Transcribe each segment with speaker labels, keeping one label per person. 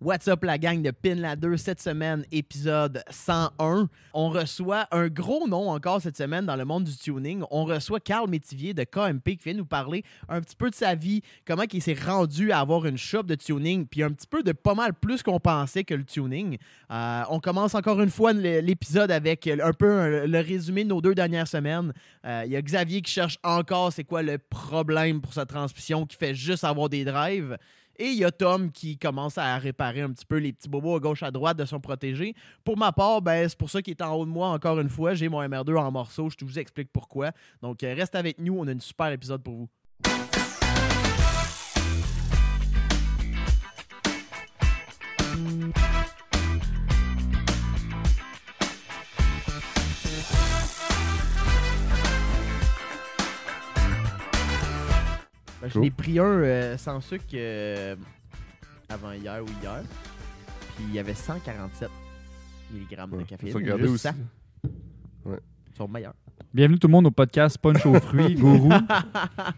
Speaker 1: What's up la gang de Pin la 2 cette semaine, épisode 101. On reçoit un gros nom encore cette semaine dans le monde du tuning. On reçoit Carl Métivier de KMP qui vient nous parler un petit peu de sa vie, comment il s'est rendu à avoir une shop de tuning, puis un petit peu de pas mal plus qu'on pensait que le tuning. Euh, on commence encore une fois le- l'épisode avec un peu un- le résumé de nos deux dernières semaines. Euh, Il y a Xavier qui cherche encore c'est quoi le problème pour sa transmission qui fait juste avoir des drives. Et il y a Tom qui commence à réparer un petit peu les petits bobos à gauche à droite de son protégé. Pour ma part, ben, c'est pour ça qu'il est en haut de moi encore une fois. J'ai mon MR2 en morceaux, je te vous explique pourquoi. Donc euh, reste avec nous, on a un super épisode pour vous. Ben, je
Speaker 2: Cool.
Speaker 1: l'ai pris un euh, sans sucre euh, avant hier ou hier. Puis il y avait 147 mg de
Speaker 2: Ouais,
Speaker 1: caféine.
Speaker 2: faut regarder
Speaker 1: Juste
Speaker 2: aussi.
Speaker 1: ça. Ils sont meilleurs.
Speaker 3: Bienvenue tout le monde au podcast Punch aux fruits, Gourou,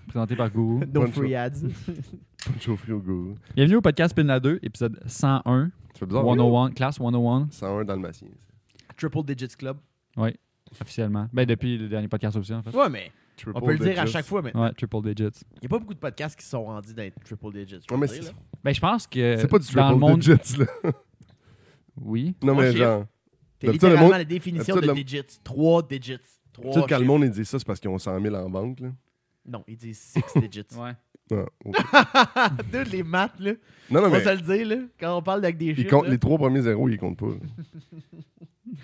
Speaker 3: présenté par Gourou.
Speaker 1: No
Speaker 2: Bonne
Speaker 1: free ads.
Speaker 2: Punch au fruit au gourou.
Speaker 3: Bienvenue au podcast Pinla 2, épisode 101,
Speaker 2: Ça fait bizarre.
Speaker 3: 101, classe 101,
Speaker 2: 101 dalmatien.
Speaker 1: Triple Digits Club.
Speaker 3: officiellement. Ben depuis le dernier podcast officiel en fait.
Speaker 1: Ouais, mais on peut le dire à chaque fois, mais
Speaker 3: Ouais, triple digits.
Speaker 1: il n'y a pas beaucoup de podcasts qui sont rendus dans les triple digits. je
Speaker 2: Ouais, mais
Speaker 1: veux dire,
Speaker 2: c'est-
Speaker 1: là.
Speaker 3: Ben je pense que
Speaker 2: C'est pas du triple
Speaker 3: dans le monde,
Speaker 2: digits, là.
Speaker 3: oui.
Speaker 2: Non,
Speaker 1: Moi,
Speaker 2: mais
Speaker 1: j'ai-
Speaker 2: genre,
Speaker 1: T'es
Speaker 2: D'habitude, le
Speaker 1: littéralement
Speaker 2: monde-
Speaker 1: la définition de
Speaker 2: d'habitude, le-
Speaker 1: digits. Trois digits.
Speaker 2: tu
Speaker 1: Trois
Speaker 2: sais, quand le
Speaker 1: chiffres.
Speaker 2: monde, il dit ça, c'est parce qu'ils ont 100 000 en banque, là.
Speaker 1: Non, ils disent six digits.
Speaker 3: Ouais.
Speaker 2: Ah, ok.
Speaker 1: Deux, les maths, là.
Speaker 2: Non, non,
Speaker 1: On va
Speaker 2: mais
Speaker 1: se le dire, là. Quand on parle avec des
Speaker 2: ils
Speaker 1: chiffres,
Speaker 2: comptent
Speaker 1: là,
Speaker 2: les trois premiers zéros, ils comptent pas. là.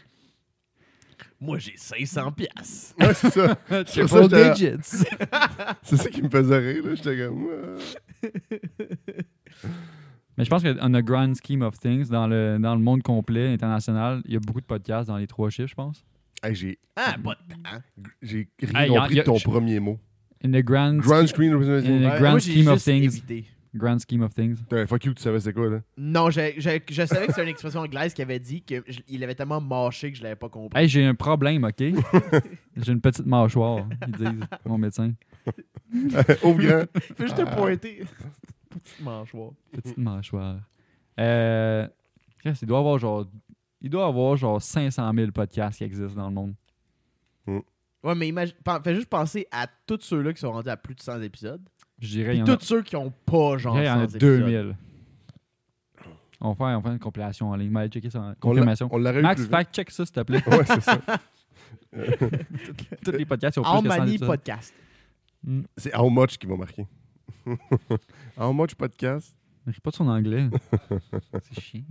Speaker 1: moi, j'ai 500 piastres.
Speaker 2: Ouais, c'est ça.
Speaker 3: triple
Speaker 2: ça, j'étais-
Speaker 3: digits.
Speaker 2: C'est ça qui me faisait rire, là. J'étais comme. euh,
Speaker 3: Mais je pense que on a grand scheme of things dans le dans le monde complet international, il y a beaucoup de podcasts dans les trois chiffres, je pense.
Speaker 2: hey, j'ai-
Speaker 1: Ah, pas de temps.
Speaker 2: J'ai
Speaker 3: Hey,
Speaker 2: rien
Speaker 3: y a-
Speaker 2: compris
Speaker 3: y
Speaker 2: de
Speaker 3: a-
Speaker 2: ton
Speaker 3: je-
Speaker 2: premier mot.
Speaker 3: In the grand
Speaker 2: Grand screen representation.
Speaker 3: Le
Speaker 1: Ouais,
Speaker 3: grand
Speaker 1: moi, j'ai
Speaker 3: scheme of
Speaker 1: juste
Speaker 3: things.
Speaker 1: évité.
Speaker 3: grand scheme of things.
Speaker 2: Putain, Fuck you, tu savais c'est quoi, là.
Speaker 1: Non, je, je- je savais que c'était une expression anglaise qui avait dit qu'il avait tellement mâché que je l'avais pas compris.
Speaker 3: Hey, j'ai un problème, OK? j'ai une petite mâchoire, ils disent, mon médecin.
Speaker 2: Ouvre grand.
Speaker 1: Fais juste te
Speaker 3: Ah.
Speaker 1: pointer. Petite mâchoire.
Speaker 3: Petite mâchoire. Euh, Chris, il doit avoir genre. Il doit avoir genre 500 000 podcasts qui existent dans le monde.
Speaker 1: Ouais, mais imagine, pen- fais juste penser à tous ceux-là qui sont rendus à plus de 100 épisodes.
Speaker 3: Je dirais, il
Speaker 1: Puis
Speaker 3: y en a,
Speaker 1: tous ceux qui ont pas
Speaker 3: je
Speaker 1: genre 100
Speaker 3: dirais, il y en a
Speaker 1: épisodes.
Speaker 3: 2000. On va, faire, on va faire une compilation en ligne. Mais allez checker ça. en-
Speaker 2: On l'a-
Speaker 3: Confirmation.
Speaker 2: On l'aurait eu
Speaker 3: Max,
Speaker 2: plus vite.
Speaker 3: fact check ça, s'il te plaît.
Speaker 2: Ouais, c'est ça.
Speaker 3: Tous les podcasts ils ont
Speaker 1: En
Speaker 3: plus que 100
Speaker 1: manie
Speaker 3: épisodes.
Speaker 1: podcast.
Speaker 3: Mm.
Speaker 2: C'est How Much qui va marquer. How Much Podcast.
Speaker 3: Ris pas de son anglais. C'est chiant.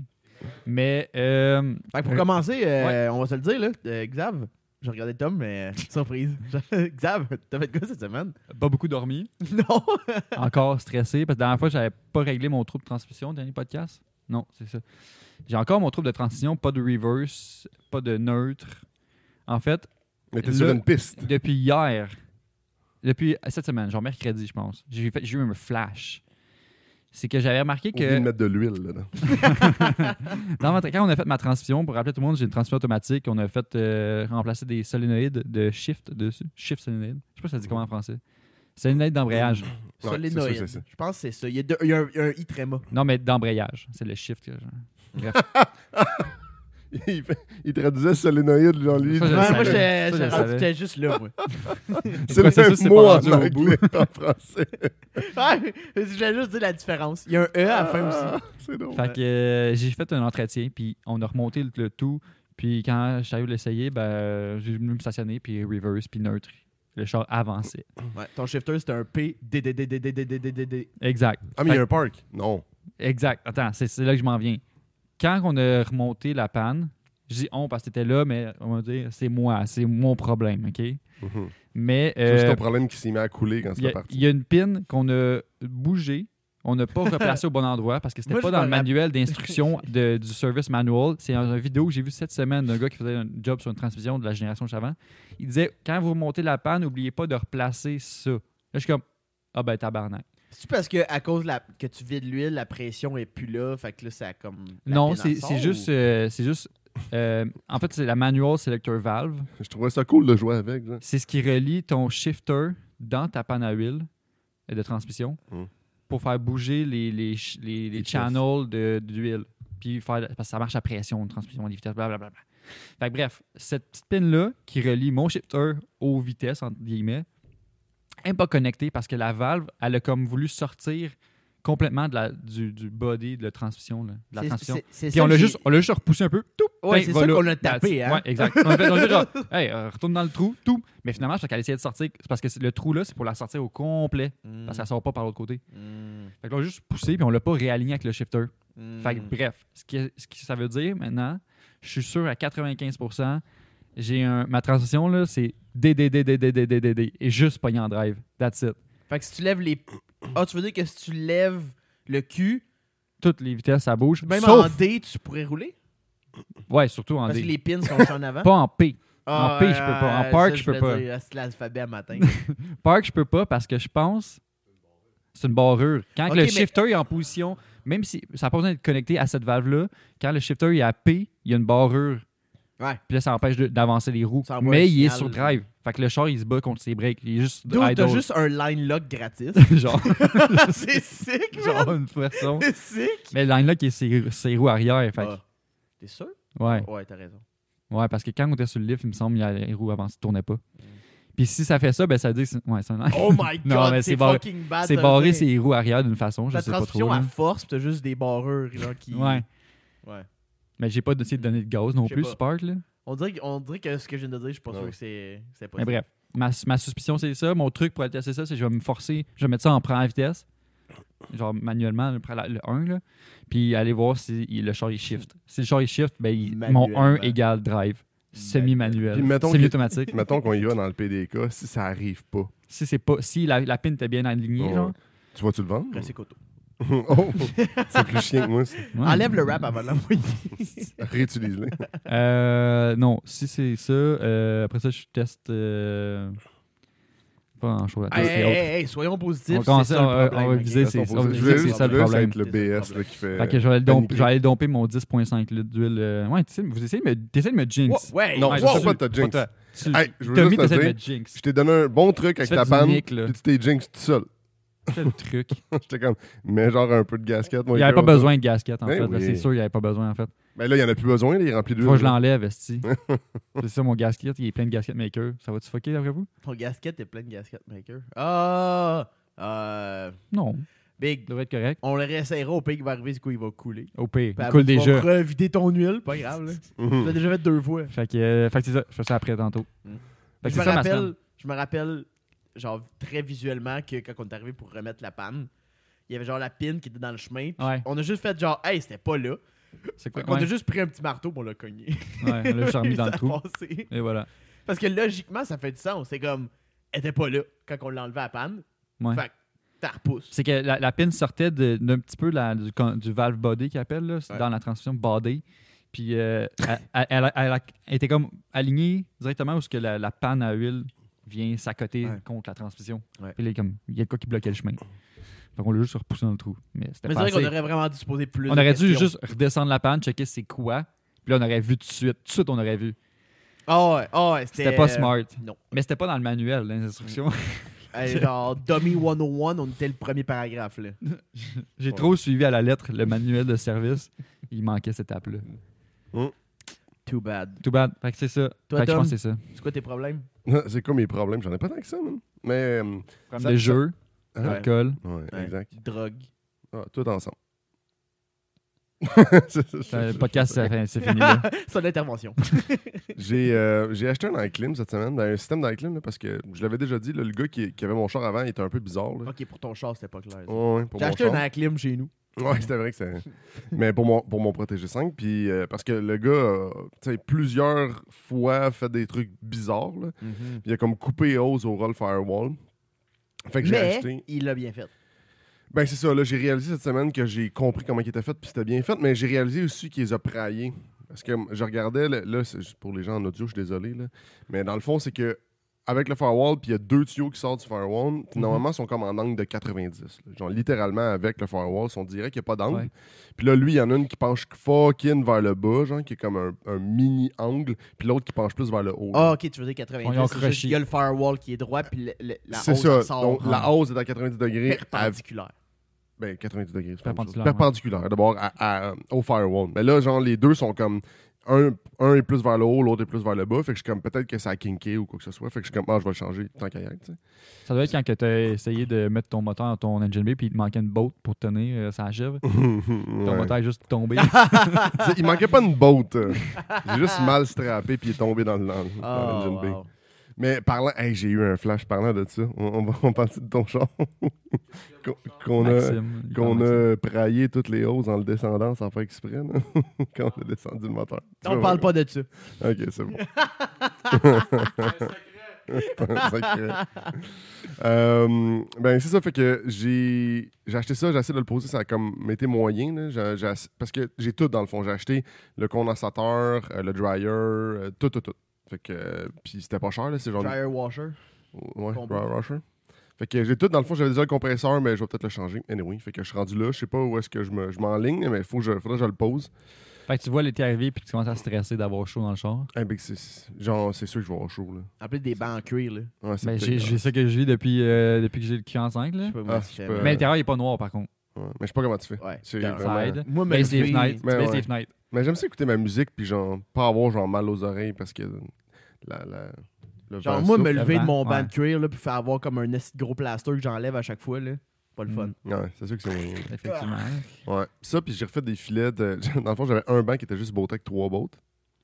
Speaker 3: Mais, euh,
Speaker 1: Fait que pour commencer, euh, on va se le dire, là, euh, Xav. Je regardais Tom, mais euh, surprise. Xav, t'as fait quoi cette semaine?
Speaker 3: pas beaucoup dormi.
Speaker 1: Non!
Speaker 3: encore stressé parce que la dernière fois, j'avais pas réglé mon trouble de transmission, dernier podcast. Non, c'est ça. J'ai encore mon trouble de transition, pas de reverse, pas de neutre. En fait,
Speaker 2: Mais t'es sur
Speaker 3: Le-
Speaker 2: une piste.
Speaker 3: depuis hier, depuis cette semaine, genre mercredi, je pense, j'ai fait- j'ai eu un flash. C'est que j'avais remarqué
Speaker 2: Oublie de
Speaker 3: que
Speaker 2: mettre de l'huile, là.
Speaker 3: dans ma- quand on a fait ma transmission, pour rappeler tout le monde, j'ai une transmission automatique. On a fait euh, remplacer des solénoïdes de shift dessus. Shift solénoïde. Je sais pas si ça dit comment en français. Solénoïde d'embrayage.
Speaker 2: Ouais, c'est ça,
Speaker 1: Solénoïde.
Speaker 2: c'est ça.
Speaker 1: Je pense que c'est ça. Il y a, deux- il y a un, il y a un i tréma.
Speaker 3: Non, mais d'embrayage. C'est le shift. que je-
Speaker 2: il, fait- il traduisait solénoïde, genre lui.
Speaker 3: Ça,
Speaker 1: Ouais,
Speaker 3: je le
Speaker 1: moi, j'étais
Speaker 3: savais. Ça, je
Speaker 1: j'étais
Speaker 3: le
Speaker 1: rendu-
Speaker 3: savais.
Speaker 1: j'étais juste là, moi.
Speaker 2: C'est le
Speaker 3: processus
Speaker 2: même
Speaker 3: s'est
Speaker 2: mot
Speaker 3: pas
Speaker 2: en
Speaker 3: rendu au
Speaker 2: anglais qu'en français.
Speaker 1: Ouais, je voulais juste dire la différence. Il y a un E à la fin aussi.
Speaker 2: Ah, C'est drôle.
Speaker 3: Fait que euh, j'ai fait un entretien, puis on a remonté le, le tout. Puis quand j'arrive à l'essayer, ben, euh, j'ai venu me stationner, puis reverse, puis neutre. Le char avançait.
Speaker 1: Ouais, ton shifter, c'était un P, D, D, D, D, D, D, D, D, D, D.
Speaker 3: Exact.
Speaker 2: Ah, mais il y a un parc. Non.
Speaker 3: Exact. Attends, c'est c'est là que je m'en viens. Quand on a remonté la panne, je dis on parce que t'étais là, mais on va dire c'est moi, c'est mon problème, OK?
Speaker 2: Mhm.
Speaker 3: Mais
Speaker 2: C'est juste
Speaker 3: Mm-hmm. euh,
Speaker 2: ton problème qui s'est mis à couler quand
Speaker 3: il y,
Speaker 2: c'est
Speaker 3: a-
Speaker 2: parti.
Speaker 3: il y a une pin qu'on a bougée. On n'a pas replacé au bon endroit parce que c'était
Speaker 1: Moi,
Speaker 3: pas
Speaker 1: je
Speaker 3: dans
Speaker 1: me
Speaker 3: le
Speaker 1: rapp-
Speaker 3: manuel d'instruction de- du service manual. C'est dans une vidéo que j'ai vue cette semaine d'un gars qui faisait un job sur une transmission de la génération juste avant. Il disait Quand vous remontez la panne, n'oubliez pas de replacer ça. Là, je suis comme Ah ben tabarnak.
Speaker 1: C'est-tu parce que à cause de la, que tu vides l'huile, la pression est plus là, fait que là, ça a comme. la
Speaker 3: non,
Speaker 1: pine
Speaker 3: c'est
Speaker 1: en
Speaker 3: c'est
Speaker 1: sort,
Speaker 3: juste.
Speaker 1: ou-
Speaker 3: euh, c'est juste euh, en fait, c'est la manual selector valve.
Speaker 2: Je trouvais ça cool de jouer avec. là.
Speaker 3: C'est ce qui relie ton shifter dans ta panne à huile euh, de transmission
Speaker 2: Mm.
Speaker 3: pour faire bouger les, les, ch- les- les
Speaker 2: Les
Speaker 3: channels de- d'huile. puis faire, parce que ça marche à pression, une transmission des vitesses, blablabla. Fait que bref, cette petite pin-là qui relie mon shifter aux vitesses, entre guillemets, n'est pas connectée parce que la valve, elle a comme voulu sortir complètement de la, du, du body de la transmission. là, de la
Speaker 1: C'est-
Speaker 3: transmission.
Speaker 1: c'est- c'est
Speaker 3: Puis
Speaker 1: ça
Speaker 3: on
Speaker 1: que
Speaker 3: l'a
Speaker 1: j'ai-
Speaker 3: juste, on l'a juste repoussé un peu. Tout.
Speaker 1: Ouais,
Speaker 3: Tiens,
Speaker 1: c'est
Speaker 3: va
Speaker 1: ça
Speaker 3: là.
Speaker 1: qu'on a tapé,
Speaker 3: That's-
Speaker 1: hein?
Speaker 3: Ouais, exact. On a fait, on a dit, genre, hey, euh, retourne dans le trou, tout. Mais finalement, c'est parce qu'elle essayait de sortir. C'est parce que c'est- le trou là, c'est pour la sortir au complet.
Speaker 1: Hmm, Mm.
Speaker 3: Parce qu'elle sort pas par l'autre côté. Fait que là, on l'a juste poussé, puis on l'a pas réaligné avec le shifter. Fait
Speaker 1: Hmm. Mm.
Speaker 3: que, bref, ce que, ce que ça veut dire maintenant, je suis sûr à 95 j'ai un, ma transition, là, c'est DDDDDDDDD et juste pogné en drive. That's it.
Speaker 1: Fait que si tu lèves les. Ah, tu veux dire que si tu lèves le cul,
Speaker 3: Toutes les vitesses, ça bouge.
Speaker 1: même
Speaker 3: sauf,
Speaker 1: en D, tu pourrais rouler?
Speaker 3: ouais, surtout en
Speaker 1: Parce
Speaker 3: D.
Speaker 1: que les pins sont juste en avant.
Speaker 3: Pas en P.
Speaker 1: Ah,
Speaker 3: en P, je peux pas. En
Speaker 1: ouais,
Speaker 3: park,
Speaker 1: ça,
Speaker 3: je peux
Speaker 1: voulais
Speaker 3: pas.
Speaker 1: dire, ah, C'est l'alphabet à matin.
Speaker 3: Park, je peux pas parce que je pense c'est une barrure. Quand
Speaker 1: Ok,
Speaker 3: le
Speaker 1: mais-
Speaker 3: shifter est en position, même si ça n'a pas besoin d'être connecté à cette valve-là, quand le shifter est à P, il y a une barrure.
Speaker 1: Ouais.
Speaker 3: Puis là, ça empêche de- d'avancer les roues.
Speaker 1: Ça envoie un
Speaker 3: Mais il est
Speaker 1: signal.
Speaker 3: sur drive. Fait que le char, il se bat contre ses breaks. Il est juste
Speaker 1: Dude, t'as
Speaker 3: idle.
Speaker 1: juste un line lock gratis.
Speaker 3: genre,
Speaker 1: c'est sick, man.
Speaker 3: genre une façon.
Speaker 1: C'est sick.
Speaker 3: Mais le line-là qui est ses, ses roues arrière. Fait que-
Speaker 1: Ah. T'es sûr?
Speaker 3: ouais.
Speaker 1: Ouais, t'as raison.
Speaker 3: ouais, parce que quand on était sur le lift, il me semble, il y a les roues avant, ne tournaient pas.
Speaker 1: Mm.
Speaker 3: Puis si ça fait ça, ben ça veut dire que c'est ouais, c'est un
Speaker 1: Oh my god,
Speaker 3: Non, mais
Speaker 1: c'est
Speaker 3: c'est barré-
Speaker 1: fucking bad.
Speaker 3: C'est
Speaker 1: de
Speaker 3: barré
Speaker 1: le dire.
Speaker 3: ses roues arrière d'une façon, je
Speaker 1: Ah, La
Speaker 3: sais pas
Speaker 1: transmission
Speaker 3: trop.
Speaker 1: à
Speaker 3: là.
Speaker 1: force, pis t'as juste des barreurs genre, qui.
Speaker 3: Ouais.
Speaker 1: Ouais.
Speaker 3: Mais j'ai pas essayé de donner de gaz non
Speaker 1: Je sais
Speaker 3: plus,
Speaker 1: pas.
Speaker 3: Spark. Là.
Speaker 1: On dirait, que- on dirait que ce que je viens de dire, je suis pas sûr
Speaker 2: Ouais.
Speaker 1: que c'est c'est
Speaker 3: Mais
Speaker 1: possible.
Speaker 3: bref, ma, ma suspicion, c'est ça. Mon truc pour tester ça, c'est que je vais me forcer, je vais mettre ça en première vitesse, genre manuellement, le, la- le 1, là, puis aller voir si il- le char il shift. Si le char il shift, ben, il- mon 1
Speaker 1: Manuellement.
Speaker 3: égale drive. Semi-manuel.
Speaker 2: Puis mettons
Speaker 3: Semi-automatique.
Speaker 2: Mettons qu'on y va dans le PDK, si ça arrive pas,
Speaker 3: si c'est pas. Si la, la pin était bien alignée,
Speaker 1: Oh.
Speaker 2: Ouais.
Speaker 3: genre.
Speaker 2: tu vas-tu le vendre?
Speaker 1: Restez coteau.
Speaker 2: oh, c'est plus chien que moi, ça.
Speaker 3: ouais.
Speaker 1: Enlève le rap avant de l'envoyer.
Speaker 2: Réutilise-le.
Speaker 3: Ah, Euh, non, si c'est ça, euh, après ça, je teste. euh, pas en chose à
Speaker 1: hey,
Speaker 3: tester.
Speaker 1: hey,
Speaker 3: autre.
Speaker 1: hey, soyons positifs.
Speaker 3: On commence-
Speaker 1: c'est ça, le
Speaker 3: on- on
Speaker 1: problème,
Speaker 3: va
Speaker 1: ok?
Speaker 3: viser, c'est-
Speaker 2: Restons
Speaker 3: on va
Speaker 2: positifs.
Speaker 3: viser, c'est
Speaker 2: Là,
Speaker 3: ça le
Speaker 2: là, va
Speaker 3: problème.
Speaker 2: être le BS là, qui
Speaker 3: Fait
Speaker 2: fait.
Speaker 3: que j'allais le dom-
Speaker 2: paniquer.
Speaker 3: j'allais le domper mon 10.5 litres d'huile. euh, Ouais, tu sais, vous essayez de me, t'essayes de me jinx.
Speaker 1: Wow, ouais,
Speaker 2: Non,
Speaker 1: wow,
Speaker 3: je
Speaker 2: je sais
Speaker 3: suis-
Speaker 2: pas de ta jinx.
Speaker 3: pas Tu,
Speaker 2: Hey, je veux
Speaker 3: Tommy,
Speaker 2: juste te
Speaker 3: t'essaies de
Speaker 2: dire-
Speaker 3: me jinx.
Speaker 2: Je t'ai donné un bon truc avec
Speaker 3: fais
Speaker 2: ta
Speaker 3: du
Speaker 2: panne,
Speaker 3: nick, là.
Speaker 2: puis tu t'es jinx tout seul.
Speaker 3: C'est le truc.
Speaker 2: J'étais comme, mets genre un peu de gasket.
Speaker 3: Il
Speaker 2: moi,
Speaker 3: n'y avait
Speaker 2: gars,
Speaker 3: pas besoin de gasket, en
Speaker 2: Ben
Speaker 3: fait. là,
Speaker 2: oui.
Speaker 3: C'est sûr, il n'y avait pas besoin, en fait.
Speaker 2: Mais Ben là, il y en a plus besoin, là, il est rempli d'huile.
Speaker 3: Faut que je l'enlève, esti. c'est ça, mon gasket, il est plein de gasket maker. Ça va-tu fucker, d'après vous?
Speaker 1: Ton gasket est plein de gasket maker. Ah! euh,
Speaker 3: Non. Ça
Speaker 1: Big,
Speaker 3: devrait être correct.
Speaker 1: on le réessayera au pays qui va arriver, c'est quoi, il va couler.
Speaker 3: Au pire,
Speaker 1: Puis
Speaker 3: il
Speaker 1: après,
Speaker 3: coule
Speaker 1: tu vas
Speaker 3: déjà.
Speaker 1: revider ton huile, pas grave. Là. Tu l'as
Speaker 2: Mhm.
Speaker 1: déjà fait deux fois.
Speaker 3: Fait que, euh, fait que c'est ça. Je fais ça après, tantôt.
Speaker 1: Mm.
Speaker 3: Fait que
Speaker 1: je,
Speaker 3: c'est
Speaker 1: me
Speaker 3: ça, ma semaine.
Speaker 1: rappelle, je me rappelle, genre, très visuellement, que quand on est arrivé pour remettre la panne, il y avait genre la pin qui était dans le chemin. puis
Speaker 3: Ouais.
Speaker 1: On a juste fait genre, hey, c'était pas là.
Speaker 3: C'est
Speaker 1: Fait
Speaker 3: quoi?
Speaker 1: qu'on
Speaker 3: Ouais,
Speaker 1: a juste pris un petit marteau pour le cogner.
Speaker 3: ouais, là, je suis remis dans le
Speaker 1: Ça a
Speaker 3: trou.
Speaker 1: passé.
Speaker 3: Et voilà.
Speaker 1: Parce que logiquement, ça fait du sens. C'est comme, elle était pas là quand on l'enlevait à panne.
Speaker 3: Ouais.
Speaker 1: Fait que, t'as repousse.
Speaker 3: C'est que la, la pin sortait de- d'un petit peu la- du, con- du valve body qu'ils appellent, là, c'est
Speaker 1: Ouais.
Speaker 3: dans la transmission body. Puis euh, elle, elle- elle- elle a- elle était comme alignée directement où ce que la, la panne à huile vient s'accoter
Speaker 1: Ouais.
Speaker 3: contre la transmission.
Speaker 1: Ouais.
Speaker 3: Puis là, comme, il y a de quoi qui bloquait le chemin. Fait qu'on l'a juste repoussé dans le trou. Mais c'était
Speaker 1: Mais c'est
Speaker 3: pas
Speaker 1: vrai qu'on
Speaker 3: assez.
Speaker 1: aurait vraiment dû se poser plus
Speaker 3: On
Speaker 1: de
Speaker 3: aurait dû
Speaker 1: questions.
Speaker 3: juste redescendre la panne, checker c'est quoi. Puis là, on aurait vu tout de suite. Tout de suite, on aurait vu.
Speaker 1: Ah ouais, ah ouais, c'était.
Speaker 3: C'était pas
Speaker 1: euh,
Speaker 3: smart.
Speaker 1: non.
Speaker 3: Mais c'était pas dans le manuel, les instructions.
Speaker 1: euh, genre, Dummy 101, on était le premier paragraphe, là.
Speaker 3: J'ai
Speaker 2: Ouais.
Speaker 3: trop suivi à la lettre le manuel de service. Il manquait cette étape-là.
Speaker 1: Too bad.
Speaker 3: Tout bad. Fait que c'est ça.
Speaker 1: Toi,
Speaker 3: fait que je
Speaker 1: Tom?
Speaker 3: pense que c'est ça.
Speaker 1: C'est quoi tes problèmes?
Speaker 2: C'est quoi mes problèmes? J'en ai pas tant que ça, man. Mais. euh,
Speaker 3: Problème
Speaker 2: Ça- ça-
Speaker 3: de jeu,
Speaker 2: hein?
Speaker 1: Ouais.
Speaker 3: alcool.
Speaker 2: Ouais,
Speaker 1: Ouais.
Speaker 2: exact.
Speaker 1: Drogue.
Speaker 2: Ah, tout ensemble.
Speaker 3: Le podcast, ça fait- c'est fini. là.
Speaker 1: Son intervention.
Speaker 2: J'ai euh, j'ai acheté un iClim cette semaine, ben, un système d'iClim, là, parce que je l'avais déjà dit, là, le gars qui, qui avait mon char avant il était un peu bizarre. là.
Speaker 1: Ok, pour ton char, c'était pas clair. ça.
Speaker 2: Ouais, ouais, pour
Speaker 1: J'ai
Speaker 2: mon
Speaker 1: acheté
Speaker 2: char.
Speaker 1: un Aclim chez nous.
Speaker 2: Ouais, c'était vrai que c'est. Mais pour mon, pour mon protégé 5, puis euh, parce que le gars, euh, tu sais, plusieurs fois fait des trucs bizarres. là.
Speaker 3: Mhm.
Speaker 2: Il a comme coupé hausse au roll firewall. Fait que j'ai
Speaker 1: Mais
Speaker 2: acheté.
Speaker 1: il l'a bien fait.
Speaker 2: Ben c'est ça, là, j'ai réalisé cette semaine que j'ai compris comment il était fait, puis c'était bien fait, mais j'ai réalisé aussi qu'il les a praillés. Parce que je regardais, là, là, c'est juste pour les gens en audio, je suis désolé, là, mais dans le fond, c'est que avec le firewall, puis il y a deux tuyaux qui sortent du firewall,
Speaker 1: Mhm.
Speaker 2: puis normalement, ils sont comme en angle de 90. là. Genre, littéralement, avec le firewall, ils sont direct, il n'y a pas d'angle.
Speaker 3: Ouais.
Speaker 2: Puis là, lui, il y en a une qui penche fucking vers le bas, genre, qui est comme un, un mini-angle, puis l'autre qui penche plus vers le haut. là.
Speaker 1: Ah, ok, tu veux dire 90.
Speaker 3: On l'a
Speaker 1: c'est juste
Speaker 3: accroché.
Speaker 1: Il y a le firewall qui est droit, puis le- le- la
Speaker 2: c'est
Speaker 1: hausse
Speaker 2: ça.
Speaker 1: sort Ah.
Speaker 2: Donc,
Speaker 1: en
Speaker 2: la hausse est à 90 degrés. à-
Speaker 1: perpendiculaire.
Speaker 2: Ben, 90 degrés. c'est pas la même chose.
Speaker 3: Perpendiculaire,
Speaker 2: Perpendiculaire. D'abord, à- à- au firewall. Mais là, genre, les deux sont comme. Un, un est plus vers le haut, l'autre est plus vers le bas. Fait que je suis comme peut-être que ça a kinké ou quoi que ce soit. Fait que je suis comme, ah, je vais le changer tant qu'à y être, tu sais.
Speaker 3: Ça doit être quand tu as essayé de mettre ton moteur dans ton engine bay puis il te manquait une botte pour te tenir euh, sa chèvre. Ton
Speaker 2: Ouais.
Speaker 3: moteur est juste tombé.
Speaker 2: Tu sais, Il manquait pas une botte. J'ai juste mal strappé puis il est tombé dans le dans, le- dans l'engine
Speaker 1: Oh,
Speaker 2: bay.
Speaker 1: wow.
Speaker 2: Mais parlant, hey, j'ai eu un flash parlant de ça. On, on, va- on partit de ton char Qu'on- qu'on a,
Speaker 3: Maxime, il
Speaker 2: qu'on
Speaker 3: parle Maxime.
Speaker 2: a praillé toutes les hausses en le descendant sans faire exprès là, quand on a descendu le moteur. Tu
Speaker 1: On
Speaker 2: vas
Speaker 1: parle pas
Speaker 2: voir.
Speaker 1: de ça.
Speaker 2: Ok, c'est bon. un secret. Euh, ben, c'est ça, fait que j'ai j'ai acheté ça, j'ai essayé de le poser, ça a comme m'était moyen. là. J'ai- j'ai ass- parce que j'ai tout dans le fond. J'ai acheté le condensateur, euh, le dryer, euh, tout, tout, tout. Fait que, euh, puis c'était pas cher, là, c'est genre.
Speaker 1: Dryer washer.
Speaker 2: Ouais,
Speaker 1: Combo.
Speaker 2: dryer washer. Fait que j'ai tout, dans le fond, j'avais déjà le compresseur, mais je vais peut-être le changer. Anyway, fait que je suis rendu là, je sais pas où est-ce que je me- je m'enligne, mais il faut que je, faudrait que je le pose.
Speaker 3: Fait que tu vois l'été arriver puis tu commences à stresser d'avoir chaud dans le char.
Speaker 2: Eh ben, c'est- genre, c'est sûr que je vais avoir chaud, là.
Speaker 1: Appelez des bancs en cuir, là.
Speaker 2: Ouais, c'est
Speaker 3: Ben,
Speaker 2: peut-être-
Speaker 3: j'ai j'ai ça que je vis depuis, euh, depuis que j'ai le cul en 5.
Speaker 1: Je
Speaker 3: Là.
Speaker 1: sais pas moi
Speaker 2: Ah,
Speaker 1: si
Speaker 2: je
Speaker 1: je
Speaker 2: peux-
Speaker 1: fais,
Speaker 3: Mais
Speaker 1: mais-
Speaker 3: l'intérieur il est pas noir par contre.
Speaker 2: Ouais, mais je sais pas comment tu fais.
Speaker 1: Ouais.
Speaker 2: C'est
Speaker 1: Ça
Speaker 2: vraiment-
Speaker 3: aide.
Speaker 1: Moi, me
Speaker 3: Baisse les
Speaker 1: lever-
Speaker 3: fenêtres. Tu
Speaker 2: Ben
Speaker 3: baisses
Speaker 2: ouais.
Speaker 3: les fenêtres.
Speaker 2: Mais j'aime ça écouter ma musique puis genre pas avoir genre mal aux oreilles parce que la, la, le
Speaker 1: Genre,
Speaker 2: vent
Speaker 1: moi, me
Speaker 2: souffle.
Speaker 1: lever de mon
Speaker 3: Ouais.
Speaker 1: banc de cuir, là, puis faire avoir comme un esti de gros plaster que j'enlève à chaque fois, là. Pas le fun.
Speaker 3: Mm.
Speaker 2: Ouais, c'est sûr que c'est moyen.
Speaker 3: Effectivement.
Speaker 1: Ah,
Speaker 2: Ouais. Puis ça, puis j'ai refait des filets. De... Dans le fond, j'avais un banc qui était juste beau avec trois bottes.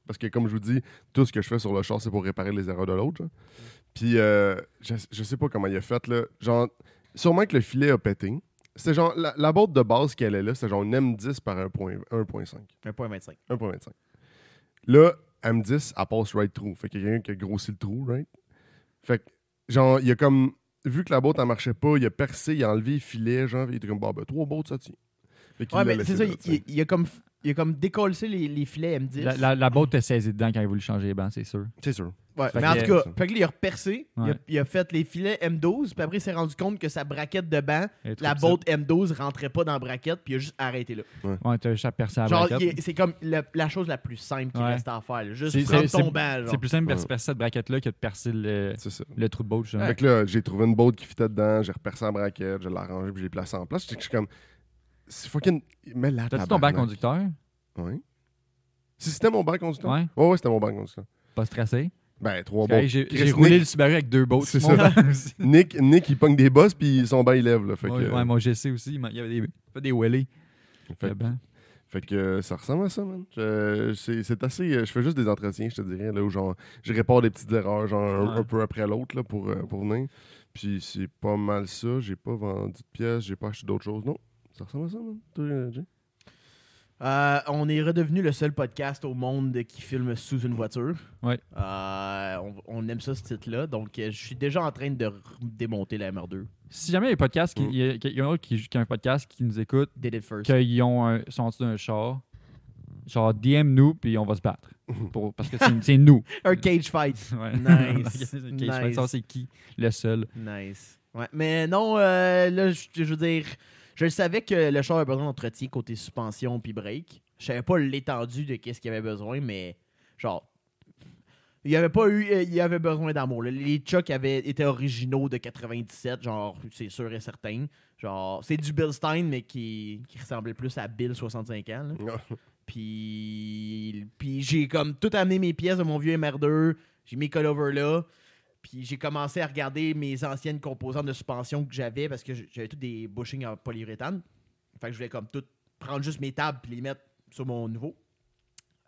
Speaker 2: Parce que, comme je vous dis, tout ce que je fais sur le char, c'est pour réparer les erreurs de l'autre. genre. Puis, euh, je, je sais pas comment il a fait. Là. Genre, sûrement que le filet a pété. C'était genre, la, la botte de base qu'elle est là, c'était genre une M10 par 1.5.
Speaker 1: 1.25.
Speaker 2: 1.25. Là, M10, elle passe right through. Fait qu'il y a quelqu'un qui a grossi le trou, right? Fait que, genre, il y a comme. Vu que la botte, elle marchait pas, il a percé, il a enlevé le filet, genre, il était comme, bah, ben, trois bottes, ça tient. Fait qu'il
Speaker 1: Ouais,
Speaker 2: l'a
Speaker 1: mais
Speaker 2: laissé
Speaker 1: c'est ça,
Speaker 2: là,
Speaker 1: il,
Speaker 2: tu sais.
Speaker 1: il- il a comme. Il a comme décollé les, les filets M10.
Speaker 3: La, la, la botte t'a saisi dedans quand il voulait changer les bancs, c'est sûr.
Speaker 2: C'est sûr.
Speaker 1: Ouais,
Speaker 3: Fait
Speaker 1: mais en
Speaker 3: que-
Speaker 1: tout cas, fait que là, il a repercé, il, a,
Speaker 3: Ouais.
Speaker 1: il a fait les filets M12, puis après, il s'est rendu compte que sa braquette de banc,
Speaker 3: Elle est trop
Speaker 1: la
Speaker 3: petite.
Speaker 1: botte M12 rentrait pas dans la braquette, puis il a juste arrêté là.
Speaker 3: Ouais, t'as juste à percer la
Speaker 1: Genre,
Speaker 3: braquette.
Speaker 1: il est- c'est comme la, la chose la plus simple qu'il
Speaker 3: Ouais.
Speaker 1: reste à faire. là. Juste
Speaker 3: C'est-
Speaker 1: prendre
Speaker 3: c'est-
Speaker 1: ton banc. genre.
Speaker 3: C'est plus simple de
Speaker 2: Ouais.
Speaker 3: percer cette braquette-là que de percer le,
Speaker 2: C'est ça.
Speaker 3: le trou de botte. justement.
Speaker 2: Fait que là, j'ai trouvé une botte qui fitait dedans, j'ai repercé la braquette, je l'ai arrangée, puis je l'ai placée en place. J'étais- Je suis comme, c'est fucking. Mais là,
Speaker 3: T'as-tu ton bac
Speaker 2: tabarnak.
Speaker 3: conducteur?
Speaker 2: Ouais. Si c'était mon bac conducteur?
Speaker 3: Ouais.
Speaker 2: Ouais, ouais, c'était mon bac conducteur.
Speaker 3: Pas stressé.
Speaker 2: Ben, trois bottes.
Speaker 3: Hey, J'ai
Speaker 2: Chris
Speaker 3: j'ai roulé
Speaker 2: Nick.
Speaker 3: le Subaru avec deux bottes.
Speaker 2: C'est
Speaker 3: Mon-
Speaker 2: ça. Nick, Nick, il pogne des bosses, puis son bain, il lève, là. Fait
Speaker 3: Ouais,
Speaker 2: que-
Speaker 3: ouais, mon GC aussi, il m'a- il y avait des, il fait des wheelies.
Speaker 2: fait
Speaker 3: Le
Speaker 2: que-
Speaker 3: banc.
Speaker 2: Fait que euh, ça ressemble à ça, man. Je- C'est c'est assez. euh, Je fais juste des entretiens, je te dirais, là, où genre, je répare des petites erreurs, genre un,
Speaker 3: Ouais.
Speaker 2: un peu après l'autre, là, pour, euh, pour venir. Puis c'est pas mal ça. J'ai pas vendu de pièces, j'ai pas acheté d'autres choses. Non, ça ressemble à ça, man. Toi, euh, Jay?
Speaker 1: Euh, on est redevenu le seul podcast au monde qui filme sous une voiture.
Speaker 3: Ouais.
Speaker 1: Euh, on, on aime ça, ce titre-là. Donc, euh, je suis déjà en train de r- démonter la MR2.
Speaker 3: Si jamais il y a des podcasts qui,
Speaker 2: Mm.
Speaker 3: il y a quelqu'un qui, qui a un podcast qui nous écoute,
Speaker 1: Did it first.
Speaker 3: qu'ils ont un, sont d'un char, genre DM nous, puis on va se battre. Pour- parce que c'est c'est nous.
Speaker 1: Un cage fight.
Speaker 3: Ouais.
Speaker 1: Nice.
Speaker 3: Ok, je vais savoir c'est qui le seul.
Speaker 1: Nice. Ouais. Mais non, euh, là, je je veux dire, je le savais que le char avait besoin d'entretien côté suspension puis break. Je savais pas l'étendue de qu'est-ce qu'il avait besoin, mais genre, il y avait pas eu, euh, il y avait besoin d'amour. là. Les Chuck avaient été originaux de 97, genre, c'est sûr et certain. Genre, c'est du Bill Stein, mais qui, qui ressemblait plus à Bill 65 ans. là. Puis, puis j'ai comme tout amené mes pièces de mon vieux MR2. J'ai mis Codover là. Puis j'ai commencé à regarder mes anciennes composantes de suspension que j'avais parce que j- j'avais tous des bushings en polyuréthane. Fait que je voulais comme tout prendre juste mes tables puis les mettre sur mon nouveau.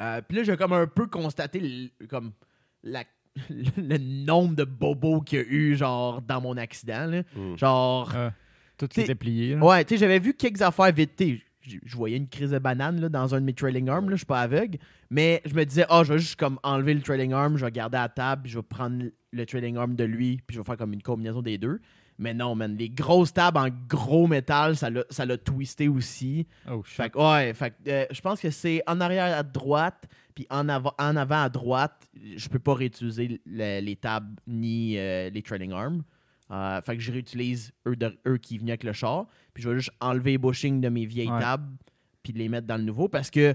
Speaker 1: Euh, puis là, j'ai comme un peu constaté l- comme la- le nombre de bobos qu'il y a eu genre dans mon accident. là.
Speaker 2: Mm.
Speaker 1: Genre,
Speaker 3: Tout s'est
Speaker 1: T'sais-
Speaker 3: déplié. là.
Speaker 1: Ouais, tu sais, j'avais vu quelques affaires vite. tu sais, j- Je voyais une crise de banane là, dans un de mes trailing arms, là, je suis pas aveugle. Mais je me disais, ah, je vais juste comme enlever le trailing arm, je vais garder à la table, puis je vais prendre le trailing arm de lui, puis je vais faire comme une combinaison des deux. Mais non, man, les grosses tables en gros métal, ça l'a ça l'a twisté aussi.
Speaker 3: Oh,
Speaker 1: Fait
Speaker 3: shit.
Speaker 1: que, ouais, fait que, euh, je pense que c'est en arrière à droite, puis en, avant- en avant à droite, je peux pas réutiliser le- les tables ni euh, les trailing arms. Euh, fait que je réutilise eux, de- eux qui venaient avec le char, puis je vais juste enlever les bushings de mes vieilles
Speaker 3: Ouais.
Speaker 1: tables, puis les mettre dans le nouveau, parce que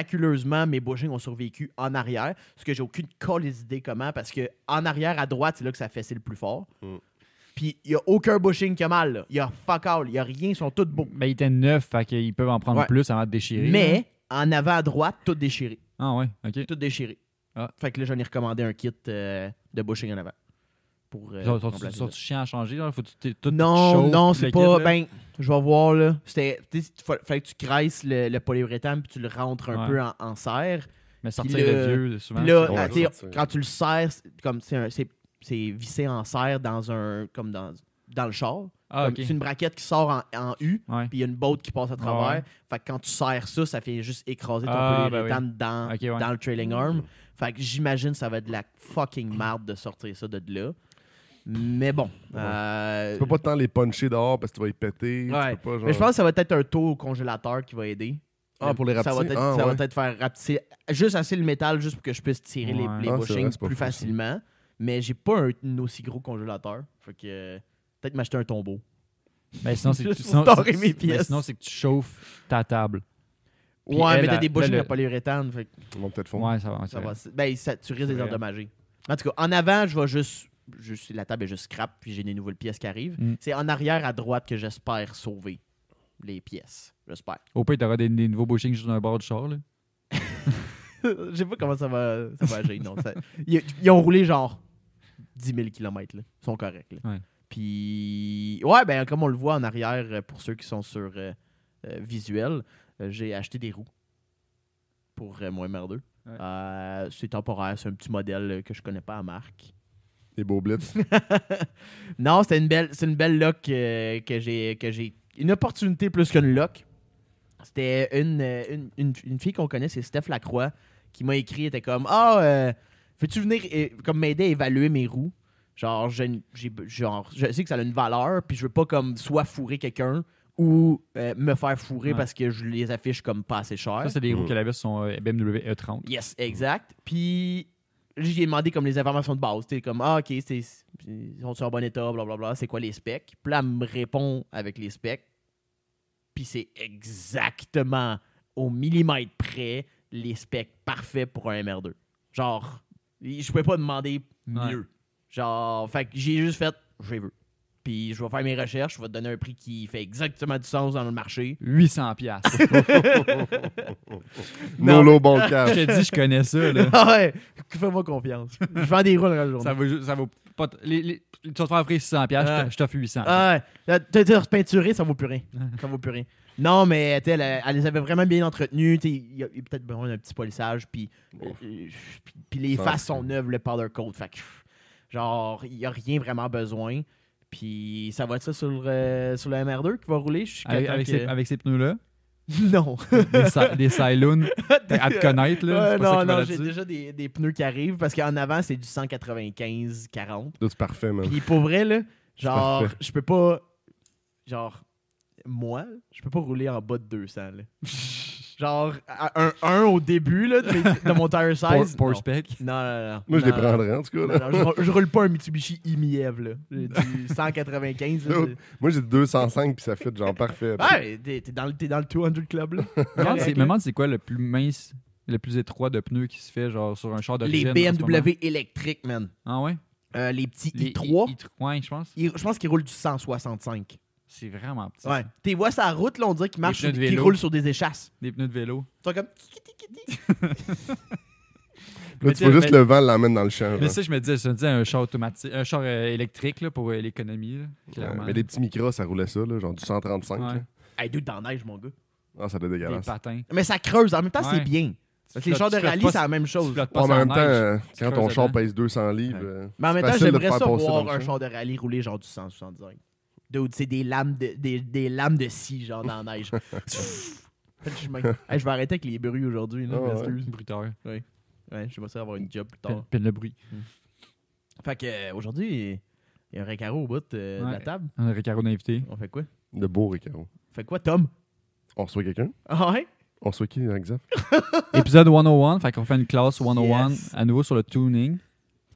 Speaker 1: miraculeusement, mes bushings ont survécu en arrière, ce que j'ai aucune colise idée comment, parce que en arrière à droite, c'est là que ça fessait le plus fort.
Speaker 2: Mm.
Speaker 1: Puis il n'y a aucun bushing qui a mal. là. Il y a fuck all. Il n'y a rien. Ils sont tous beaux.
Speaker 3: Ben, il était neuf, fait qu'ils peuvent en prendre
Speaker 1: Ouais.
Speaker 3: plus avant de déchirer.
Speaker 1: Mais en avant à droite, tout déchiré.
Speaker 3: Ah ouais, ok.
Speaker 1: Tout déchiré.
Speaker 3: Ah.
Speaker 1: Fait que là, j'en ai recommandé un kit euh, de bushing en avant. Pour, euh,
Speaker 3: Ils sont-
Speaker 1: remplacer
Speaker 3: Sont-tu
Speaker 1: ça.
Speaker 3: sont-tu chiants à changer? Là? Faut que tu t'es- tout
Speaker 1: Non,
Speaker 3: chauffe,
Speaker 1: non,
Speaker 3: tout
Speaker 1: c'est
Speaker 3: le
Speaker 1: pas.
Speaker 3: kit, là?
Speaker 1: ben, je vais voir, là. C'était. tu sais, fa- Fallait que tu graisses le, le polyuréthane puis tu le rentres un
Speaker 3: Ouais.
Speaker 1: peu en, en serre.
Speaker 3: Mais sortir
Speaker 1: puis
Speaker 3: le
Speaker 1: le-
Speaker 3: vieux, souvent.
Speaker 1: Puis là,
Speaker 2: Ouais,
Speaker 1: ah, tu sais,
Speaker 2: ça, tu-
Speaker 1: quand tu le serres, c'est comme c'est un- c'est c'est vissé en serre dans un. comme dans, dans le char.
Speaker 3: ah,
Speaker 1: Comme
Speaker 3: ok.
Speaker 1: C'est une braquette qui sort en, en U,
Speaker 3: Ouais.
Speaker 1: puis il y a une botte qui passe à
Speaker 3: Ah Ouais,
Speaker 1: travers.
Speaker 3: ouais.
Speaker 1: Fait que quand tu serres ça, ça fait juste écraser ton
Speaker 3: Ah, ben
Speaker 1: polyuréthane dans,
Speaker 3: Ok, ouais.
Speaker 1: dans le
Speaker 2: Mm.
Speaker 1: trailing arm. Fait que j'imagine ça va être de la fucking merde de sortir ça de là. Mais bon.
Speaker 2: Ouais.
Speaker 1: euh,
Speaker 2: Tu peux pas tant les puncher dehors parce que tu vas les péter. tu
Speaker 1: Ouais.
Speaker 2: peux pas, genre-
Speaker 1: Mais je pense que ça va être un taux au congélateur qui va aider.
Speaker 2: Ah, pour les
Speaker 1: Ça va
Speaker 2: rapetisser?
Speaker 1: peut-être
Speaker 2: Ah,
Speaker 1: ça va
Speaker 2: ouais.
Speaker 1: peut-être faire rapetisser juste assez le métal juste pour que je puisse tirer les-
Speaker 3: Ouais.
Speaker 1: les,
Speaker 2: Ah, c'est
Speaker 1: bushings
Speaker 2: vrai, c'est pas
Speaker 1: plus
Speaker 2: fou, ça.
Speaker 1: facilement. Mais j'ai pas un, un aussi gros congélateur. Fait que euh, peut-être m'acheter un tombeau.
Speaker 3: Ben, sinon, c'est que tu,
Speaker 1: Juste
Speaker 3: sinon,
Speaker 1: pour dorer mes
Speaker 3: ben,
Speaker 1: pièces.
Speaker 3: sinon, c'est que tu chauffes ta table. Puis
Speaker 1: ouais,
Speaker 3: elle,
Speaker 1: mais t'as
Speaker 3: elle-
Speaker 1: des bushings
Speaker 3: elle,
Speaker 1: de
Speaker 3: elle-
Speaker 1: polyuréthane. Fait que
Speaker 2: Ils vont peut-être fondre.
Speaker 3: Ouais, ça va.
Speaker 1: ça
Speaker 3: Ça
Speaker 1: va. Ben, ça, tu risques de les
Speaker 3: vrai.
Speaker 1: endommager. En tout cas, en avant, je vais juste. juste- la table est juste scrap, puis j'ai des nouvelles pièces qui arrivent.
Speaker 3: Mm.
Speaker 1: C'est en arrière à droite que j'espère sauver les pièces. J'espère.
Speaker 3: Au pire, t'auras des, des nouveaux bushings juste dans le bord du char. Là.
Speaker 1: Je sais pas comment ça va, ça va agir. Non, ça- ils, ils ont roulé genre 10 000 km. Là. Ils sont corrects. là.
Speaker 3: Ouais.
Speaker 1: Puis, ouais, ben, comme on le voit en arrière, euh, pour ceux qui sont sur euh, euh, visuel, euh, j'ai acheté des roues pour euh, mon MR2.
Speaker 3: Ouais.
Speaker 1: Euh, c'est temporaire, c'est un petit modèle euh, que je connais pas à marque.
Speaker 2: Des beaux blitz.
Speaker 1: non, c'est une belle, c'est une belle lock euh, que j'ai, que j'ai, une opportunité plus qu'une lock. C'était une, euh, une, une- une fille qu'on connaît, c'est Steph Lacroix, qui m'a écrit, elle était comme, ah, euh, veux-tu venir euh, comme m'aider à évaluer mes roues? Genre, j'ai, une- j'ai- genre, je sais que ça a une valeur, puis je veux pas comme soit fourrer quelqu'un ou euh, me faire fourrer
Speaker 3: Ouais.
Speaker 1: parce que je les affiche comme pas assez cher.
Speaker 3: Ça, c'est des roues
Speaker 2: Mm.
Speaker 3: qu'elle avait sur son euh, BMW E30.
Speaker 1: Yes, exact. Puis j'ai demandé comme les informations de base. T'es comme, ah, ok, c'est- c'est- ils sont en bon état, blablabla, c'est quoi les specs. Puis là, elle me répond avec les specs. Puis c'est exactement au millimètre près les specs parfaits pour un MR2. Genre, je pouvais pas demander mieux. Genre, fait que j'ai juste fait, je les veux. Puis je vais faire mes recherches, je vais te donner un prix qui fait exactement du sens dans le marché.
Speaker 3: 800 piastres.
Speaker 1: Non,
Speaker 2: No low ball
Speaker 3: je
Speaker 2: cash.
Speaker 3: te dis, je connais ça. Là.
Speaker 1: Ah ouais, fais-moi confiance. Je vends des roues dans la journée.
Speaker 3: ça vaut, ju- ça vaut pas... t- les- les- tu vas te faire offrir 600 piastres, je te- je t'offre 800.
Speaker 1: Ah ouais. Là, T'as été repeinturé, ça vaut plus rien. Ça vaut plus rien. Non, mais tu sais, elle, elle les avait vraiment bien entretenues. tu sais, Il y a, il y a peut-être besoin d'un petit polissage. Puis
Speaker 2: Ouf.
Speaker 1: euh, puis- puis les
Speaker 2: Ça,
Speaker 1: faces
Speaker 2: c'est-
Speaker 1: sont neuves, le powder coat. Fait que, pff, genre, il n'y a rien vraiment besoin. Puis ça va être ça sur le, sur le MR2 qui va rouler. Je suis
Speaker 3: Avec,
Speaker 1: content
Speaker 3: avec
Speaker 1: que-
Speaker 3: ces, avec ces pneus-là,
Speaker 1: Non.
Speaker 3: des, si- des Cylons, à te connaître, là.
Speaker 1: Ouais,
Speaker 3: c'est pas ça
Speaker 1: non,
Speaker 3: qui va
Speaker 1: non, j'ai
Speaker 3: là-dessus.
Speaker 1: déjà des, des pneus qui arrivent parce qu'en avant, c'est du 195-40.
Speaker 2: Là, c'est parfait, man.
Speaker 1: Puis pour vrai, là, genre,
Speaker 2: parfait.
Speaker 1: je peux pas. Genre, moi, je peux pas rouler en bas de 200. Là. genre, à- un 1 au début là, de, mes- de mon tire
Speaker 3: Pour,
Speaker 1: size.
Speaker 3: pour
Speaker 1: non.
Speaker 3: spec.
Speaker 1: non, non, non.
Speaker 2: Moi, je les
Speaker 1: Non,
Speaker 2: prendrais, en tout cas.
Speaker 1: non,
Speaker 2: là.
Speaker 1: non, je, rou- je roule pas un Mitsubishi Imiev, là. Du 195. là,
Speaker 2: L'autre. Moi, j'ai 205 puis ça fait genre parfait.
Speaker 1: c'est- Ouais, t'es t'es dans, le- t'es dans le 200 club, là.
Speaker 3: Je me demande, c'est-
Speaker 1: Correct,
Speaker 3: me
Speaker 1: là.
Speaker 3: demande c'est quoi le plus mince, le plus étroit de pneus qui se fait genre sur un char
Speaker 1: Les
Speaker 3: d'origine. en ce moment.
Speaker 1: BMW électriques, man.
Speaker 3: Ah ouais?
Speaker 1: Euh, les petits
Speaker 3: Les
Speaker 1: i3,
Speaker 3: I- I3, je pense.
Speaker 1: ils- je pense qu'ils roulent du 165.
Speaker 3: C'est vraiment petit.
Speaker 1: Ouais. T'es vois sa route, là, on dirait qu'ils marchent,
Speaker 3: pneus de
Speaker 1: qu'ils
Speaker 3: vélo.
Speaker 1: roulent sur des échasses.
Speaker 3: Des pneus de vélo.
Speaker 1: Ils sont comme.
Speaker 2: Là,
Speaker 3: Mais
Speaker 2: tu vois
Speaker 3: tu-
Speaker 2: juste
Speaker 3: mais-
Speaker 2: le vent l'emmène dans le champ.
Speaker 3: Mais
Speaker 2: genre.
Speaker 3: ça, je me disais, je me disais un char automatique, un char euh, électrique là, pour euh, l'économie, là, clairement.
Speaker 2: Ouais, Mais des petits micros, ça roulait ça, là, genre du 135.
Speaker 3: Ouais.
Speaker 2: là.
Speaker 1: Hey, dude, dans la neige, mon gars.
Speaker 2: Ah, ça doit
Speaker 3: Des
Speaker 2: dégueulasse.
Speaker 3: patins.
Speaker 1: Mais ça creuse. En même temps, c'est
Speaker 3: Ouais.
Speaker 1: bien. Parce que les
Speaker 3: flottes-
Speaker 1: chars de
Speaker 3: tu flottes
Speaker 1: rallye,
Speaker 3: pas
Speaker 1: c'est la même chose.
Speaker 3: Tu flottes pas
Speaker 2: Ouais, mais en
Speaker 3: sur
Speaker 2: même temps,
Speaker 3: la neige.
Speaker 2: euh,
Speaker 3: tu
Speaker 2: quand ton
Speaker 3: creuses
Speaker 2: char
Speaker 3: dedans.
Speaker 2: pèse 200 livres,
Speaker 3: Ouais.
Speaker 2: euh,
Speaker 1: Mais en même temps,
Speaker 2: facile de te
Speaker 1: j'aimerais
Speaker 2: faire
Speaker 1: ça
Speaker 2: passer dans
Speaker 1: voir
Speaker 2: le
Speaker 1: un
Speaker 2: champ.
Speaker 1: char de rallye rouler genre du 165. Dude, c'est des lames de, des, des lames de scie, genre dans la neige. Fait le chemin. Hey, je vais arrêter avec les bruits aujourd'hui. là,
Speaker 2: Ah ouais.
Speaker 1: je m'excuse.
Speaker 3: Bruteur.
Speaker 1: Ouais, je vais essayer d'avoir une job plus
Speaker 3: Peine,
Speaker 1: tard.
Speaker 3: peine le bruit.
Speaker 1: Fait que euh, aujourd'hui, il y a un recaro au bout euh, de la
Speaker 3: Ouais.
Speaker 1: table.
Speaker 3: On a Ricardo d'invité.
Speaker 1: On fait quoi?
Speaker 2: de beau Ricaro.
Speaker 1: On fait quoi, Tom?
Speaker 2: On reçoit quelqu'un
Speaker 1: Ah ouais?
Speaker 2: On reçoit qui, hein, Xaf
Speaker 3: Épisode 101, fait qu'on fait une classe 101
Speaker 1: Yes.
Speaker 3: à nouveau sur le tuning.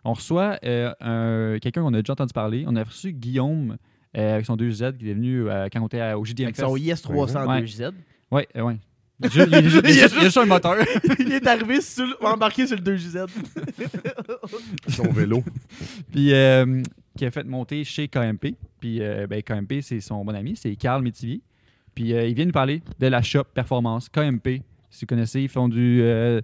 Speaker 3: On reçoit euh, un- quelqu'un qu'on a déjà entendu parler. On a reçu Guillaume euh, avec son 2Z qui est venu euh, quand on était à- au JDM
Speaker 1: Avec son
Speaker 3: Fest. Ouais.
Speaker 1: IS-302JZ.
Speaker 3: Ouais, euh, ouais. Je- il, est juste- il est juste- il est juste un moteur.
Speaker 1: il est arrivé sur le- embarqué sur le 2JZ.
Speaker 2: Son vélo.
Speaker 3: Puis euh, qui a fait monter chez KMP. Puis euh, ben, KMP, c'est son bon ami, c'est Carl Métivier. Puis euh, il vient nous parler de la shop performance KMP. Si vous connaissez, ils font du euh,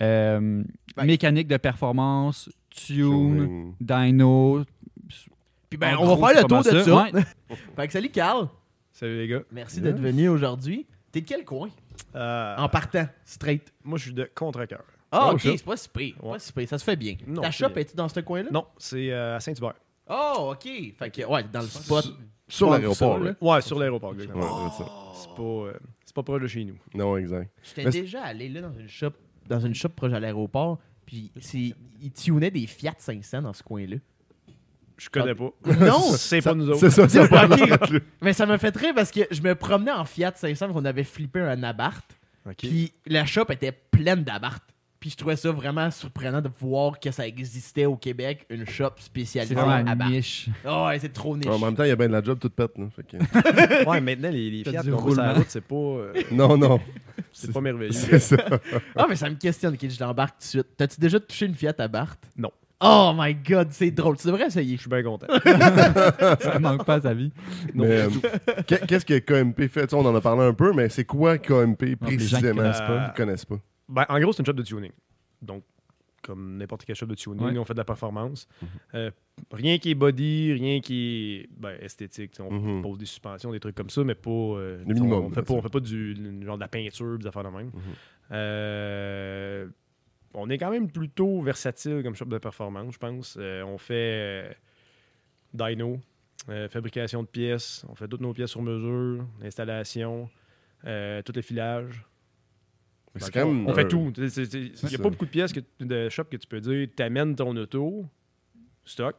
Speaker 3: euh,
Speaker 1: Ben,
Speaker 3: mécanique de performance, tune,
Speaker 2: Showroom.
Speaker 3: dyno.
Speaker 1: Puis ben,
Speaker 3: En
Speaker 1: on
Speaker 3: gros,
Speaker 1: va faire
Speaker 3: c'est
Speaker 1: le tour
Speaker 3: pas
Speaker 1: de
Speaker 3: mal
Speaker 1: ça.
Speaker 3: Ouais.
Speaker 1: Fait que salut, Carl.
Speaker 4: Salut les gars.
Speaker 1: Merci
Speaker 2: Yes.
Speaker 1: d'être venu aujourd'hui. T'es de quel coin?
Speaker 4: Euh,
Speaker 1: En partant, straight.
Speaker 4: moi, je suis de contre-cœur.
Speaker 1: Ah,
Speaker 2: Oh,
Speaker 1: ok,
Speaker 2: shit.
Speaker 1: c'est pas si pire.
Speaker 4: Ouais.
Speaker 1: Pas si pire, Ça se fait bien.
Speaker 4: Non,
Speaker 1: Ta
Speaker 4: c'est
Speaker 1: shop,
Speaker 4: bien.
Speaker 1: es-tu dans ce coin-là?
Speaker 4: Non, c'est euh, à Saint-Hubert.
Speaker 1: Oh, ok. Fait que, ouais, dans le spot.
Speaker 2: Sur
Speaker 1: Pas
Speaker 2: l'aéroport,
Speaker 1: ça,
Speaker 2: là.
Speaker 1: là.
Speaker 2: Ouais, Oh.
Speaker 4: Ouais, sur l'aéroport, exactement.
Speaker 2: c'est ça.
Speaker 4: C'est pas, euh, c'est pas proche de chez nous.
Speaker 2: Non, exact.
Speaker 1: J'étais
Speaker 2: Mais c'est-
Speaker 1: déjà allé là, dans une shop dans une shop proche à l'aéroport. Puis c'est- ils tunaient des Fiat 500 dans ce coin-là.
Speaker 4: Je connais pas.
Speaker 1: Non!
Speaker 4: c'est
Speaker 2: Ça-
Speaker 4: pas nous autres.
Speaker 2: C'est ça, ça
Speaker 1: Ok.
Speaker 2: parle d'être là.
Speaker 1: Mais ça me fait très parce que je me promenais en Fiat 500 on avait flippé un Abarth.
Speaker 4: Ok.
Speaker 1: Puis la shop était pleine d'Abarth. Puis je trouvais ça vraiment surprenant de voir que ça existait au Québec, une shop
Speaker 3: C'est
Speaker 1: spécialisée en
Speaker 3: vraiment
Speaker 1: Abarth.
Speaker 3: niche.
Speaker 1: Oh, ouais, c'est trop niche.
Speaker 2: En même temps, il y a bien de la job toute pète, là. Fait que-
Speaker 4: Ouais, maintenant, les, les
Speaker 3: T'as
Speaker 4: Fiat
Speaker 3: du
Speaker 4: qu'on voit sur la
Speaker 3: roulement.
Speaker 4: route, c'est pas, euh,
Speaker 2: Non, non.
Speaker 4: c'est pas merveilleux.
Speaker 2: C'est ça.
Speaker 1: Ah, mais ça me questionne, ok, je l'embarque tout de suite. T'as-tu déjà touché une Fiat Abarth?
Speaker 4: Non.
Speaker 1: Oh my god, c'est drôle. Tu devrais essayer.
Speaker 4: Je suis bien content.
Speaker 3: Ça manque pas à ta vie.
Speaker 4: Non,
Speaker 2: Mais,
Speaker 4: du tout.
Speaker 2: euh, qu'est- Qu'est-ce que KMP fait? Tu sais, on en a parlé un peu, mais c'est quoi KMP
Speaker 3: Non, les gens qui
Speaker 2: précisément?
Speaker 3: connaissent
Speaker 4: pas.
Speaker 2: Ils connaissent pas.
Speaker 4: Ben, en gros, c'est une shop de tuning. Donc, comme n'importe quelle shop de tuning,
Speaker 3: Ouais.
Speaker 4: on fait de la performance.
Speaker 2: Mhm.
Speaker 4: Euh, rien qui est body, rien qui est ben, esthétique. tu sais, On
Speaker 2: Mhm.
Speaker 4: pose des suspensions, des trucs comme ça, mais pas. euh, tu sais,
Speaker 2: minimum,
Speaker 4: On,
Speaker 2: là, Mhm.
Speaker 4: fait pas, on
Speaker 2: ça.
Speaker 4: fait pas du, du genre de la peinture, des affaires de même. Euh, on est quand même plutôt versatile comme shop de performance, je pense. Euh, on fait euh, dyno, euh, fabrication de pièces, on fait toutes nos pièces sur mesure, installation, euh, tout le filage.
Speaker 2: Fait que c'est
Speaker 4: Dans le
Speaker 2: quand
Speaker 4: fond,
Speaker 2: même euh,
Speaker 4: on
Speaker 2: un-
Speaker 4: fait tout. Il n'y
Speaker 2: ça.
Speaker 4: a pas beaucoup de pièces que, de shop que tu peux dire. T'amènes ton auto, stock,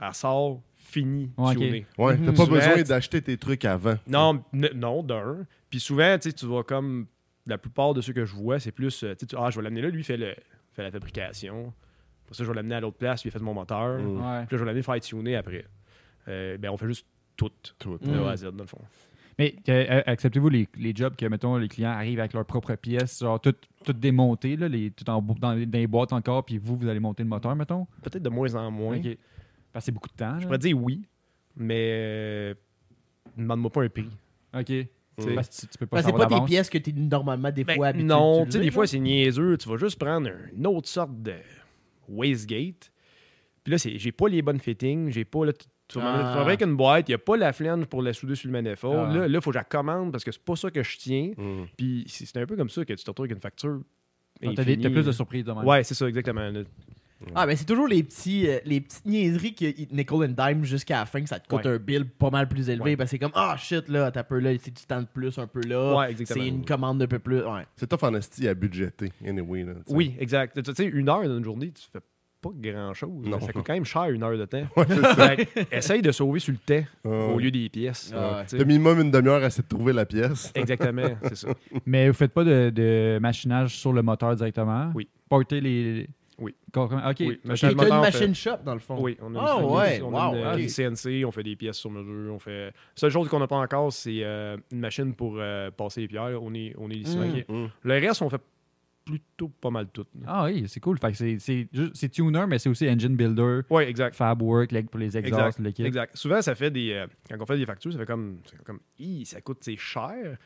Speaker 4: elle sort, fini,
Speaker 3: Ouais, ok.
Speaker 4: tuné.
Speaker 2: Ouais,
Speaker 3: Mhm.
Speaker 2: t'as pas
Speaker 4: Souvent,
Speaker 2: besoin
Speaker 4: tu-
Speaker 2: d'acheter tes trucs avant.
Speaker 4: Non, n- non, d'un. Puis souvent, tu sais, tu vois comme la plupart de ceux que je vois, c'est plus euh, tu sais, tu- Ah, je vais l'amener là, lui, il fait, le, fait la fabrication. Pour ça, je vais l'amener à l'autre place, lui, il fait mon moteur.
Speaker 2: Mm.
Speaker 3: Ouais.
Speaker 4: Puis là, je vais l'amener faire tuner après. Euh, ben, on fait juste tout,
Speaker 2: Tout.
Speaker 4: de
Speaker 1: Mm.
Speaker 4: A à Z, dans le fond.
Speaker 3: Mais euh, euh, acceptez-vous les, les jobs que, mettons, les clients arrivent avec leurs propres pièces, genre toutes toutes démontées, là, les, tout en, bou- dans, les- dans les boîtes encore, puis vous, vous allez monter le moteur, mettons?
Speaker 4: Peut-être de moins en moins.
Speaker 3: OK. Parce que c'est beaucoup de temps.
Speaker 4: Je
Speaker 3: là.
Speaker 4: pourrais dire oui, mais euh, demande-moi pas un prix.
Speaker 3: OK.
Speaker 4: tu sais.
Speaker 3: Parce que tu, tu peux pas
Speaker 1: Ben, c'est
Speaker 3: savoir
Speaker 1: pas des
Speaker 3: d'avance.
Speaker 1: pièces que t'es normalement des
Speaker 4: Ben,
Speaker 1: fois habitué
Speaker 4: non, tu sais,
Speaker 1: d'utiliser,
Speaker 4: des fois,
Speaker 1: là.
Speaker 4: c'est niaiseux. Tu vas juste prendre une autre sorte de wastegate. Puis là, c'est- j'ai pas les bonnes fittings, j'ai pas... Là, tu- tu vas m'amener- tu vas
Speaker 1: Ah.
Speaker 4: avec une boîte, il n'y a pas la flemme pour la souder sur le manifold.
Speaker 3: Ah.
Speaker 4: Là, il faut que je la commande parce que c'est pas ça que je tiens.
Speaker 2: Mhm.
Speaker 4: Puis c'est c'est un peu comme ça que tu te retrouves avec une facture
Speaker 3: Donc, Ah, T'as des- t'as
Speaker 4: infinie.
Speaker 3: plus de surprises demain.
Speaker 4: Ouais, c'est ça, exactement. là.
Speaker 1: Ah, ben c'est toujours les, petits, euh, les petites niaiseries que ils- Nickel and Dime jusqu'à la fin que ça te coûte
Speaker 4: Ouais.
Speaker 1: un bill pas mal plus élevé.
Speaker 4: Ouais.
Speaker 1: Parce que c'est comme, ah shit, là, t'as peu là, c'est du temps de plus un peu là.
Speaker 4: Ouais, exactement.
Speaker 1: Ah, C'est une commande un peu plus. Ouais.
Speaker 2: C'est tough en esti à budgéter, anyway. là, tu sais.
Speaker 4: Oui, exact. Tu sais, une heure dans une journée, tu fais pas grand-chose.
Speaker 2: Non.
Speaker 4: Ça coûte quand même cher, une heure de temps.
Speaker 2: Ouais, c'est ça.
Speaker 4: Fait que essaye de sauver sur le temps
Speaker 2: Ah,
Speaker 4: au
Speaker 2: ouais.
Speaker 4: lieu des pièces.
Speaker 1: Ah, ouais.
Speaker 4: tu sais.
Speaker 2: T'as minimum une demi-heure à essayer de trouver la pièce.
Speaker 4: Exactement, c'est ça.
Speaker 3: Mais vous faites pas de, de machinage sur le moteur directement?
Speaker 4: Oui.
Speaker 3: Portez les...
Speaker 4: Oui.
Speaker 3: Correctement. OK.
Speaker 4: Oui,
Speaker 1: T'as
Speaker 4: machinage
Speaker 1: une
Speaker 4: moteur, on fait-
Speaker 1: machine shop dans le fond.
Speaker 4: Oui, on a,
Speaker 1: Ah,
Speaker 4: on a-
Speaker 1: ouais,
Speaker 4: on a
Speaker 1: wow,
Speaker 4: une, euh,
Speaker 1: ok.
Speaker 4: une CNC, on fait des pièces sur mesure, on fait. La seule chose qu'on n'a pas encore, c'est euh, une machine pour euh, passer les pierres. là. On est, on est ici.
Speaker 1: Mm.
Speaker 4: ok.
Speaker 2: Mm.
Speaker 4: Le reste, on fait plutôt pas mal tout.
Speaker 3: Ah oui, c'est cool. Fait que c'est- c'est juste- c'est tuner, mais c'est aussi engine builder,
Speaker 4: Oui, exact.
Speaker 3: fab work leg- pour les exhausts, le kit.
Speaker 4: Exact. Souvent, ça fait des. euh, quand on fait des factures, ça fait comme. c'est comme Hi, ça coûte c'est cher,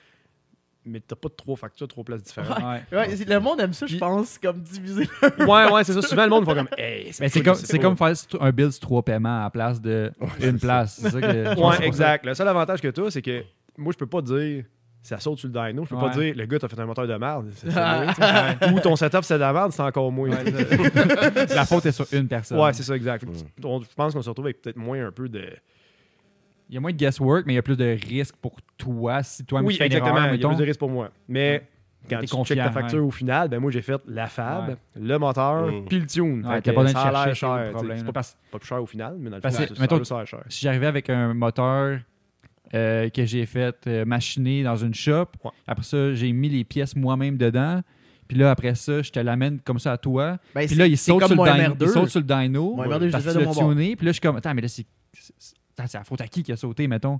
Speaker 4: mais t'as pas trois factures, trois places différentes.
Speaker 3: Ouais.
Speaker 1: Ouais, c'est- le monde aime ça, je
Speaker 4: Puis-
Speaker 1: pense, comme diviser.
Speaker 4: ouais, ouais, c'est ça. Souvent, le monde va comme. Hey,
Speaker 3: Mais c'est
Speaker 4: cool,
Speaker 3: comme, c'est
Speaker 4: pas-
Speaker 3: comme faire st- un build sur trois paiements à la place de une place. C'est ça que. je pense que
Speaker 4: Ouais, exact. Le seul avantage que t'as, c'est que moi, je peux pas dire ça saute sur le dyno. Je peux pas
Speaker 3: Ouais.
Speaker 4: dire le gars, t'as fait un moteur de merde. c'est- c'est moins, tu sais. Ou ton setup, c'est de la merde, c'est encore moins.
Speaker 3: Ouais,
Speaker 4: Ouais,
Speaker 3: c'est- La faute est sur une personne.
Speaker 4: c'est ça, exact. Fait que
Speaker 2: Mm.
Speaker 4: tu- on- Je pense qu'on se retrouve avec peut-être moins un peu de.
Speaker 3: il y a moins de guesswork, mais il y a plus de risques pour toi si toi
Speaker 4: Oui,
Speaker 3: tu fais une
Speaker 4: exactement.
Speaker 3: erreur,
Speaker 4: Il y a
Speaker 3: mettons.
Speaker 4: plus de risques pour moi. Mais quand
Speaker 3: T'es
Speaker 4: tu
Speaker 3: confiant,
Speaker 4: checkes ta facture au final, ben moi, j'ai fait la fab,
Speaker 3: Ouais.
Speaker 4: le moteur,
Speaker 2: Mm.
Speaker 4: puis le tune.
Speaker 3: Ouais,
Speaker 4: Fait
Speaker 3: t'as
Speaker 4: que
Speaker 3: pas besoin de
Speaker 4: ça a
Speaker 3: chercher
Speaker 4: l'air
Speaker 3: c'est le
Speaker 4: cher. tu sais,
Speaker 3: problème,
Speaker 4: c'est
Speaker 3: là.
Speaker 4: pas,
Speaker 3: Parce-
Speaker 4: pas plus cher au final, mais dans le
Speaker 3: Parce
Speaker 4: fond,
Speaker 3: que,
Speaker 4: ça- ça
Speaker 3: mettons,
Speaker 4: a l'air cher.
Speaker 3: si j'arrivais avec un moteur euh, que j'ai fait euh, machiner dans une shop,
Speaker 4: Ouais.
Speaker 3: après ça, j'ai mis les pièces moi-même dedans. Puis là, après ça, je te l'amène comme ça à toi.
Speaker 1: Ben,
Speaker 3: Puis là, il
Speaker 1: c'est
Speaker 3: saute,
Speaker 1: comme
Speaker 3: sur
Speaker 1: mon
Speaker 3: le dyno,
Speaker 1: MR2.
Speaker 3: il saute sur le dyno.
Speaker 1: Mon MR2, je
Speaker 3: parce
Speaker 1: l'ai fait
Speaker 3: que tu
Speaker 1: de
Speaker 3: l'as
Speaker 1: mon bord.
Speaker 3: tuné. Puis là, je suis comme, attends, mais là, c'est c'est- c'est- attends, c'est la faute à qui qui a sauté, mettons.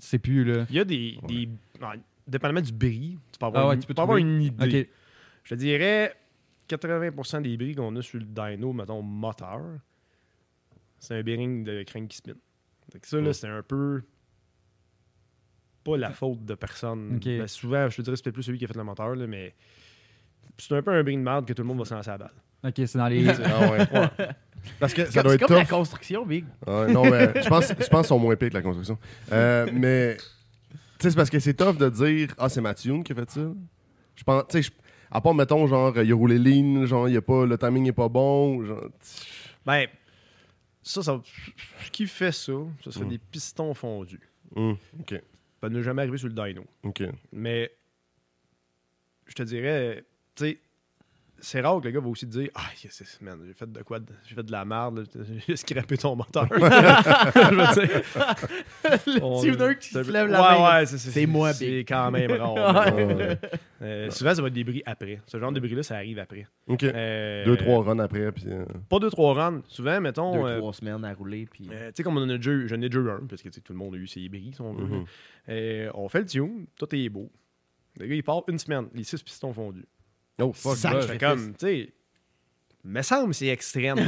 Speaker 3: Tu sais plus, là.
Speaker 4: Il y a des.
Speaker 2: Ouais.
Speaker 4: des ah, dépendamment du bris, tu peux avoir,
Speaker 3: Ah ouais,
Speaker 4: une,
Speaker 3: tu peux
Speaker 4: tu peux avoir
Speaker 3: trouver.
Speaker 4: une idée.
Speaker 3: OK.
Speaker 4: Je te dirais 80% des bris qu'on a sur le dyno, mettons, moteur, C'est un bearing de crank qui spin. Fait que ça, là,
Speaker 2: Mm.
Speaker 4: c'est un peu pas la faute de personne.
Speaker 3: Ok.
Speaker 4: Ben, souvent, je te dirais, c'est peut-être plus celui qui a fait le moteur, là, mais c'est un peu un bearing de merde que tout le monde va se lancer à la balle.
Speaker 3: Ok, c'est dans les.
Speaker 2: Ah ouais. Parce que
Speaker 1: C'est
Speaker 2: ça
Speaker 1: comme,
Speaker 2: doit
Speaker 1: c'est
Speaker 2: être
Speaker 1: comme la
Speaker 2: tough.
Speaker 1: construction, Big.
Speaker 2: Ouais, non, mais je pense, je pense qu'ils sont moins pires que la construction. Euh, mais, tu sais, c'est parce que c'est tough de dire Ah, c'est Mathieu qui a fait ça. Je pense, tu sais, je- à part, mettons, genre, il a roulé ligne, genre, il a pas, le timing est pas bon. Genre,
Speaker 4: Ben, ça, ça ce qui fait ça, ce serait
Speaker 2: Mm.
Speaker 4: des pistons fondus.
Speaker 2: Hum, ok,
Speaker 4: Ça ne jamais arrivé sur le dyno.
Speaker 2: ok.
Speaker 4: Mais je te dirais, tu sais, c'est rare que le gars va aussi te dire Ah, yes, yes, man, j'ai fait de quoi de- J'ai fait de la merde, là, j'ai scrappé ton moteur. je veux dire,
Speaker 1: le
Speaker 4: on-
Speaker 1: tuner qui se
Speaker 4: c'est-
Speaker 1: lève la main.
Speaker 4: Ouais, ouais, c'est-
Speaker 1: C'est moi,
Speaker 4: C'est
Speaker 1: Big.
Speaker 4: quand même rare.
Speaker 2: Ouais, Ah, ouais.
Speaker 4: Euh, souvent, ça va être des bris après. Ce genre de bris-là, ça arrive après.
Speaker 2: Ok.
Speaker 4: Euh,
Speaker 2: Deux, trois runs après, puis. euh,
Speaker 4: Pas deux, trois runs. Souvent, mettons.
Speaker 1: Deux,
Speaker 4: euh,
Speaker 1: trois semaines à rouler. Puis...
Speaker 4: euh, tu sais, comme on en a déjà eu, j'en ai déjà eu un, parce que tu sais, tout le monde a eu ses bris, si on veut.
Speaker 2: mhm.
Speaker 4: Euh, on fait le tune, tout est beau. Le gars, il part une semaine, les six pistons fondus.
Speaker 2: Oh, fuck.
Speaker 1: Sac.
Speaker 2: ouais.
Speaker 1: Je
Speaker 4: Fait
Speaker 1: fais
Speaker 4: comme, tu sais, me semble que c'est extrême.
Speaker 2: Ouais.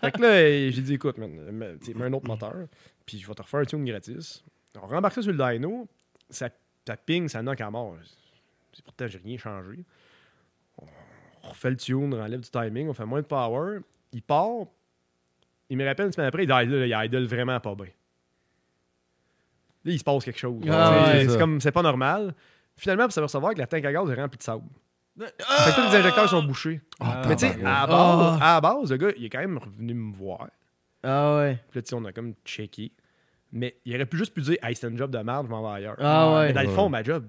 Speaker 4: fait que là, j'ai dit, écoute, man, me- tu sais, mets un autre moteur, puis je vais te refaire un tune gratis. On rembarque ça sur le dyno, ça, ça ping, ça knock à mort. C'est- Pourtant, j'ai rien changé. On refait le tune, on enlève du timing, on fait moins de power. Il part, il me rappelle une semaine après, il dit, ah, là, il idle vraiment pas bien. Là, il se passe quelque chose.
Speaker 1: Ah,
Speaker 4: Tu sais,
Speaker 2: ouais, c'est
Speaker 4: c'est
Speaker 2: ça.
Speaker 4: comme, c'est pas normal. Finalement, ça va recevoir que la tank à gaz est remplie de sable. Fait que tous les injecteurs sont bouchés.
Speaker 2: Ah,
Speaker 3: Ah,
Speaker 4: Mais tu sais,
Speaker 2: tabarnak.
Speaker 4: à, la
Speaker 1: Ah.
Speaker 4: base- à la base, le gars, il est quand même revenu me voir.
Speaker 1: Ah ouais.
Speaker 4: Puis là, tu sais, on a comme checké. Mais il aurait pu juste pu dire, hey, c'est un job de merde, je m'en vais ailleurs.
Speaker 1: Ah ouais.
Speaker 4: Mais dans le
Speaker 2: Ouais.
Speaker 4: fond, ma job,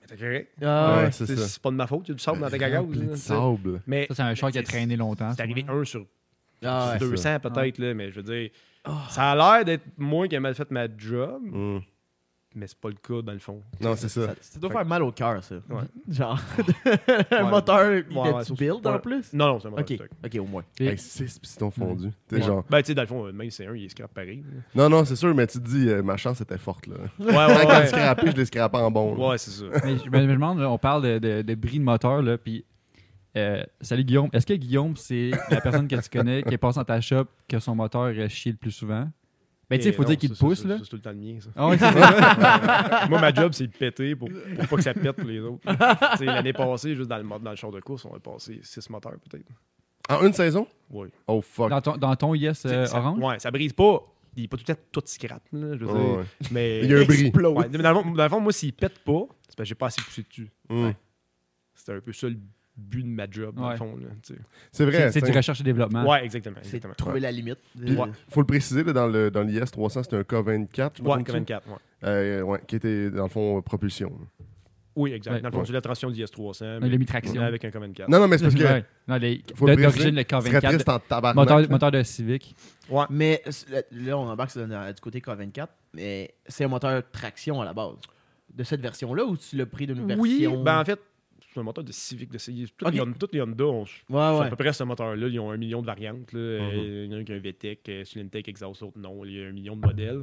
Speaker 4: mais t'as correct.
Speaker 1: Ah ouais.
Speaker 2: Ouais,
Speaker 4: Tu
Speaker 2: c'est
Speaker 4: sais,
Speaker 2: ça.
Speaker 4: C'est pas de ma faute, il y a du sable dans ta cagade.
Speaker 2: Rempli de
Speaker 4: là, tu sais.
Speaker 2: sable.
Speaker 4: Mais
Speaker 3: Ça, c'est un char qui a traîné longtemps.
Speaker 4: c'est arrivé un sur
Speaker 1: Ah ouais.
Speaker 2: C'est
Speaker 4: 200 peut-être, là, mais je veux dire,
Speaker 3: Ah.
Speaker 4: ça a l'air d'être moi qui ai mal fait ma job,
Speaker 2: Hum.
Speaker 4: mais c'est pas le cas dans le fond.
Speaker 2: Non, c'est ça.
Speaker 1: Ça, ça doit faire mal au cœur, ça.
Speaker 4: Ouais.
Speaker 1: Genre, un
Speaker 4: Ouais.
Speaker 1: moteur, il
Speaker 4: Ouais, ouais,
Speaker 1: est
Speaker 4: c'est-
Speaker 1: build en
Speaker 4: ouais.
Speaker 1: plus?
Speaker 4: Non, non, c'est un moteur
Speaker 1: Ok,
Speaker 4: de stock.
Speaker 1: ok, au moins.
Speaker 3: Et-
Speaker 2: Hey, six pistons
Speaker 3: Hmm.
Speaker 2: fondus. T'es
Speaker 4: Ouais.
Speaker 2: genre.
Speaker 4: Ben, tu sais, dans le fond, même si c'est un, il est scrap pareil. là.
Speaker 2: Non, non, c'est sûr, mais tu te dis, euh, ma chance était forte, là.
Speaker 4: Ouais, ouais,
Speaker 2: Quand je l'ai
Speaker 4: ouais.
Speaker 2: scrappé, je l'ai scrappé en bon. là.
Speaker 4: Ouais, c'est ça.
Speaker 3: Mais je me, je me demande, là, on parle de, de, de bris de moteur, là, puis. euh, salut Guillaume. Est-ce que Guillaume, c'est la personne que tu connais qui est passée dans ta shop que son moteur euh, chie le plus souvent? Ben, tu sais, il faut
Speaker 4: Et Eh non,
Speaker 3: dire qu'il
Speaker 4: ça,
Speaker 3: te
Speaker 4: ça,
Speaker 3: pousse,
Speaker 4: ça,
Speaker 3: là.
Speaker 4: ça, C'est tout le temps le mien, ça.
Speaker 3: Ah ouais, c'est ça.
Speaker 4: Moi, ma job, c'est de péter pour, pour pas que ça pète pour les autres. Tu sais, L'année passée, juste dans le, mo- dans le char de course, on a passé 6 moteurs peut-être.
Speaker 2: En une saison?
Speaker 4: Oui.
Speaker 2: Oh fuck.
Speaker 3: Dans ton, dans ton IS euh,
Speaker 4: Ça-
Speaker 3: orange?
Speaker 4: Ouais, ça brise pas. Il est pas tout à fait tout scrap, là, je veux
Speaker 2: Ouais,
Speaker 4: dire.
Speaker 2: ouais.
Speaker 4: Mais
Speaker 2: Il y a un bris.
Speaker 4: Ouais, mais dans, le fond, dans le fond, moi, s'il pète pas, c'est parce que j'ai pas assez poussé dessus.
Speaker 2: Mm.
Speaker 4: C'était un peu ça le but de ma job, dans
Speaker 3: Ouais.
Speaker 4: le fond. Là, tu sais.
Speaker 2: C'est vrai.
Speaker 3: C'est c'est du
Speaker 2: t'sais.
Speaker 3: recherche et développement.
Speaker 4: Ouais, exactement.
Speaker 1: C'est
Speaker 4: exactement.
Speaker 1: trouver la limite.
Speaker 2: Puis,
Speaker 1: Ouais.
Speaker 2: Faut le préciser, là, dans le dans l'IS 300, c'était un K24. je me
Speaker 4: Ouais,
Speaker 2: trompe-tu?
Speaker 4: comme 24. Ouais.
Speaker 2: Euh, ouais, qui était, dans le fond, euh, propulsion.
Speaker 4: Oui, exact.
Speaker 3: Ouais.
Speaker 4: Dans le fond,
Speaker 2: Ouais.
Speaker 4: c'est la traction d'IS 300.
Speaker 3: Il a
Speaker 4: mais
Speaker 3: mis traction.
Speaker 4: Avec un Common 4.
Speaker 2: Non, non, mais c'est parce que.
Speaker 3: Ouais. Non, les-
Speaker 2: Faut le
Speaker 3: de-
Speaker 2: préciser.
Speaker 3: D'origine, le
Speaker 2: tu serais triste
Speaker 3: K24.
Speaker 2: en tabarnak. hein.
Speaker 3: Moteur, moteur de Civic.
Speaker 1: Mais c'est- là, on embarque sur le- euh, du côté K24, mais c'est un moteur traction à la base. De cette version-là, ou tu l'as pris d'une
Speaker 4: Oui,
Speaker 1: version.
Speaker 4: ben en fait, c'est un moteur de Civic. De... Civic. Toutes, les
Speaker 1: Ok.
Speaker 4: Honda, toutes les Honda ont
Speaker 1: Ah ouais,
Speaker 4: C'est
Speaker 1: ouais.
Speaker 4: à peu près ce moteur-là. Ils ont un million de variantes. là. Euh,
Speaker 2: Mhm.
Speaker 4: Il y en a un qui a un VTEC, euh, Cylintec, Exhaust, autre non. Il y a un million de modèles.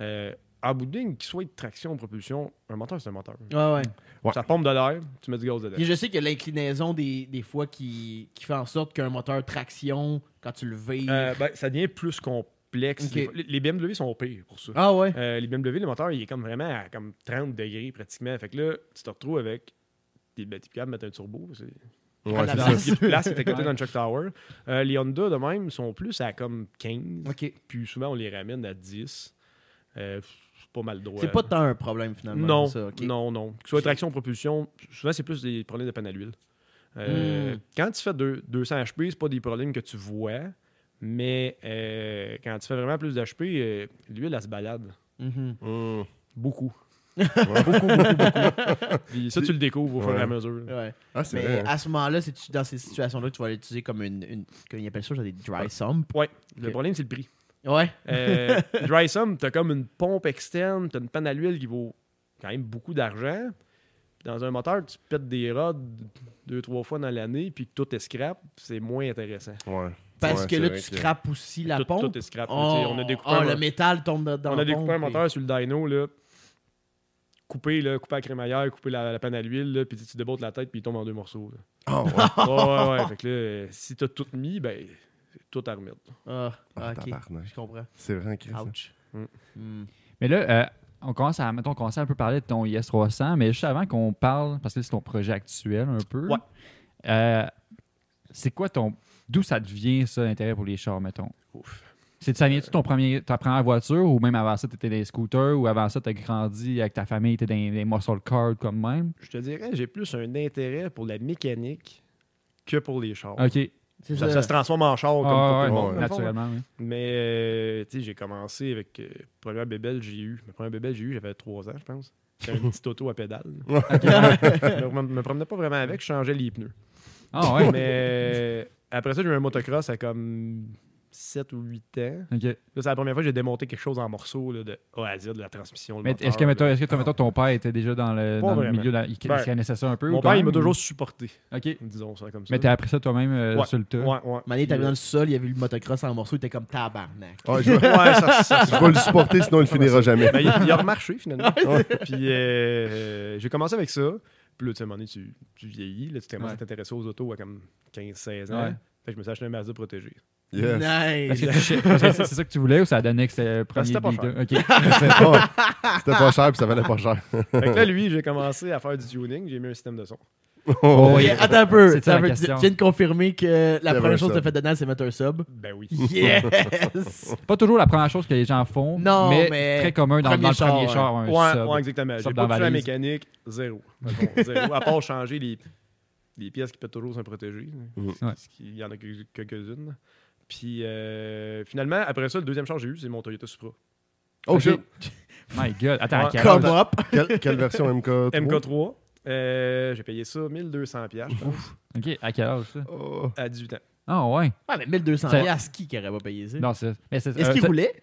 Speaker 4: Euh, en bout de ligne, qu'il soit de traction ou propulsion, un moteur, c'est un moteur.
Speaker 1: Ouais, ouais.
Speaker 2: Ouais.
Speaker 4: Ça pompe de l'air, tu mets du gaz dedans.
Speaker 1: Puis je sais que l'inclinaison des, des fois qui, qui fait en sorte qu'un moteur traction, quand tu le vires.
Speaker 4: Euh, ben, ça devient plus complexe.
Speaker 1: Ok.
Speaker 4: Des fois- Les, les BMW sont pires pour ça.
Speaker 1: ah ouais.
Speaker 4: Euh, les BMW, le moteur, il est comme vraiment à comme 30 degrés pratiquement. Fait que là, tu te retrouves avec. T'es ben, t'es plus capable de mettre un turbo. c'est-
Speaker 2: Ouais,
Speaker 1: la
Speaker 2: c'est ça.
Speaker 1: base.
Speaker 4: Il y a plus de place, il est
Speaker 3: Ouais.
Speaker 4: écouté dans le Chuck Tower. Euh, les Honda, de même, sont plus à comme 15.
Speaker 1: Ok.
Speaker 4: puis souvent on les ramène à 10. Euh, c'est pas mal droit.
Speaker 1: C'est pas tant un problème finalement.
Speaker 4: non,
Speaker 1: ça, ok.
Speaker 4: non, non. Que ce soit traction ou propulsion, souvent c'est plus des problèmes de panne à l'huile. Euh,
Speaker 1: Hmm.
Speaker 4: Quand tu fais deux- 200 HP, c'est pas des problèmes que tu vois, mais euh, quand tu fais vraiment plus d'HP, euh, l'huile elle se balade.
Speaker 1: Mhm.
Speaker 2: Mm.
Speaker 4: Beaucoup. beaucoup, beaucoup, beaucoup. Puis ça, tu le découvres au fur et
Speaker 2: Ouais.
Speaker 4: à mesure.
Speaker 1: Ouais.
Speaker 2: Ah, c'est
Speaker 1: Mais
Speaker 2: vrai. hein.
Speaker 1: à ce moment-là, c'est dans ces situations-là que tu vas l'utiliser comme une, une comment ils appellent ça, genre des dry sump.
Speaker 4: Ouais. Le
Speaker 1: Ok.
Speaker 4: problème, c'est le prix.
Speaker 1: Ouais.
Speaker 4: Euh, dry sum, t'as comme une pompe externe, t'as une panne à l'huile qui vaut quand même beaucoup d'argent. Puis Dans un moteur, tu pètes des rods deux, trois fois dans l'année, puis que tout est scrap, c'est moins intéressant.
Speaker 2: Ouais.
Speaker 1: ah, Parce
Speaker 2: Ouais,
Speaker 1: que
Speaker 2: c'est
Speaker 1: là,
Speaker 2: vrai
Speaker 1: tu scrapes aussi la
Speaker 4: tout,
Speaker 1: pompe.
Speaker 4: tout est scrap. Tu
Speaker 1: Oh,
Speaker 4: sais, on a découpé,
Speaker 1: oh,
Speaker 4: un,
Speaker 1: le
Speaker 4: mo-
Speaker 1: métal tombe dans, dans
Speaker 4: on
Speaker 1: la
Speaker 4: a découpé
Speaker 1: pompe,
Speaker 4: un moteur sur le dyno, là, coupé, là, coupé à la crémaillère, coupé la, la panne à l'huile, là, puis tu tu débottes la tête, puis il tombe en deux morceaux. là.
Speaker 2: Ah, ouais.
Speaker 4: Ouais, ouais, ouais. Fait que là, euh, si t'as tout mis, ben, tout à remettre.
Speaker 1: Ah,
Speaker 2: Ah,
Speaker 1: ok.
Speaker 2: tabarnak.
Speaker 1: Je comprends.
Speaker 2: C'est vraiment Chris. ça.
Speaker 1: Ouch.
Speaker 4: Mm.
Speaker 1: Mm.
Speaker 3: Mais là, euh, on commence à, mettons, on commence à un peu parler de ton IS300, mais juste avant qu'on parle, parce que là, c'est ton projet actuel un peu.
Speaker 4: Ouais.
Speaker 3: euh, c'est quoi ton. D'où ça devient ça, l'intérêt pour les chars, mettons?
Speaker 4: Ouf.
Speaker 3: C'est ça vient-tu de ton premier, ta première voiture ou même avant ça, tu étais dans les scooters ou avant ça, tu as grandi avec ta famille, tu étais dans les muscle cars comme même?
Speaker 4: Je te dirais, j'ai plus un intérêt pour la mécanique que pour les chars.
Speaker 3: OK.
Speaker 1: C'est
Speaker 4: Ça, ça se transforme en char comme
Speaker 3: Ah,
Speaker 4: pour tout le
Speaker 3: ouais,
Speaker 4: monde.
Speaker 3: naturellement. oui.
Speaker 4: Mais, euh, tu sais, j'ai commencé avec. euh, première bébelle, que j'ai eu. Ma première bébelle, que j'ai eu, j'avais 3 ans, je pense. C'était un petit auto à pédale. Je me, me promenais pas vraiment avec, je changeais les pneus.
Speaker 3: Ah, ouais.
Speaker 4: Mais euh, après ça, j'ai eu un motocross à comme 7 ou 8 ans.
Speaker 3: OK.
Speaker 4: Là, c'est la première fois que j'ai démonté quelque chose en morceaux là, de A à Z, de la transmission. le
Speaker 3: Mais
Speaker 4: moteur,
Speaker 3: est-ce que,
Speaker 4: là.
Speaker 3: mettons, est-ce que toi, mettons, ton père était déjà dans le,
Speaker 4: Pas
Speaker 3: dans le
Speaker 4: vraiment.
Speaker 3: milieu, de la- il il
Speaker 4: Ben,
Speaker 3: connaissait ça un peu?
Speaker 4: Mon
Speaker 3: ou quand
Speaker 4: père, il m'a
Speaker 3: même, ou-
Speaker 4: toujours supporté,
Speaker 3: OK.
Speaker 4: disons ça comme ça.
Speaker 3: Mais t'as appris ça toi-même euh,
Speaker 4: Ouais.
Speaker 3: sur le tas?
Speaker 4: Ouais, ouais.
Speaker 1: Mané est arrivé dans le sol, il a vu le motocross en morceaux, il était comme tabarnak.
Speaker 2: Ouais, Ah, je, vais,
Speaker 4: Ouais, ça, ça,
Speaker 2: je vais le supporter, sinon il
Speaker 1: Ah, bah,
Speaker 2: finira jamais.
Speaker 4: Ben, il, il a remarché finalement. Puis euh, j'ai commencé avec ça. Puis là, tu sais, à un moment donné, tu, tu vieillis. Là, tu commences
Speaker 3: Ouais.
Speaker 4: à t'intéresser aux autos à comme 15-16 ans.
Speaker 3: Ouais.
Speaker 4: Fait que je me suis acheté un Mazda protégé.
Speaker 2: Yes.
Speaker 3: Parce
Speaker 1: Nice.
Speaker 3: que tu sais- parce que c'est c'est ça que tu voulais ou ça donnait que c'était le
Speaker 4: Parce que
Speaker 3: premier
Speaker 4: Ben, c'était
Speaker 3: leader? OK.
Speaker 2: C'était pas, c'était pas cher, puis ça valait pas cher.
Speaker 4: Fait que là, lui, j'ai commencé à faire du tuning. J'ai mis un système de son.
Speaker 2: Oh,
Speaker 1: Ok, attends un peu.
Speaker 3: C'est ça,
Speaker 1: Attends un
Speaker 3: la
Speaker 1: peu. Tu tu
Speaker 3: question.
Speaker 1: viens de confirmer que la
Speaker 2: avait un
Speaker 1: première chose que
Speaker 2: sub.
Speaker 1: t'as fait dedans, c'est mettre un sub.
Speaker 4: Ben oui.
Speaker 1: Yes!
Speaker 3: Pas toujours la première chose que les gens font,
Speaker 1: Non,
Speaker 3: mais,
Speaker 1: mais
Speaker 3: très commun dans,
Speaker 1: premier
Speaker 3: dans le
Speaker 1: char,
Speaker 3: premier
Speaker 1: ouais.
Speaker 3: char.
Speaker 4: Ouais,
Speaker 3: un sub.
Speaker 4: ouais, exactement. J'ai
Speaker 3: sub
Speaker 4: pas
Speaker 3: dans
Speaker 4: touché la
Speaker 3: valise.
Speaker 4: mécanique. Zéro. Mettons, zéro. À part changer les, les pièces qui pètent toujours sur un protégé.
Speaker 2: Mhm.
Speaker 3: Ouais.
Speaker 4: Parce qu'il y en a que- quelques-unes. Puis euh, finalement, après ça, le deuxième char que j'ai eu, c'est mon Toyota Supra.
Speaker 2: Oh, shit.
Speaker 3: Ok. My God. Attends,
Speaker 4: Ouais.
Speaker 3: quelle
Speaker 1: Come
Speaker 3: heure-
Speaker 1: up!
Speaker 2: Quelle, quelle version MK3
Speaker 4: MK3. Euh, j'ai payé ça 1200$, piastres, je pense,
Speaker 3: OK, à quelle âge ça?
Speaker 2: Oh.
Speaker 4: à 18 ans.
Speaker 3: Ah ouais.
Speaker 1: Ouais, mais 1200
Speaker 3: C'est-
Speaker 1: piastres, qui qui aurait pas payé ça?
Speaker 3: Non, c'est. mais c'est-
Speaker 1: Est-ce
Speaker 3: euh,
Speaker 1: qu'il
Speaker 3: c'est
Speaker 1: roulait?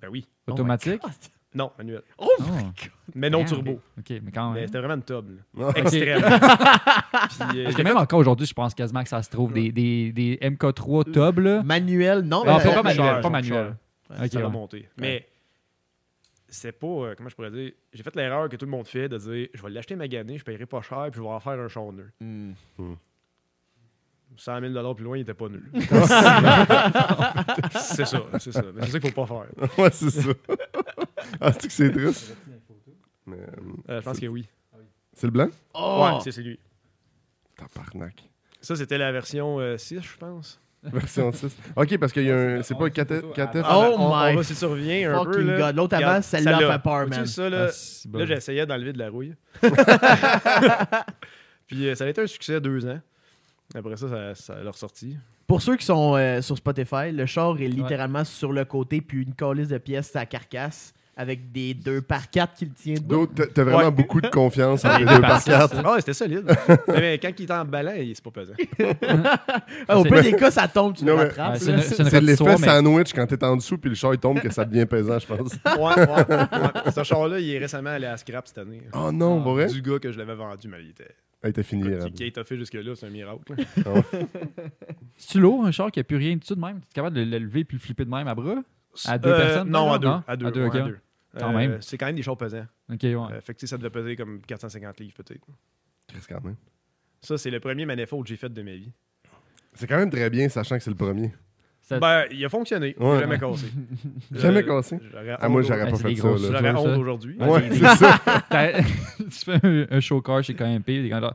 Speaker 4: Ben oui.
Speaker 3: Automatique?
Speaker 1: Oh my God.
Speaker 4: Non, manuel.
Speaker 1: Oh
Speaker 3: Oh.
Speaker 1: my God.
Speaker 4: Mais non
Speaker 3: Damn.
Speaker 4: turbo.
Speaker 3: OK, Ah, mais quand
Speaker 4: Mais
Speaker 3: même.
Speaker 4: c'était vraiment une tub. là.
Speaker 2: Non.
Speaker 4: Extrême. Puis, euh,
Speaker 3: Parce que même encore aujourd'hui, je pense quasiment que ça se trouve des, des, des MK3 Tob, là.
Speaker 1: Manuel, non,
Speaker 3: Ah,
Speaker 1: mais-
Speaker 3: pas, pas
Speaker 4: cher,
Speaker 3: manuel, pas
Speaker 4: cher.
Speaker 3: manuel. Ok,
Speaker 4: ça
Speaker 3: ouais.
Speaker 4: l'a monté. Mais c'est pas, euh, comment je pourrais dire, j'ai fait l'erreur que tout le monde fait de dire je vais l'acheter magané, je paierai pas cher, puis je vais en faire un char nul.
Speaker 1: Hmm.
Speaker 4: 100 000 plus loin, il était pas nul.
Speaker 3: Ah,
Speaker 4: c'est ça, c'est ça. Mais c'est ça qu'il faut pas faire.
Speaker 2: Ouais, c'est ça. Ah, c'est que c'est triste. Mais, euh,
Speaker 4: Euh, je pense que oui.
Speaker 2: c'est le blanc?
Speaker 1: Oh!
Speaker 4: Ouais, c'est c'est lui.
Speaker 2: Tabarnak.
Speaker 4: Ça, c'était la version euh, 6, je pense.
Speaker 2: Version 6. Ok, parce qu'il y a un. C'est pas 4F.
Speaker 1: Oh
Speaker 4: Ah, ben, on,
Speaker 1: my
Speaker 4: On va si tu reviens un peu.
Speaker 1: Fucking
Speaker 4: là.
Speaker 1: God. L'autre avant,
Speaker 4: Regarde,
Speaker 1: celle-là
Speaker 4: celle-là.
Speaker 1: fait peur, man.
Speaker 4: Vois-tu ça, là?
Speaker 3: Ah, c'est bon.
Speaker 4: Là, j'essayais d'enlever de la rouille. Puis euh, ça a été un succès deux ans. Après ça, ça, ça leur sorti.
Speaker 1: Pour ceux qui sont euh, sur Spotify, le char est littéralement sur le côté, puis une colisse de pièces, sa carcasse, avec des 2 par 4 qui le tient debout.
Speaker 2: D'autres, t'as- t'as vraiment
Speaker 4: Ouais.
Speaker 2: beaucoup de confiance en les
Speaker 3: Il
Speaker 2: deux par
Speaker 3: passe
Speaker 2: quatre.
Speaker 3: ça.
Speaker 4: Ah, ouais, c'était solide. mais, mais quand il est en ballant, il- c'est pas pesant.
Speaker 1: Ah, au
Speaker 3: C'est-
Speaker 1: pire des cas, ça tombe, tu
Speaker 2: Non,
Speaker 1: le
Speaker 2: mais-
Speaker 1: rattrapes.
Speaker 3: Ouais,
Speaker 1: là.
Speaker 3: une- une
Speaker 2: C'est l'effet
Speaker 3: ratisserie, mais-
Speaker 2: sandwich quand t'es en dessous puis le char il tombe que ça devient pesant, je pense.
Speaker 4: Ouais, ouais, ouais. Ce char-là, il est récemment allé à scrap cette année.
Speaker 2: Oh non, pour vrai?
Speaker 4: Du gars que je l'avais vendu, mais il était.
Speaker 2: Hey, t'as Ah, fini.
Speaker 4: Écoute,
Speaker 2: Rab.
Speaker 4: Qui, qui a fait jusque-là, c'est un miracle.
Speaker 3: C'est-tu lourd, un char qui a plus rien dessus de même? Tu es capable de le lever puis le flipper de même à bras? À deux
Speaker 4: Euh,
Speaker 3: personnes?
Speaker 4: Non,
Speaker 3: par
Speaker 4: à deux.
Speaker 3: exemple?
Speaker 4: À deux,
Speaker 3: À deux,
Speaker 4: ouais,
Speaker 3: ok.
Speaker 4: à deux.
Speaker 3: Quand
Speaker 4: Euh,
Speaker 3: même.
Speaker 4: C'est quand même des chars pesants.
Speaker 3: OK, ouais.
Speaker 4: Euh, fait que tu sais, ça devait peser comme 450 livres, peut-être.
Speaker 2: Chris, quand même.
Speaker 4: Ça, c'est le premier manifold que j'ai fait de ma vie.
Speaker 2: C'est quand même très bien, sachant que c'est le premier.
Speaker 3: Ça-
Speaker 4: Ben, il a fonctionné. Il
Speaker 2: Ouais.
Speaker 4: a jamais cassé.
Speaker 2: Jamais
Speaker 4: Euh,
Speaker 2: cassé.
Speaker 4: j'aurais
Speaker 2: Ah, moi,
Speaker 4: honte
Speaker 2: j'aurais
Speaker 3: Ouais,
Speaker 2: pas
Speaker 3: c'est
Speaker 2: fait
Speaker 3: des
Speaker 2: ça.
Speaker 3: grosses
Speaker 2: là.
Speaker 3: choses.
Speaker 4: J'aurais
Speaker 3: ça.
Speaker 4: honte aujourd'hui.
Speaker 2: Ouais,
Speaker 3: des-
Speaker 2: c'est ça.
Speaker 3: T'as- tu fais un, un show car chez KMP, les gars là,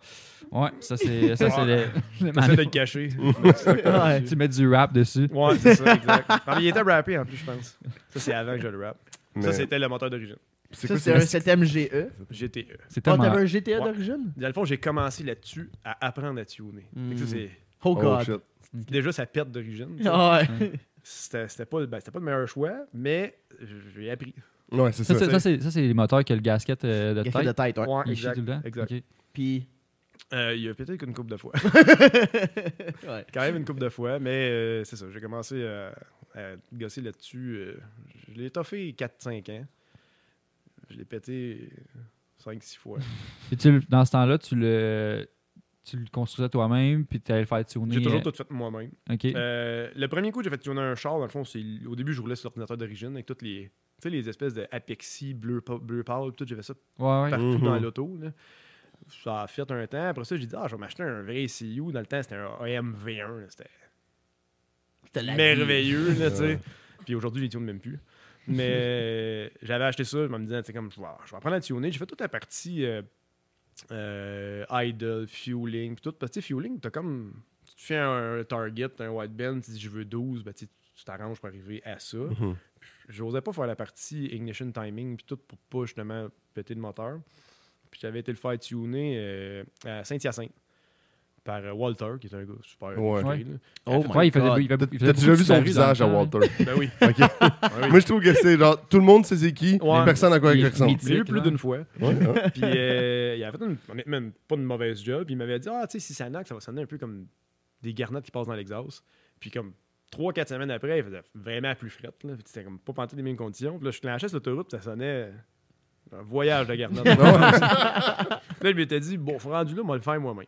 Speaker 3: ouais, ça c'est ça c'est le, le
Speaker 4: J'essaie de le
Speaker 3: manif-
Speaker 4: cacher.
Speaker 1: Ouais.
Speaker 3: Tu mets du rap dessus.
Speaker 4: Ouais, c'est ça, exact. Non, mais il était rappé en plus, je pense. Ça, c'est avant que je le rappe. Ça,
Speaker 2: Mais
Speaker 4: c'était le moteur d'origine.
Speaker 2: c'est
Speaker 1: Ça,
Speaker 2: quoi
Speaker 1: c'est
Speaker 2: c'est
Speaker 1: un 7 GE.
Speaker 4: GTE.
Speaker 3: C'est
Speaker 1: Ah,
Speaker 3: tellement
Speaker 1: t'avais un GTA
Speaker 4: Ouais.
Speaker 1: d'origine?
Speaker 4: Dans le fond, j'ai commencé là-dessus à apprendre à tuner. Fait
Speaker 3: Hmm.
Speaker 4: que ça,
Speaker 1: Mm.
Speaker 4: c'est-
Speaker 1: Oh
Speaker 2: Oh
Speaker 1: god.
Speaker 2: shit.
Speaker 4: Déjà, ça pète d'origine. tu sais.
Speaker 1: Ah, ouais.
Speaker 4: C'était c'était pas, ben, c'était pas le meilleur choix, mais j'ai appris.
Speaker 2: Ouais, c'est
Speaker 3: ça
Speaker 2: ça.
Speaker 3: c'est ça, c'est ça, c'est les moteurs qui ont le gasket euh,
Speaker 1: Il
Speaker 3: de
Speaker 1: a fait
Speaker 3: tête.
Speaker 1: de tête, ouais.
Speaker 4: Ouais,
Speaker 3: Il chie
Speaker 4: exact.
Speaker 3: tout le temps.
Speaker 4: exact.
Speaker 3: Ok.
Speaker 1: Puis.
Speaker 4: Euh, il y a peut-être qu'une couple de fois.
Speaker 1: Ouais.
Speaker 4: Quand même une couple de fois, mais euh, c'est ça. J'ai commencé à, à gosser là-dessus. euh, je l'ai toffé 4-5 ans. Je l'ai pété 5-6 fois.
Speaker 3: Puis tu le- dans ce temps-là, tu le tu le construisais toi-même puis tu allais le faire tourner.
Speaker 4: J'ai toujours
Speaker 3: euh,
Speaker 4: tout fait moi-même.
Speaker 3: OK.
Speaker 4: Euh, le premier coup, j'ai fait tourner un char. Dans le fond, c'est au début, je roulais sur l'ordinateur d'origine avec toutes les, tu sais, les espèces de apexi, bleu, pa- bleu pâle, tout. J'avais ça
Speaker 3: ouais Mm-hmm. ouais.
Speaker 4: partout
Speaker 2: Mhm.
Speaker 4: dans l'auto. là. Ça a fait un temps. Après ça, j'ai dit, ah, je vais m'acheter un vrai CU. Dans le temps, c'était un AMV1. là. C'était
Speaker 1: T'as la vie.
Speaker 4: merveilleux, là, tu sais.
Speaker 2: Ouais.
Speaker 4: Puis aujourd'hui, les tunes même plus. Mais j'avais acheté ça, je me disais, tu sais, comme, je vais, je vais apprendre à tuner. J'ai fait toute la partie euh, euh, idle, fueling, puis tout. Parce que, tu sais, fueling, t'as comme, tu fais un target, un white band, tu dis, je veux 12, ben, tu sais, tu t'arranges pour arriver à ça.
Speaker 2: Mhm.
Speaker 4: J'osais pas faire la partie ignition timing, puis tout, pour pas, justement, péter le moteur. Puis j'avais été le faire tuner euh, à Saint-Hyacinthe par euh, Walter, qui est un gars super
Speaker 2: Ouais.
Speaker 4: straight, là.
Speaker 1: Oh
Speaker 3: Ouais,
Speaker 1: my
Speaker 3: il faisait,
Speaker 1: God.
Speaker 3: il faisait-
Speaker 2: Ah, T'as
Speaker 3: il faisait
Speaker 2: t'as déjà
Speaker 3: beaucoup
Speaker 2: vu
Speaker 3: de
Speaker 2: son
Speaker 3: soirées
Speaker 2: visage à
Speaker 3: dans le temps,
Speaker 2: Walter.
Speaker 4: Ben oui.
Speaker 2: Ok.
Speaker 4: Ben oui.
Speaker 2: Moi, je trouve que c'est genre, tout le monde sait c'est qui,
Speaker 4: Ouais.
Speaker 2: personne à quoi il
Speaker 3: Il-
Speaker 2: ressemble.
Speaker 3: il-
Speaker 4: Je l'ai eu
Speaker 3: Mythique,
Speaker 4: plus
Speaker 3: là.
Speaker 4: d'une fois.
Speaker 2: Ouais, hein?
Speaker 4: Puis euh, il avait fait une, honnêtement, une- pas une mauvaise job. Puis il m'avait dit Ah, tu sais, si ça knock, ça va sonner un peu comme des garnettes qui passent dans l'exhaust. Puis comme 3-4 semaines après, il faisait vraiment plus frette. Là. Puis c'était comme pas panté les mêmes conditions. Puis là, je clenchais sur l'autoroute, puis ça sonnait un voyage de garnettes. là, je m'étais dit Bon, rendu là, on va le faire moi-même.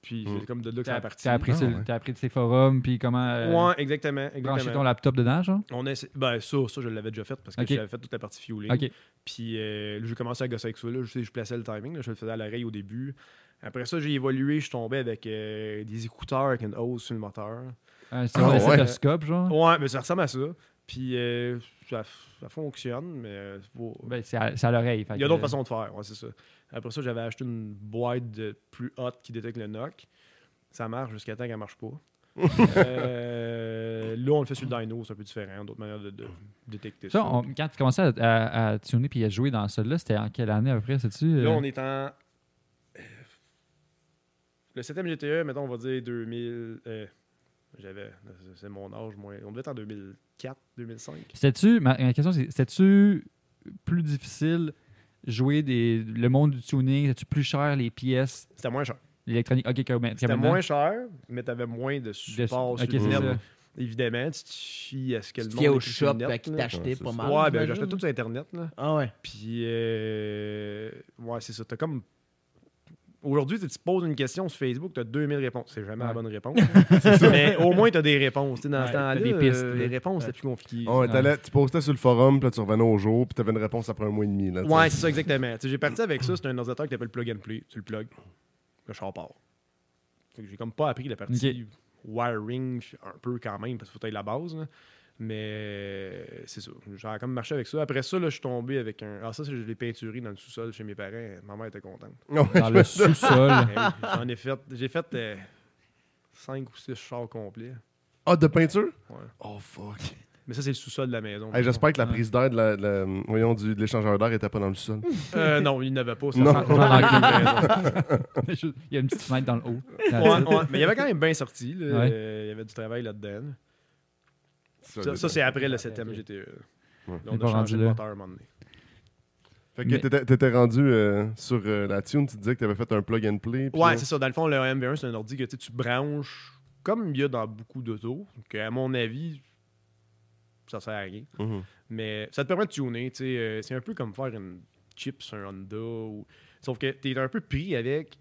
Speaker 4: Puis
Speaker 2: Mm.
Speaker 4: c'est comme de là que ça
Speaker 3: Hmm. T'as
Speaker 4: a
Speaker 3: appris,
Speaker 4: parti.
Speaker 3: t'as appris,
Speaker 2: Ah,
Speaker 3: sur-
Speaker 2: ouais.
Speaker 3: t'as appris de ses forums, puis comment euh,
Speaker 4: Ouais, exactement.
Speaker 3: brancher ton
Speaker 4: exactement.
Speaker 3: laptop dedans, genre.
Speaker 4: On essaie- Ben, ça, ça, je l'avais déjà fait parce que
Speaker 3: Ok.
Speaker 4: j'avais fait toute la partie fueling.
Speaker 3: OK.
Speaker 4: Puis euh, là, j'ai commencé à gosser avec ça. Là. Je, sais, je plaçais le timing. là. Je le faisais à l'oreille au début. Après ça, j'ai évolué. Je suis tombé avec euh, des écouteurs avec une hausse sur le moteur.
Speaker 3: Un
Speaker 2: Ah, ouais.
Speaker 3: stéthoscope, genre.
Speaker 4: Ouais, mais ça ressemble à ça. Puis euh, ça, ça fonctionne, mais euh, faut-
Speaker 3: Ben, c'est à, c'est à l'oreille. fait
Speaker 4: il y a
Speaker 3: que-
Speaker 4: d'autres façons de faire. Ouais, c'est ça. Après ça, j'avais acheté une boîte de plus haute qui détecte le knock. Ça marche jusqu'à temps qu'elle marche pas. Euh, là, on le fait sur le dyno. C'est un peu différent. D'autres manières de, de détecter ça.
Speaker 3: Ça, on- quand tu commençais à, à, à tuner puis à jouer dans ça, là, c'était en quelle année à peu près, sais-tu? euh?
Speaker 4: Là, on est en. euh, Le 7 GTE, E, mettons, on va dire 2000. euh, J'avais. C'est mon âge, moi. On devait être en 2004, 2005.
Speaker 3: C'était-tu, ma, ma question, c'est, c'était-tu plus difficile jouer des, le monde du tuning? C'était-tu plus cher les pièces,
Speaker 4: C'était moins cher.
Speaker 3: l'électronique? OK, que ma- que
Speaker 4: C'était
Speaker 3: maintenant?
Speaker 4: moins cher, mais t'avais moins de
Speaker 3: De-
Speaker 4: support
Speaker 3: OK,
Speaker 4: sur
Speaker 3: c'est
Speaker 4: le net.
Speaker 3: ça.
Speaker 4: Évidemment, tu te fies à ce que
Speaker 1: Tu
Speaker 4: le
Speaker 1: te
Speaker 4: monde
Speaker 1: fiais au
Speaker 4: écrit sur
Speaker 1: shop
Speaker 4: le
Speaker 1: à
Speaker 4: net,
Speaker 1: qui
Speaker 4: là.
Speaker 1: t'achetais
Speaker 2: Ouais,
Speaker 1: pas
Speaker 2: c'est
Speaker 1: mal.
Speaker 4: Ouais, ben
Speaker 1: j'imagine.
Speaker 4: j'achetais tout sur Internet, là.
Speaker 1: Ah ouais.
Speaker 4: Puis, euh, ouais, c'est ça. T'as comme. Aujourd'hui, tu te poses une question sur Facebook, t'as 2000 réponses. C'est jamais la
Speaker 3: Ouais.
Speaker 4: bonne réponse. mais au moins, t'as des réponses. Tu sais, dans
Speaker 3: Ouais,
Speaker 4: ce temps-là,
Speaker 3: t'as des pistes, là.
Speaker 4: euh, les réponses, c'est plus compliqué.
Speaker 2: Ah ouais, t'allais- tu postais sur le forum, puis là, tu revenais au jour, puis t'avais une réponse après un mois et demi. Là, tu sais.
Speaker 4: Ouais, c'est ça, exactement. Tu sais, J'ai parti avec ça, c'est un ordinateur qui t'appelle Plug and Play. Tu le plugs, le char part. Fait que j'ai comme pas appris la partie wiring un peu quand même, parce qu'il faut que t'aies la base. là. Mais euh, c'est ça. J'ai comme marché avec ça. Après ça, là, je suis tombé avec un. Ah, ça, c'est- je l'ai peinturé dans le sous-sol chez mes parents. Ma mère était contente.
Speaker 2: Ouais,
Speaker 3: Dans le
Speaker 4: Eh
Speaker 3: sous-sol.
Speaker 4: oui, J'en ai fait. J'ai fait 5 ou 6 chars complets.
Speaker 2: Ah, de peinture?
Speaker 4: Ouais.
Speaker 2: Oh, fuck.
Speaker 4: Mais ça, c'est le sous-sol de la maison.
Speaker 2: Hey, J'espère que la prise d'air de la- de la- voyons, du- de l'échangeur d'air était pas dans le sol.
Speaker 4: Euh, non, il n'avait pas. ça.
Speaker 2: Non.
Speaker 3: il y a une petite fenêtre dans le haut. Dans
Speaker 4: Ouais,
Speaker 3: le-
Speaker 4: ouais, mais il y avait quand même bien sorti. là.
Speaker 3: Ouais.
Speaker 4: Euh, il y avait du travail là-dedans. Ça, ça, c'est après le 7ème GTE.
Speaker 2: Ouais.
Speaker 4: E, Là,
Speaker 3: On est
Speaker 4: on
Speaker 3: pas
Speaker 4: a
Speaker 3: rendu
Speaker 4: changé le
Speaker 3: là.
Speaker 4: moteur à un moment donné.
Speaker 2: Fait que
Speaker 3: Mais-
Speaker 2: t'étais- t'étais rendu euh, sur euh, la tune, tu disais que t'avais fait un plug and play. puis
Speaker 4: Ouais,
Speaker 2: là-
Speaker 4: c'est ça. Dans le fond, le MV1, c'est un ordi que tu sais, tu branches comme il y a dans beaucoup d'autos. Que, à mon avis, ça sert à rien.
Speaker 2: Mhm.
Speaker 4: Mais ça te permet de tuner. tu sais, euh, c'est un peu comme faire une chip sur un Honda. ou- Sauf que tu es un peu pris avec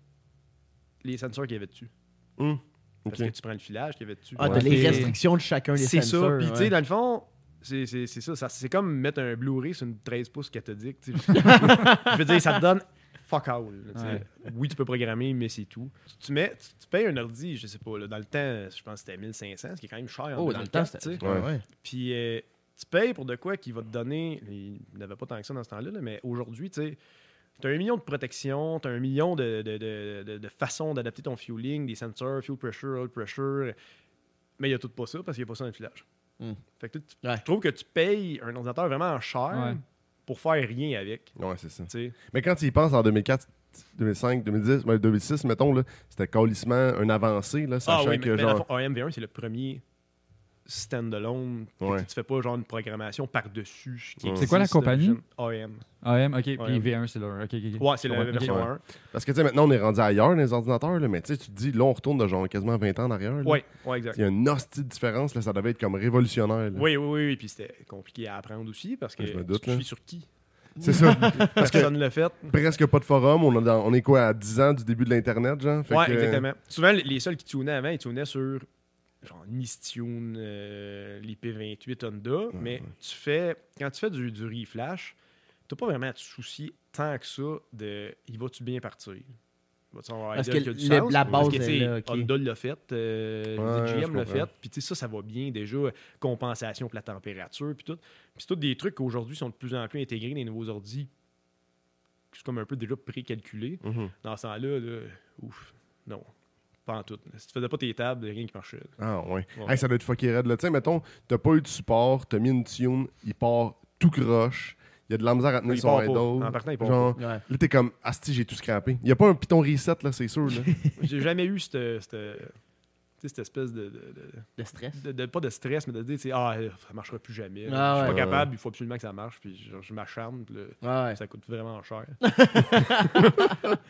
Speaker 4: les sensors qu'il y avait dessus.
Speaker 2: Hum,
Speaker 4: Parce
Speaker 2: ok.
Speaker 4: que tu prends le filage qu'il y avait dessus.
Speaker 1: Ah, t'as
Speaker 3: Ouais,
Speaker 1: les
Speaker 3: c'est-
Speaker 1: restrictions de chacun des
Speaker 4: C'est ça.
Speaker 1: sensors,
Speaker 4: Puis, tu
Speaker 1: ouais.
Speaker 4: sais, dans le fond, c'est c'est- c'est ça. ça c'est comme mettre un Blu-ray sur une 13 pouces cathodique. tu sais. Je veux dire, ça te donne fuck all. là, tu sais.
Speaker 3: Ouais.
Speaker 4: Oui, tu peux programmer, mais c'est tout. Tu, mets, tu, tu payes un ordi, je sais pas, là, dans le temps, je pense que c'était 1500, ce qui est quand même cher. en
Speaker 1: Oh, dans le temps,
Speaker 4: 2004, tu
Speaker 1: c'était.
Speaker 4: sais.
Speaker 1: Ouais, ouais.
Speaker 4: Puis, euh, tu payes pour de quoi qui va te donner. Il n'avait pas tant que ça dans ce temps-là, là, mais aujourd'hui, tu sais. T'as un million de protections, t'as un million de, de- de- de- de façons d'adapter ton fueling, des sensors, fuel pressure, oil pressure. Mais il n'y a tout pas ça parce qu'il n'y a pas ça dans le filage.
Speaker 1: Hmm.
Speaker 4: Fait que tu-
Speaker 1: Ouais.
Speaker 4: je trouve que tu payes un ordinateur vraiment cher
Speaker 3: Ouais.
Speaker 4: pour faire rien avec.
Speaker 2: Ouais, c'est ça.
Speaker 4: tu sais.
Speaker 2: Mais quand tu y penses en 2004, 2005, 2010, ouais, 2006, mettons, là, c'était calissement un avancé, là, sachant
Speaker 4: Ah oui, mais-
Speaker 2: que
Speaker 4: mais dans le
Speaker 2: genre.
Speaker 4: fond, AMV1, c'est le premier stand-alone. que
Speaker 2: Ouais.
Speaker 4: Tu tu fais pas genre une programmation par-dessus. ce qui
Speaker 2: Ouais.
Speaker 3: C'est quoi la
Speaker 4: existe
Speaker 3: compagnie?
Speaker 4: d'origine. AM.
Speaker 3: AM, OK, puis
Speaker 4: Ouais.
Speaker 3: V1, c'est leur... OK, OK, OK.
Speaker 4: Ouais, c'est la
Speaker 3: Ouais,
Speaker 4: version
Speaker 2: ok.
Speaker 4: 1.
Speaker 2: Parce que tu sais, maintenant, on est rendu ailleurs, les ordinateurs, là, mais tu sais, tu te dis, là, on retourne de genre quasiment 20 ans en arrière. là.
Speaker 4: Ouais, ouais, exact.
Speaker 2: Il y a une hostie de différence, là, ça devait être comme révolutionnaire. là.
Speaker 4: Oui, oui, oui, oui. Puis c'était compliqué à apprendre aussi parce que
Speaker 2: Je me
Speaker 4: tu
Speaker 2: doute,
Speaker 4: te
Speaker 2: là.
Speaker 4: fies sur qui?
Speaker 2: C'est ça.
Speaker 4: Parce que ça ne l'a fait.
Speaker 2: Presque pas de forum. On, a dans- on est quoi, à 10 ans du début de l'Internet, genre? hein. Fait
Speaker 4: ouais,
Speaker 2: que-
Speaker 4: exactement. Souvent, les- les seuls qui tunaient avant, ils tunaient sur genre Nistune, euh, l'IP28 Honda, mais tu fais quand tu fais du, du reflash, t'as pas vraiment à te soucier tant que ça de il va-tu bien partir? va avoir
Speaker 1: Parce
Speaker 4: Idol
Speaker 1: que
Speaker 4: qui a du
Speaker 1: le-
Speaker 4: sens,
Speaker 1: la
Speaker 4: parce
Speaker 1: base
Speaker 4: que,
Speaker 1: est
Speaker 4: tu sais,
Speaker 1: là, ok.
Speaker 4: Honda l'a fait, euh,
Speaker 2: Ouais,
Speaker 4: DJM
Speaker 2: je
Speaker 4: l'a
Speaker 2: comprends.
Speaker 4: fait, puis tu sais, ça, ça va bien déjà, compensation pour la température, puis tout. Puis c'est tous des trucs qui aujourd'hui sont de plus en plus intégrés dans les nouveaux ordi, c'est comme un peu déjà précalculé.
Speaker 2: Mhm.
Speaker 4: Dans ce temps-là, là, ouf, non, pas en tout. Si tu faisais pas tes tables, rien qui marchait.
Speaker 2: Ah ouais.
Speaker 4: Ouais.
Speaker 2: Hey, ça doit être fucké raide. là. Tu sais, mettons, t'as pas eu de support, t'as mis une tune, il part tout croche. Il y a de la misère à tenir
Speaker 4: Il
Speaker 2: son
Speaker 4: part pas. En
Speaker 2: idol.
Speaker 4: partant, il part
Speaker 2: Genre,
Speaker 1: Ouais.
Speaker 2: là, t'es comme, asti, j'ai tout scrappé. Il y a pas un piton reset, là, c'est sûr. Là.
Speaker 4: J'ai jamais eu cette, cette, tu sais, cette espèce de, de- de-
Speaker 1: Le stress.
Speaker 4: de- de- Pas de stress, mais de dire, tu sais, ah, euh, ça marchera plus jamais. Je suis
Speaker 1: Ah
Speaker 4: pas
Speaker 1: ouais.
Speaker 4: capable, il faut absolument que ça marche. Puis genre, je m'acharne, puis là,
Speaker 1: Ouais.
Speaker 4: ça coûte vraiment cher.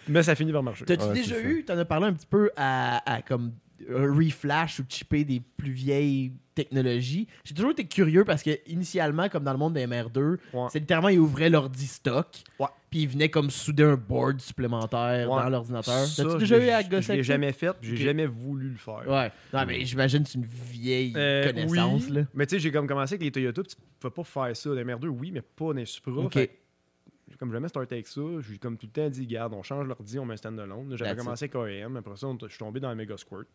Speaker 4: mais ça finit par marcher.
Speaker 1: T'as-tu
Speaker 2: Ouais,
Speaker 1: déjà
Speaker 2: c'est ça.
Speaker 1: eu, t'en as parlé un petit peu à, à comme euh, reflash ou chipper des plus vieilles technologies. J'ai toujours été curieux parce que initialement, comme dans le monde des MR2,
Speaker 4: Ouais.
Speaker 1: c'est littéralement ils ouvraient l'ordi stock,
Speaker 4: Ouais.
Speaker 1: puis ils venaient comme souder un board supplémentaire
Speaker 4: Ouais.
Speaker 1: dans l'ordinateur.
Speaker 4: Ça,
Speaker 1: T'as-tu
Speaker 4: je
Speaker 1: déjà
Speaker 4: l'ai-
Speaker 1: eu à
Speaker 4: Je l'ai
Speaker 1: gosser
Speaker 4: jamais fait, puis j'ai
Speaker 1: Ok.
Speaker 4: jamais voulu le faire.
Speaker 1: Ouais. Non, mais j'imagine que c'est une vieille
Speaker 4: Euh,
Speaker 1: connaissance
Speaker 4: oui,
Speaker 1: là.
Speaker 4: Mais tu sais, j'ai comme commencé avec les Toyota, puis tu peux pas faire ça. Les MR2, oui, mais pas dans les Supra.
Speaker 1: Ok.
Speaker 4: Fait que J'ai comme jamais starté avec ça. J'ai comme tout le temps dit, garde, on change l'ordi, on met un stand-alone. J'avais
Speaker 1: That's it.
Speaker 4: commencé avec OEM, après ça, on t- je suis tombé dans la Mega Squirt,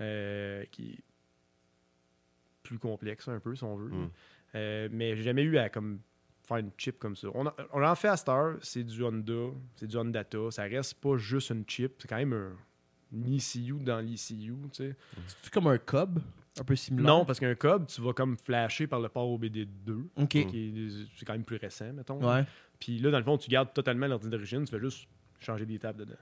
Speaker 4: euh, qui est plus complexe un peu, si on veut.
Speaker 1: Hmm.
Speaker 2: Mm.
Speaker 4: Euh, mais j'ai jamais eu à comme faire une chip comme ça. On en, on en fait à cette heure, c'est du Honda, c'est du Hondata, ça reste pas juste une chip, c'est quand même un, une ECU dans l'ECU, tu sais.
Speaker 1: C'est comme un cob, un peu similaire.
Speaker 4: Non, parce qu'un cob, tu vas comme flasher par le port OBD2,
Speaker 1: Ok.
Speaker 4: qui est, c'est quand même plus récent, mettons.
Speaker 1: Ouais.
Speaker 4: Puis là, dans le fond, tu gardes totalement l'ordi d'origine, tu fais juste changer des tables dedans.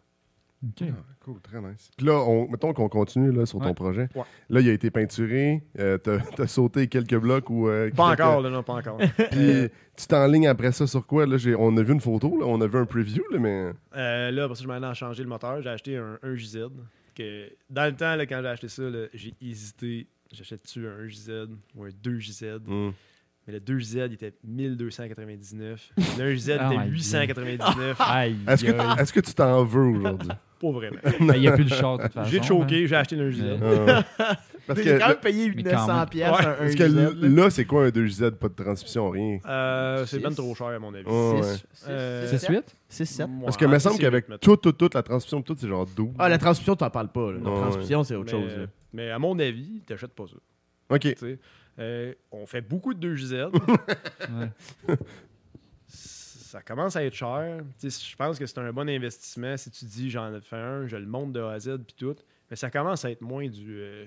Speaker 3: OK.
Speaker 2: Ah, cool, très nice. Puis là, on, mettons qu'on continue là, sur ton
Speaker 3: Ouais.
Speaker 2: projet.
Speaker 4: Ouais.
Speaker 2: Là, il a été peinturé, euh, t'as t'as sauté quelques blocs ou. euh,
Speaker 4: Pas
Speaker 2: quelques-
Speaker 4: encore, là, non, pas encore.
Speaker 2: Puis tu t'enlignes après ça sur quoi là, j'ai- On a vu une photo, là, on a vu un preview, là, mais.
Speaker 4: Euh, là, parce que je m'en allais à changer le moteur, j'ai acheté un, un JZ. Que, dans le temps, là, quand j'ai acheté ça, là, j'ai hésité. J'achète-tu un JZ ou un 2JZ? Mais le 2JZ, il était 1299. Le 1JZ
Speaker 3: Oh
Speaker 4: était
Speaker 3: my
Speaker 4: 899.
Speaker 3: Aïe.
Speaker 2: Est-ce que,
Speaker 3: aïe.
Speaker 2: est-ce que tu t'en veux aujourd'hui
Speaker 4: Pas vraiment.
Speaker 3: Ben, Il n'y a plus de char, de toute façon.
Speaker 4: J'ai choqué, j'ai acheté le 1JZ.
Speaker 2: Ah. Parce que,
Speaker 1: J'ai quand
Speaker 2: là,
Speaker 1: même payé
Speaker 3: Mais quand
Speaker 1: 900
Speaker 3: même.
Speaker 1: pièces
Speaker 4: Ouais.
Speaker 1: un
Speaker 2: parce que
Speaker 1: UZ, là.
Speaker 2: là, c'est quoi un 2Z Pas de transmission, rien.
Speaker 4: Euh, c'est
Speaker 1: Six. Oh.
Speaker 4: même trop cher, à mon avis.
Speaker 2: Ouais.
Speaker 1: Six-
Speaker 2: ouais.
Speaker 1: six-
Speaker 4: Euh,
Speaker 1: six-
Speaker 3: C'est suite?
Speaker 1: six- sept.
Speaker 2: Parce que il me semble qu'avec tout, tout, tout, la transmission, tout, c'est genre 12.
Speaker 1: Ah, la transfusion, t'en parles pas. Là. La
Speaker 2: Ouais, ouais.
Speaker 1: transfusion, c'est autre
Speaker 4: mais, euh,
Speaker 1: chose. là.
Speaker 4: mais à mon avis, t'achètes pas ça.
Speaker 2: Ok.
Speaker 4: tu sais. Euh, on fait beaucoup de 2JZ.
Speaker 3: Ouais.
Speaker 4: ça commence à être cher. Tu sais, Je pense que c'est un bon investissement si tu dis j'en fais un, je le monte de A à Z puis tout. Mais ça commence à être moins du euh,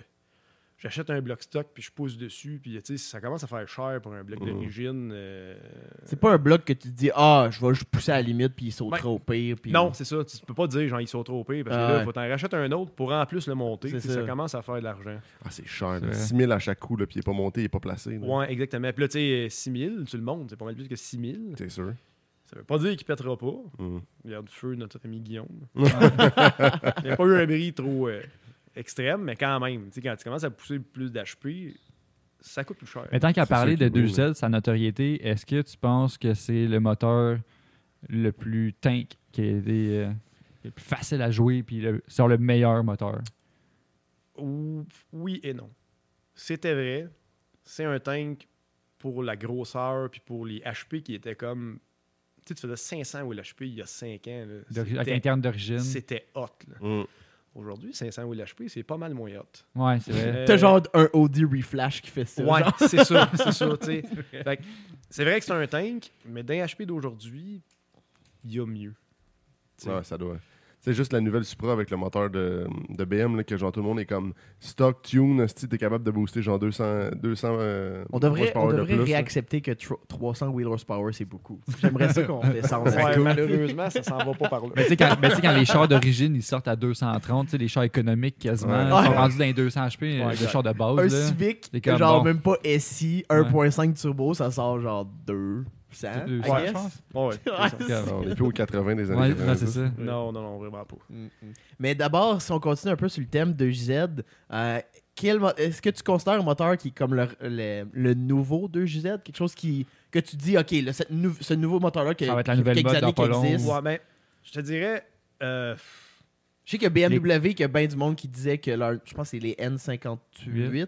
Speaker 4: j'achète un bloc stock puis je pousse dessus. Puis tu sais, ça commence à faire cher pour un bloc
Speaker 2: Mhm.
Speaker 4: d'origine. euh,
Speaker 1: C'est pas un bloc que tu te dis Ah, je vais juste pousser à la limite, puis il sautera au pire. Puis...
Speaker 4: Non, c'est ça. Tu peux pas dire genre ils sont trop payés parce que
Speaker 1: Ah
Speaker 4: là,
Speaker 1: ouais.
Speaker 4: faut t'en racheter un autre pour en plus le monter.
Speaker 1: C'est
Speaker 4: puis Ça.
Speaker 1: ça.
Speaker 4: commence à faire de l'argent.
Speaker 2: Ah, c'est cher.
Speaker 3: C'est vrai.
Speaker 2: 6 000 à chaque coup, là, puis il n'est pas monté, il n'est pas placé. là.
Speaker 4: Ouais, exactement. Puis là, tu sais, 6000, tu le montes, c'est pas mal plus que 6000.
Speaker 2: C'est sûr.
Speaker 4: Ça veut pas dire qu'il pètera pas.
Speaker 2: Mm.
Speaker 4: Il y a du feu, notre ami Guillaume. il n'y a pas eu un bris trop euh, extrême, mais quand même, tu sais, quand tu commences à pousser plus d'HP, ça coûte plus cher.
Speaker 3: Mais tant qu'à
Speaker 2: C'est
Speaker 3: parler
Speaker 2: sûr
Speaker 3: de
Speaker 2: qu'il brûle,
Speaker 3: 2Z, sa notoriété, est-ce que tu penses que c'est le moteur le plus tank, qui est des, euh, le plus facile à jouer, puis le, sur le meilleur moteur?
Speaker 4: Ou- Oui et non. C'était vrai. C'est un tank pour la grosseur puis pour les HP qui étaient comme. Tu sais, tu faisais 500 ou l'HP il y a 5 ans. là.
Speaker 3: d'ori- Avec
Speaker 4: C'était-
Speaker 3: interne d'origine?
Speaker 4: C'était hot. là. Aujourd'hui, 500 ou l'HP, c'est pas mal moins hot.
Speaker 3: Ouais, c'est vrai.
Speaker 4: Euh,
Speaker 1: T'as genre un OD reflash qui fait ça.
Speaker 4: Ouais,
Speaker 1: genre.
Speaker 4: c'est ça, c'est ça, tu sais. Fait que C'est vrai que c'est un tank, mais dans les HP d'aujourd'hui, il y a mieux. Tu sais.
Speaker 2: Ouais, ça doit. C'est juste la nouvelle Supra avec le moteur de, de BM là, que genre tout le monde est comme stock tune, si t'es capable de booster genre 200 200 euh,
Speaker 1: On devrait, on
Speaker 2: horsepower de
Speaker 1: devrait
Speaker 2: plus, là.
Speaker 1: réaccepter que tro- 300 wheel horsepower, c'est beaucoup. J'aimerais ça qu'on descende.
Speaker 4: Ouais, malheureusement, ça s'en va pas par là.
Speaker 3: Mais tu sais, quand, ben, tu sais, quand les chars d'origine, ils sortent à 230, tu sais, les chars économiques quasiment,
Speaker 2: Ouais.
Speaker 3: ils sont
Speaker 1: Ouais.
Speaker 3: rendus dans les 200 HP,
Speaker 4: Ouais,
Speaker 3: les
Speaker 4: exact.
Speaker 3: chars euh, de
Speaker 1: Un
Speaker 3: base. là.
Speaker 1: Civic,
Speaker 3: C'est comme
Speaker 1: genre
Speaker 3: bon.
Speaker 1: même pas SI, 1.5 turbo, ça sort genre 200.
Speaker 3: C'est
Speaker 1: I
Speaker 3: 200, je
Speaker 1: guess.
Speaker 3: pense.
Speaker 4: Ouais,
Speaker 1: Ouais.
Speaker 4: c'est ça.
Speaker 3: Comme-
Speaker 2: Ah, on est plus aux 80 des années
Speaker 3: Ouais,
Speaker 2: 90.
Speaker 3: non, c'est ça.
Speaker 4: Non, non, non, vraiment pas.
Speaker 1: Mm, mm. Mais d'abord, si on continue un peu sur le thème de Z, euh, quel mo- est-ce que tu considères un moteur qui est comme le, le, le nouveau de JZ Quelque chose qui, que tu dis, OK, là, cette nou- ce nouveau moteur-là qui
Speaker 3: Ça va être la
Speaker 1: qui-
Speaker 3: nouvelle
Speaker 1: quelques
Speaker 3: mode dans
Speaker 1: années
Speaker 3: pas
Speaker 1: qui
Speaker 3: long.
Speaker 1: existe.
Speaker 4: Ouais, mais je te dirais, euh,
Speaker 1: Je sais que BMW, qu'il y a bien du monde qui disait que leur. Je pense que c'est les N58.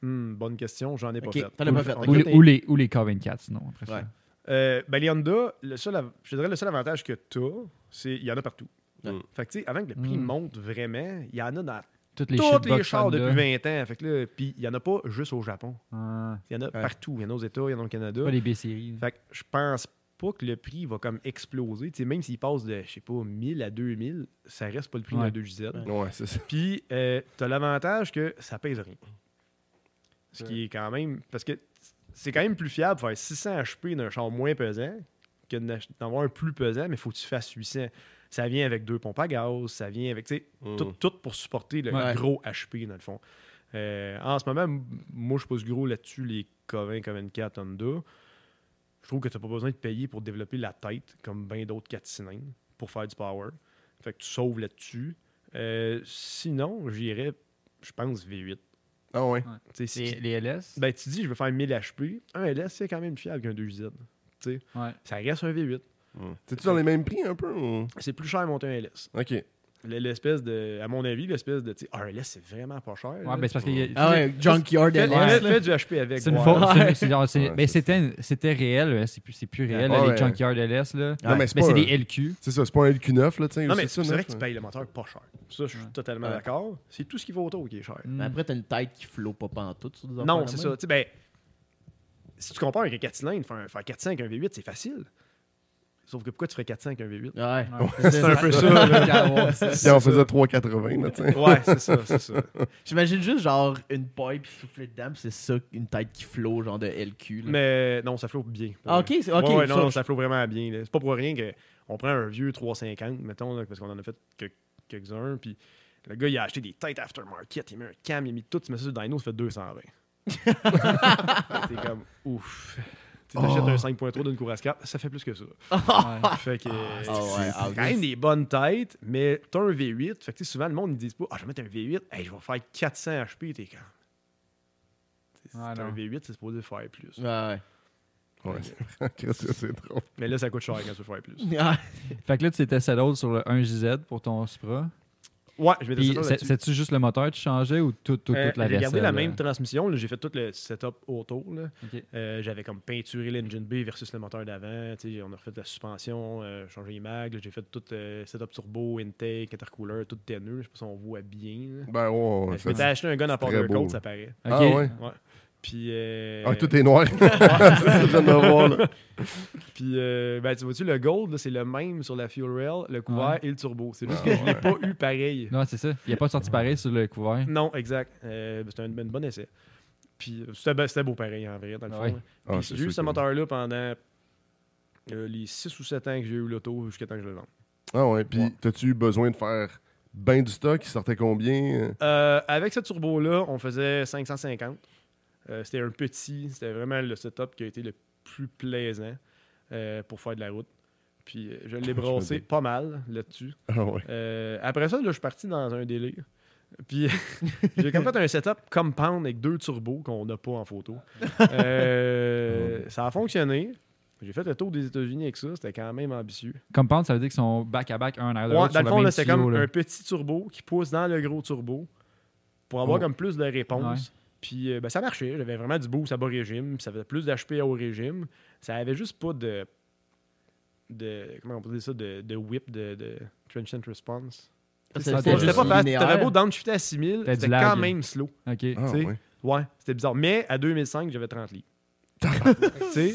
Speaker 4: hmm, bonne question, j'en ai pas
Speaker 1: Ok,
Speaker 4: fait.
Speaker 1: t'en as pas fait.
Speaker 3: Ou,
Speaker 1: Ok.
Speaker 3: les- ou les, ou les K24, sinon, après ça.
Speaker 1: Ouais.
Speaker 4: Euh, ben, les Honda, le seul av- je te dirais le seul avantage que tu as, c'est qu'il y en a partout.
Speaker 2: Mm.
Speaker 4: Fait que, tu sais, avant que le prix
Speaker 3: Mm.
Speaker 4: monte vraiment, il y en a dans
Speaker 3: Toutes les
Speaker 4: toutes Hmm. les
Speaker 3: shitbox
Speaker 4: chars
Speaker 3: Honda.
Speaker 4: depuis 20 ans. Fait que là, puis il y en a pas juste au Japon.
Speaker 3: Ah,
Speaker 4: Il y en a partout. Il y en a aux États, il y en a au Canada.
Speaker 3: pas les B-Series.
Speaker 4: Fait que je pense pas que le prix va comme exploser. Tu sais, même s'il passe de, je sais pas, 1000 à 2000, ça reste pas le prix
Speaker 3: Ouais.
Speaker 4: d'un 2 Giselle.
Speaker 2: Ouais, c'est ça.
Speaker 4: Puis, euh, t'as l'avantage que ça pèse rien. Ce qui est quand même. Parce que c'est quand même plus fiable de faire 600 HP d'un char moins pesant que de n'ach- d'en avoir un plus pesant, mais faut que tu fasses 800. Ça vient avec deux pompes à gaz, ça vient avec. tu sais,
Speaker 2: Mm.
Speaker 4: Tout, tout pour supporter le
Speaker 3: Ouais.
Speaker 4: gros HP, dans le fond. Euh, en ce moment, m- moi, je pose gros là-dessus les Covin, Covin 4, Honda. Je trouve que tu n'as pas besoin de payer pour développer la tête comme bien d'autres 4 cylindres pour faire du power. Fait que tu sauves là-dessus. Euh, sinon, j'irais, je pense, V8.
Speaker 2: Ah ouais.
Speaker 4: Tu sais, si
Speaker 3: Les,
Speaker 4: tu-
Speaker 3: les LS.
Speaker 4: ben, tu dis, je veux faire 1000 HP. Un LS, c'est quand même plus fiable qu'un 2Z.
Speaker 3: ouais.
Speaker 4: Ça reste un V8.
Speaker 2: Mm. T'es-tu dans les mêmes prix un peu ou-
Speaker 4: C'est plus cher de monter un LS.
Speaker 2: Ok.
Speaker 4: Le- L'espèce de, à mon avis, l'espèce de, tu sais, ah, un LS, c'est vraiment pas cher. là.
Speaker 3: Ouais, ben, c'est parce que. y a-
Speaker 1: Ah ouais, Junkyard
Speaker 4: Fais,
Speaker 1: LS.
Speaker 3: Ouais.
Speaker 4: fais-
Speaker 1: là.
Speaker 4: fais du HP avec.
Speaker 3: C'est une
Speaker 4: ouais.
Speaker 3: faute.
Speaker 1: Ouais.
Speaker 3: c'est- c'est- genre, c'est-
Speaker 2: Ouais,
Speaker 3: ben,
Speaker 2: c'est
Speaker 3: c'était c'était réel, là, c'est plus- c'est plus réel, là,
Speaker 2: Ouais.
Speaker 3: les Junkyard LS. Là.
Speaker 2: Non, mais c'est
Speaker 3: Mais
Speaker 2: pas
Speaker 3: c'est
Speaker 2: un-
Speaker 3: des LQ.
Speaker 2: C'est ça, c'est pas un LQ9, là, tu sais.
Speaker 4: Non,
Speaker 2: aussi,
Speaker 4: mais
Speaker 2: ça,
Speaker 4: c'est vrai
Speaker 2: neuf, hein.
Speaker 4: que tu
Speaker 2: là.
Speaker 4: payes le moteur pas cher. Ça, je suis
Speaker 3: Ouais.
Speaker 4: totalement
Speaker 3: Ouais.
Speaker 4: d'accord. C'est tout ce qui va autour qui est cher.
Speaker 1: Mais
Speaker 3: Mm.
Speaker 1: Après, t'as une tête qui flot pas pantoute sur des affaires
Speaker 4: Non,
Speaker 1: de
Speaker 4: c'est
Speaker 1: même.
Speaker 4: ça. Tu sais, ben, si tu compares avec un 4 cylindres, faire, faire 400 avec un V8, c'est facile. Sauf que pourquoi tu ferais 400 avec un V8
Speaker 1: Ouais.
Speaker 3: Ouais.
Speaker 1: C'est un peu ça.
Speaker 2: Si on faisait 3,80, là, tu sais.
Speaker 4: Ouais, c'est ça, c'est ça.
Speaker 1: J'imagine juste genre une paille puis souffler dedans, puis c'est ça, une tête qui flot, genre de LQ. là.
Speaker 4: Mais non, ça flotte bien.
Speaker 1: Mm. Ah, ok, c'est- ok,
Speaker 4: Ouais, ouais, non,
Speaker 1: ça,
Speaker 4: non,
Speaker 1: je-
Speaker 4: ça flotte vraiment bien. là. C'est pas pour rien qu'on prend un vieux 350, mettons, là, parce qu'on en a fait que- quelques-uns. Puis le gars, il a acheté des têtes aftermarket, il met un cam, il a mis tout, tu mets ça sur le dyno, ça fait 220. T'es comme, ouf. Tu t'achètes
Speaker 2: Oh.
Speaker 4: un 5.3 d'une cour à scrap, ça fait plus que ça.
Speaker 3: Ouais.
Speaker 4: Fait que.
Speaker 1: Ah ouais, ah,
Speaker 4: C'est quand même des bonnes têtes, mais t'as un V8. Fait que tu sais, souvent, le monde, ils disent pas Ah, je vais mettre un V8, hey, je vais faire 400 HP. T'es quand. C'est
Speaker 3: Ouais,
Speaker 4: un
Speaker 3: non.
Speaker 4: V8, c'est supposé faire plus.
Speaker 1: Ouais,
Speaker 2: Ouais, c'est vrai que ça, c'est drôle.
Speaker 4: Mais là, ça coûte cher quand tu veux faire plus.
Speaker 1: ouais. Ah,
Speaker 3: Fait que là, tu t'étais settled sur le 1JZ pour ton Supra.
Speaker 4: Ouais, je m'étais
Speaker 3: Puis,
Speaker 4: settlé
Speaker 3: c'est-
Speaker 4: là-dessus.
Speaker 3: c'est-tu juste le moteur que tu changeais ou tout- tout- toute
Speaker 4: Euh,
Speaker 3: la
Speaker 4: J'ai
Speaker 3: vaisselle?
Speaker 4: gardé la même
Speaker 3: là?
Speaker 4: transmission. là, J'ai fait tout le setup autour. là.
Speaker 3: Ok.
Speaker 4: Euh, J'avais comme peinturé l'engine B versus le moteur d'avant. tu sais, On a refait la suspension, euh, changé les mags. là, J'ai fait tout euh, setup turbo, intake, intercooler, tout tenu. Je sais pas si on voit bien. là. Euh,
Speaker 2: Ben, ouais, ouais,
Speaker 4: Je
Speaker 2: ça
Speaker 4: m'étais acheté un gun à part
Speaker 2: très
Speaker 4: de
Speaker 2: beau.
Speaker 4: ça paraît.
Speaker 3: Ok.
Speaker 2: Ah ouais.
Speaker 4: Ouais. Puis. euh,
Speaker 2: Ah, tout est noir. C'est ça que je viens de voir, là.
Speaker 4: Puis, euh, ben, tu vois-tu, le Gold, là, c'est le même sur la Fuel Rail, le couvert
Speaker 3: Ouais.
Speaker 4: et le turbo. C'est juste
Speaker 2: Ah,
Speaker 4: que je l'ai pas eu pareil.
Speaker 3: Non, c'est ça. Il n'y a pas sorti pareil sur le couvert.
Speaker 4: Non, exact. Euh, c'était un, un bon essai. Puis, euh, c'était, be- c'était beau pareil, en vrai, dans le fond.
Speaker 3: Ouais.
Speaker 4: là.
Speaker 2: Ah,
Speaker 4: Puis
Speaker 2: c'est
Speaker 4: j'ai eu
Speaker 2: sûr
Speaker 4: ce
Speaker 2: que-
Speaker 4: moteur-là pendant euh, les 6 ou 7 ans que j'ai eu l'auto jusqu'à temps que je le vende.
Speaker 2: Ah, ouais. Puis,
Speaker 4: Ouais.
Speaker 2: t'as-tu eu besoin de faire ben du stock? Il sortait combien? euh?
Speaker 4: Euh, avec ce turbo-là, on faisait 550. Euh, c'était un petit, c'était vraiment le setup qui a été le plus plaisant euh, pour faire de la route. Puis euh, je l'ai
Speaker 2: me
Speaker 4: brossé
Speaker 2: doute.
Speaker 4: pas mal là-dessus.
Speaker 2: Ah, ouais.
Speaker 4: Euh, après ça, là, je suis parti dans un délire. Puis j'ai comme fait un setup compound avec deux turbos qu'on n'a pas en photo. Euh, ça a fonctionné. J'ai fait le tour des États-Unis avec ça. C'était quand même ambitieux.
Speaker 3: Compound, ça veut dire qu'ils sont back-à-back, un à
Speaker 4: Ouais,
Speaker 3: l'autre.
Speaker 4: dans
Speaker 3: sur
Speaker 4: le
Speaker 3: le
Speaker 4: fond,
Speaker 3: même
Speaker 4: là, c'est
Speaker 3: tuyau,
Speaker 4: comme
Speaker 3: là.
Speaker 4: un petit turbo qui pousse dans le gros turbo pour avoir
Speaker 2: Oh.
Speaker 4: comme plus de réponses. Puis euh, ben, ça marchait. J'avais vraiment du boost à bas régime. puis ça faisait plus d'HP à haut régime. Ça avait juste pas de. de comment on peut dire ça De, de whip, de, de transient
Speaker 1: c'est-
Speaker 4: response.
Speaker 3: Ah,
Speaker 1: c'est
Speaker 4: C'était
Speaker 1: juste
Speaker 4: c'était pas fast.
Speaker 1: linéaire.
Speaker 4: T'avais beau downshifter à 6000,
Speaker 3: T'as du
Speaker 4: c'était
Speaker 3: lag.
Speaker 4: quand même slow.
Speaker 3: Ok.
Speaker 2: Ah,
Speaker 4: tu sais,
Speaker 2: ouais.
Speaker 4: Ouais, c'était bizarre. Mais à 2005, j'avais 30 livres. tu sais,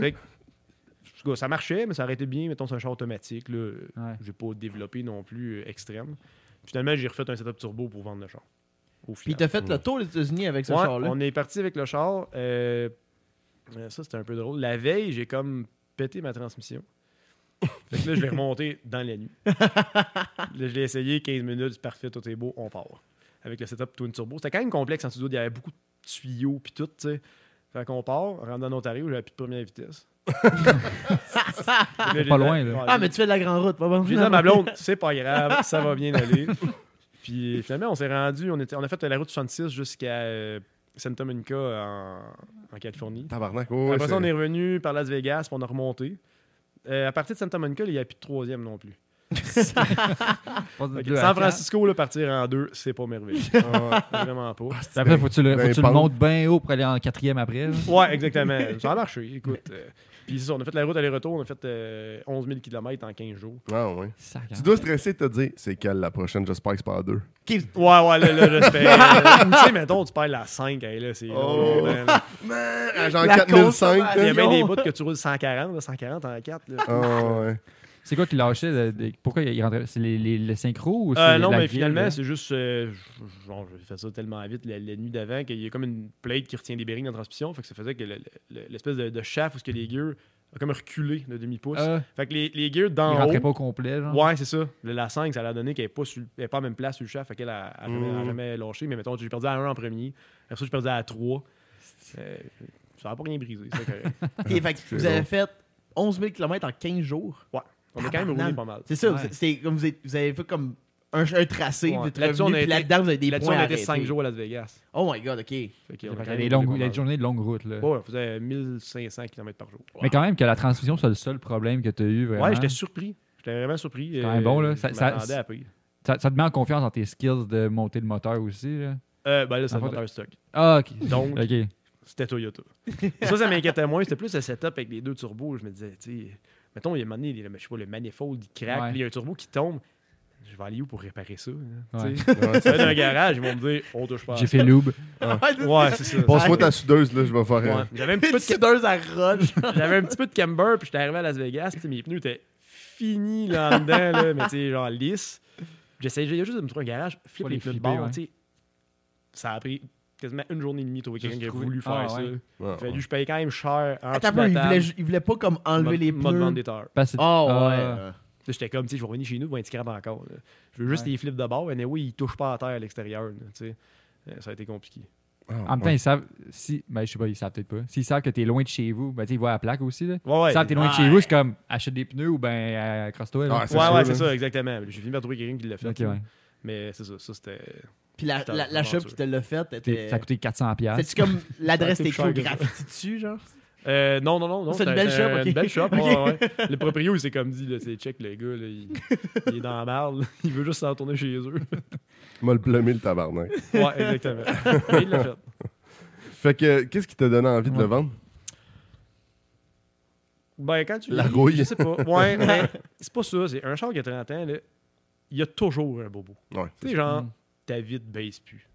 Speaker 4: fait que, en tout cas, ça marchait, mais ça aurait été bien. Mettons, c'est un char automatique. Là.
Speaker 3: Ouais.
Speaker 4: J'ai pas développé non plus euh, extrême. Finalement, j'ai refait un setup turbo pour vendre le char. Au
Speaker 1: Puis
Speaker 4: final.
Speaker 1: t'as fait le tour des États-Unis avec ce
Speaker 4: Ouais,
Speaker 1: char-là.
Speaker 4: on est parti avec le char. euh, euh, ça, c'était un peu drôle. La veille, j'ai comme pété ma transmission. Fait que là, je l'ai remonté dans la nuit. Là, je l'ai essayé, 15 minutes, c'est parfait, tout est beau, on part. Avec le setup Twin Turbo. C'était quand même complexe en studio, il y avait beaucoup de tuyaux puis tout, tu sais. Fait qu'on part, on rentre en Ontario, j'avais plus de première vitesse.
Speaker 3: Pas loin, là.
Speaker 1: Ah, mais tu fais de la grande route, pas bon.
Speaker 4: j'ai dit à ma blonde, c'est pas grave, ça va bien aller. Puis finalement, on s'est rendu, on, était, on a fait la route 66 jusqu'à euh, Santa Monica en, en Californie.
Speaker 2: Tabarnak, ouais, ouais,
Speaker 4: Après ça,
Speaker 2: c'est-
Speaker 4: on est revenu par Las Vegas, puis on a remonté. Euh, à partir de Santa Monica, là, il n'y a plus de troisième non plus.
Speaker 3: Passe de
Speaker 4: Fait que
Speaker 3: deux à
Speaker 4: San
Speaker 3: quatre.
Speaker 4: Francisco, là, partir en deux, c'est pas merveilleux.
Speaker 2: Ah
Speaker 4: Vraiment pas.
Speaker 3: Puis Après, faut que tu le,
Speaker 2: Ben,
Speaker 3: faut que tu le
Speaker 2: pardon.
Speaker 3: montes bien haut pour aller en quatrième après. là.
Speaker 4: Ouais, exactement. ça a marché, écoute. euh, Puis c'est ça, on a fait la route aller-retour, on a fait euh, 11 000 km en 15 jours.
Speaker 2: Ah, ouais.
Speaker 3: Sacre.
Speaker 2: Tu dois stresser et te dire, c'est quelle la prochaine? J'espère que c'est pas à deux.
Speaker 4: Ouais, ouais, là, là, là, c'était- euh, tu sais, mettons, tu perds la 5, hey, là, c'est...
Speaker 2: Oh.
Speaker 4: là, là, là.
Speaker 2: Ah, genre
Speaker 1: La
Speaker 2: 4005. là.
Speaker 4: Il y a bien
Speaker 1: Avion.
Speaker 4: des bouts que tu roules 140, là, 140 en 4. Là.
Speaker 2: Ah, ouais.
Speaker 3: C'est quoi qui lâchait de- de- Pourquoi il rentrait C'est les, les, le synchro ou c'est
Speaker 4: Euh, non,
Speaker 3: la
Speaker 4: mais
Speaker 3: ville,
Speaker 4: finalement,
Speaker 3: là?
Speaker 4: c'est juste. euh, j- genre, j'ai fait ça tellement vite la, la nuit d'avant qu'il y a comme une plate qui retient des bearings dans la transmission. Fait que ça faisait que le- le- l'espèce de, de shaft où ce que les gears a comme reculé de demi-pouce.
Speaker 3: Ah,
Speaker 4: Fait que les, les gears
Speaker 3: il
Speaker 4: d'en
Speaker 3: rentrait pas
Speaker 4: haut.
Speaker 3: au complet. Genre.
Speaker 4: Ouais, c'est ça. Le- La 5, ça l'a donné qu'elle n'est pas, sur- elle est pas à la même place sur le shaft. Fait qu'elle a, a jamais,
Speaker 2: Mm.
Speaker 3: Mmh.
Speaker 4: a jamais lâché. Mais mettons, j'ai perdu à 1 en premier. Après ça, j'ai perdu à 3. ça n'a pas rien brisé. c'est correct.
Speaker 1: Et fait que
Speaker 2: C'est
Speaker 1: vous
Speaker 2: drôle.
Speaker 1: avez fait 11 000 km en 15 jours.
Speaker 4: On a quand même roulé pas mal.
Speaker 1: C'est ça,
Speaker 3: Ouais.
Speaker 1: c'est- c'est comme vous, êtes- vous avez fait comme un, un tracé,
Speaker 4: Ouais.
Speaker 1: vous êtes
Speaker 4: Là-dessus,
Speaker 1: revenu,
Speaker 4: on a
Speaker 1: puis
Speaker 4: été-
Speaker 1: là-dedans, vous avez des
Speaker 4: Là-dessus,
Speaker 1: points
Speaker 4: on était
Speaker 1: arrêtés.
Speaker 4: 5 jours à Las Vegas.
Speaker 1: Oh my god, ok.
Speaker 4: Fait qu'on a
Speaker 3: Il y
Speaker 4: quand
Speaker 3: avait
Speaker 4: même
Speaker 3: des,
Speaker 4: roulé
Speaker 3: longues,
Speaker 4: pas
Speaker 3: il y a
Speaker 4: mal.
Speaker 3: des journées de longues routes. Là.
Speaker 4: Ouais, on faisait 1500 km par jour.
Speaker 3: Mais quand même que la transmission soit le seul problème que tu as eu. Vraiment.
Speaker 4: Ouais, j'étais surpris. J'étais vraiment surpris.
Speaker 3: quand même bon, là. Ça-
Speaker 4: Ça,
Speaker 3: ça-
Speaker 4: à payer.
Speaker 3: ça, ça te met en confiance dans tes skills de monter le moteur aussi. Là.
Speaker 4: Euh, ben là, c'est
Speaker 3: En fait,
Speaker 4: un stock.
Speaker 3: Ah, ok.
Speaker 4: Donc,
Speaker 3: Ok.
Speaker 4: c'était Toyota. ça, ça m'inquiétait moins. C'était plus le setup avec les deux turbos. Je me disais, tu sais, mettons, il y a un moment donné, il y a le- je sais pas, le manifold, il craque,
Speaker 3: Ouais.
Speaker 4: puis il y a un turbo qui tombe. Je vais aller où pour réparer ça? là?
Speaker 3: Ouais.
Speaker 4: Tu sais,
Speaker 2: Ouais,
Speaker 4: je vais
Speaker 2: c'est-
Speaker 4: dans un garage, ils vont me dire, on touche pas. à
Speaker 3: J'ai
Speaker 4: ça.
Speaker 3: fait lube.
Speaker 4: Ouais, c'est ça.
Speaker 2: Passe-moi ta soudeuse, là, je vais faire.
Speaker 4: Ouais.
Speaker 2: euh,
Speaker 4: J'avais un petit
Speaker 1: Une
Speaker 4: peu de
Speaker 1: soudeuse à roche.
Speaker 4: J'avais un petit peu de camber, puis j'étais arrivé à Las Vegas, puis mes pneus étaient finis là en dedans, là, mais tu sais, genre lisses. J'essayais juste de me trouver un garage, flip
Speaker 3: Pas
Speaker 4: les,
Speaker 3: les
Speaker 4: pneus de
Speaker 3: flipper,
Speaker 4: bord,
Speaker 3: ouais.
Speaker 4: tu sais. Ça a pris quasiment une journée et demie de trouver
Speaker 3: Juste
Speaker 4: quelqu'un qui a
Speaker 3: trouver-
Speaker 4: voulu faire
Speaker 3: Ah,
Speaker 4: ça.
Speaker 3: ouais.
Speaker 2: ouais,
Speaker 4: Fait que
Speaker 2: ouais.
Speaker 4: je payais quand même cher en
Speaker 1: Attends, un
Speaker 4: dessous de la
Speaker 1: peu, il
Speaker 4: table.
Speaker 1: voulait, ju- il voulait pas comme enlever
Speaker 4: M'a-
Speaker 1: les
Speaker 4: m'a
Speaker 1: pneus.
Speaker 4: demandé tard.
Speaker 3: Parce que-
Speaker 1: Oh,
Speaker 3: Ah,
Speaker 1: ouais.
Speaker 4: Là, J'étais comme, tu sais, je vais revenir chez nous, je vais être scrap encore. là. Je veux juste
Speaker 3: Ouais.
Speaker 4: les flips de bord, mais oui, ils touchent pas à terre à l'extérieur, là, tu sais. Euh, Ça a été compliqué.
Speaker 2: Ah,
Speaker 3: En même temps,
Speaker 2: ouais.
Speaker 3: ils savent. Si, ben, je sais pas, ils savent peut-être pas. S'ils savent que t'es loin de chez vous, ben, tu sais, ils voient la plaque aussi. Là.
Speaker 4: Ouais, ouais.
Speaker 3: Ils savent que t'es loin de chez
Speaker 1: Ouais.
Speaker 3: vous, c'est comme achète des pneus ou ben, accroche-toi. là.
Speaker 2: Ah, c'est
Speaker 4: Ouais,
Speaker 2: sûr,
Speaker 4: ouais,
Speaker 2: là.
Speaker 4: c'est ça, exactement. J'ai fini par trouver quelqu'un qui l'a fait.
Speaker 3: Ok, ouais.
Speaker 4: Mais c'est ça, ça c'était.
Speaker 1: Puis la,
Speaker 4: Putain,
Speaker 1: la, la shop
Speaker 4: aventure.
Speaker 1: qui te l'a faite,
Speaker 3: T'es-
Speaker 1: était.
Speaker 3: Ça a coûté 400$.
Speaker 1: C'était-tu comme l'adresse
Speaker 4: Ça a été
Speaker 1: était
Speaker 4: plus cher
Speaker 1: écrite au
Speaker 4: que ça.
Speaker 1: graffiti dessus, genre?
Speaker 4: Euh, non, non, non. non
Speaker 1: C'est une
Speaker 4: un-
Speaker 1: belle
Speaker 4: un-
Speaker 1: shop, ok.
Speaker 4: Une belle shop,
Speaker 1: Ok.
Speaker 4: ouais, ouais. Le proprio, il s'est comme dit, là, c'est check, le gars, là, il, il est dans la merde. là. Il veut juste s'en retourner chez eux.
Speaker 2: Il m'a le plumé, le tabarnak.
Speaker 4: Ouais, exactement. Mais il l'a fait.
Speaker 2: Fait que, qu'est-ce qui t'a donné envie de
Speaker 3: Ouais.
Speaker 2: le vendre?
Speaker 4: Ben, quand tu.
Speaker 2: La
Speaker 4: lis,
Speaker 2: rouille.
Speaker 4: Je sais pas. Ouais, mais c'est pas ça. C'est un char qui a 30 ans, là, il y a toujours un bobo.
Speaker 2: Ouais.
Speaker 4: Tu sais, genre,
Speaker 3: Mm. Hmm.
Speaker 4: ta vie te baisse plus.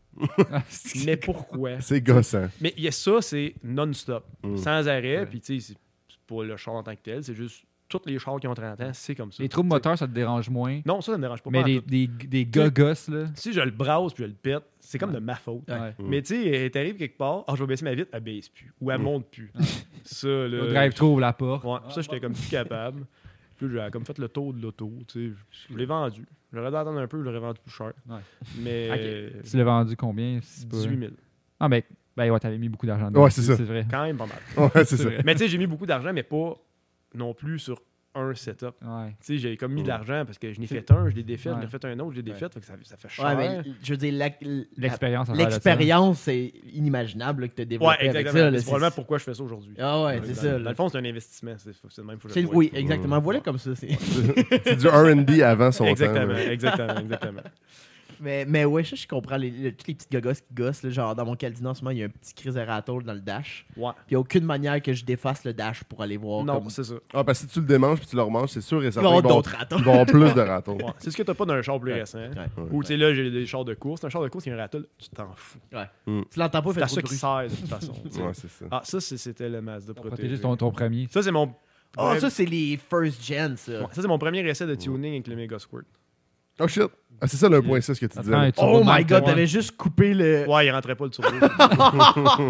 Speaker 3: Ah,
Speaker 4: Mais pourquoi?
Speaker 2: C'est gossant.
Speaker 4: Mais il y a ça, c'est non-stop,
Speaker 2: Mm.
Speaker 4: sans arrêt.
Speaker 3: Ouais.
Speaker 4: Puis, tu sais, c'est- c'est pas le char en tant que tel, c'est juste tous les chars qui ont 30 ans, c'est comme ça.
Speaker 3: Les troubles
Speaker 4: Tu sais.
Speaker 3: moteurs, ça te dérange moins.
Speaker 4: Non, ça, ça me dérange pas.
Speaker 3: mais
Speaker 4: pas en
Speaker 3: les,
Speaker 4: tout.
Speaker 3: des, des gars gosses, là.
Speaker 4: Si je le brasse puis je le pète, c'est comme
Speaker 3: Ouais.
Speaker 4: de ma faute.
Speaker 3: Ouais.
Speaker 2: Mm.
Speaker 4: Mais tu sais, euh, t'arrives quelque part, ah, je vais baisser ma vitre, elle baisse plus. Ou elle
Speaker 2: Mm.
Speaker 4: monte plus. ça,
Speaker 3: Le
Speaker 4: là.
Speaker 3: drive-thru ouvre la porte.
Speaker 4: Ouais, ça, j'étais comme plus capable. Puis j'ai comme fait le tour de l'auto, tu sais. Je l'ai vendu. J'aurais dû attendre un peu, je l'aurais vendu plus cher.
Speaker 3: Ouais.
Speaker 4: Mais.
Speaker 3: Ok.
Speaker 4: euh,
Speaker 3: Tu l'as vendu combien si c'est pas-
Speaker 4: 18 000.
Speaker 3: Ah, ben, ben ouais, t'avais mis beaucoup d'argent
Speaker 2: Ouais, c'est ça.
Speaker 3: C'est vrai.
Speaker 4: Quand même pas mal.
Speaker 2: Ouais, c'est ça.
Speaker 3: vrai.
Speaker 4: mais tu sais, j'ai mis beaucoup d'argent, mais pas non plus sur un setup.
Speaker 3: Ouais.
Speaker 4: Tu sais, j'ai comme mis de
Speaker 2: Mm.
Speaker 4: l'argent parce que je n'ai
Speaker 3: C'est-
Speaker 4: fait un, je l'ai défait,
Speaker 3: Ouais.
Speaker 4: je l'ai refait un autre, je l'ai défait. Fait que ça, ça fait cher.
Speaker 1: Ouais, mais je veux dire, la- la-
Speaker 3: L'expérience. en
Speaker 1: l'expérience, c'est inimaginable là, que tu as
Speaker 4: Ouais,
Speaker 1: développée avec
Speaker 4: exactement.
Speaker 1: ça. là,
Speaker 4: C'est probablement pourquoi je fais ça aujourd'hui.
Speaker 1: Ah ouais,
Speaker 4: Dans-
Speaker 1: c'est ça.
Speaker 4: Dans
Speaker 1: là.
Speaker 4: le fond, c'est un investissement. C'est c'est le même faut que je
Speaker 1: C'est-
Speaker 4: le voie.
Speaker 1: Oui, exactement. Voilà comme ça. c'est-
Speaker 2: C'est du RB avant son
Speaker 4: Exactement,
Speaker 2: temps. là.
Speaker 4: exactement, exactement.
Speaker 1: Mais, mais ouais, ça, je comprends. Les, les- toutes les petites gogosses qui gossent. là, genre, dans mon Caldina, en ce moment, il y a un petit Chris Erator dans le dash.
Speaker 4: Ouais.
Speaker 1: Puis il n'y a aucune manière que je défasse le dash pour aller voir.
Speaker 4: Non,
Speaker 1: comme...
Speaker 4: c'est ça.
Speaker 2: Ah, parce que si tu le démanges puis tu le remanges, c'est sûr et
Speaker 1: Il va y
Speaker 2: certain.
Speaker 1: avoir
Speaker 2: qu'ils vont-
Speaker 1: d'autres ratons.
Speaker 2: Ils vont avoir plus de ratons.
Speaker 4: Ouais. C'est ce que t'as pas dans un char plus récent. hein.
Speaker 1: Ouais.
Speaker 4: Ou tu sais, là, j'ai des chars de course. Un char de course, il y a un rattle, tu t'en fous.
Speaker 1: Tu l'entends pas
Speaker 4: C'est à
Speaker 1: faire
Speaker 4: ça
Speaker 1: trop de
Speaker 4: qui
Speaker 1: bruit.
Speaker 4: sert, de toute façon. tu sais.
Speaker 2: Ouais, c'est ça.
Speaker 4: Ah, ça, c'est- c'était le Mazda
Speaker 3: Pour protéger
Speaker 4: protégé.
Speaker 3: ton, ton premier.
Speaker 4: Ça, c'est mon.
Speaker 1: Oh,
Speaker 4: Ouais.
Speaker 1: ça, c'est euh, les first gen, ça.
Speaker 4: Ouais, ça, c'est mon premier essai de tuning avec le Mega Squirt.
Speaker 2: Oh shit. Ah, c'est ça le point 6 que tu
Speaker 3: Ça
Speaker 2: disais.
Speaker 3: prend un
Speaker 2: là.
Speaker 1: Oh
Speaker 3: turbo
Speaker 1: my
Speaker 3: mag,
Speaker 1: god,
Speaker 3: ouais.
Speaker 1: t'avais juste coupé le.
Speaker 4: Ouais, il rentrait pas le turbo.
Speaker 1: Oh,
Speaker 4: Il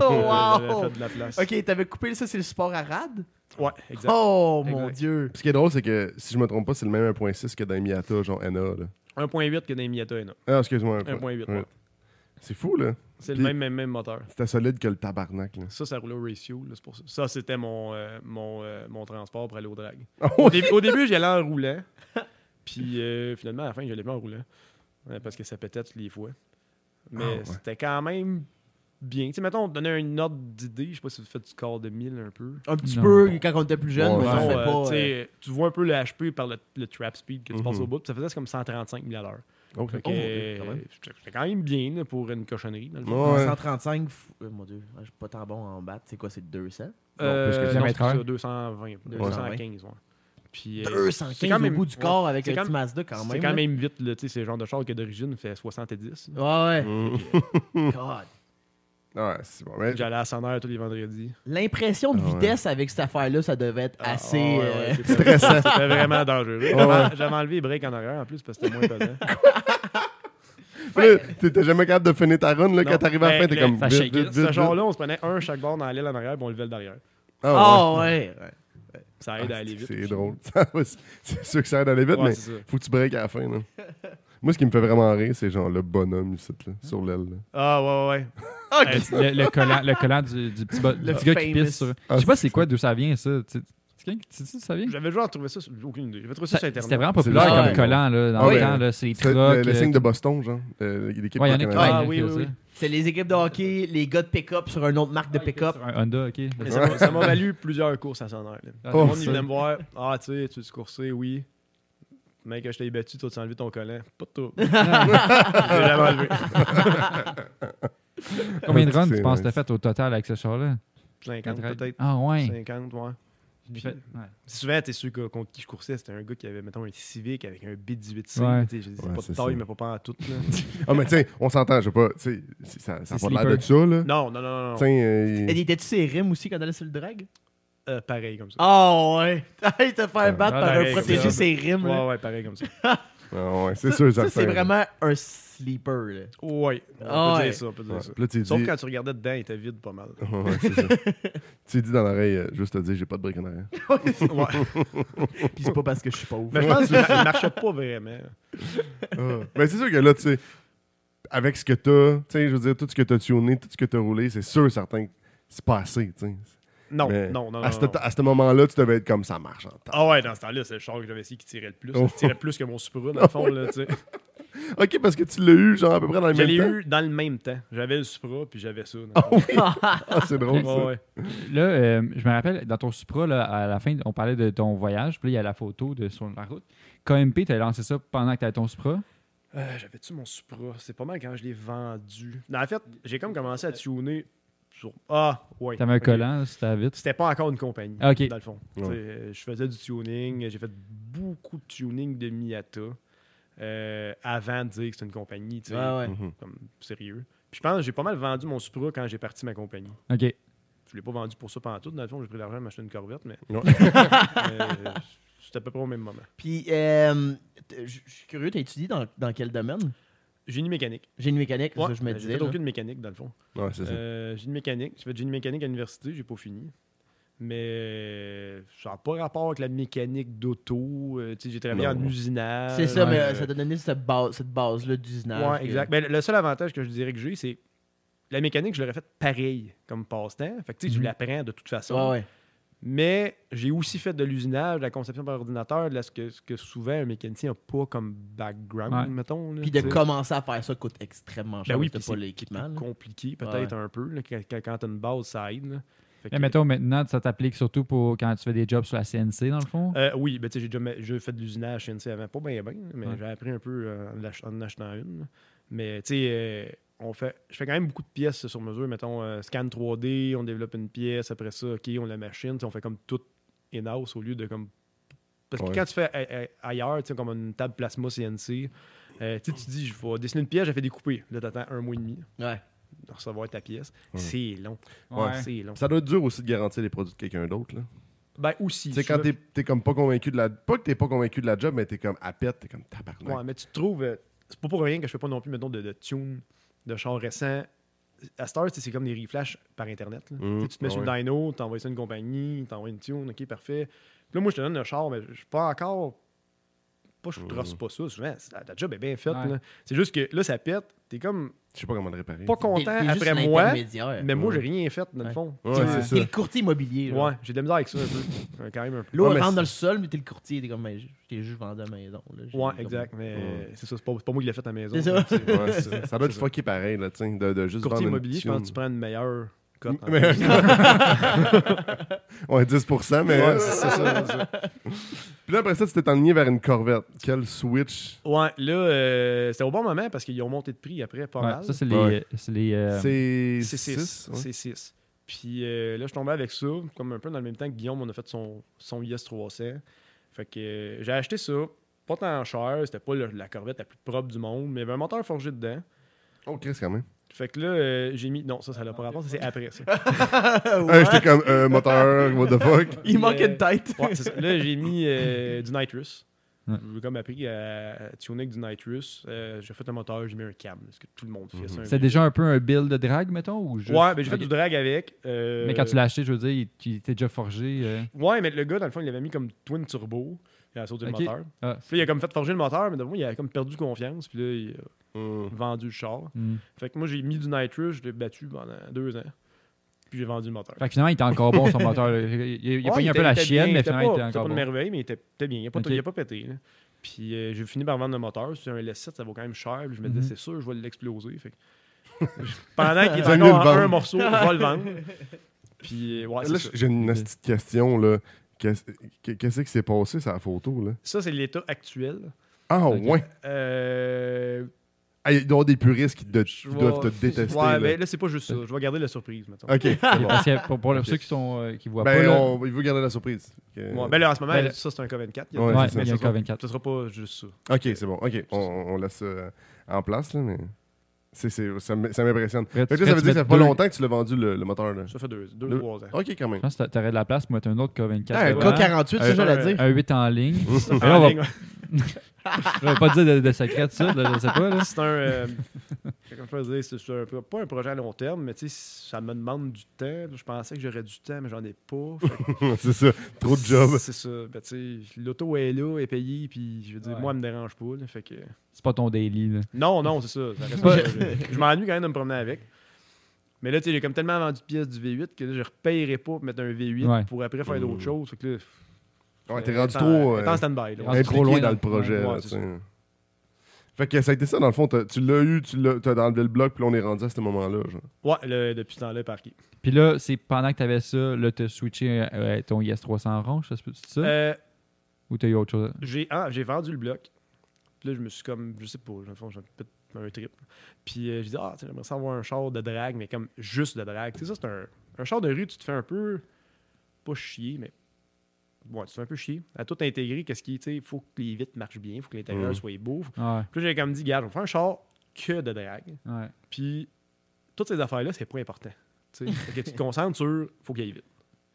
Speaker 1: wow!
Speaker 4: avait fait de la place.
Speaker 1: Ok, t'avais coupé ça, c'est le support à rad?
Speaker 4: Ouais, exact.
Speaker 1: Oh
Speaker 4: Exact.
Speaker 1: mon dieu!
Speaker 2: Puis Ce qui est drôle, c'est que si je me trompe pas, c'est le même 1.6 que dans les Miata, genre NA. Là.
Speaker 4: 1.8 que dans les Miata et non.
Speaker 2: Ah, excuse-moi. un point.
Speaker 4: 1.8.
Speaker 2: Ouais.
Speaker 4: ouais.
Speaker 2: C'est fou, là.
Speaker 4: C'est
Speaker 2: Puis-
Speaker 4: le même, même, même moteur.
Speaker 2: C'était solide que le tabarnak, là.
Speaker 4: Ça, ça roulait au ratio. là, c'est pour ça. Ça, c'était mon, euh, mon, euh, mon transport pour aller au drag.
Speaker 2: Oh,
Speaker 4: Au, dé- au début, j'y allais en roulant. Puis euh, finalement, à la fin, j'allais plus en roulant. Euh, parce que ça pétait toutes les fois. Mais
Speaker 2: Ah, ouais.
Speaker 4: c'était quand même bien. Tu sais, mettons, on te donnait une ordre d'idée. Je sais pas si vous faites du corps de mille un peu.
Speaker 1: Un petit
Speaker 3: Non.
Speaker 1: peu quand on était plus jeune,
Speaker 2: Ouais,
Speaker 1: mais on
Speaker 4: Mettons,
Speaker 1: fait
Speaker 4: euh,
Speaker 1: pas.
Speaker 4: tu
Speaker 1: euh,
Speaker 4: sais, Tu vois un peu le HP par le, le trap speed que tu passes
Speaker 2: Mhm.
Speaker 4: au bout. puis Ça faisait c'est comme 135 000 à l'heure.
Speaker 2: OK.
Speaker 4: Fait que,
Speaker 1: Oh,
Speaker 4: euh,
Speaker 1: quand même.
Speaker 4: C'était quand même bien là, pour une cochonnerie. Dans le fond.
Speaker 2: Ouais.
Speaker 1: 135, f- euh, mon dieu, je suis pas tant bon en battre. C'est quoi, c'est 200
Speaker 4: Euh,
Speaker 3: plus que
Speaker 4: non,
Speaker 3: diamètre
Speaker 4: c'est plus
Speaker 3: heure.
Speaker 4: ça, 220. 215, ouais. Puis, euh, c'est
Speaker 1: 215
Speaker 4: quand
Speaker 1: au
Speaker 4: même-
Speaker 1: bout du
Speaker 4: ouais,
Speaker 1: corps avec
Speaker 4: c'est
Speaker 1: le
Speaker 4: quand-
Speaker 1: petit Mazda quand
Speaker 4: C'est
Speaker 1: même. hein.
Speaker 4: quand
Speaker 1: là.
Speaker 4: même vite, là, tu sais, c'est le genre de char que d'origine fait 70. là.
Speaker 1: Ouais,
Speaker 2: Mhm.
Speaker 1: ouais. God.
Speaker 2: Ouais, Ah, c'est bon. Mais
Speaker 4: J'allais à Sonner tous les vendredis.
Speaker 1: L'impression de
Speaker 2: Ah ouais.
Speaker 1: vitesse avec cette affaire-là, ça devait être assez.
Speaker 4: Ah, ouais,
Speaker 1: euh,
Speaker 4: ouais, c'était-
Speaker 2: stressant.
Speaker 4: C'était vraiment dangereux.
Speaker 2: ouais.
Speaker 4: J'avais enlevé les breaks en arrière en plus parce que c'était moins pesant.
Speaker 2: Là, T'étais jamais capable de finir ta run, là,
Speaker 4: Non,
Speaker 2: quand t'arrives à la
Speaker 4: ben,
Speaker 2: fin, t'es
Speaker 4: le-
Speaker 2: comme.
Speaker 3: ça
Speaker 2: vite,
Speaker 3: shake it,
Speaker 2: vite,
Speaker 4: Ce
Speaker 2: vite, vite.
Speaker 4: genre-là, on se prenait un chaque bord dans l'aile en arrière et on levait le derrière.
Speaker 2: Ah, ouais.
Speaker 1: Ah ouais. ouais.
Speaker 3: Ah,
Speaker 4: Ça aide à aller vite.
Speaker 2: Ah, C'est drôle. Ça va- c'est sûr que ça aide à aller vite,
Speaker 4: Ouais,
Speaker 2: mais
Speaker 4: c'est ça.
Speaker 2: faut que tu breaks à la fin. là. Moi, ce qui me fait vraiment rire, c'est genre le bonhomme ici, là, sur l'aile. là.
Speaker 4: Ah, ouais, ouais.
Speaker 1: Ok.
Speaker 4: Euh,
Speaker 3: le, le collant, le collant du, du petit, bo- du
Speaker 1: Le
Speaker 3: petit gars qui
Speaker 1: famous.
Speaker 3: pisse sur.
Speaker 2: Ah,
Speaker 3: Je sais pas c'est quoi, d'où ça vient, ça. Tu tu- tu sais d'où ça vient?
Speaker 4: J'avais genre trouvé ça, sur- j'ai aucune idée. J'avais trouvé ça,
Speaker 3: Ça-
Speaker 4: sur
Speaker 3: C'était
Speaker 4: Internet.
Speaker 3: vraiment
Speaker 2: C'est
Speaker 3: populaire
Speaker 1: le-
Speaker 3: comme
Speaker 1: ouais.
Speaker 3: collant, là, dans
Speaker 2: Ah
Speaker 3: le
Speaker 2: ouais.
Speaker 3: temps, là. C'est les
Speaker 2: C'est
Speaker 3: trucs.
Speaker 2: le, le
Speaker 3: euh,
Speaker 2: signe de Boston, genre. Euh, L'équipe
Speaker 3: Ouais, il y en a qui
Speaker 2: canadienne.
Speaker 1: Ah,
Speaker 3: ouais,
Speaker 4: oui,
Speaker 3: il y en a
Speaker 4: oui,
Speaker 3: qui
Speaker 4: oui.
Speaker 3: faisaient
Speaker 1: C'est les équipes de hockey, les gars de pick-up sur une autre marque de
Speaker 3: ça.
Speaker 1: pick-up.
Speaker 3: Sur un Honda, ok.
Speaker 4: Mais ça m'a- ça m'a valu plusieurs courses à Sonner. là.
Speaker 3: Ah,
Speaker 4: Tout le monde
Speaker 2: c'est
Speaker 4: il venait me voir. Ah, tu sais, tu te coursais, oui. Mec, je t'ai battu, toi, tu as enlevé ton collant. Pas de tout. J'ai jamais enlevé.
Speaker 3: Combien de
Speaker 2: Ah,
Speaker 3: runs
Speaker 2: c'est
Speaker 3: tu penses que t'as
Speaker 2: nice.
Speaker 3: fait au total avec ce char-là?
Speaker 4: 50 peut-être.
Speaker 3: Ah, ouais.
Speaker 4: 50, ouais. Puis,
Speaker 3: Fait- ouais.
Speaker 4: souvent, t'es sûr que contre qui je coursais, c'était un gars qui avait, mettons, un Civic avec un B18C.
Speaker 3: Ouais.
Speaker 4: tu sais, J'ai dit, c'est
Speaker 2: Ouais,
Speaker 4: pas
Speaker 2: c'est
Speaker 4: de taille,
Speaker 2: ça.
Speaker 4: mais pas pas en tout. là.
Speaker 2: Ah, mais tiens, on s'entend, je sais pas. Tu sais, ça ça a
Speaker 3: C'est
Speaker 2: pas l'air
Speaker 3: sleeper.
Speaker 2: de ça, là.
Speaker 4: non, non, non, non. non.
Speaker 2: Tiens, euh,
Speaker 1: Elle était-tu ses rimes aussi quand elle allait sur le drag?
Speaker 4: Euh, pareil comme ça.
Speaker 1: Ah ouais! T'allais te faire battre par
Speaker 3: pareil,
Speaker 1: un
Speaker 3: c'est
Speaker 1: protéger
Speaker 4: ça.
Speaker 1: ses rimes. là.
Speaker 4: Ouais, ouais, pareil comme ça.
Speaker 2: ah ouais, c'est sûr,
Speaker 1: ça.
Speaker 2: ça
Speaker 1: c'est
Speaker 2: fait.
Speaker 1: vraiment un sleeper. Là.
Speaker 4: Ouais, on
Speaker 1: Ah,
Speaker 4: peut
Speaker 1: ouais.
Speaker 4: dire ça, on peut dire
Speaker 2: Ouais.
Speaker 4: ça.
Speaker 2: Puis Là, tu
Speaker 4: Sauf
Speaker 2: dis. Ah,
Speaker 4: quand tu regardais dedans, il était vide pas mal.
Speaker 2: Ouais, c'est ça. Tu dis dans l'oreille, euh, juste te dire, j'ai pas de briques en arrière.
Speaker 4: Ouais.
Speaker 1: Puis c'est pas parce que je suis pauvre.
Speaker 4: Mais je pense qu'il mar- il marchait pas vraiment.
Speaker 2: Ah. Mais c'est sûr que là, tu sais, avec ce que t'as, tu sais, je veux dire, tout ce que t'as tuné, tout ce que t'as roulé, c'est sûr, certain que c'est pas assez, tu sais.
Speaker 4: Non,
Speaker 2: Mais
Speaker 4: non, non.
Speaker 2: à,
Speaker 4: non,
Speaker 2: ce-
Speaker 4: non.
Speaker 2: à ce moment-là, tu devais être comme ça marche en temps.
Speaker 4: Ah ouais, dans ce temps-là, c'est le char que j'avais essayé qui tirait le plus.
Speaker 2: Oh.
Speaker 4: Ça tirait plus que mon Supra, dans le fond. Là, tu sais.
Speaker 2: Ok, parce que tu l'as eu, genre, à peu près dans le
Speaker 4: je
Speaker 2: même
Speaker 4: l'ai
Speaker 2: temps.
Speaker 4: eu dans le même temps. J'avais le Supra, puis j'avais ça. dans le fond.
Speaker 2: Ah, c'est drôle, ça.
Speaker 4: Ouais, ouais.
Speaker 3: Là, euh, je me rappelle, dans ton Supra, là, à la fin, on parlait de ton voyage, puis là, il y a la photo de sur la route. KMP, t'as lancé ça pendant que t'avais ton Supra.
Speaker 4: Euh, J'avais-tu mon Supra? C'est pas mal quand je l'ai vendu. Non, en fait, j'ai comme commencé à tuner sur... Ah, ouais.
Speaker 3: T'avais un
Speaker 4: ok.
Speaker 3: collant, là, c'était vite.
Speaker 4: C'était pas encore une compagnie,
Speaker 3: Ah, ok.
Speaker 4: dans le fond.
Speaker 2: Ouais.
Speaker 4: Tu sais, euh, Je faisais du tuning. J'ai fait beaucoup de tuning de Miata euh, avant de dire que c'était une compagnie. tu sais.
Speaker 1: Ouais, ouais.
Speaker 2: Mhm.
Speaker 4: comme sérieux. Puis je pense que j'ai pas mal vendu mon Supra quand j'ai parti ma compagnie.
Speaker 3: OK.
Speaker 4: Je l'ai pas vendu pour ça pendant tout. Dans le fond, j'ai pris l'argent pour m'acheter une Corvette, mais
Speaker 2: Ouais.
Speaker 4: euh, c'était à peu près au même moment.
Speaker 1: Puis, euh, t- je je suis curieux, t'as étudié dans, dans quel domaine?
Speaker 4: Génie mécanique.
Speaker 1: Génie mécanique, c'est ça
Speaker 4: Ouais,
Speaker 1: que je me
Speaker 4: Ben, j'ai
Speaker 1: disais.
Speaker 4: fait
Speaker 1: là.
Speaker 4: aucune mécanique, dans le fond.
Speaker 2: Ouais, c'est ça.
Speaker 4: Euh, génie mécanique. J'ai fait génie mécanique à l'université, j'ai pas fini. Mais ça n'a pas rapport avec la mécanique d'auto. Euh, tu sais, j'ai travaillé
Speaker 2: Non.
Speaker 4: en usinage.
Speaker 1: C'est ça, mais
Speaker 4: Euh,
Speaker 1: euh, ça t'a donné cette base- cette base-là d'usinage.
Speaker 4: Ouais,
Speaker 1: que-
Speaker 4: exact. Ben, le seul avantage que je dirais que j'ai, c'est la mécanique, je l'aurais faite pareil comme passe-temps. Fait que tu sais,
Speaker 3: Mhm.
Speaker 4: tu l'apprends de toute façon.
Speaker 1: Ouais, ouais.
Speaker 4: Mais j'ai aussi fait de l'usinage, de la conception par ordinateur, de la- ce que, ce que souvent un mécanicien n'a pas comme background,
Speaker 3: Ouais.
Speaker 4: mettons. là,
Speaker 1: Puis de
Speaker 4: tu sais.
Speaker 1: commencer à faire ça coûte extrêmement cher.
Speaker 4: Ben oui,
Speaker 1: t'as
Speaker 4: puis
Speaker 1: pas
Speaker 4: c'est-
Speaker 1: l'équipement. là.
Speaker 4: compliqué, peut-être un peu. là, quand quand t'as une base, ça aide. là. Fait que-
Speaker 3: Mais mettons, maintenant, ça t'applique surtout pour quand tu fais des jobs sur la CNC, dans le fond.
Speaker 4: Euh, oui, ben, tu sais, j'ai déjà ma- j'ai fait de l'usinage chez NC avant. Pas bien, bien, ben, mais
Speaker 3: Ouais.
Speaker 4: j'ai appris un peu euh, en, l'ach- en achetant une. là. Mais tu sais, euh, on fait, je fais quand même beaucoup de pièces sur mesure. Mettons, euh, scan 3D, on développe une pièce, après ça, OK, on la machine. Tu sais, On fait comme tout in-house au lieu de comme. Parce que
Speaker 2: Ouais.
Speaker 4: quand tu fais a- a- ailleurs, tu sais, comme une table plasma CNC, euh, tu sais, tu dis, je vais dessiner une pièce, j'ai fait découper. Là, t'attends un mois et demi
Speaker 1: Ouais.
Speaker 4: de recevoir ta pièce.
Speaker 2: Ouais.
Speaker 4: C'est long.
Speaker 3: Ouais.
Speaker 4: C'est long.
Speaker 2: Ça doit être dur aussi de garantir les produits de quelqu'un d'autre, là.
Speaker 4: Ben aussi.
Speaker 2: Tu sais,
Speaker 4: je
Speaker 2: quand
Speaker 4: veux-
Speaker 2: t'es t'es comme pas convaincu de la... Pas que t'es pas convaincu de la job, mais t'es comme à pète, t'es comme tabarnak.
Speaker 4: Ouais, mais tu te trouves. euh, C'est pas pour rien que je fais pas non plus, mettons, de, de tune de char récent. À Star, c'est comme des reflash par Internet. là.
Speaker 2: Mm,
Speaker 4: Tu sais, tu te mets sur
Speaker 2: ouais.
Speaker 4: le dyno, t'envoies ça à une compagnie, t'envoies une tune, ok, parfait. Puis là, moi, je te donne le char, mais je suis pas encore. Pas, je
Speaker 2: Mm.
Speaker 4: trosse pas ça. Souvent, c'est- ta job est bien faite.
Speaker 3: Ouais.
Speaker 4: là. C'est juste que là, ça pète. T'es comme.
Speaker 2: Je sais pas comment le réparer.
Speaker 4: pas content
Speaker 1: T'es- t'es juste
Speaker 4: après
Speaker 1: un
Speaker 4: moi,
Speaker 1: intermédiaire.
Speaker 4: mais moi,
Speaker 2: Ouais. Mm.
Speaker 4: j'ai rien fait, dans le fond.
Speaker 2: Ouais,
Speaker 4: Tu sais,
Speaker 2: c'est ça.
Speaker 1: T'es le courtier immobilier. là.
Speaker 4: Ouais, j'ai de la misère avec ça un peu. Euh, Quand même un peu.
Speaker 1: L'eau
Speaker 2: Ouais,
Speaker 1: elle
Speaker 2: mais
Speaker 1: rentre
Speaker 2: c'est-
Speaker 1: dans le sol, mais t'es le courtier. T'es comme, mais je t'ai juste vendu à la maison. là. J'ai-
Speaker 4: Ouais,
Speaker 1: comme-
Speaker 4: exact. Mais
Speaker 2: Ouais.
Speaker 4: c'est ça, c'est pas, c'est pas moi qui l'ai fait à la maison.
Speaker 1: C'est ça.
Speaker 4: là, tu sais.
Speaker 2: Mm. Ouais, c'est ça. Ça doit être fucké pareil, là, tiens, de, de juste vendre une
Speaker 4: Courtier immobilier, je pense que tu
Speaker 2: tune.
Speaker 4: prends une meilleure cote. en
Speaker 2: Mais-
Speaker 4: fait.
Speaker 2: ouais, 10%, mais.
Speaker 4: Ouais, c'est ça, c'est ça.
Speaker 2: Puis là, après ça, tu t'es enligné vers une Corvette. Quel switch.
Speaker 4: Ouais, là, euh, c'était au bon moment parce qu'ils ont monté de prix après, pas
Speaker 3: Ouais,
Speaker 4: mal.
Speaker 3: ça, c'est les.
Speaker 2: Ouais.
Speaker 3: c'est les, euh,
Speaker 2: C'est
Speaker 4: C'est 6.
Speaker 2: 6.
Speaker 4: C'est 6. Puis euh, là, je tombais avec ça, comme un peu dans le même temps que Guillaume, on a fait son, son IS-300. Fait que euh, j'ai acheté ça, pas tant cher, c'était pas le- la corvette la plus propre du monde, mais il y avait un moteur forgé dedans.
Speaker 2: Oh, Chris, quand même.
Speaker 4: Fait que là, euh, j'ai mis. Non, ça, ça n'a pas rapport, ça, c'est après ça. Ah
Speaker 1: Ouais.
Speaker 2: Euh, J'étais comme euh, moteur, what the fuck.
Speaker 1: Il manque
Speaker 4: Euh,
Speaker 1: une tête.
Speaker 4: Ouais, c'est ça. Là, j'ai mis euh, du nitrous.
Speaker 3: Ouais.
Speaker 4: J'ai comme appris à à tuner avec du nitrous. Euh, j'ai fait un moteur, j'ai mis un câble, parce que tout le monde fait ça. un
Speaker 3: C'était
Speaker 4: vieux.
Speaker 3: déjà un peu un build de drague, mettons ou juste-
Speaker 4: Ouais, mais j'ai fait
Speaker 3: Ok.
Speaker 4: du drag avec. euh,
Speaker 3: Mais quand tu l'as acheté, je veux dire, il, il était déjà forgé. euh.
Speaker 4: Ouais, mais le gars, dans le fond, il l'avait mis comme twin turbo. Il a sauté
Speaker 3: Ok.
Speaker 4: le moteur.
Speaker 3: Ah,
Speaker 4: Puis là, il a comme fait forger le moteur, mais d'abord, il a comme perdu confiance. Puis là, il a
Speaker 2: Hum.
Speaker 4: vendu le char.
Speaker 3: hmm.
Speaker 4: Fait que moi, j'ai mis du nitrous, je l'ai battu pendant deux ans. Puis j'ai vendu le moteur.
Speaker 3: Fait que finalement, il était encore bon son moteur. là. Il, il- il a
Speaker 4: Ouais,
Speaker 3: pogné un
Speaker 4: était-
Speaker 3: peu la
Speaker 4: était
Speaker 3: chienne,
Speaker 4: bien,
Speaker 3: mais finalement,
Speaker 4: pas,
Speaker 3: il était encore
Speaker 4: pas de
Speaker 3: bon.
Speaker 4: merveille, mais il était, il était bien. Il n'a pas,
Speaker 3: Ok.
Speaker 4: il a pas pété. là. Puis euh, j'ai fini par vendre le moteur. C'est un LS7, ça vaut quand même cher. Puis je me disais,
Speaker 3: Mhm.
Speaker 4: c'est sûr, je vais l'exploser. Fait que- Pendant qu'il est
Speaker 2: Vaut mieux le
Speaker 4: encore en
Speaker 2: vendre.
Speaker 4: un morceau, je vais le vendre. Puis euh, ouais, c'est
Speaker 2: Là,
Speaker 4: ça.
Speaker 2: j'ai une petite question, là. Qu'est-ce qu'est-ce qui s'est passé, sa photo, là?
Speaker 4: Ça, c'est l'état actuel.
Speaker 2: Ah,
Speaker 3: Ok.
Speaker 2: ouais.
Speaker 4: Euh,
Speaker 2: Ah, il doit y avoir des puristes qui, te- qui
Speaker 4: Je vais-
Speaker 2: doivent te détester.
Speaker 4: Ouais,
Speaker 2: là.
Speaker 4: mais là, c'est pas juste ça. Je vais garder la surprise, mettons.
Speaker 2: Ok, c'est bon.
Speaker 3: Parce que pour, pour ceux qui sont euh, qui voient pas,
Speaker 2: ben,
Speaker 3: là,
Speaker 2: on- il veut garder la surprise. Ok.
Speaker 4: Ouais, ben là, en ce moment,
Speaker 3: Ben là-
Speaker 4: ça, c'est un K24. Il y a-
Speaker 2: Ouais,
Speaker 3: ouais,
Speaker 2: c'est ça.
Speaker 3: il y a
Speaker 4: ça,
Speaker 3: encore
Speaker 4: sera,
Speaker 3: 24.
Speaker 4: ça sera pas juste ça.
Speaker 2: Ok, c'est bon. Ok, on, on laisse ça euh, en place, là, mais c'est- c'est- ça m- ça m'impressionne.
Speaker 3: Fait
Speaker 2: Fait que là, ça veut dire que ça fait pas longtemps que tu l'as vendu, le, le moteur. Là.
Speaker 4: Ça fait deux, deux
Speaker 2: Le-
Speaker 4: trois ans.
Speaker 2: Ok, quand même.
Speaker 3: Je pense que t'aurais de la place pour mettre un autre K24.
Speaker 2: Ah, un
Speaker 3: devant,
Speaker 1: K48,
Speaker 3: Euh,
Speaker 1: c'est ça, j'allais
Speaker 4: euh,
Speaker 1: dire.
Speaker 3: un 8 en ligne.
Speaker 4: En
Speaker 3: Mais là, on va-
Speaker 4: ligne, ouais.
Speaker 3: Je vais pas dire de, de secret de ça, là, je sais pas. Là.
Speaker 4: C'est un. euh, comment je peux dire, c'est- c'est un peu- pas un projet à long terme, mais tu sais, ça me demande du temps. Je pensais que j'aurais du temps, mais j'en ai pas. Fait que
Speaker 2: c'est ça. Trop de job.
Speaker 4: C'est ça. Ben, tu sais, l'auto est là, est payée, puis je veux dire,
Speaker 3: Ouais.
Speaker 4: moi, elle me dérange pas. là, fait que...
Speaker 3: C'est pas ton daily. Là.
Speaker 4: Non, non, c'est ça. ça reste
Speaker 3: Pas-
Speaker 4: un projet. je m'ennuie quand même de me promener avec. Mais là, tu sais, j'ai comme tellement vendu de pièces du V8 que là, je ne repayerai pas pour mettre un V8
Speaker 3: Ouais.
Speaker 4: pour après faire d'autres
Speaker 2: Mm.
Speaker 4: choses. Fait que là,
Speaker 2: Ouais, t'es
Speaker 4: euh,
Speaker 2: rendu
Speaker 4: étant-
Speaker 2: trop
Speaker 4: étant en
Speaker 2: euh,
Speaker 4: stand-by. là.
Speaker 3: rendu
Speaker 2: impliqué
Speaker 3: trop loin
Speaker 2: dans
Speaker 3: dans-
Speaker 2: le projet.
Speaker 4: Ouais,
Speaker 2: là, tu
Speaker 4: c'est
Speaker 2: sais. fait que ça a été ça, dans le fond. t'as- Tu l'as eu, tu l'as t'as enlevé le bloc, puis là, on est rendu à ce moment-là. genre.
Speaker 4: Ouais, le- depuis ce temps-là, parqué.
Speaker 3: Puis là, c'est pendant que t'avais ça, là, t'as switché euh, euh, ton IS300 ronge, ça se peut- c'est ça?
Speaker 4: Euh,
Speaker 3: Ou t'as eu autre chose?
Speaker 4: j'ai ah, j'ai vendu le bloc. Puis là, je me suis comme, je sais pas, dans le fond, j'ai un peu un trip. Puis euh, j'ai dit, ah, tu sais, j'aimerais ça avoir un char de drague, mais comme juste de drague. Tu sais, ça, c'est un, un char de rue, tu te fais un peu, pas chier, mais ouais, tu te fais un peu chier. À tout intégrer, qu'est-ce qui, tu sais, il faut que les vitres marchent bien, il faut que l'intérieur
Speaker 2: Mhm.
Speaker 4: soit beau,
Speaker 3: Ouais,
Speaker 4: Puis là, j'ai comme dit, gars, on fait un char que de drague.
Speaker 3: ouais.
Speaker 4: Puis toutes ces affaires-là, c'est pas important. Tu sais. Fait que tu te concentres sur faut qu'il aille vite.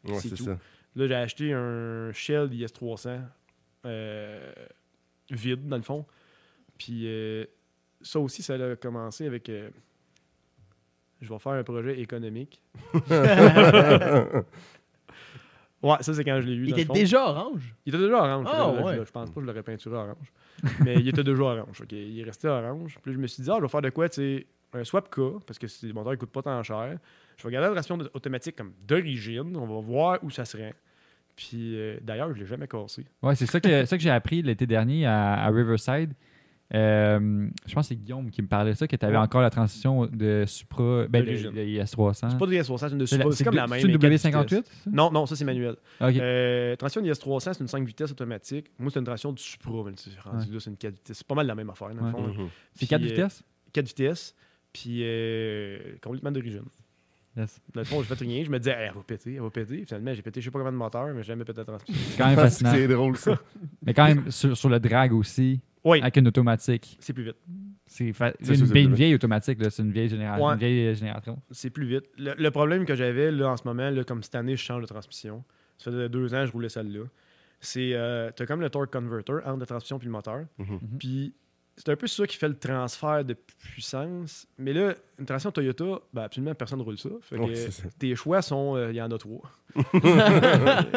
Speaker 2: Ouais,
Speaker 4: C'est
Speaker 2: c'est
Speaker 4: tout.
Speaker 2: ça.
Speaker 4: Là, j'ai acheté un Shell IS300 euh, vide, dans le fond. Puis euh, ça aussi, ça a commencé avec. euh, je vais faire un projet économique. Ouais, ça, c'est quand je l'ai eu.
Speaker 1: Il
Speaker 4: dans le
Speaker 1: était
Speaker 4: fond.
Speaker 1: déjà orange.
Speaker 4: Il était déjà orange.
Speaker 1: Ah,
Speaker 4: je, je-
Speaker 1: ouais.
Speaker 4: je pense pas que je l'aurais peinturé orange. Mais il était déjà orange. ok. Il restait orange. Puis je me suis dit, ah, je vais faire de quoi, tu sais, un swap K, parce que c'est- les moteurs ne coûtent pas tant cher. Je vais garder la version de- automatique comme d'origine. On va voir où ça se rend. Puis euh, d'ailleurs, je l'ai jamais cassé.
Speaker 3: Ouais, c'est ça que, ça que j'ai appris l'été dernier à, à Riverside. Euh, je pense que c'est Guillaume qui me parlait de ça, que tu avais
Speaker 4: Ouais.
Speaker 3: encore la transition de Supra, ben, de,
Speaker 4: D'origine.
Speaker 3: de IS300.
Speaker 4: C'est pas de IS300, c'est une de
Speaker 3: Hein? C'est la-
Speaker 4: Supra, C'est comme
Speaker 3: du-
Speaker 4: la même.
Speaker 3: C'est une hein?
Speaker 4: mais quatre
Speaker 3: W58?
Speaker 4: vitesses.
Speaker 3: ça?
Speaker 4: Non, non, ça c'est manuel.
Speaker 3: Ok.
Speaker 4: Euh, transition de IS300, c'est une 5 vitesses automatique. Moi, c'est une transition du Supra, mais c'est rendu
Speaker 3: Ouais.
Speaker 4: là, c'est une 4 vitesses. C'est pas mal la même affaire, dans le
Speaker 3: Ouais.
Speaker 4: fond.
Speaker 2: Mhm.
Speaker 3: c'est
Speaker 4: Puis,
Speaker 3: 4
Speaker 4: euh,
Speaker 3: vitesses?
Speaker 4: 4 vitesses, puis euh, complètement d'origine.
Speaker 3: Yes.
Speaker 4: Dans le fond, j'ai fait rien. Je me disais, Hey, elle va péter, elle va péter. Finalement, j'ai pété je sais pas combien de moteurs, mais j'ai jamais pété la transmission.
Speaker 3: C'est quand même fascinant.
Speaker 2: C'est drôle, ça.
Speaker 3: Mais quand même, sur, sur le drag aussi,
Speaker 4: Oui,
Speaker 3: avec une automatique.
Speaker 4: c'est plus vite.
Speaker 3: C'est fa-
Speaker 2: C'est
Speaker 3: une,
Speaker 2: sûr, c'est
Speaker 3: une
Speaker 2: plus
Speaker 3: vieille automatique, là, c'est une vieille, généra-
Speaker 4: Ouais.
Speaker 3: une vieille euh, génération.
Speaker 4: C'est plus vite. Le, le problème que j'avais là, en ce moment, là, comme cette année, je change de transmission. Ça faisait deux ans, je roulais celle-là. C'est, euh, t'as comme le torque converter entre la transmission puis le moteur.
Speaker 2: Mhm.
Speaker 3: Mhm.
Speaker 4: Puis c'est un peu ça qui fait le transfert de puissance. Mais là, une transition Toyota, ben, absolument personne roule ça. Fait que,
Speaker 2: Ouais, c'est ça.
Speaker 4: tes choix sont, euh, il y en a trois.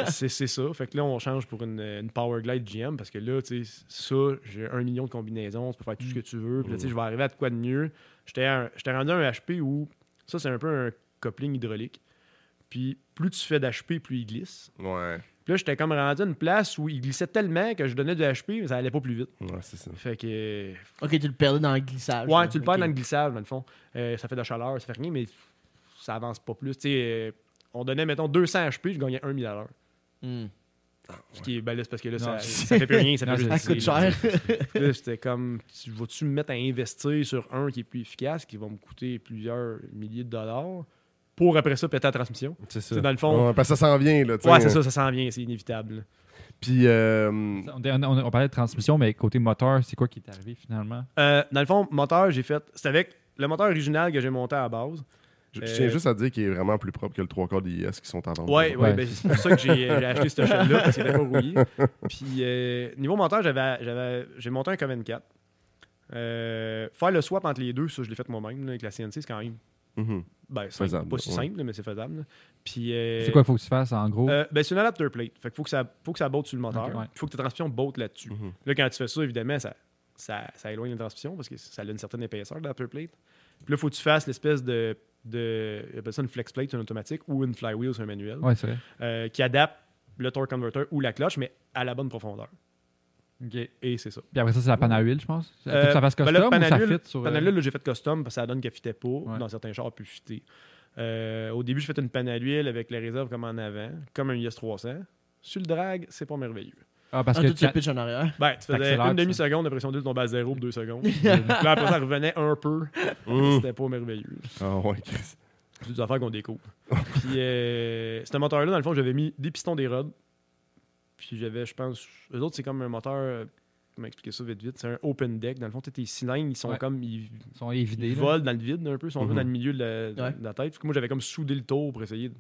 Speaker 4: c'est c'est ça. Fait que là, on change pour une, une Power Glide GM parce que là, tu sais, ça, j'ai un million de combinaisons, tu peux faire tout ce que tu veux. Puis là, tu sais, je vais arriver à de quoi de mieux. J'étais à- j'étais rendu à un HP où ça, c'est un peu un coupling hydraulique. Puis plus tu fais d'HP, plus il glisse.
Speaker 2: Ouais.
Speaker 4: Puis là, j'étais comme rendu à une place où il glissait tellement que je donnais du HP, mais ça allait pas plus vite.
Speaker 2: Ouais, c'est ça.
Speaker 4: Fait que.
Speaker 1: Ok, tu le perdais dans le glissage. là.
Speaker 4: Ouais, tu le perds
Speaker 1: Ok.
Speaker 4: dans le glissage, dans le fond. Euh, ça fait de la chaleur, ça fait rien, mais ça avance pas plus. Tu sais, euh, on donnait, mettons, 200 HP, je gagnais 1 000 à l'heure.
Speaker 1: Hmm.
Speaker 4: Ce qui est balèze parce que là,
Speaker 3: Non,
Speaker 4: ça,
Speaker 3: c'est-
Speaker 4: ça fait plus rien. Ça,
Speaker 3: Non,
Speaker 4: fait
Speaker 3: c'est-
Speaker 1: Ça
Speaker 4: juste
Speaker 1: coûte
Speaker 4: glisser, là.
Speaker 1: cher.
Speaker 4: Là, c'était comme, tu vas-tu me mettre à investir sur un qui est plus efficace, qui va me coûter plusieurs milliers de dollars, pour après ça péter la transmission?
Speaker 2: C'est
Speaker 4: C'est dans le fond.
Speaker 2: Ouais, parce que ça s'en vient, là. tu sais.
Speaker 4: Ouais, c'est ça, ça s'en vient, c'est inévitable.
Speaker 2: Puis, euh,
Speaker 3: On, on- on parlait de transmission, mais côté moteur, c'est quoi qui est arrivé finalement?
Speaker 4: Euh, dans le fond, moteur, j'ai fait. C'est avec le moteur original que j'ai monté à la base.
Speaker 2: je,
Speaker 4: Euh,
Speaker 2: je tiens juste à dire qu'il est vraiment plus propre que le 3 quarts d'IS qui sont en vente.
Speaker 4: Ouais, ouais,
Speaker 3: Ouais.
Speaker 4: ben, c'est pour ça que j'ai j'ai acheté cette chaîne-là, parce qu'il était pas rouillé. Puis, euh, niveau monteur, j'avais, j'avais, j'ai monté un Coven 4. Euh, faire le swap entre les deux, ça, je l'ai fait moi-même, là, avec la CNC, c'est quand même.
Speaker 2: Mhm.
Speaker 4: Ben, c'est
Speaker 2: Faisable,
Speaker 4: pas si
Speaker 2: ouais.
Speaker 4: simple, mais c'est faisable. là. Puis, euh,
Speaker 3: C'est quoi qu'il faut que tu fasses en gros?
Speaker 4: Euh, ben, c'est une adapter plate. Fait que faut que ça, faut que ça botte sur le moteur.
Speaker 3: Ok, ouais.
Speaker 4: Faut que ta transmission botte là-dessus.
Speaker 2: Mhm.
Speaker 4: Là, quand tu fais ça, évidemment, ça, ça, ça éloigne la transmission parce que ça a une certaine épaisseur, l'adapter plate. Puis là, faut que tu fasses l'espèce de. de ils appellent ça une flex plate, c'est un automatique, ou une flywheel, c'est un manuel,
Speaker 3: ouais, c'est vrai.
Speaker 4: euh, qui adapte le torque converter ou la cloche, mais à la bonne profondeur. Et c'est ça.
Speaker 3: Puis après ça, c'est la panne à huile, je pense. Faut
Speaker 4: Euh,
Speaker 3: que ça fasse
Speaker 4: ben
Speaker 3: custom
Speaker 4: là,
Speaker 3: ou ça
Speaker 4: Panalul-
Speaker 3: fit sur. euh,
Speaker 4: Panalul, là, j'ai fait custom parce que ça donne qu'elle fitait pas.
Speaker 3: Ouais.
Speaker 4: Dans certains chars, elle peut fitter. Euh, au début, j'ai fait une panne à l'huile avec les réserves comme en avant, comme un IS-300. Sur le drag, c'est pas merveilleux.
Speaker 3: Ah, parce
Speaker 1: Ah,
Speaker 3: que
Speaker 1: tout se
Speaker 3: tu-
Speaker 1: pitch en arrière.
Speaker 4: Ben, tu faisais
Speaker 3: T'accélères,
Speaker 4: une
Speaker 3: tu
Speaker 4: demi-seconde, la pression d'huile tombait à zéro pour deux secondes. Puis là, après, ça revenait un peu.
Speaker 2: Mhm.
Speaker 4: C'était pas merveilleux.
Speaker 2: Ah, ouais, Chris.
Speaker 4: C'est des affaires qu'on découvre. Puis, euh, ce moteur-là, dans le fond, j'avais mis des pistons, des rods. Puis, j'avais, je pense, eux autres, c'est comme un moteur. euh, Comment expliquer ça vite, vite? C'est un open deck. Dans le fond, t'as tes cylindres, ils sont
Speaker 3: Ouais.
Speaker 4: comme. Ils,
Speaker 3: ils sont évidés.
Speaker 4: ils
Speaker 3: là.
Speaker 4: volent dans le vide un peu, ils sont un peu
Speaker 2: Mhm.
Speaker 4: dans le milieu de la, de
Speaker 1: Ouais.
Speaker 4: la tête. Fait que moi, j'avais comme soudé le tour pour essayer de...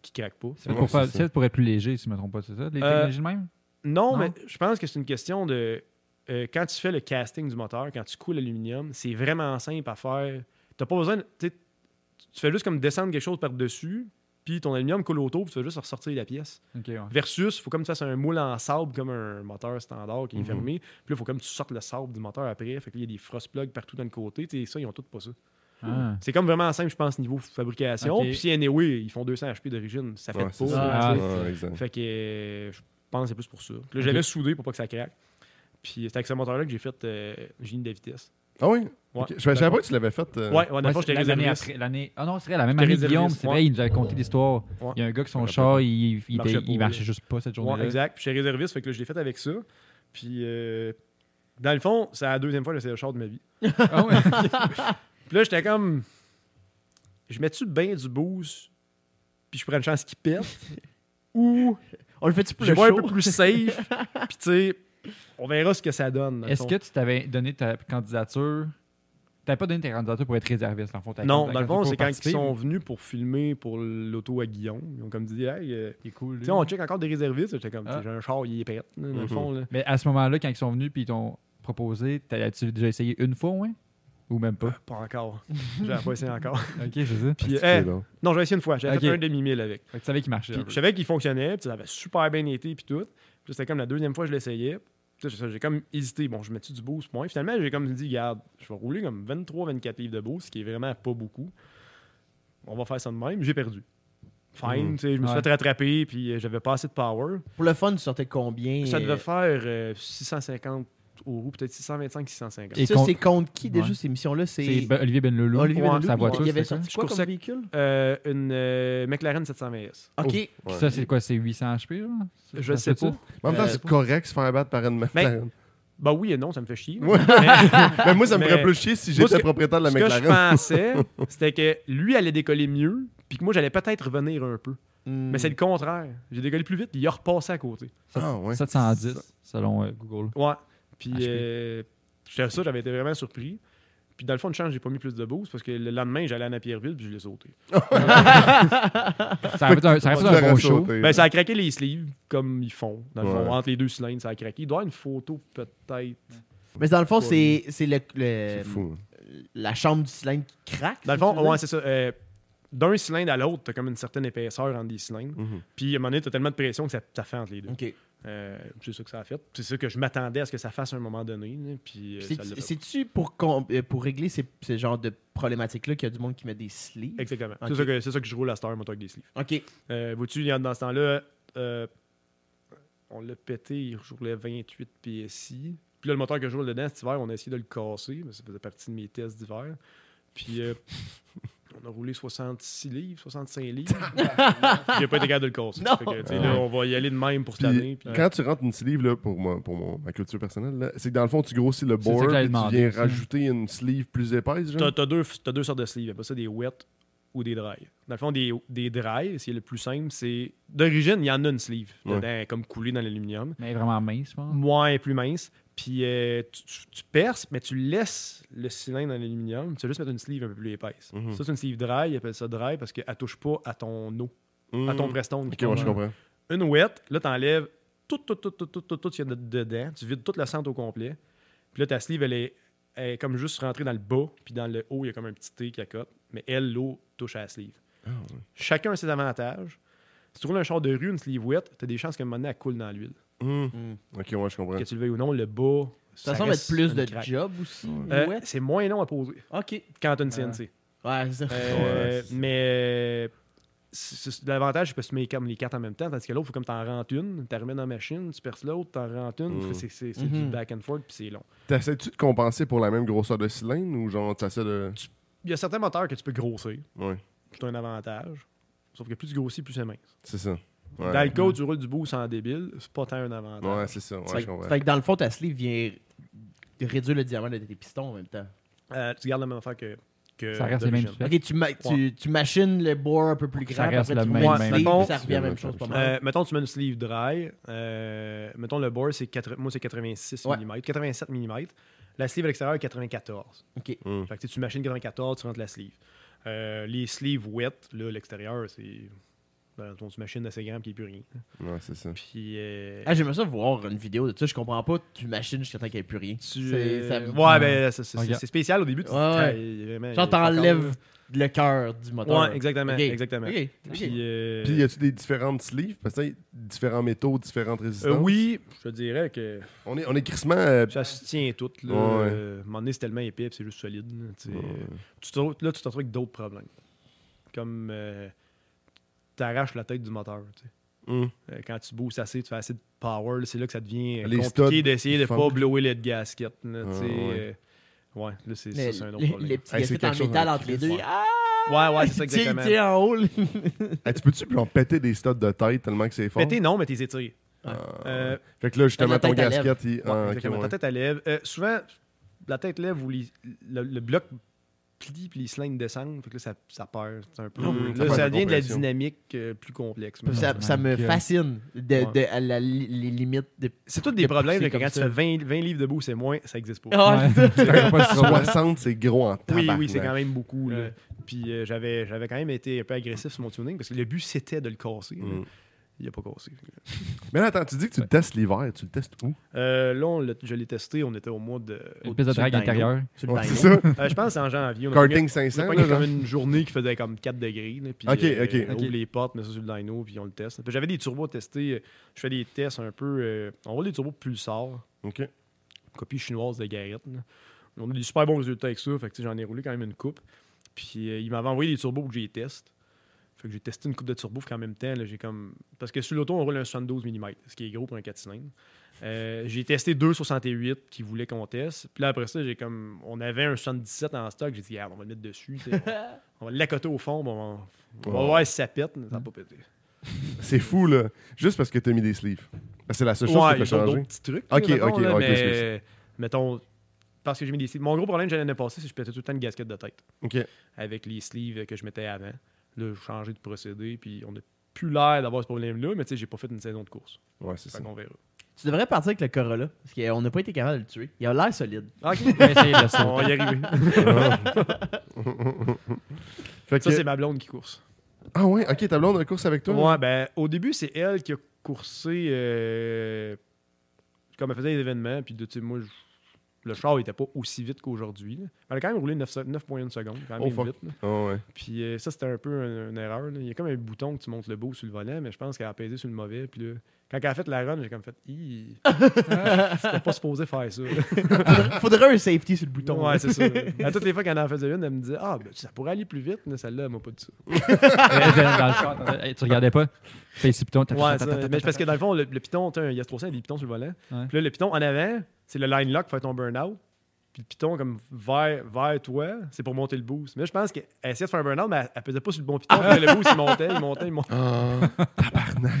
Speaker 4: qu'il craque pas.
Speaker 3: C'est
Speaker 2: Ouais,
Speaker 3: pour, faire-
Speaker 2: c'est ça.
Speaker 3: c'est pour être plus léger, si je ne me trompe pas, c'est ça? Les
Speaker 4: Euh,
Speaker 3: technologies de même?
Speaker 4: Non,
Speaker 3: Non.
Speaker 4: mais je pense que c'est une question de. euh, quand tu fais le casting du moteur, quand tu coules l'aluminium, c'est vraiment simple à faire. T'as pas besoin. de- tu sais, Tu fais juste comme descendre quelque chose par-dessus, puis ton aluminium coule autour, puis tu fais juste ressortir la pièce.
Speaker 3: Ok, ouais.
Speaker 4: Versus, faut comme tu fasses un moule en sable, comme un moteur standard qui est
Speaker 2: Mhm.
Speaker 4: fermé. Puis là, faut comme tu sortes le sable du moteur après. Fait que là, il y a des frost plugs partout dans le côté. Tu sais, ça, ils ont tous pas ça.
Speaker 3: Ah.
Speaker 4: C'est comme vraiment simple, je pense, niveau fabrication.
Speaker 3: Ok.
Speaker 4: Puis si anyway, ils font 200 HP d'origine, ça fait
Speaker 2: Ouais,
Speaker 4: pas. hein.
Speaker 2: c'est
Speaker 1: Ah,
Speaker 2: ça.
Speaker 1: ouais.
Speaker 2: Ouais, exact.
Speaker 4: Fait que euh, je pense que c'est plus pour ça. Puis là, j'avais soudé pour pas que ça craque. Puis c'est avec ce moteur-là que j'ai fait euh, génie de la vitesse.
Speaker 2: Ah, oui.
Speaker 4: Ouais.
Speaker 2: Ok. Je je savais pas que tu l'avais fait. euh,
Speaker 4: Ouais, ouais, dans le fond,
Speaker 3: Ouais, c'est
Speaker 4: j'étais
Speaker 3: l'année
Speaker 4: réservé.
Speaker 3: après- l'année- Ah non, c'est vrai, la même
Speaker 4: J'étais
Speaker 3: année,
Speaker 4: réserviste,
Speaker 3: Guillaume, c'est
Speaker 4: ouais.
Speaker 3: vrai, il nous avait conté l'histoire.
Speaker 4: Ouais.
Speaker 3: Il y a un gars qui son
Speaker 2: Je me
Speaker 3: char, il, il,
Speaker 4: Marchait
Speaker 3: était-
Speaker 4: pas,
Speaker 3: il marchait
Speaker 4: ouais.
Speaker 3: juste pas cette
Speaker 4: Ouais,
Speaker 3: journée-là.
Speaker 4: exact. Puis j'étais réserviste, fait que là, je l'ai fait avec ça. Puis euh, dans le fond, c'est la deuxième fois que j'essaie le char de ma vie.
Speaker 3: Ah ouais.
Speaker 4: Puis là, j'étais comme. Je mets-tu bien du boost, puis je prends une chance qu'il pète. ou
Speaker 1: On le fait-tu pour
Speaker 4: je
Speaker 1: le
Speaker 4: vois un
Speaker 1: show?
Speaker 4: peu plus safe, puis tu sais, on verra ce que ça donne. dans le
Speaker 3: Est-ce
Speaker 4: fond.
Speaker 3: que tu t'avais donné ta candidature? T'avais pas donné ta candidature pour être réserviste, dans le fond. t'avais
Speaker 4: Non,
Speaker 3: candidat-
Speaker 4: dans le fond,
Speaker 3: candidature
Speaker 4: c'est
Speaker 3: pour
Speaker 4: quand ils
Speaker 3: participer.
Speaker 4: sont venus pour filmer pour l'auto à Guillaume. Ils ont comme dit, hey, euh,
Speaker 3: C'est cool, lui.
Speaker 4: Tu sais, on check encore des réservistes. J'étais comme,
Speaker 3: Ah.
Speaker 4: j'ai un char, il est prêt, là, dans le
Speaker 2: Mhm.
Speaker 4: fond. Là.
Speaker 3: Mais à ce moment-là, quand ils sont venus puis ils t'ont proposé, t'as- as-tu déjà essayé une fois, ouais? Ou même pas?
Speaker 4: Pas encore. J'avais pas essayé encore.
Speaker 3: ok, c'est ça.
Speaker 4: Puis,
Speaker 2: c'est
Speaker 4: eh,
Speaker 2: long.
Speaker 4: non, j'ai essayé une fois. J'avais fait
Speaker 3: Ok.
Speaker 4: un demi-mille avec.
Speaker 3: Fait que tu savais qu'il marchait.
Speaker 4: Puis,
Speaker 3: un peu.
Speaker 4: je savais qu'il fonctionnait, puis ça avait super bien été, puis tout. Puis c'était comme la deuxième fois que je l'essayais. Puis ça, J'ai comme hésité. Bon, je mets-tu du boost, point. Finalement, j'ai comme dit, regarde, je vais rouler comme 23-24 livres de boost, ce qui est vraiment pas beaucoup. On va faire ça de même. J'ai perdu. Fine,
Speaker 2: Mhm.
Speaker 4: tu sais, je me suis
Speaker 3: Hmm. Ouais.
Speaker 4: fait rattraper, puis euh, j'avais pas assez de power.
Speaker 1: Pour le fun, tu sortais combien?
Speaker 4: Ça devait
Speaker 1: euh,
Speaker 4: faire euh, 650 aux roues, peut-être 625-650.
Speaker 3: Et
Speaker 1: ça,
Speaker 3: con-
Speaker 1: c'est contre qui déjà
Speaker 3: Ouais.
Speaker 1: ces missions-là?
Speaker 3: C'est
Speaker 1: C'est
Speaker 3: Ben- Olivier Benloulou.
Speaker 1: Olivier
Speaker 4: Ouais,
Speaker 1: Leloup,
Speaker 3: Sa
Speaker 1: il-
Speaker 3: voiture,
Speaker 1: Il avait
Speaker 3: c'est
Speaker 1: sorti
Speaker 4: ça?
Speaker 1: quoi comme
Speaker 4: Je coursais-
Speaker 1: véhicule?
Speaker 4: Euh, une euh, McLaren 700S.
Speaker 1: OK.
Speaker 2: Ouais.
Speaker 3: Ça, c'est quoi? C'est 800 HP, genre?
Speaker 4: Je
Speaker 3: Ça
Speaker 4: sais
Speaker 3: fait
Speaker 4: pas.
Speaker 3: ça?
Speaker 2: En même temps,
Speaker 1: Euh,
Speaker 2: c'est correct se faire battre par une McLaren.
Speaker 4: Bah oui et non, ça me fait chier.
Speaker 2: Ouais.
Speaker 4: Mais
Speaker 2: Mais moi, ça me
Speaker 4: ah, Mais-
Speaker 2: ferait plus chier si
Speaker 4: Moi, ce
Speaker 2: j'étais
Speaker 4: que-
Speaker 2: propriétaire de la
Speaker 4: ce que je
Speaker 2: McLaren.
Speaker 4: pensais, c'était que lui allait décoller mieux, puis que moi j'allais peut-être revenir un peu.
Speaker 1: Hmm.
Speaker 4: Mais c'est le contraire. J'ai décollé plus vite, il a repassé à côté.
Speaker 2: Ah, ouais.
Speaker 3: 710, selon euh, Google.
Speaker 4: Ouais. Puis
Speaker 3: HP.
Speaker 4: euh, j'étais ça, j'avais été vraiment surpris. Puis dans le fond de change, j'ai pas mis plus de boost parce que le lendemain, j'allais à Napierville puis je l'ai sauté.
Speaker 3: Ça aurait fait un, ça aurait fait un
Speaker 2: l'aurais
Speaker 3: bon show.
Speaker 2: sauté.
Speaker 4: Ben, ça a craqué les sleeves comme ils font. Dans le
Speaker 2: Ouais.
Speaker 4: fond, entre les deux cylindres, ça a craqué. Il doit y avoir une photo peut-être.
Speaker 1: Mais dans le fond, c'est c'est le, le-
Speaker 2: C'est fou. hein.
Speaker 1: la chambre du cylindre qui craque.
Speaker 4: Dans le
Speaker 1: ça, tu veux
Speaker 4: fond,
Speaker 1: dire?
Speaker 4: ouais, c'est ça. Euh, D'un cylindre à l'autre, t'as comme une certaine épaisseur entre des cylindres.
Speaker 2: Mhm.
Speaker 4: Puis à un moment donné, t'as tellement de pression que ça, ça fait entre les deux.
Speaker 1: OK.
Speaker 4: Euh, c'est ça que ça a fait. C'est ça que je m'attendais à ce que ça fasse à un moment donné. là, Puis, euh, ça l'a
Speaker 1: C'est-
Speaker 4: fait.
Speaker 1: C'est-tu pour, qu'on- euh, pour régler ces, ces genres de problématiques-là qu'il y a du monde qui met des sleeves?
Speaker 4: Exactement.
Speaker 1: Ok.
Speaker 4: C'est, ça que, c'est ça que je roule à Star, moi, avec des sleeves.
Speaker 1: OK.
Speaker 4: Euh, Vois-tu, il y a- dans ce temps-là, euh, on l'a pété, il roulait 28 PSI. Puis là, le moteur que je roule dedans, cet hiver, on a essayé de le casser, mais ça faisait partie de mes tests d'hiver. Puis euh, on a roulé 66 livres, 65 livres. Puis il n'a pas été capable de le casser.
Speaker 1: Non.
Speaker 4: Fait que, tu sais, là, on va y aller de même pour cette
Speaker 2: Puis,
Speaker 4: année. puis-
Speaker 2: quand tu rentres une sleeve, là, pour, moi, pour mon- ma culture personnelle, là, c'est que dans le fond, tu grossis le
Speaker 3: C'est ça que
Speaker 2: board
Speaker 3: j'allais
Speaker 2: et tu
Speaker 3: demander
Speaker 2: viens
Speaker 3: aussi.
Speaker 2: rajouter une sleeve plus épaisse.
Speaker 4: T'as,
Speaker 2: Genre.
Speaker 4: t'as deux, t'as deux sortes de sleeves. Après ça, des wet ou des dry. Dans le fond, des, des dry, c'est le plus simple, c'est. D'origine, il y en a une sleeve.
Speaker 2: Ouais.
Speaker 4: dedans, elle est comme coulée dans l'aluminium.
Speaker 3: Mais vraiment mince, je pense.
Speaker 4: Moins plus mince. Puis euh, tu, tu- tu perces, mais tu laisses le cylindre dans l'aluminium. Tu vas juste mettre une sleeve un peu plus épaisse.
Speaker 2: Mhm.
Speaker 4: Ça, c'est une sleeve dry. Ils appellent ça dry parce qu'elle touche pas à ton eau, à ton
Speaker 2: Mm.
Speaker 4: Prestone.
Speaker 2: Ok, ouais, je comprends.
Speaker 4: Une wet, là, t'enlèves tout, tout, tout, tout, tout, tout, tout ce qu'il y a de- dedans. Tu vides toute la centre au complet. Puis là, ta sleeve, elle est, elle est comme juste rentrée dans le bas, puis dans le haut, il y a comme un petit T qui accote. Mais elle, l'eau touche à la sleeve. Chacun a ses avantages. Si tu roules un char de rue, une sleeve wet, t'as des chances qu'à un moment donné, elle coule dans l'huile.
Speaker 2: Mm.
Speaker 1: Mm.
Speaker 2: Ok, ouais, je comprends.
Speaker 4: Que tu le veuilles ou non, le bas.
Speaker 1: Ça, semble être
Speaker 4: reste
Speaker 1: plus
Speaker 4: une
Speaker 1: de
Speaker 4: craque.
Speaker 1: job aussi.
Speaker 4: Euh,
Speaker 1: ouais.
Speaker 4: C'est moins long à poser
Speaker 1: OK.
Speaker 4: quand t'as une CNC.
Speaker 1: Ouais, c'est ça.
Speaker 4: Euh, mais euh, c'est- c'est- l'avantage, c'est parce que tu mets comme les quatre en même temps, tandis que l'autre, il faut comme t'en rentres une, t'en remets dans la machine, tu perces l'autre, t'en rentres une,
Speaker 2: Mm.
Speaker 4: c'est c'est- c'est du
Speaker 3: Mm-hmm.
Speaker 1: Mhm.
Speaker 4: back and forth, puis c'est long.
Speaker 2: T'essaies-tu de compenser pour la même grosseur de cylindre ou genre t'essaies de.
Speaker 4: Il y a certains moteurs que tu peux grossir,
Speaker 2: Ouais,
Speaker 4: c'est un avantage, sauf que plus tu grossis, plus c'est mince.
Speaker 2: c'est ça. Ouais,
Speaker 4: Dans le
Speaker 3: Mm-hmm.
Speaker 4: cas où tu roules du bout sans débile, c'est pas tant un
Speaker 2: ouais
Speaker 4: avantage.
Speaker 2: c'est ça. Ouais,
Speaker 1: fait,
Speaker 2: je comprends.
Speaker 1: fait que dans le fond, ta sleeve vient réduire le diamètre de tes pistons en même temps.
Speaker 4: Euh, tu gardes la même affaire que. que
Speaker 3: Ça reste les
Speaker 4: d'origine.
Speaker 3: mêmes
Speaker 1: Ok, tu, ma- tu, tu machines le bois un peu plus
Speaker 3: Ça
Speaker 1: grand,
Speaker 3: reste
Speaker 1: après tu
Speaker 3: le
Speaker 1: mets
Speaker 3: même-
Speaker 1: une
Speaker 4: même-
Speaker 1: sleeve,
Speaker 4: Mettons-
Speaker 1: ça revient à la même chose pas mal.
Speaker 4: Euh, mettons, tu mets une sleeve dry. euh, mettons, le bord, c'est quatre- moi, c'est 86
Speaker 1: Ouais.
Speaker 4: mm, 87 mm. La sleeve à l'extérieur est 94.
Speaker 1: Ok.
Speaker 2: Mm.
Speaker 4: Fait que tu sais, tu machines 94, tu rentres la sleeve. Euh, les sleeves wet, là, l'extérieur, c'est. Ben, ton- tu machines assez grand, puis il n'y a plus rien.
Speaker 2: Ouais, c'est ça.
Speaker 4: Puis. euh,
Speaker 1: Ah, j'aimerais ça voir une vidéo de ça. Je comprends pas. Tu machines jusqu'à temps qu'il n'y ait plus rien.
Speaker 4: tu,
Speaker 1: C'est-
Speaker 4: euh,
Speaker 1: ça me-
Speaker 4: ouais, ben, ça- ça- c'est
Speaker 3: Regarde.
Speaker 4: c'est spécial au début. Tu
Speaker 1: Ouais, ouais. Genre, t'enlèves le cœur du moteur.
Speaker 4: Ouais, exactement.
Speaker 1: Ok.
Speaker 4: exactement.
Speaker 1: Ok, ok.
Speaker 4: Puis, euh,
Speaker 2: Puis y a-tu des différentes sleeves Parce que tu sais, différents métaux, différentes
Speaker 4: euh,
Speaker 2: résistances.
Speaker 4: oui, je te dirais que
Speaker 2: On est, on est crissement. euh,
Speaker 4: ça se tient tout. Là,
Speaker 2: Ouais, ouais.
Speaker 4: Euh, à un moment donné, c'est tellement épais, puis c'est juste solide. là, tu sais.
Speaker 2: Ouais.
Speaker 4: Tu te- là, tu te retrouves avec d'autres problèmes. Comme euh, t'arraches la tête du moteur. tu sais.
Speaker 2: mm.
Speaker 4: Euh, quand tu boosts assez, tu fais assez de power, là, c'est là que ça devient euh,
Speaker 2: Les studs
Speaker 4: compliqué d'essayer de ne pas
Speaker 2: funk.
Speaker 4: blower le gasket. Là,
Speaker 2: Ah,
Speaker 4: tu sais,
Speaker 2: ouais.
Speaker 4: euh, ouais, là, c'est,
Speaker 1: Les,
Speaker 4: ça, c'est un autre
Speaker 1: les,
Speaker 4: problème.
Speaker 1: les petits
Speaker 2: Hey, c'est
Speaker 1: gaffettes
Speaker 2: quelque
Speaker 1: en
Speaker 2: chose
Speaker 1: métal
Speaker 2: en
Speaker 1: entre les
Speaker 2: crise,
Speaker 1: deux.
Speaker 2: ouais.
Speaker 1: Ah!
Speaker 4: Ouais, ouais, c'est ça
Speaker 1: Tiens,
Speaker 4: exactement.
Speaker 1: tiens, en haut. là.
Speaker 2: Hey, tu peux-tu genre péter des studs de tête tellement que c'est fort
Speaker 4: Péter, non, mais t'es étiré.
Speaker 2: Ah,
Speaker 4: Euh, ouais,
Speaker 2: Fait que là, justement,
Speaker 1: la
Speaker 2: ton
Speaker 1: tête à
Speaker 2: gasket, il. ah, ok,
Speaker 4: exactement.
Speaker 2: ouais.
Speaker 4: Ta tête, elle lève. Euh, souvent, la tête lève ou les- le, le bloc plie puis les slings descendent. Fait que là, ça, ça perd. C'est un peu,
Speaker 2: Mm, ça
Speaker 4: là, ça,
Speaker 2: perd de
Speaker 4: devient de la
Speaker 2: compression.
Speaker 4: dynamique euh, plus complexe. mais-
Speaker 1: Ça, ça me
Speaker 3: Ok.
Speaker 1: fascine de,
Speaker 4: Ouais.
Speaker 1: de, à la li- les limites de.
Speaker 4: C'est tous
Speaker 1: de
Speaker 4: des problèmes.
Speaker 1: pousser
Speaker 4: là, que
Speaker 1: comme
Speaker 4: quand tu
Speaker 1: ça.
Speaker 4: fais 20, 20 livres debout, c'est moins, ça existe pas.
Speaker 1: Ah,
Speaker 3: Ouais.
Speaker 1: c'est ça.
Speaker 3: T'aurais pas le survol.
Speaker 2: 60, c'est gros en
Speaker 4: Oui,
Speaker 2: tabarnak.
Speaker 4: oui, c'est quand même beaucoup. là.
Speaker 3: Ouais.
Speaker 4: Puis euh, j'avais, j'avais quand même été un peu agressif sur mon tuning parce que le but c'était de le casser.
Speaker 2: Mm.
Speaker 4: Il n'a pas cassé.
Speaker 2: Mais là, attends, tu dis que tu le testes l'hiver, tu le testes où
Speaker 4: Euh, là, on l'a- je l'ai testé, on était au mois de.
Speaker 3: Une piste de
Speaker 1: Au-dessus
Speaker 3: drague
Speaker 1: d'un
Speaker 3: intérieure.
Speaker 1: Sur le
Speaker 2: Ouais,
Speaker 1: dino.
Speaker 2: C'est ça
Speaker 4: Euh, je pense que c'est en janvier. On a
Speaker 2: Karting
Speaker 4: pogné- on a
Speaker 2: 500,
Speaker 4: pogné
Speaker 2: là, genre.
Speaker 4: comme une journée qui faisait comme 4 degrés. là, puis,
Speaker 2: Ok,
Speaker 4: euh,
Speaker 2: ok.
Speaker 4: On
Speaker 1: Ok.
Speaker 4: ouvre les portes, met ça sur le dyno, puis on le teste. Puis j'avais des turbos à tester. euh, Je fais des tests un peu. euh, on roule des turbos pulsars,
Speaker 2: Ok.
Speaker 4: copie chinoise de Garrett. là. On a des super bons résultats avec ça. Fait que tu sais, j'en ai roulé quand même une coupe. Puis euh, il m'avait envoyé des turbos pour que j'y teste. Fait que j'ai testé une coupe de turbo, puis en même temps, là, j'ai comme. Parce que sur l'auto, on roule un 72 mm, ce qui est gros pour un 4 cylindres. Euh, j'ai testé deux 68 qui voulaient qu'on teste. Puis là, après ça, j'ai comme. On avait un 77 en stock. J'ai dit, regarde, on va le mettre dessus. tu sais, on, on va l'accoter au fond. puis on va, on va
Speaker 2: Ouais.
Speaker 4: voir si ça pète. mais Ça n'a pas pété.
Speaker 2: C'est fou, là. Juste parce que t'as mis des sleeves. Parce que C'est la seule chose
Speaker 4: Ouais,
Speaker 2: qui
Speaker 4: il y
Speaker 2: peut
Speaker 4: a
Speaker 2: changer.
Speaker 4: d'autres petits trucs.
Speaker 2: Ok,
Speaker 4: là, mettons,
Speaker 2: ok,
Speaker 4: là,
Speaker 2: ok,
Speaker 4: mais, mettons, parce que j'ai mis des sleeves. Mon gros problème, j'allais l'année passée, c'est que je pétais tout le temps une gasket de tête
Speaker 2: Ok.
Speaker 4: avec les sleeves que je mettais avant. Là, j'ai changé de procédé, puis on n'a plus l'air d'avoir ce problème-là, mais tu sais, j'ai pas fait une saison de course.
Speaker 2: Ouais, c'est ça.
Speaker 4: Fait qu'on verra.
Speaker 1: Tu devrais partir avec le Corolla, parce qu'on n'a pas été capable de le tuer. Il a l'air solide.
Speaker 4: Ok,
Speaker 3: Mais c'est le son.
Speaker 4: on va y arriver.
Speaker 2: Fait
Speaker 4: Ça,
Speaker 2: que-
Speaker 4: c'est ma blonde qui course.
Speaker 2: Ah ouais, ok, ta blonde a course avec toi. là?
Speaker 4: Ouais, ben, au début, c'est elle qui a coursé euh, comme elle faisait les événements, puis de, tu sais, moi, je- Le char n'était pas aussi vite qu'aujourd'hui. là. Elle a quand même roulé 9 se- 9,1 secondes, quand
Speaker 2: Oh,
Speaker 4: même
Speaker 2: fuck.
Speaker 4: vite. là.
Speaker 2: Ah ouais.
Speaker 4: Puis euh, ça, c'était un peu un- une erreur. là. Il y a comme un bouton que tu montes le beau sur le volet, mais je pense qu'elle a pesé sur le mauvais. Puis là, quand elle a fait la run, j'ai comme fait Hi, c'était pas supposé faire ça. là.
Speaker 1: Faudrait- Faudrait un safety sur le bouton.
Speaker 4: Ouais,
Speaker 1: là.
Speaker 4: c'est ça. À toutes les fois qu'elle en faisait une, elle me disait Ah, ben, ça pourrait aller plus vite, mais celle-là, elle m'a pas dit ça.
Speaker 3: dans le char, t'entends- hey, tu regardais pas. Fais ici, piton.
Speaker 4: Ouais, ça, mais parce que dans le fond, le, le piton, t'as un IS-300, il y a des pitons sur le volant.
Speaker 3: Ouais.
Speaker 4: Puis là, le piton en avant, c'est le line lock pour faire ton burn-out. Puis le piton, comme vers, vers toi, c'est pour monter le boost. Mais là, je pense qu'elle essayait de faire un burn-out, mais elle, elle pesait pas sur le bon piton. Puis là, le boost, il montait, il montait, il montait.
Speaker 2: Ah, tabarnak.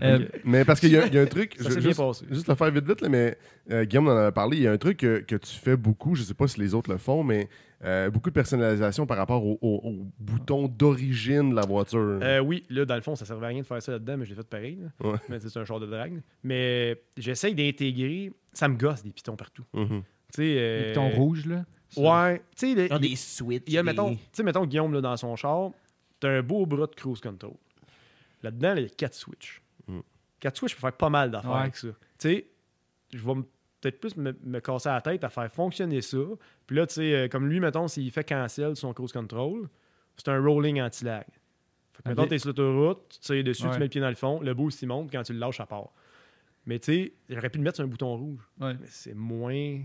Speaker 3: Euh,
Speaker 4: Ok.
Speaker 2: Mais parce qu'il y, a- il y a un truc,
Speaker 4: Ça
Speaker 2: je-
Speaker 4: s'est bien
Speaker 2: juste,
Speaker 4: passé.
Speaker 2: juste le faire vite vite, là, mais euh, Guillaume en avait parlé, il y a un truc que, que tu fais beaucoup, je sais pas si les autres le font, mais euh, beaucoup de personnalisation par rapport au, au- au bouton d'origine de la voiture.
Speaker 4: Euh, oui, là, dans le fond, ça servait à rien de faire ça là-dedans, mais je l'ai fait pareil. là.
Speaker 2: Ouais.
Speaker 4: Mais c'est un char de drague. Mais j'essaye d'intégrer. Ça me gosse des pitons partout.
Speaker 2: Mhm.
Speaker 4: Tu sais, euh,
Speaker 3: les pitons rouges, là.
Speaker 4: Ouais. Tu sais, les-
Speaker 1: Genre des switches.
Speaker 4: il y a,
Speaker 1: des-
Speaker 4: mettons, tu sais, mettons Guillaume là, dans son char, t'as un beau bras de cruise control. Là-dedans, là, il y a 4 switches.
Speaker 2: Mm.
Speaker 4: 4 switches, je peux faire pas mal d'affaires
Speaker 3: Ouais.
Speaker 4: avec ça. Tu sais, je vais me- peut-être plus me, me casser la tête à faire fonctionner ça. Puis là, tu sais, euh, comme lui, mettons, s'il fait cancel son cruise control, c'est un rolling anti-lag. Fait que, mettons,
Speaker 3: Ok.
Speaker 4: t'es sur l'autoroute, tu tires dessus,
Speaker 3: Ouais.
Speaker 4: tu mets le pied dans le fond, le boost, il monte, quand tu le lâches, ça part. Mais tu sais, j'aurais pu le mettre sur un bouton rouge.
Speaker 3: Ouais.
Speaker 4: Mais c'est moins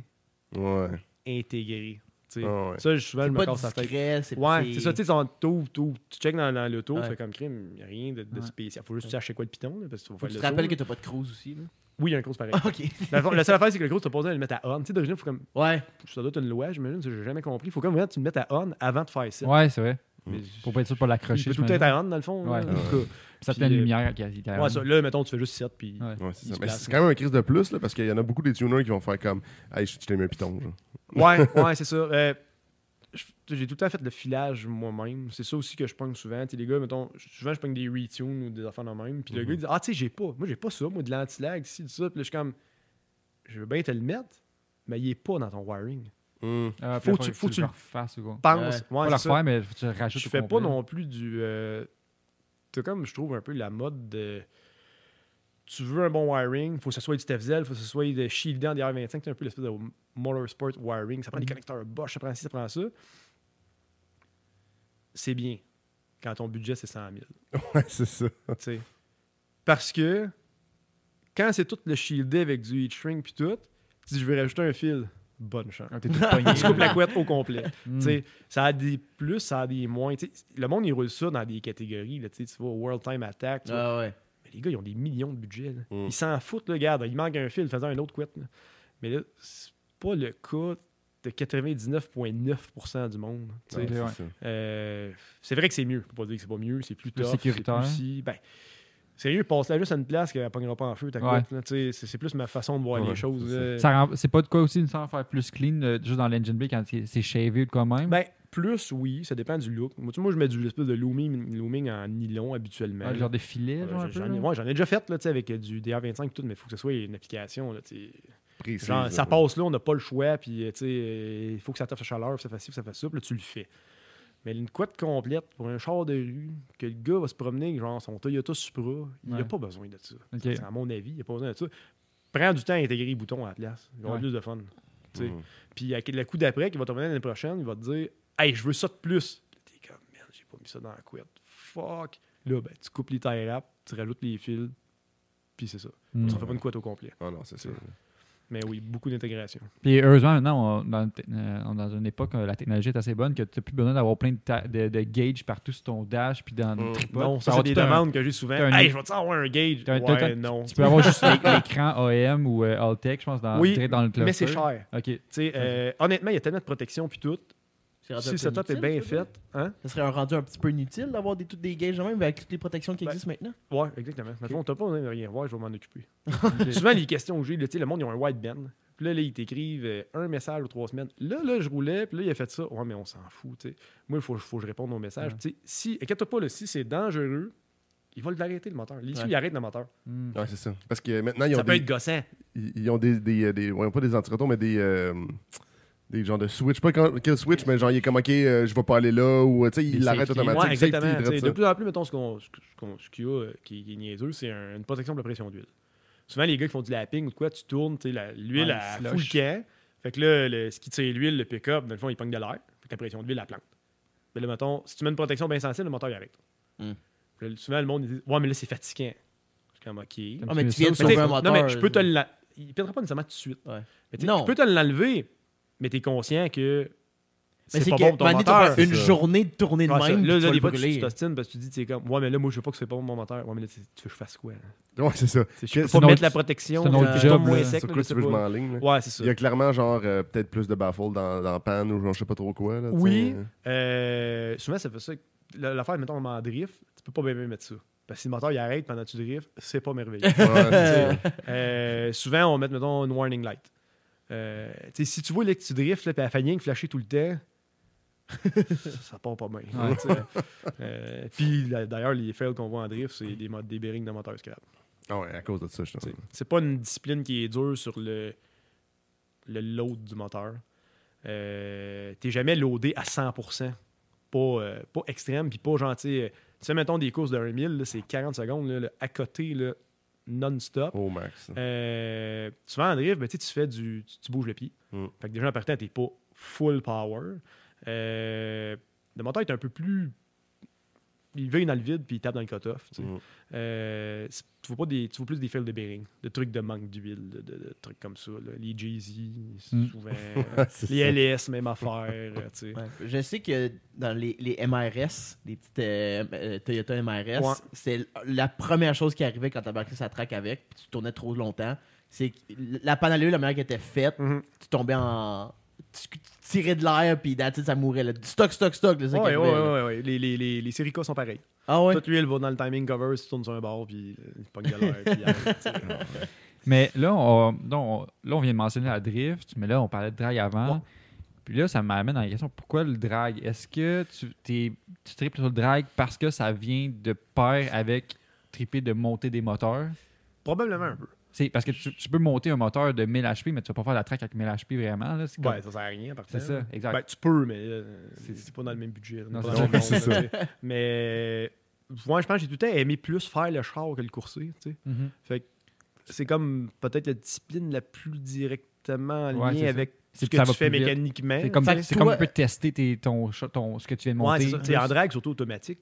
Speaker 2: Ouais.
Speaker 4: intégré. tu sais.
Speaker 2: Ah ouais.
Speaker 4: Ça, je- souvent, je
Speaker 1: C'est
Speaker 4: me
Speaker 1: pas
Speaker 4: casse la tête.
Speaker 1: discret. C'est
Speaker 4: Ouais, c'est ça, tu sais, t'en- t'ouvres, t'ouvres, tu checkes dans, dans l'auto,
Speaker 1: Ouais.
Speaker 4: tu fais comme crime, y a rien de, de
Speaker 3: Ouais.
Speaker 4: spécial. Faut juste chercher quoi le piton, là, parce qu'il faut
Speaker 1: Faut
Speaker 4: faire
Speaker 1: que tu
Speaker 4: le
Speaker 1: te rappelles que
Speaker 4: saut.
Speaker 1: t'as pas de cruise aussi. Là.
Speaker 4: Oui, il y a un cause pareil.
Speaker 1: OK.
Speaker 4: la, la seule affaire, c'est que le cause, t'as pas besoin de le mettre à on. Tu sais, d'origine, faut comme,
Speaker 1: Ouais.
Speaker 4: ça doit être une loi, j'imagine, ça, j'ai jamais compris. Faut comme vraiment que tu le mettes à on avant de faire ça.
Speaker 3: Ouais, c'est vrai.
Speaker 4: Mais
Speaker 3: Pour pas être sûr de pas
Speaker 4: il
Speaker 3: l'accrocher.
Speaker 4: peut tout
Speaker 3: j'imagine.
Speaker 4: être à on, dans le fond.
Speaker 3: Ouais.
Speaker 4: là, en tout
Speaker 3: Certaines
Speaker 4: Puis, euh,
Speaker 3: lumières qui qui-
Speaker 4: cas. Ouais, ça, là, mettons, tu fais juste 7, puis...
Speaker 3: Ouais.
Speaker 2: Ouais, c'est
Speaker 4: Il
Speaker 2: ça.
Speaker 4: se
Speaker 2: Mais
Speaker 4: place.
Speaker 2: c'est quand même un crise de plus, là, parce qu'il y en a beaucoup des tuners qui vont faire comme Hey, je je t'ai mis un piton. genre.
Speaker 4: Ouais, ouais, c'est ça. Euh, je- j'ai tout le temps fait le filage moi-même. C'est ça aussi que je pogne souvent. Tu sais, les gars, mettons, souvent je pogne des retunes ou des affaires dans le même. Puis le
Speaker 2: Mhm.
Speaker 4: gars, il dit Ah, tu sais, j'ai pas. Moi, j'ai pas ça, moi, de l'anti-lag, ci, de ça. Puis là, je suis comme Je veux bien te le mettre, mais il est pas dans ton wiring.
Speaker 2: Mm.
Speaker 3: Euh,
Speaker 4: Faut
Speaker 3: faut,
Speaker 4: tu-
Speaker 3: que
Speaker 4: faut
Speaker 3: faut
Speaker 4: tu
Speaker 3: tu
Speaker 4: le
Speaker 3: le refasses ou quoi.
Speaker 4: Pense.
Speaker 1: Ouais.
Speaker 4: Ouais,
Speaker 3: pas le
Speaker 4: c'est ça.
Speaker 3: refaire, mais faut que tu le rajoutes.
Speaker 4: Je
Speaker 3: au
Speaker 4: fais pas
Speaker 3: complet.
Speaker 4: non plus du. euh, T'as comme, je trouve, un peu la mode de. Tu veux un bon wiring, faut que ce soit du TFZL, faut que ce soit de shieldant en DR25, c'est un peu l'espèce de motorsport wiring. Ça prend
Speaker 3: Mm-hmm.
Speaker 4: des connecteurs Bosch, ça prend ci, ça prend ça. C'est bien quand ton budget c'est 100 000.
Speaker 2: Ouais, c'est ça.
Speaker 3: Ah.
Speaker 4: tu sais. Parce que quand c'est tout le shieldé avec du heat shrink puis tout, tu dis je vais rajouter un fil, bonne chance.
Speaker 3: Ah, T'es tout pogné.
Speaker 4: Tu coupes la couette au complet.
Speaker 3: Mm.
Speaker 4: Tu
Speaker 2: Hmm.
Speaker 4: sais, ça a des plus, ça a des moins. Tu sais, le monde, il roule ça dans des catégories. Là, tu sais, tu vois, World Time Attack. tu vois.
Speaker 1: Ah ouais.
Speaker 4: Mais les gars, ils ont des millions de budget. là.
Speaker 2: Mm.
Speaker 4: Ils s'en foutent, là, regarde. Il manque un fil, faisant un autre quit. là. Mais là, c'est pas le cas de 99,9% du monde. tu sais.
Speaker 2: Ouais, c'est
Speaker 3: ouais.
Speaker 2: ça.
Speaker 4: Euh, c'est vrai que c'est mieux. Faut pas dire que c'est pas mieux. C'est plus
Speaker 3: Plus
Speaker 4: tough.
Speaker 3: sécuritaire.
Speaker 4: C'est plus si- ben, sérieux, passe-la juste à une place qu'elle pognera pas en feu, ta
Speaker 3: Ouais.
Speaker 4: couette, là, tu sais, c'est c'est plus ma façon de voir
Speaker 2: Ouais,
Speaker 4: les choses.
Speaker 2: c'est ça.
Speaker 4: là.
Speaker 3: Ça rend- C'est pas de quoi aussi, une sorte faire plus clean, euh, juste dans l'engine bay quand c'est c'est shavé ou de quoi même.
Speaker 4: Ben, plus, oui, ça dépend du look. Moi, tu sais, moi je mets du espèce de looming, looming en nylon habituellement.
Speaker 3: Ah, le
Speaker 4: là.
Speaker 3: genre de filet,
Speaker 4: Euh,
Speaker 3: genre un peu.
Speaker 4: j'en, ai,
Speaker 3: là.
Speaker 4: ouais, j'en ai déjà fait là, tu sais, avec euh, du DR25 et tout, mais il faut que ce soit une application. Là, tu sais.
Speaker 2: Précise,
Speaker 4: Genre, ça
Speaker 2: ouais.
Speaker 4: passe là, on n'a pas le choix, puis euh, tu sais, euh, il faut que ça tape sa chaleur, puis ça fasse ci, puis ça fasse ça, puis là, tu le fais. Mais une couette complète pour un char de rue, que le gars va se promener, avec, genre son Toyota Supra, il
Speaker 3: Ouais.
Speaker 4: n'a pas besoin de ça.
Speaker 3: Ok.
Speaker 4: C'est à mon avis, il n'a pas besoin de ça. Prends du temps à intégrer les boutons à la place. Il va avoir
Speaker 3: Ouais.
Speaker 4: plus de fun. tu sais.
Speaker 2: Mhm.
Speaker 4: Puis à- le coup d'après, qui va te revenir l'année prochaine, il va te dire Hey, je veux ça de plus. Là, T'es comme merde, j'ai pas mis ça dans la couette. Fuck. Là, ben, tu coupes les tie wraps, tu rajoutes les fils, puis c'est ça.
Speaker 3: Mm.
Speaker 4: Ça fait pas une couette au complet.
Speaker 2: Ah non, c'est ça.
Speaker 4: Mais oui, beaucoup d'intégration.
Speaker 3: Puis heureusement, maintenant, on, dans, le te- euh, on est dans une époque où la technologie est assez bonne que tu n'as plus besoin d'avoir plein de, ta- de, de gauges partout sur ton dash puis dans
Speaker 2: Mm.
Speaker 3: le tripod.
Speaker 4: Hmm. Non,
Speaker 3: Tu peux
Speaker 4: ça, c'est
Speaker 3: avoir
Speaker 4: des
Speaker 3: tout un-
Speaker 4: demandes que j'ai souvent.
Speaker 3: t'as un-
Speaker 4: Hey, je vais te avoir un gauge.
Speaker 3: t'as un- t'as- t'as-
Speaker 4: Ouais, non.
Speaker 3: Tu peux avoir juste l'é- l'écran OEM ou euh, Alltech, je pense, dans,
Speaker 4: Oui,
Speaker 3: direct dans le club.
Speaker 4: Mais c'est cher.
Speaker 3: OK.
Speaker 4: Tu sais, euh, honnêtement, il y a tellement de protection puis tout.
Speaker 1: C'est rendu
Speaker 4: Si
Speaker 1: un
Speaker 4: le
Speaker 1: peu
Speaker 4: setup est
Speaker 1: inutile,
Speaker 4: bien
Speaker 1: ça,
Speaker 4: fait, hein?
Speaker 1: Ça serait un rendu un petit peu inutile d'avoir des, toutes des gages de même avec toutes les protections qui
Speaker 4: Ben,
Speaker 1: existent maintenant.
Speaker 4: Ouais, exactement. Mais
Speaker 1: Ok.
Speaker 4: bon, t'as pas besoin de rien voir, je vais m'en occuper.
Speaker 3: OK.
Speaker 4: Souvent, les questions que j'ai, là, tu sais, le monde, ils ont un white band. Puis là, là, ils t'écrivent euh, un message ou trois semaines. Là, là, je roulais, puis là, il a fait ça. Ouais, mais on s'en fout, tu sais. Moi, il faut, faut que je réponde aux messages.
Speaker 3: Ouais.
Speaker 4: Tu sais, si, inquiète pas, là, si c'est dangereux, ils vont l'arrêter, le moteur. L'issue,
Speaker 1: Ouais.
Speaker 4: il arrête le moteur.
Speaker 3: Mm.
Speaker 2: Ouais, c'est ça. Parce que maintenant, ils ont
Speaker 4: ça peut
Speaker 2: des-
Speaker 4: être gossant.
Speaker 2: ils, ils ont des, des, des- ouais, pas des antirotours, mais des, euh, des genres de switch. Pas quand- quel switch, mais genre, il est comme, OK, euh, je vais pas aller là, ou, tu sais,
Speaker 3: Des
Speaker 2: il l'arrête
Speaker 3: safety.
Speaker 2: automatiquement.
Speaker 4: Ouais, exactement. tu sais, de
Speaker 2: Safety,
Speaker 4: plus en plus, mettons, ce qu'on- ce qu'on- ce qu'il y a euh, qui, qui est niaiseux, c'est un- une protection de la pression d'huile. Souvent, les gars qui font du lapping ou de quoi, tu tournes, tu sais, la- l'huile,
Speaker 3: Ouais,
Speaker 4: à
Speaker 3: slush.
Speaker 4: fout le camp. Fait que là, le- ce qui tire l'huile, le pick-up, dans le fond, il pogne de l'air. Fait que la pression de l'huile, la plante. Mais le mettons, si tu mets une protection bien sensible, le moteur, il arrête.
Speaker 1: Hmm.
Speaker 4: Puis là, souvent, le monde, il dit Ouais, mais là, c'est fatigant. Je suis comme OK.
Speaker 1: Ah, mais tu viens de
Speaker 3: Ça,
Speaker 4: Mais
Speaker 1: sauver
Speaker 4: t'sais,
Speaker 1: un
Speaker 4: non,
Speaker 1: moteur. euh,
Speaker 4: mais je peux te l'enlever. Il ne pas nécessairement tout de suite.
Speaker 1: Ouais.
Speaker 4: Mais t'sais,
Speaker 1: Non.
Speaker 4: Je peux te l'enlever, mais tu es conscient que
Speaker 1: Mais
Speaker 4: c'est pas
Speaker 1: que,
Speaker 4: bon pour ton
Speaker 1: Mané, t'as
Speaker 4: moteur.
Speaker 1: pas une
Speaker 2: C'est ça.
Speaker 1: journée de tournée de
Speaker 4: Ouais, Ah, ça.
Speaker 1: même.
Speaker 4: Là,
Speaker 1: puis
Speaker 4: là,
Speaker 1: tu vas
Speaker 4: des fois,
Speaker 1: le
Speaker 4: tu tu
Speaker 1: brûler.
Speaker 4: t'ostines parce que tu dis, tu sais, comme, ouais, mais là, moi, je veux pas que c'est pas mon moteur. Ouais, mais là, tu- tu veux que je fasse quoi? là?
Speaker 2: Ouais, c'est ça.
Speaker 4: Tu sais, Je peux
Speaker 3: C'est
Speaker 4: pas
Speaker 3: une
Speaker 4: mettre
Speaker 3: autre-
Speaker 4: la protection.
Speaker 3: c'est un
Speaker 4: euh,
Speaker 3: autre
Speaker 4: je
Speaker 3: job,
Speaker 4: tombe moins
Speaker 3: là.
Speaker 4: sec,
Speaker 2: Sur
Speaker 4: là,
Speaker 2: quoi
Speaker 4: je
Speaker 2: tu
Speaker 4: sais
Speaker 2: veux que je
Speaker 4: pas.
Speaker 2: m'enligne? là?
Speaker 4: Ouais, c'est ça.
Speaker 2: Il y a clairement, genre, euh, peut-être plus de baffle dans, dans panne ou genre, je sais pas trop quoi. Là, tu
Speaker 4: Oui.
Speaker 2: sais, euh.
Speaker 4: Euh, souvent, ça fait ça. que la- L'affaire, mettons, en drift, tu peux pas bien bien mettre ça. Parce que si le moteur il arrête pendant que tu drifts, c'est pas merveilleux.
Speaker 2: Ouais, c'est ça.
Speaker 4: Euh, souvent, on met, mettons, une warning light. Euh, tu sais, si tu vois là, que tu drifts, là, puis la faigne flasher tout le temps, ça, ça part pas bien.
Speaker 3: Ouais.
Speaker 4: tu sais. Euh, puis la- d'ailleurs, les fails qu'on voit en drift, c'est des, mo- des bearings de moteur scrap.
Speaker 2: Ah ouais, à cause de ça, je
Speaker 4: tu
Speaker 2: suis
Speaker 4: sais. C'est pas une discipline qui est dure sur le, le load du moteur. Euh, T'es jamais loadé à 100%. Pas, euh, pas extrême, puis pas gentil. Euh, Tu sais, mettons des courses de 1 000, là, c'est 40 secondes là, là, à côté, là, non-stop.
Speaker 2: au oh, max. là.
Speaker 4: Euh, souvent en drift, ben, tu sais, tu fais du. Tu, tu bouges le pied.
Speaker 2: Mm.
Speaker 4: Fait que déjà en partant, t'es pas full power. Euh, le moteur est un peu plus. Il veille dans le vide puis il tape dans le cut-off. Tu sais.
Speaker 2: Mm.
Speaker 4: Euh, c'est- tu vois pas des. Tu vois plus des fails de bearing, de trucs de manque d'huile, de, de- de trucs comme ça. là. Les Jay-Z,
Speaker 3: Mm.
Speaker 4: souvent. euh,
Speaker 2: C'est
Speaker 4: les LS, même affaire. euh, tu sais.
Speaker 1: Ouais. Je sais que dans les, les MRS, les petites euh, euh, Toyota MRS,
Speaker 4: Ouais.
Speaker 1: c'est l- la première chose qui arrivait quand tu embarquais sa track avec, puis tu tournais trop longtemps, c'est que la panne à l'huile, la manière qu'elle était faite,
Speaker 4: Mhm.
Speaker 1: tu tombais en. Tu, tu tirais de l'air, puis that's it, ça mourait. Là. Stock, stock, stock, là, c'est ça qui
Speaker 4: Ouais, ouais,
Speaker 1: arrivait, là.
Speaker 4: ouais, ouais, ouais. Les, les, les, les Serica sont pareils.
Speaker 1: Ah ouais?
Speaker 4: Toute l'huile va dans le timing cover, si tu tournes sur un bord, puis euh, il pogne de l'air, puis il arrête, tu sais.
Speaker 3: Mais là, on, donc, on- là, on vient de mentionner la drift, mais là, on parlait de drag avant.
Speaker 1: Ouais.
Speaker 3: Puis là, ça m'amène à la question pourquoi le drag Est-ce que tu, t'es, tu tripes sur le drag parce que ça vient de pair avec triper de monter des moteurs
Speaker 4: Probablement un peu.
Speaker 3: c'est Parce que tu, tu peux monter un moteur de 1000 HP, mais tu vas pas faire la track avec 1000 HP vraiment. là. C'est, comme-
Speaker 4: Ouais, ça sert à rien, par
Speaker 3: c'est
Speaker 4: exemple.
Speaker 3: ça, exact.
Speaker 4: Ben, tu peux, mais euh,
Speaker 3: C'est-
Speaker 4: c'est pas dans le même budget.
Speaker 3: Non,
Speaker 4: pas
Speaker 3: c'est
Speaker 4: dans le même
Speaker 2: ça.
Speaker 4: monde, tu sais. Mais moi, je pense que j'ai tout le temps aimé plus faire le char que le courser. tu sais.
Speaker 3: Mhm.
Speaker 4: C'est comme peut-être la discipline la plus directement en
Speaker 3: Ouais,
Speaker 4: lien
Speaker 3: c'est ça.
Speaker 4: avec
Speaker 3: C'est-
Speaker 4: ce que
Speaker 3: ça
Speaker 4: tu
Speaker 3: va
Speaker 4: fais
Speaker 3: plus vite.
Speaker 4: mécaniquement.
Speaker 3: C'est comme,
Speaker 1: Fait que
Speaker 3: c'est comme
Speaker 1: toi-
Speaker 3: un peu tester tes- ton, cho- ton, ce que tu viens de
Speaker 4: eh, Ouais,
Speaker 3: monter.
Speaker 4: c'est ça. Tu sais, en drague, surtout automatique,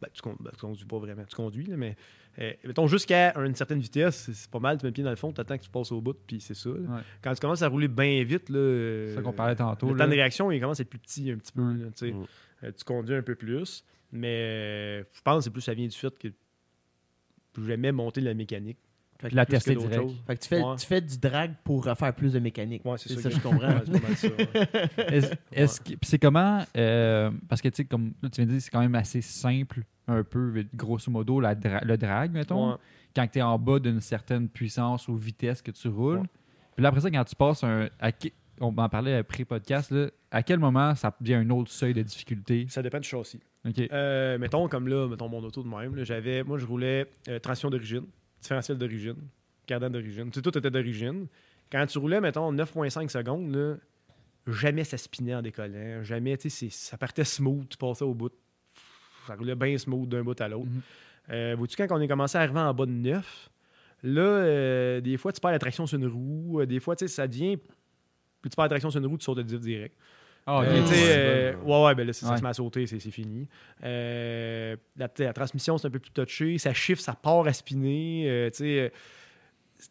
Speaker 4: ben, tu, con- ben, tu conduis pas vraiment. Tu conduis, là, mais euh, mettons jusqu'à une certaine vitesse, c'est- c'est pas mal. Tu mets le pied dans le fond, tu attends que tu passes au bout, puis c'est ça. là.
Speaker 3: Ouais.
Speaker 4: Quand tu commences à rouler bien vite, là,
Speaker 3: c'est
Speaker 4: euh,
Speaker 3: ça qu'on parlait tantôt.
Speaker 4: Le
Speaker 3: là.
Speaker 4: temps de réaction, il commence à être plus petit un petit peu.
Speaker 3: Mm.
Speaker 4: là, tu sais.
Speaker 2: Mm.
Speaker 4: Euh, tu conduis un peu plus, mais euh, je pense que c'est plus ça vient du fait que j'aimais monter de la mécanique.
Speaker 1: Fait que
Speaker 3: La
Speaker 4: plus que
Speaker 3: tester
Speaker 4: d'autres
Speaker 3: direct.
Speaker 4: choses.
Speaker 1: Fait que tu fais,
Speaker 4: Ouais.
Speaker 1: tu fais du drag pour euh, faire plus de mécanique.
Speaker 4: Ouais, c'est
Speaker 1: C'est ça,
Speaker 4: ça que-
Speaker 1: je comprends.
Speaker 4: Ouais, c'est pas mal ça, ouais.
Speaker 3: Est-ce est-ce que- puis c'est comment euh, Parce que tu sais, comme là, tu viens de dire, c'est quand même assez simple, un peu, grosso modo, la dra- le drag, mettons.
Speaker 4: Ouais.
Speaker 3: Quand tu es en bas d'une certaine puissance ou vitesse que tu roules.
Speaker 4: Ouais.
Speaker 3: Puis là, après ça, quand tu passes un. à qui- on en parlait pré-podcast, là, à quel moment ça devient un autre seuil de difficulté
Speaker 4: Ça dépend du châssis.
Speaker 3: Ok.
Speaker 4: Euh, mettons comme là, mettons mon auto de même. là, j'avais, moi, je roulais euh, transmission d'origine, différentiel d'origine, cardan d'origine. Tu sais, tout était d'origine. Quand tu roulais, mettons, 9,5 secondes, là, jamais ça spinait en décollant. Jamais, tu sais, c'est- ça partait smooth, tu passais au bout. Ça roulait bien smooth d'un bout à l'autre.
Speaker 3: Mhm.
Speaker 4: Euh, Vois-tu, quand on est commencé à arriver en bas de 9, là, euh, des fois, tu perds la traction sur une roue. euh, des fois, tu sais, ça devient. Plus tu perds la traction sur une roue, tu sautes de diff direct.
Speaker 3: Ah, ok.
Speaker 4: Euh, tu sais,
Speaker 3: Ouais.
Speaker 4: euh, ouais, ouais, ben là, c'est ça
Speaker 3: Ouais.
Speaker 4: se met à sauter, c'est c'est fini. Euh, la, la transmission, c'est un peu plus touché. Ça chiffre, ça part à spinner. euh, tu sais, euh,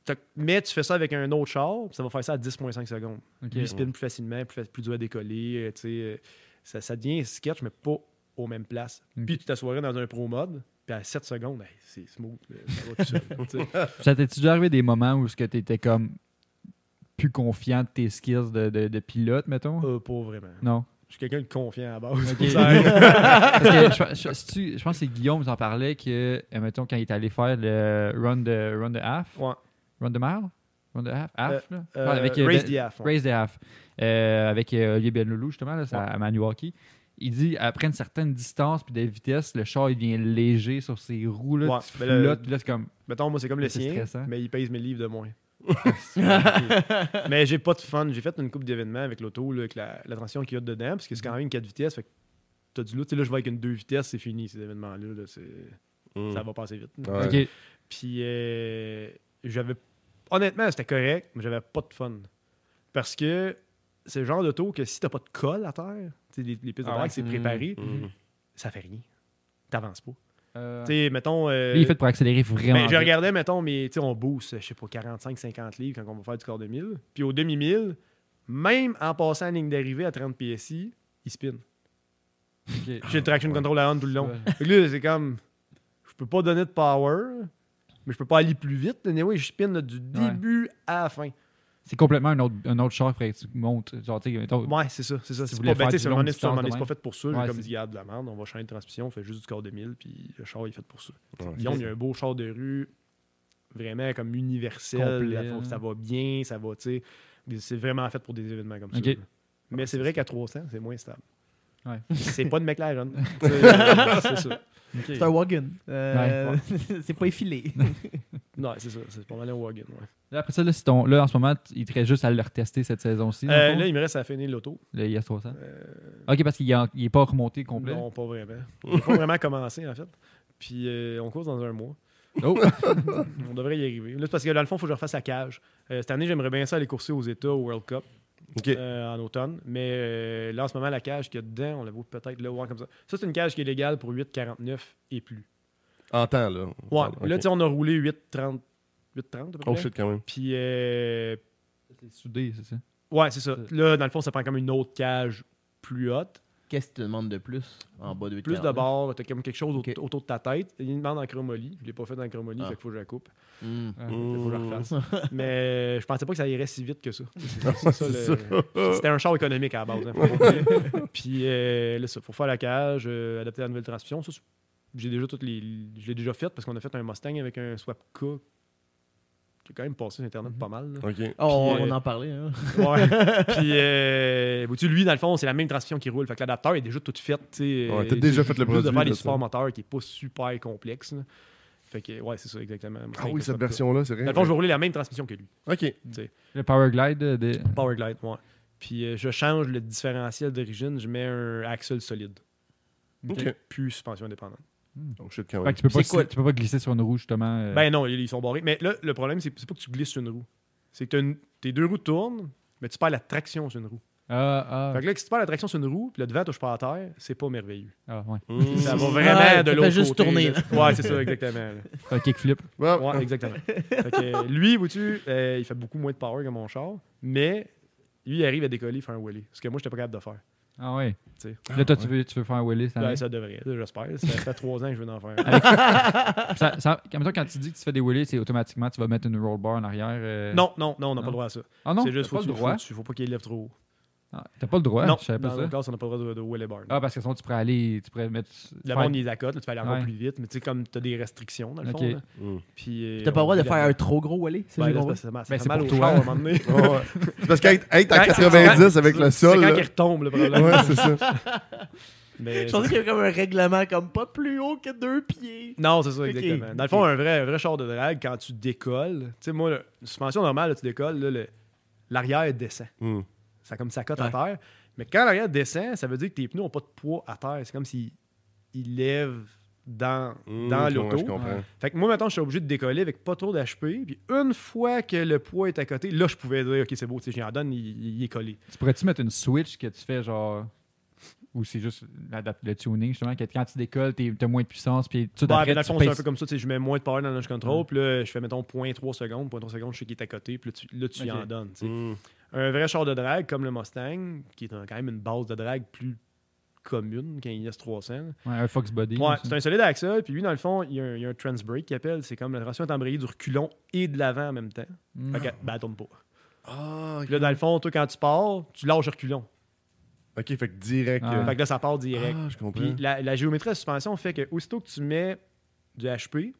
Speaker 4: t'as- mais tu fais ça avec un autre char, ça va faire ça à 10,5 secondes.
Speaker 3: Ok.
Speaker 4: Lui, il spin plus facilement, plus, fa- plus dur à décoller. euh, tu sais, euh, ça, ça devient sketch, mais pas aux mêmes places.
Speaker 3: Mm.
Speaker 4: Puis tu t'assoirais dans un pro mode, puis à 7 secondes, hey, c'est smooth. là, ça va tout seul, tu sais.
Speaker 3: Ça t'est-tu déjà arrivé des moments où tu étais comme plus confiant de tes skills de, de- de pilote, mettons
Speaker 4: Euh, pas vraiment.
Speaker 3: Non.
Speaker 4: Je suis quelqu'un de confiant à la base.
Speaker 3: Ok.
Speaker 4: Ça arrive.
Speaker 3: Parce que je, je- si tu- je pense que c'est Guillaume qui en parlait que, euh, mettons, quand il est allé faire le run de, run de half,
Speaker 4: Ouais.
Speaker 3: run de mile, run de half, half, là?
Speaker 4: Euh,
Speaker 3: Ouais, avec, euh,
Speaker 4: raise
Speaker 3: de-
Speaker 4: the half, ouais.
Speaker 3: raise the half. Euh, avec euh, Olivier Benloulou, justement, là, c'est à à Maniwaki. Il dit, après une certaine distance puis des vitesses, le char, il devient léger sur ses roues, là,
Speaker 4: Ouais,
Speaker 3: tu
Speaker 4: mais le-
Speaker 3: flottes, puis là, c'est comme...
Speaker 4: Mettons, moi, c'est comme
Speaker 3: Mais
Speaker 4: le
Speaker 3: c'est
Speaker 4: sien,
Speaker 3: stressant.
Speaker 4: mais il pèse mes livres de moins.
Speaker 3: ah,
Speaker 4: mais j'ai pas de fun. J'ai fait une coupe d'événements avec l'auto, là, avec la, la transition qu'il y a dedans, parce que c'est quand même une 4 vitesses. Fait que t'as du lot. Tu sais, là, je vais avec une 2 vitesses, c'est fini, ces événements-là. là, c'est-
Speaker 3: Hmm.
Speaker 2: Mm.
Speaker 4: Ça va passer vite.
Speaker 2: Ouais.
Speaker 3: OK.
Speaker 4: Puis, euh, j'avais. Honnêtement, c'était correct, mais j'avais pas de fun. Parce que c'est le genre d'auto que si t'as pas de colle à terre, tu sais, les, les
Speaker 3: Ah
Speaker 4: pistes de
Speaker 3: ouais?
Speaker 4: drague, c'est préparé,
Speaker 2: Mhm.
Speaker 4: ça fait rien. T'avances pas.
Speaker 3: Euh,
Speaker 4: Tu sais, mettons. euh,
Speaker 3: lui, il est fait pour accélérer vraiment.
Speaker 4: ben, je
Speaker 3: vite.
Speaker 4: regardais, mettons, mais tu sais, on booste, je sais pas, 45-50 livres quand on va faire du corps de 1000. Puis au demi-mille, même en passant en ligne d'arrivée à 30 PSI, il spin.
Speaker 3: Ok.
Speaker 4: J'ai le traction control à on tout le long. Fait que là, c'est comme, je peux pas donner de power, mais je peux pas aller plus vite. Anyway, je spin là, du
Speaker 3: Ouais.
Speaker 4: début à la fin.
Speaker 3: C'est complètement un autre, un autre char que tu montes. Genre, tu sais, mettons-
Speaker 4: Ouais, c'est ça, c'est ça.
Speaker 3: Si vous
Speaker 4: C'est
Speaker 3: voulez
Speaker 4: pas, ben,
Speaker 3: faire
Speaker 4: tu sais,
Speaker 3: du
Speaker 4: c'est
Speaker 3: long
Speaker 4: vraiment ça,
Speaker 3: distance
Speaker 4: on est-
Speaker 3: de
Speaker 4: c'est
Speaker 3: même.
Speaker 4: pas fait pour ça.
Speaker 3: Ouais,
Speaker 4: J'ai comme
Speaker 3: c'est-
Speaker 4: dit, ah, de la merde, on va changer de transmission, on fait juste du corps de 1000, puis le char, il est fait pour ça.
Speaker 2: Ouais.
Speaker 4: Guillaume, il y a un beau char de rue, vraiment comme universel.
Speaker 3: Complet,
Speaker 4: la-
Speaker 3: hein.
Speaker 4: ça va bien, ça va, tu sais. C'est vraiment fait pour des événements comme
Speaker 3: Ok.
Speaker 4: ça. là. Mais c'est vrai qu'à 300, c'est moins stable.
Speaker 3: Ouais.
Speaker 4: C'est pas de McLaren. Tu sais, euh, c'est ça.
Speaker 1: C'est un wagon. Euh,
Speaker 3: Ouais,
Speaker 1: c'est pas effilé.
Speaker 4: Non, c'est ça. C'est pas mal un wagon. ouais.
Speaker 3: Là, après ça, là, si ton- là, en ce moment, t- il te reste juste à le retester cette saison-ci. dans le
Speaker 4: Euh,
Speaker 3: fond,
Speaker 4: là, il me reste à finir l'auto.
Speaker 3: le IS 300.
Speaker 4: Euh,
Speaker 3: Ok, parce qu'il est en- il est pas remonté complet.
Speaker 4: non, pas vraiment. J'ai pas vraiment commencé, en fait. Puis euh, on course dans un mois.
Speaker 3: Oh.
Speaker 4: On devrait y arriver. Là, c'est parce que dans le fond, il faut que je refasse la cage. Euh, cette année, j'aimerais bien ça aller courser aux États au World Cup.
Speaker 2: OK.
Speaker 4: euh, en automne. Mais euh, là, en ce moment, la cage qu'il y a dedans, on la voit peut-être là, voir comme ça. Ça, c'est une cage qui est légale pour 8,49 et plus.
Speaker 2: En temps, là.
Speaker 4: Ouais.
Speaker 2: Ah, ok.
Speaker 4: Là, tu sais, on a roulé 8,30. 8,30 à peu près.
Speaker 2: Oh shit, quand même.
Speaker 4: Puis, euh,
Speaker 3: C'est soudé, c'est ça.
Speaker 4: ouais, c'est ça.
Speaker 3: C'est-
Speaker 4: Là, dans le fond, ça prend comme une autre cage plus haute.
Speaker 1: Qu'est-ce que tu demandes de plus en bas de 8
Speaker 4: Plus de bord, t'as comme quelque chose au-
Speaker 1: Ok.
Speaker 4: autour de ta tête. Il y a une bande en chromolie. Je l'ai pas fait en chromolie,
Speaker 1: Ah.
Speaker 4: fait qu'il faut que je la coupe.
Speaker 1: Hmm.
Speaker 4: Il faut que je
Speaker 2: Mm.
Speaker 4: la refasse. Mais je pensais pas que ça irait si vite que ça.
Speaker 2: C'est
Speaker 4: ça, le-
Speaker 2: ça.
Speaker 4: C'était un char économique à la base. hein, faut pas oublier. Puis euh, là, ça, faut faire la cage, euh, adapter la nouvelle transmission. Ça, c'est- j'ai déjà toutes les. Je l'ai déjà fait parce qu'on a fait un Mustang avec un Swapka. J'ai quand même passé sur Internet
Speaker 2: Mhm.
Speaker 4: pas mal. là.
Speaker 2: OK.
Speaker 1: Oh,
Speaker 4: Puis,
Speaker 1: on
Speaker 4: euh,
Speaker 1: en parlait. hein.
Speaker 4: Ouais. Puis, euh, vois-tu, lui, dans le fond, c'est la même transmission qui roule. Fait que l'adapteur est déjà tout fait. tu sais,
Speaker 2: Ouais,
Speaker 4: euh,
Speaker 2: t'as déjà fait
Speaker 4: c'est
Speaker 2: le
Speaker 4: juste de
Speaker 2: produit
Speaker 4: faire
Speaker 2: de ça.
Speaker 4: des supports moteurs qui n'est pas super complexe. là. Fait que, ouais, c'est ça, exactement.
Speaker 2: Ah oui, cette
Speaker 4: Swapka.
Speaker 2: version-là, c'est
Speaker 4: Dans
Speaker 2: rien.
Speaker 4: le fond, je vais rouler la même transmission que lui.
Speaker 2: OK.
Speaker 1: Mm.
Speaker 3: Le Powerglide euh, de.
Speaker 4: Powerglide, ouais. Puis euh, je change le différentiel d'origine, je mets un axle solide.
Speaker 2: OK.
Speaker 4: Plus suspension indépendante.
Speaker 2: Oh shit, quand
Speaker 3: Fait
Speaker 2: même.
Speaker 3: que tu peux, pas,
Speaker 1: C'est quoi-
Speaker 3: tu peux pas glisser sur une roue, justement. euh,
Speaker 4: Ben non, ils ils sont barrés. Mais là, le problème, c'est c'est pas que tu glisses sur une roue. C'est que t'as une- tes deux roues tournent, mais tu perds la traction sur une roue.
Speaker 3: Ah, ah,
Speaker 4: Fait que là, si tu perds la traction sur une roue, puis le devant touche pas à terre, c'est pas merveilleux.
Speaker 3: ah, ouais.
Speaker 2: Mmh.
Speaker 4: Ça va
Speaker 1: Ouais,
Speaker 4: vraiment
Speaker 1: ça
Speaker 4: de
Speaker 1: fait
Speaker 4: l'autre
Speaker 1: juste
Speaker 4: côté,
Speaker 1: tourner,
Speaker 4: là. Ouais, c'est ça, exactement. là.
Speaker 3: Un kickflip.
Speaker 2: Bon,
Speaker 4: Ouais, exactement. Fait que, euh, lui, vois-tu, euh, il fait beaucoup moins de power que mon char, mais lui, il arrive à décoller, faire un wheelie. Ce que moi, j'étais pas capable de faire.
Speaker 3: Ah ouais.
Speaker 4: Tu sais.
Speaker 3: Là, toi, tu, veux, tu veux faire un wheelie cette
Speaker 4: Ben,
Speaker 3: année.
Speaker 4: ça devrait, là, j'espère. Ça fait trois ans que je veux en faire.
Speaker 3: Ça- ça- en même temps, quand tu dis que tu fais des wheelies, c'est automatiquement tu vas mettre une roll bar en arrière. euh.
Speaker 4: Non, non, non, on n'a pas
Speaker 3: Non.
Speaker 4: le droit à ça.
Speaker 3: Ah non,
Speaker 4: c'est juste,
Speaker 3: t'as
Speaker 4: faut,
Speaker 3: pas
Speaker 4: tu-
Speaker 3: le
Speaker 4: faut-
Speaker 3: droit.
Speaker 4: tu- faut pas qu'il lève trop haut.
Speaker 3: Ah, T'as pas le droit,
Speaker 4: non,
Speaker 3: je savais pas
Speaker 4: dans
Speaker 3: ça.
Speaker 4: nos classes, on n'a pas le droit de, de wheelie burn.
Speaker 3: Ah, parce que sinon, tu pourrais aller. Tu pourrais mettre.
Speaker 4: La
Speaker 3: faire-
Speaker 4: bande, ils accotent, là, tu peux aller encore
Speaker 3: Ouais.
Speaker 4: plus vite, mais tu sais, comme tu as des restrictions, dans le
Speaker 3: Ok.
Speaker 4: fond. là.
Speaker 2: Mmh.
Speaker 4: Puis, euh,
Speaker 1: T'as pas
Speaker 4: on
Speaker 1: le droit de
Speaker 4: vit
Speaker 1: faire
Speaker 4: là-dedans.
Speaker 1: un trop gros Wally, c'est
Speaker 4: Ben,
Speaker 1: ça
Speaker 4: là,
Speaker 1: que
Speaker 4: c'est
Speaker 1: j'ai
Speaker 4: parce que ça m'a- ça
Speaker 3: Ben,
Speaker 4: fait
Speaker 3: c'est
Speaker 4: mal
Speaker 3: pour
Speaker 4: au
Speaker 3: toi.
Speaker 4: char à un moment donné.
Speaker 2: Ouais, ouais. C'est parce qu'être être à
Speaker 4: Ouais, c'est-
Speaker 2: 90 avec le
Speaker 4: C'est
Speaker 2: sol.
Speaker 4: quand
Speaker 2: là.
Speaker 4: il retombe, le problème.
Speaker 2: Ouais, c'est ça.
Speaker 4: Mais-
Speaker 1: Je pensais qu'il y avait comme un règlement comme pas plus haut que deux pieds.
Speaker 4: Non, c'est ça,
Speaker 1: Ok.
Speaker 4: exactement. Dans le fond, un vrai, un vrai char de drague, quand tu décolles, tu sais, moi, le- une suspension normale, là, tu décolles, là, le- l'arrière descend.
Speaker 2: Mmh.
Speaker 4: Ça comme ça cote
Speaker 1: Ouais.
Speaker 4: à terre. Mais quand l'arrière descend, ça veut dire que tes pneus n'ont pas de poids à terre. C'est comme s'ils ils lèvent dans,
Speaker 2: Mmh,
Speaker 4: dans
Speaker 2: ouais,
Speaker 4: l'auto.
Speaker 2: Je comprends.
Speaker 3: Ouais.
Speaker 4: Fait que moi, maintenant, je suis obligé de décoller avec pas trop d'HP. Puis une fois que le poids est à côté, là, je pouvais dire, OK, c'est beau, tu sais, j'en donne, il, il est collé.
Speaker 3: Tu pourrais-tu mettre une switch que tu fais genre. Ou c'est juste l'adap- le tuning, justement, que quand tu décolles, t'es- t'as moins de puissance, puis tout
Speaker 4: Bah,
Speaker 3: après,
Speaker 4: ben, dans le
Speaker 3: tu
Speaker 4: fond,
Speaker 3: pèses-
Speaker 4: c'est un peu comme ça, tu sais, je mets moins de power dans le launch control. Puis là, je fais, mettons, 0.3 secondes. 0.3 secondes, je sais qu'il est à côté. Puis là, tu, là, tu y
Speaker 3: Ok.
Speaker 4: en donnes. tu sais.
Speaker 2: Mmh.
Speaker 4: Un vrai char de drague, comme le Mustang, qui est un- quand même une base de drague plus commune qu'un IS-300.
Speaker 3: Ouais, un Fox Body.
Speaker 4: Ouais,
Speaker 3: aussi.
Speaker 4: c'est un solide axle. Puis lui, dans le fond, il y a un, il y a un trans brake qui appelle. C'est comme la traction est embrayée du reculon et de l'avant en même temps.
Speaker 3: Mm.
Speaker 4: Fait que, ben, elle tourne pas.
Speaker 2: Ah,
Speaker 4: Puis là, dans le fond, toi, quand tu pars, tu lâches le reculon.
Speaker 2: ok, fait que direct.
Speaker 3: Ah.
Speaker 2: euh,
Speaker 4: Fait que là, ça part direct.
Speaker 2: Ah, je comprends.
Speaker 4: Puis la, la géométrie de la suspension fait que aussitôt que tu mets du HP,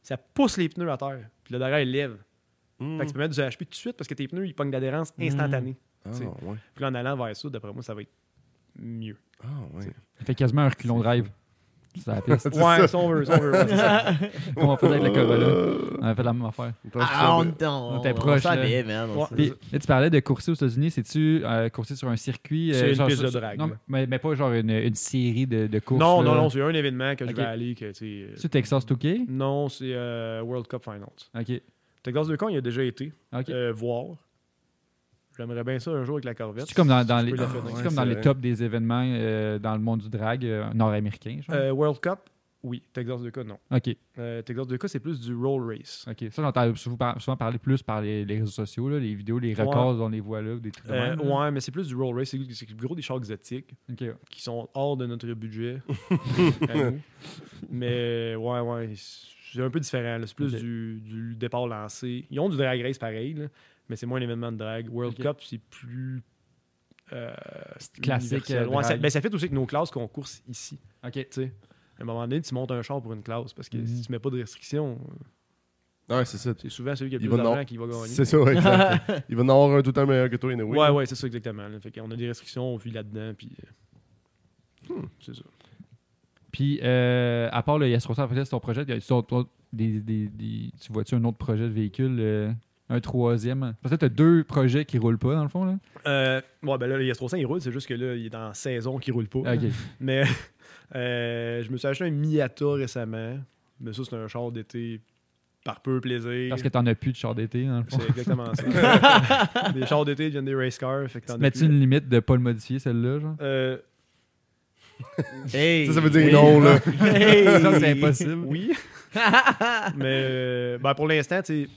Speaker 4: ça pousse les pneus à terre. Puis le derrière, il lève.
Speaker 2: Mmh.
Speaker 4: Fait que tu peux mettre du HP tout de suite parce que tes pneus, ils pognent d'adhérence instantanée.
Speaker 2: Ah,
Speaker 4: tu sais.
Speaker 2: ouais.
Speaker 4: Puis là, en allant vers ça, d'après moi, ça va être mieux.
Speaker 2: Ah, ouais.
Speaker 3: Il fait quasiment un reculon drive. C'est la piste.
Speaker 2: C'est ça.
Speaker 4: Ouais, ça, on veut, ça, on veut. ouais, c'est ça.
Speaker 3: Comme on faisait avec le Corolla. On avait fait la même affaire.
Speaker 1: Ah, on, on,
Speaker 3: On
Speaker 1: on,
Speaker 3: était proche, là.
Speaker 1: savait, man. on
Speaker 4: Ouais.
Speaker 1: savait.
Speaker 3: Puis là, tu parlais de courser aux États-Unis. C'est-tu euh, courser sur un circuit
Speaker 4: C'est une
Speaker 3: genre
Speaker 4: piste
Speaker 3: sur-
Speaker 4: de drague,
Speaker 3: Non,
Speaker 4: là.
Speaker 3: mais, mais pas genre une, une série de, de courses.
Speaker 4: non, non,
Speaker 3: là.
Speaker 4: non, c'est un événement que
Speaker 3: Ok.
Speaker 4: je vais aller. Que, tu sais,
Speaker 3: C'est Texas Touquet.
Speaker 4: euh, non, c'est euh, World Cup Finals.
Speaker 3: Ok.
Speaker 4: Texas de con, il a déjà été
Speaker 3: Ok.
Speaker 4: euh, voir. J'aimerais bien ça un jour avec la Corvette.
Speaker 3: C'est comme dans, dans
Speaker 4: Je
Speaker 3: les,
Speaker 4: peux la
Speaker 3: c'est
Speaker 4: finir.
Speaker 2: ouais.
Speaker 3: comme dans
Speaker 2: c'est
Speaker 3: les
Speaker 2: vrai.
Speaker 3: tops des événements euh, dans le monde du drag euh, nord-américain. genre.
Speaker 4: Euh, World Cup, oui. Texas 2K, non.
Speaker 3: ok,
Speaker 4: Euh, Texas 2K, c'est plus du roll race.
Speaker 3: ok. Ça, j'entends souvent, par- souvent parler plus par les, les réseaux sociaux, là, les vidéos, les
Speaker 4: Ouais.
Speaker 3: records, on les voit là, des trucs. de
Speaker 4: Euh,
Speaker 3: même, hein? là.
Speaker 4: ouais, Euh, mais c'est plus du roll race. C'est c'est gros des chars exotiques
Speaker 3: Ok, ouais.
Speaker 4: qui sont hors de notre budget. à nous. Mais ouais, ouais. C'est un peu différent. là. C'est plus
Speaker 3: Ok.
Speaker 4: du, du départ lancé. Ils ont du drag race pareil, là, mais c'est moins un événement de drag. World
Speaker 3: Ok.
Speaker 4: Cup, c'est plus. euh,
Speaker 3: C'est classique,
Speaker 4: universel.
Speaker 3: euh,
Speaker 4: Ouais, ça-
Speaker 3: drag.
Speaker 4: mais ça fait aussi que nos classes concourent ici.
Speaker 3: Ok.
Speaker 4: tu sais. À un moment donné, tu montes un char pour une classe parce que
Speaker 3: Mhm.
Speaker 4: si tu mets pas de restrictions,
Speaker 2: Ouais, c'est ça.
Speaker 4: c'est souvent celui qui a
Speaker 2: Il
Speaker 4: plus
Speaker 2: va non.
Speaker 4: d'argent qui va gagner.
Speaker 2: C'est ça, ouais, exact. Il va en avoir un tout le temps meilleur que toi, anyway.
Speaker 4: Ouais, ouais, c'est ça exactement. là. Fait qu'on a des restrictions, on vit là-dedans, puis euh, c'est ça.
Speaker 3: Puis, euh, à part le Yes Roster, après ça, c'est ton projet, y a-tu d'autres- d'autres- des- des- des- tu vois-tu un autre projet de véhicule, euh, un troisième? Parce que tu as deux projets qui roulent pas, dans le fond. Là.
Speaker 4: Euh, ouais, ben là, le IS-300, il roule, c'est juste que là, il est en saison qui roule pas.
Speaker 3: Ah, ok.
Speaker 4: Mais euh, je me suis acheté un Miata récemment, mais ça, c'est un char d'été par peu plaisir.
Speaker 3: Parce que tu n'en as plus de char d'été, dans le fond.
Speaker 4: C'est exactement ça. les chars d'été deviennent des race cars, fait que t'en as
Speaker 3: Mets-tu
Speaker 4: plus.
Speaker 3: une limite de pas le modifier, celle-là? genre?
Speaker 4: Euh,
Speaker 1: Hey,
Speaker 2: Ça, ça veut dire
Speaker 1: hey,
Speaker 2: non, là.
Speaker 1: hey.
Speaker 3: Ça, c'est impossible.
Speaker 4: oui. Mais euh, ben, pour l'instant, tu sais,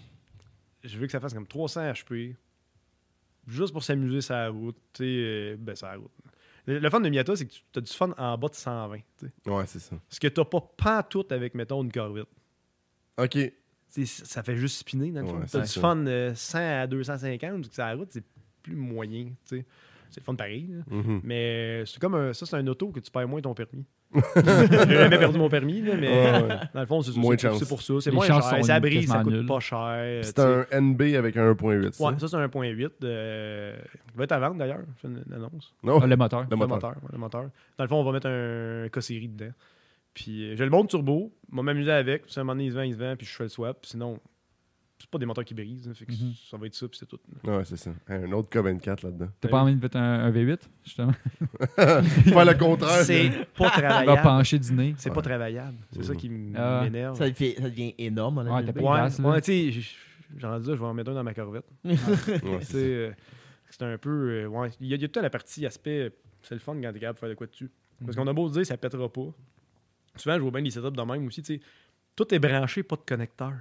Speaker 4: je veux que ça fasse comme 300 HP. Juste pour s'amuser sur la route. tu sais, euh, ben, sur la route. Le, le fun de Miata, c'est que tu as du fun en bas de 120. tu sais.
Speaker 2: Ouais, c'est ça.
Speaker 4: Ce que tu pas pantoute avec, mettons, une Corvette.
Speaker 2: Ok.
Speaker 4: Tu sais, ça fait juste spinner, dans le fond.
Speaker 2: Ouais,
Speaker 4: Tu as
Speaker 2: c'est ça.
Speaker 4: du fun de 100 à 250, parce que sur la route, c'est plus moyen. tu sais. C'est le fun pareil. là.
Speaker 2: Mhm.
Speaker 4: Mais euh, c'est comme un- ça, c'est un auto que tu perds moins ton permis. J'ai jamais perdu mon permis, là, mais
Speaker 2: Ouais, ouais.
Speaker 4: dans le fond, c'est ça.
Speaker 2: Moins de
Speaker 4: c'est-
Speaker 2: chance.
Speaker 4: C'est pour ça. C'est
Speaker 3: Les
Speaker 4: moins
Speaker 3: chances
Speaker 4: cher.
Speaker 3: sont
Speaker 4: Ça brise, ça
Speaker 3: quasiment
Speaker 4: coûte
Speaker 3: nulles.
Speaker 4: pas cher.
Speaker 2: C'est
Speaker 4: tu sais.
Speaker 2: un NB avec un 1.8. ça.
Speaker 4: Ouais, ça, c'est un 1.8. euh, il va être à vendre d'ailleurs. Je fais une, une annonce.
Speaker 2: Non,
Speaker 3: Ah, le moteur.
Speaker 2: le moteur.
Speaker 4: ouais, le moteur. Dans le fond, on va mettre un K-Série dedans. Puis euh, j'ai le bon turbo. On va m'amuser avec. Puis, à un moment donné, il se vend, il se vend. Puis je fais le swap. Puis sinon, c'est pas des moteurs qui brisent. hein, fait que
Speaker 3: Mhm.
Speaker 4: Ça va être ça. Puis c'est tout.
Speaker 2: Ouais, c'est ça. Un autre K24 là-dedans.
Speaker 3: T'as pas envie de mettre un, un V8, justement?
Speaker 2: Faire le contraire.
Speaker 4: C'est
Speaker 3: Il va
Speaker 4: pas travaillable.
Speaker 3: pencher du nez.
Speaker 4: C'est pas travaillable. C'est
Speaker 2: Mhm.
Speaker 4: ça qui m-
Speaker 3: Ah.
Speaker 4: m'énerve.
Speaker 1: Ça devient, ça devient énorme.
Speaker 3: Ouais,
Speaker 1: honnêtement.
Speaker 3: t'as pas-
Speaker 4: Ouais,
Speaker 3: Glace, là.
Speaker 4: ouais, tu sais, j'ai- j'ai envie de dire, je vais en mettre un dans ma corvette.
Speaker 2: Ouais,
Speaker 4: Tu sais,
Speaker 2: c'est ça.
Speaker 4: euh, c'est un peu. euh, ouais, Il y a, il y a tout la partie aspect. euh, C'est le fun quand t'es capable de faire de quoi dessus. Parce
Speaker 2: Mhm.
Speaker 4: qu'on a beau se dire, ça pètera pas. Souvent, je vois bien les setups de même aussi. tu sais. Tout est branché, pas de connecteur.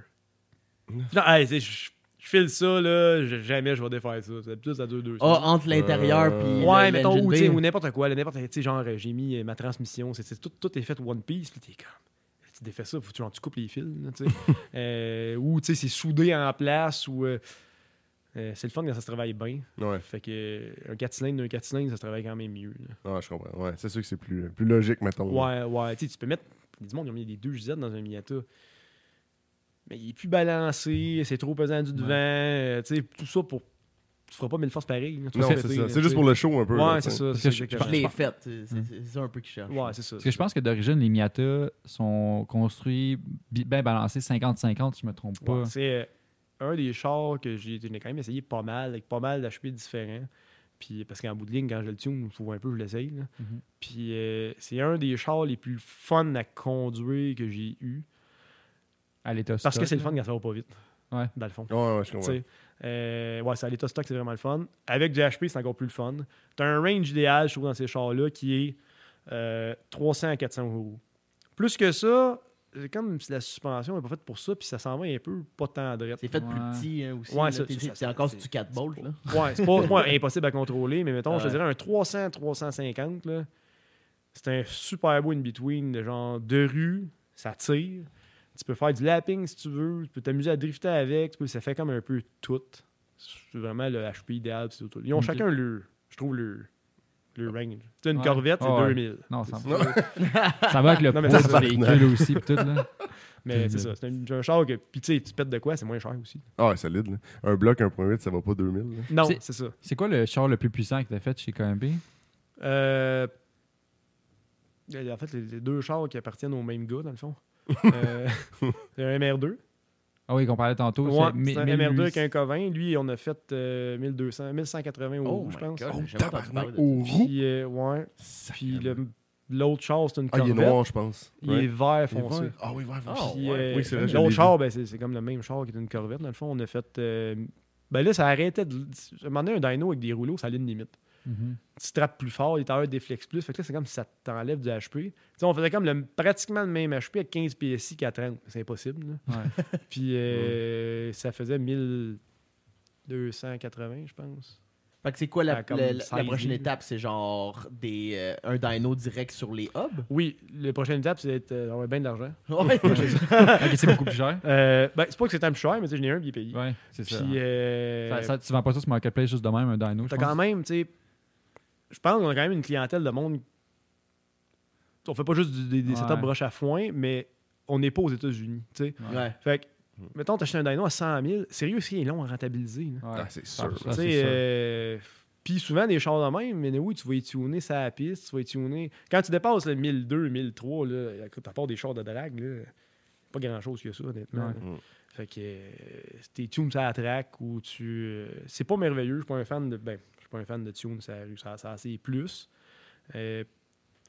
Speaker 4: Non, hey, tu sais, je je file ça, là, je- jamais je vais défaire ça. D'habitude, ça dure deux
Speaker 1: Ah,
Speaker 4: semaines.
Speaker 1: entre l'intérieur
Speaker 2: Euh,
Speaker 1: puis
Speaker 4: ouais,
Speaker 1: le-
Speaker 4: mettons,
Speaker 1: l'engine
Speaker 4: ou, tu sais,
Speaker 1: bay.
Speaker 4: ou n'importe quoi. là, N'importe, tu sais, genre, euh, j'ai mis euh, ma transmission, c'est- c'est tout, tout est fait One Piece, puis t'es comme. Tu défais ça, faut que tu, genre, tu coupes les fils, là, tu sais. Euh, ou, tu sais, c'est soudé en place, ou. euh, euh, c'est le fun quand ça se travaille bien.
Speaker 2: Ouais,
Speaker 4: Fait que euh, un 4 cylindres, un 4 cylindres, ça se travaille quand même mieux. là.
Speaker 2: ouais, je comprends. Ouais, c'est sûr que c'est plus, plus logique, mettons.
Speaker 4: Ouais, ouais. Tu sais, tu peux mettre. Il y a du monde, ils ont mis des deux gisettes dans un Miata. Mais il est plus balancé, c'est trop pesant du devant. euh, tu sais, tout ça pour. Tu feras pas mille forces pareilles.
Speaker 2: Non, c'est ça. C'est juste pour le show un peu. là,
Speaker 4: Ouais, c'est
Speaker 2: tu sais.
Speaker 4: ça.
Speaker 3: Parce
Speaker 4: C'est
Speaker 3: que je-
Speaker 4: exactement.
Speaker 1: Je l'ai faite. C'est c'est- c'est ça un peu qui cherche.
Speaker 4: Hmm. Ouais, c'est ça.
Speaker 3: Parce que je pense que d'origine, les Miata sont construits bi- bien balancés 50-50, si je me trompe pas.
Speaker 4: Ouais, c'est euh, un des chars que j'ai j'ai quand même essayé pas mal, avec pas mal d'HP différents. Puis, parce qu'en bout de ligne, quand je le tune, faut un peu que je l'essaye. là.
Speaker 2: Mm-hmm.
Speaker 3: Mhm.
Speaker 4: Puis euh, c'est un des chars les plus fun à conduire que j'ai eu.
Speaker 3: à l'état
Speaker 4: Parce que
Speaker 3: stock,
Speaker 4: c'est le
Speaker 3: là.
Speaker 4: fun quand ça va pas vite.
Speaker 3: Ouais.
Speaker 4: Dans le fond.
Speaker 2: Ouais, ouais, je
Speaker 4: Tu
Speaker 2: comprends.
Speaker 4: sais, euh, ouais, c'est à l'état stock, c'est vraiment le fun. Avec du HP, c'est encore plus le fun. Tu as un range idéal, je trouve, dans ces chars-là, qui est euh, 300 à 400 euros. Plus que ça, c'est comme si la suspension n'est pas faite pour ça, puis ça s'en va un peu pas tant drette.
Speaker 1: C'est fait plus
Speaker 3: Ouais.
Speaker 1: petit hein, aussi.
Speaker 4: Ouais,
Speaker 1: là,
Speaker 4: ça-
Speaker 1: t'es-
Speaker 4: ça-
Speaker 1: C'est
Speaker 4: ça-
Speaker 1: c'est encore
Speaker 4: c'est-
Speaker 1: du 4 bolts. là.
Speaker 4: Ouais, c'est pas, c'est pas impossible à contrôler, mais mettons, je te
Speaker 1: Ouais.
Speaker 4: dirais un 300-350, là, c'est un super beau in-between de genre de rue, ça tire. Tu peux faire du lapping si tu veux, tu peux t'amuser à drifter avec, tu peux- ça fait comme un peu tout. C'est vraiment le HP idéal. c'est tout. Ils ont
Speaker 3: Ok.
Speaker 4: chacun le, je trouve, le, le range. Tu sais, une
Speaker 3: Ouais.
Speaker 4: Corvette, c'est
Speaker 3: Ah ouais.
Speaker 4: 2000.
Speaker 3: Non, ça,
Speaker 2: Non.
Speaker 3: ça va avec le
Speaker 4: Non, mais
Speaker 3: poids
Speaker 4: ça,
Speaker 3: du
Speaker 4: ça-
Speaker 3: véhicule aussi. pis tout, là.
Speaker 4: Mais c'est
Speaker 3: Mhm.
Speaker 4: ça, c'est un, un char que, puis tu sais, tu pètes de quoi, c'est moins cher aussi.
Speaker 2: Ah, ouais, solide. Là. Un bloc 1.8, ça va pas 2000. là.
Speaker 4: Non,
Speaker 3: C'est-
Speaker 4: c'est ça.
Speaker 3: C'est quoi le char le plus puissant que t'as fait chez KMB?
Speaker 4: Euh, en fait, les, les deux chars qui appartiennent au même gars, dans le fond. Euh, c'est un MR2.
Speaker 3: Ah oui, qu'on parlait tantôt.
Speaker 4: Ouais,
Speaker 3: mi-
Speaker 4: c'est un
Speaker 3: 1800.
Speaker 4: MR2 avec un Covin. Lui, on a fait euh, 1200, 1180 euros,
Speaker 1: Oh,
Speaker 4: je
Speaker 1: my
Speaker 4: pense.
Speaker 1: God.
Speaker 2: Oh,
Speaker 1: j'ai jamais entendu
Speaker 2: tabarnak.
Speaker 1: parler de ça.
Speaker 2: Au roux.
Speaker 4: Puis, euh, ouais. Puis le- l'autre char, c'est une
Speaker 2: Ah, il est
Speaker 4: Corvette.
Speaker 2: noir, je pense.
Speaker 4: Il
Speaker 2: Right?
Speaker 4: est vert
Speaker 2: Il est
Speaker 4: foncé.
Speaker 2: vert. Ah oui, vert.
Speaker 1: Ah,
Speaker 2: foncé.
Speaker 4: Puis,
Speaker 1: ouais.
Speaker 4: euh,
Speaker 2: Oui, c'est vrai, je l'ai
Speaker 4: L'autre
Speaker 2: vu.
Speaker 4: char, ben, c'est c'est comme le même char qui est une Corvette. Dans le fond, on a fait euh, Ben là, ça arrêtait de. À un moment donné, un dyno avec des rouleaux, ça allait une limite.
Speaker 3: Mhm.
Speaker 4: Tu trappes plus fort, il t'enlève des flex plus. Fait que là, c'est comme si ça t'enlève du HP. Tu sais, on faisait comme le, pratiquement le même HP avec 15 PSI qu'à 30. C'est impossible. là.
Speaker 3: Ouais.
Speaker 4: Puis euh, ça faisait 1280, je pense.
Speaker 1: Fait que c'est quoi la,
Speaker 4: Ah, comme
Speaker 1: la- la-
Speaker 4: ça,
Speaker 1: la
Speaker 4: il
Speaker 1: prochaine
Speaker 4: vit.
Speaker 1: étape? C'est genre des, euh, un dyno direct sur les hubs?
Speaker 4: Oui, la prochaine étape, c'est d'être. euh, on a bien de l'argent.
Speaker 1: Ouais.
Speaker 3: Ok, c'est beaucoup plus cher.
Speaker 4: Euh, ben, c'est pas que c'est un peu cher, mais tu sais, j'en ai un, puis il est payé.
Speaker 3: Ouais, c'est
Speaker 4: Puis,
Speaker 3: ça.
Speaker 4: euh,
Speaker 3: Ça- ça- tu vends pas ça sur Marketplace juste de même, un dino. je
Speaker 4: T'as
Speaker 3: pense.
Speaker 4: quand même, tu sais. Je pense qu'on a quand même une clientèle de monde. On fait pas juste du- des, des
Speaker 3: Ouais.
Speaker 4: setups broche à foin, mais on n'est pas aux États-Unis, tu sais.
Speaker 1: Ouais.
Speaker 4: Fait que, mettons, t'achètes un dyno à 100 000, sérieux, c'est long à rentabiliser. là.
Speaker 3: Ouais.
Speaker 2: Ah, c'est sûr.
Speaker 3: Ça,
Speaker 4: Tu
Speaker 3: c'est
Speaker 4: sais,
Speaker 3: sûr.
Speaker 4: euh, Puis souvent, des chars de même, mais oui, tu vas y tuner sa piste, tu vas y tuner. Quand tu dépasses le 1002, 1003, là, écoute, à part des chars de drague, là, pas grand-chose que ça, honnêtement.
Speaker 3: Ouais.
Speaker 4: là. Fait que euh, si t'es tune ça track ou tu. euh, c'est pas merveilleux, je suis pas un fan de. Ben, je suis pas un fan de tune, ça, ça, ça c'est plus. Euh,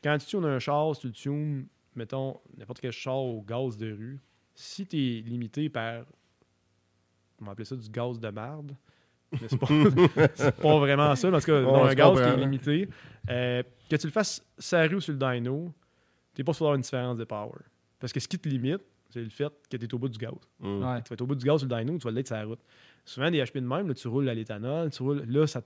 Speaker 4: quand tu tunes un char, si tu le tunes, mettons, n'importe quel char au gaz de rue, si t'es limité par. On va appeler ça du gaz de marde. Mais c'est pas, c'est pas vraiment ça, parce que
Speaker 2: On
Speaker 4: dans un
Speaker 2: se
Speaker 4: gaz qui
Speaker 2: comprend. hein.
Speaker 4: est limité, euh, que tu le fasses sa rue ou sur le dyno, t'es pas supposé avoir une différence de power. Parce que ce qui te limite, c'est le fait que t'es au bout du gaz.
Speaker 2: Mm.
Speaker 3: Ouais.
Speaker 4: Tu vas être au bout du gaz sur le dyno, tu vas l'être sur la route. Souvent, des HP de même, là, tu roules à l'éthanol, tu roules. Là, ça-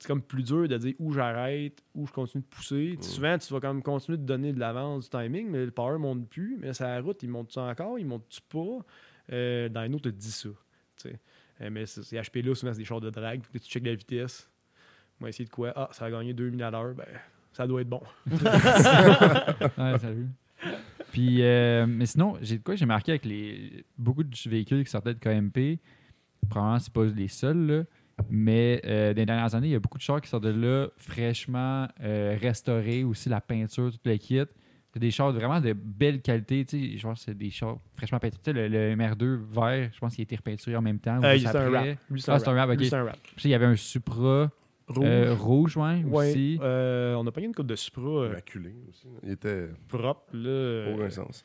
Speaker 4: c'est comme plus dur de dire où j'arrête, où je continue de pousser. Tu- Souvent, tu vas quand même continuer de donner de l'avance, du timing, mais le power monte plus. Mais là, sur la route, il monte-tu encore, il monte-tu pas. Euh, le dyno te dit ça. tu sais. Euh, mais c- ces HP-là, souvent, c'est des chars de drague. Puis là, tu checkes la vitesse. On va essayer de quoi Ah, ça a gagné 2000 à l'heure. Ben, ça doit être bon.
Speaker 3: Ouais, sérieux. Puis, euh, mais sinon, j'ai de quoi j'ai marqué avec les beaucoup de véhicules qui sortaient de KMP. Probablement, c'est pas les seuls, là, mais euh, dans les dernières années, il y a beaucoup de chars qui sortent de là fraîchement euh, restaurés, aussi la peinture, tout le kit. C'est des chars vraiment de belle qualité. Tu sais, je pense que c'est des chars fraîchement peinturés. Tu sais, le, le MR2 vert, je pense qu'il a été repeinturé en même temps. ou
Speaker 4: Euh,
Speaker 3: juste
Speaker 4: c'est un
Speaker 3: après.
Speaker 4: rap. Lui, c'est
Speaker 3: Ah, c'est un rap, ok.
Speaker 4: Lui, c'est un rap.
Speaker 3: Puis, il y avait un Supra
Speaker 4: Rouge.
Speaker 3: euh, rouge, ouais,
Speaker 4: ouais,
Speaker 3: aussi.
Speaker 4: euh, on a pogné une coupe de Supra. euh,
Speaker 2: Immaculé aussi. là. Il était
Speaker 4: propre, là,
Speaker 2: aucun
Speaker 4: euh,
Speaker 2: sens.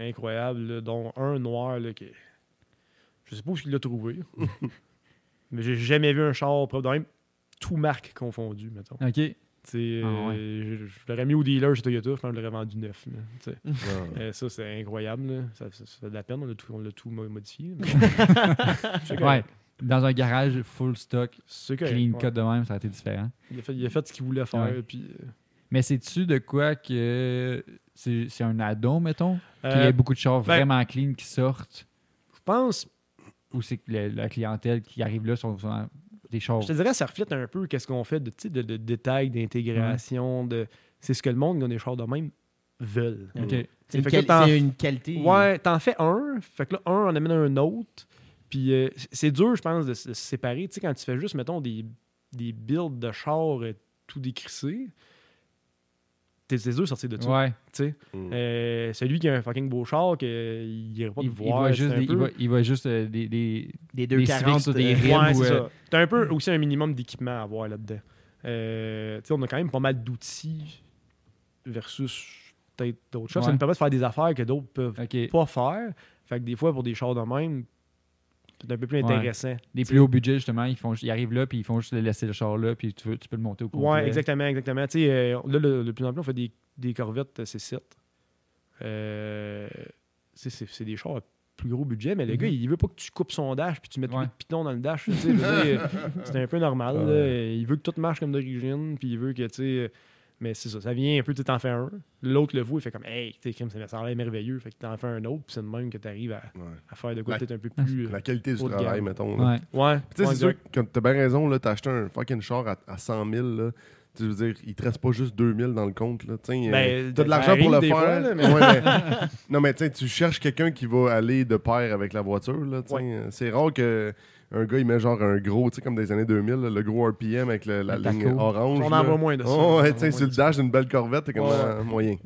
Speaker 4: incroyable, là, dont un noir là, qui je sais pas où il l'a trouvé, mais j'ai jamais vu un char propre, de même, tout marque confondu, mettons.
Speaker 3: Ok.
Speaker 4: Tu sais, euh,
Speaker 3: Ah ouais.
Speaker 4: je, je l'aurais mis au dealer chez Toyota, je pense que je l'aurais vendu neuf. là, tu sais.
Speaker 2: Ouais.
Speaker 4: Euh, ça, c'est incroyable, là. Ça, ça- ça fait de la peine, on l'a tout, on l'a tout mo- modifié. mais c'est
Speaker 3: Ouais.
Speaker 4: correct.
Speaker 3: Dans un garage full stock,
Speaker 4: C'est correct,
Speaker 3: clean
Speaker 4: ouais.
Speaker 3: cut de même, ça a été différent.
Speaker 4: Il, a fait, il a fait ce qu'il voulait faire.
Speaker 3: Ouais.
Speaker 4: Puis, euh,
Speaker 3: Mais c'est-tu de quoi que c'est c'est un add-on, mettons, qu'il y
Speaker 4: euh,
Speaker 3: ait beaucoup de chars
Speaker 4: ben-
Speaker 3: vraiment clean qui sortent,
Speaker 4: je pense
Speaker 3: ou c'est que le- la clientèle qui arrive là sont souvent des chars...
Speaker 4: Je te dirais, ça reflète un peu qu'est-ce qu'on fait de, tu sais, de, de détails, d'intégration. de C'est ce que le monde qui a des chars de même veulent.
Speaker 3: Ok.
Speaker 1: C'est une,
Speaker 4: Fait que
Speaker 1: quali-
Speaker 4: t'en-
Speaker 1: c'est une qualité.
Speaker 4: Ouais, t'en fais un, fait que là, un en amène un autre. Puis euh, c- c'est dur, je pense, de se de se séparer. Tu sais, quand tu fais juste, mettons, des, des builds de chars euh, tout décrissés, t'es c'est dur de sortir de ça.
Speaker 3: Ouais,
Speaker 4: tu sais.
Speaker 2: Mm.
Speaker 4: Euh, celui qui a un fucking beau char, qu'il irait pas
Speaker 3: il,
Speaker 4: te
Speaker 3: il
Speaker 4: voir.
Speaker 3: voit
Speaker 4: c'est
Speaker 3: juste
Speaker 4: un
Speaker 3: des, il,
Speaker 4: peu-
Speaker 3: voit, il voit juste euh, des, des-
Speaker 1: Des
Speaker 3: Des
Speaker 1: 240
Speaker 3: Civics ou des
Speaker 1: euh,
Speaker 3: rimes.
Speaker 4: Ouais,
Speaker 3: ou,
Speaker 4: c'est
Speaker 3: euh,
Speaker 4: ça. T'as un peu aussi un minimum d'équipement à avoir là-dedans. Euh, tu sais, on a quand même pas mal d'outils versus peut-être d'autres choses. Ça
Speaker 3: Ouais.
Speaker 4: nous permet de faire des affaires que d'autres peuvent
Speaker 3: ok,
Speaker 4: pas faire. Fait que des fois, pour des chars de même, c'est un peu plus
Speaker 3: Ouais.
Speaker 4: intéressant.
Speaker 3: des plus hauts budgets, justement, ils, font, ju- ils arrivent là, puis ils font juste laisser le char là, puis tu, veux- tu peux le monter au complet.
Speaker 4: Ouais, exactement, exactement. Tu sais, euh, là, le- de plus en plus, on fait des, des corvettes euh, C7. Euh, c'est- c'est c'est des chars à plus gros budget, mais le
Speaker 3: Mhm.
Speaker 4: gars, il veut pas que tu coupes son dash puis tu mettes
Speaker 3: Ouais.
Speaker 4: huit pitons dans le dash. tu sais, je veux dire, euh, c'est un peu normal.
Speaker 2: Ah
Speaker 4: là. Il veut que tout marche comme d'origine, puis il veut que, tu sais... euh, Mais c'est ça, ça vient un peu, tu t'en fais un. L'autre le voit, il fait comme, hey, tu sais, crime, ça a l'air merveilleux. Fait que t'en fais un autre, puis c'est de même que t'arrives à,
Speaker 2: Ouais.
Speaker 4: à faire de quoi
Speaker 2: La-
Speaker 4: peut-être un peu plus.
Speaker 2: La qualité du
Speaker 4: Haut de
Speaker 2: travail,
Speaker 4: gamme.
Speaker 2: mettons. là.
Speaker 3: Ouais.
Speaker 4: Ouais,
Speaker 2: Tu sais,
Speaker 4: ouais,
Speaker 2: c'est sûr
Speaker 4: exact.
Speaker 2: que t'as bien raison, là, t'as acheté un fucking char à, à 100 000, là. Tu veux dire, il te reste pas juste 2000 dans le compte, là. Tu sais,
Speaker 4: Ben,
Speaker 2: euh, t'as de
Speaker 4: ça
Speaker 2: l'argent pour
Speaker 4: arrive
Speaker 2: le
Speaker 4: des
Speaker 2: faire.
Speaker 4: fois, là, mais-
Speaker 2: Ouais, mais- non, mais tu sais, tu cherches quelqu'un qui va aller de pair avec la voiture, là. tu sais. Euh,
Speaker 4: Ouais.
Speaker 2: C'est rare que un gars, il met genre un gros, tu sais, comme des années 2000, là, le gros RPM avec le- la
Speaker 3: Le
Speaker 2: ligne
Speaker 3: taco.
Speaker 2: orange.
Speaker 4: On
Speaker 2: là.
Speaker 4: en voit moins de ça.
Speaker 2: Oh,
Speaker 4: On en
Speaker 2: ouais,
Speaker 4: voit
Speaker 2: tu sais,
Speaker 4: moins
Speaker 2: sur
Speaker 4: de
Speaker 2: le
Speaker 4: ça.
Speaker 2: dash d'une belle corvette, t'es comme
Speaker 4: Ouais, Ah,
Speaker 2: euh, moyen.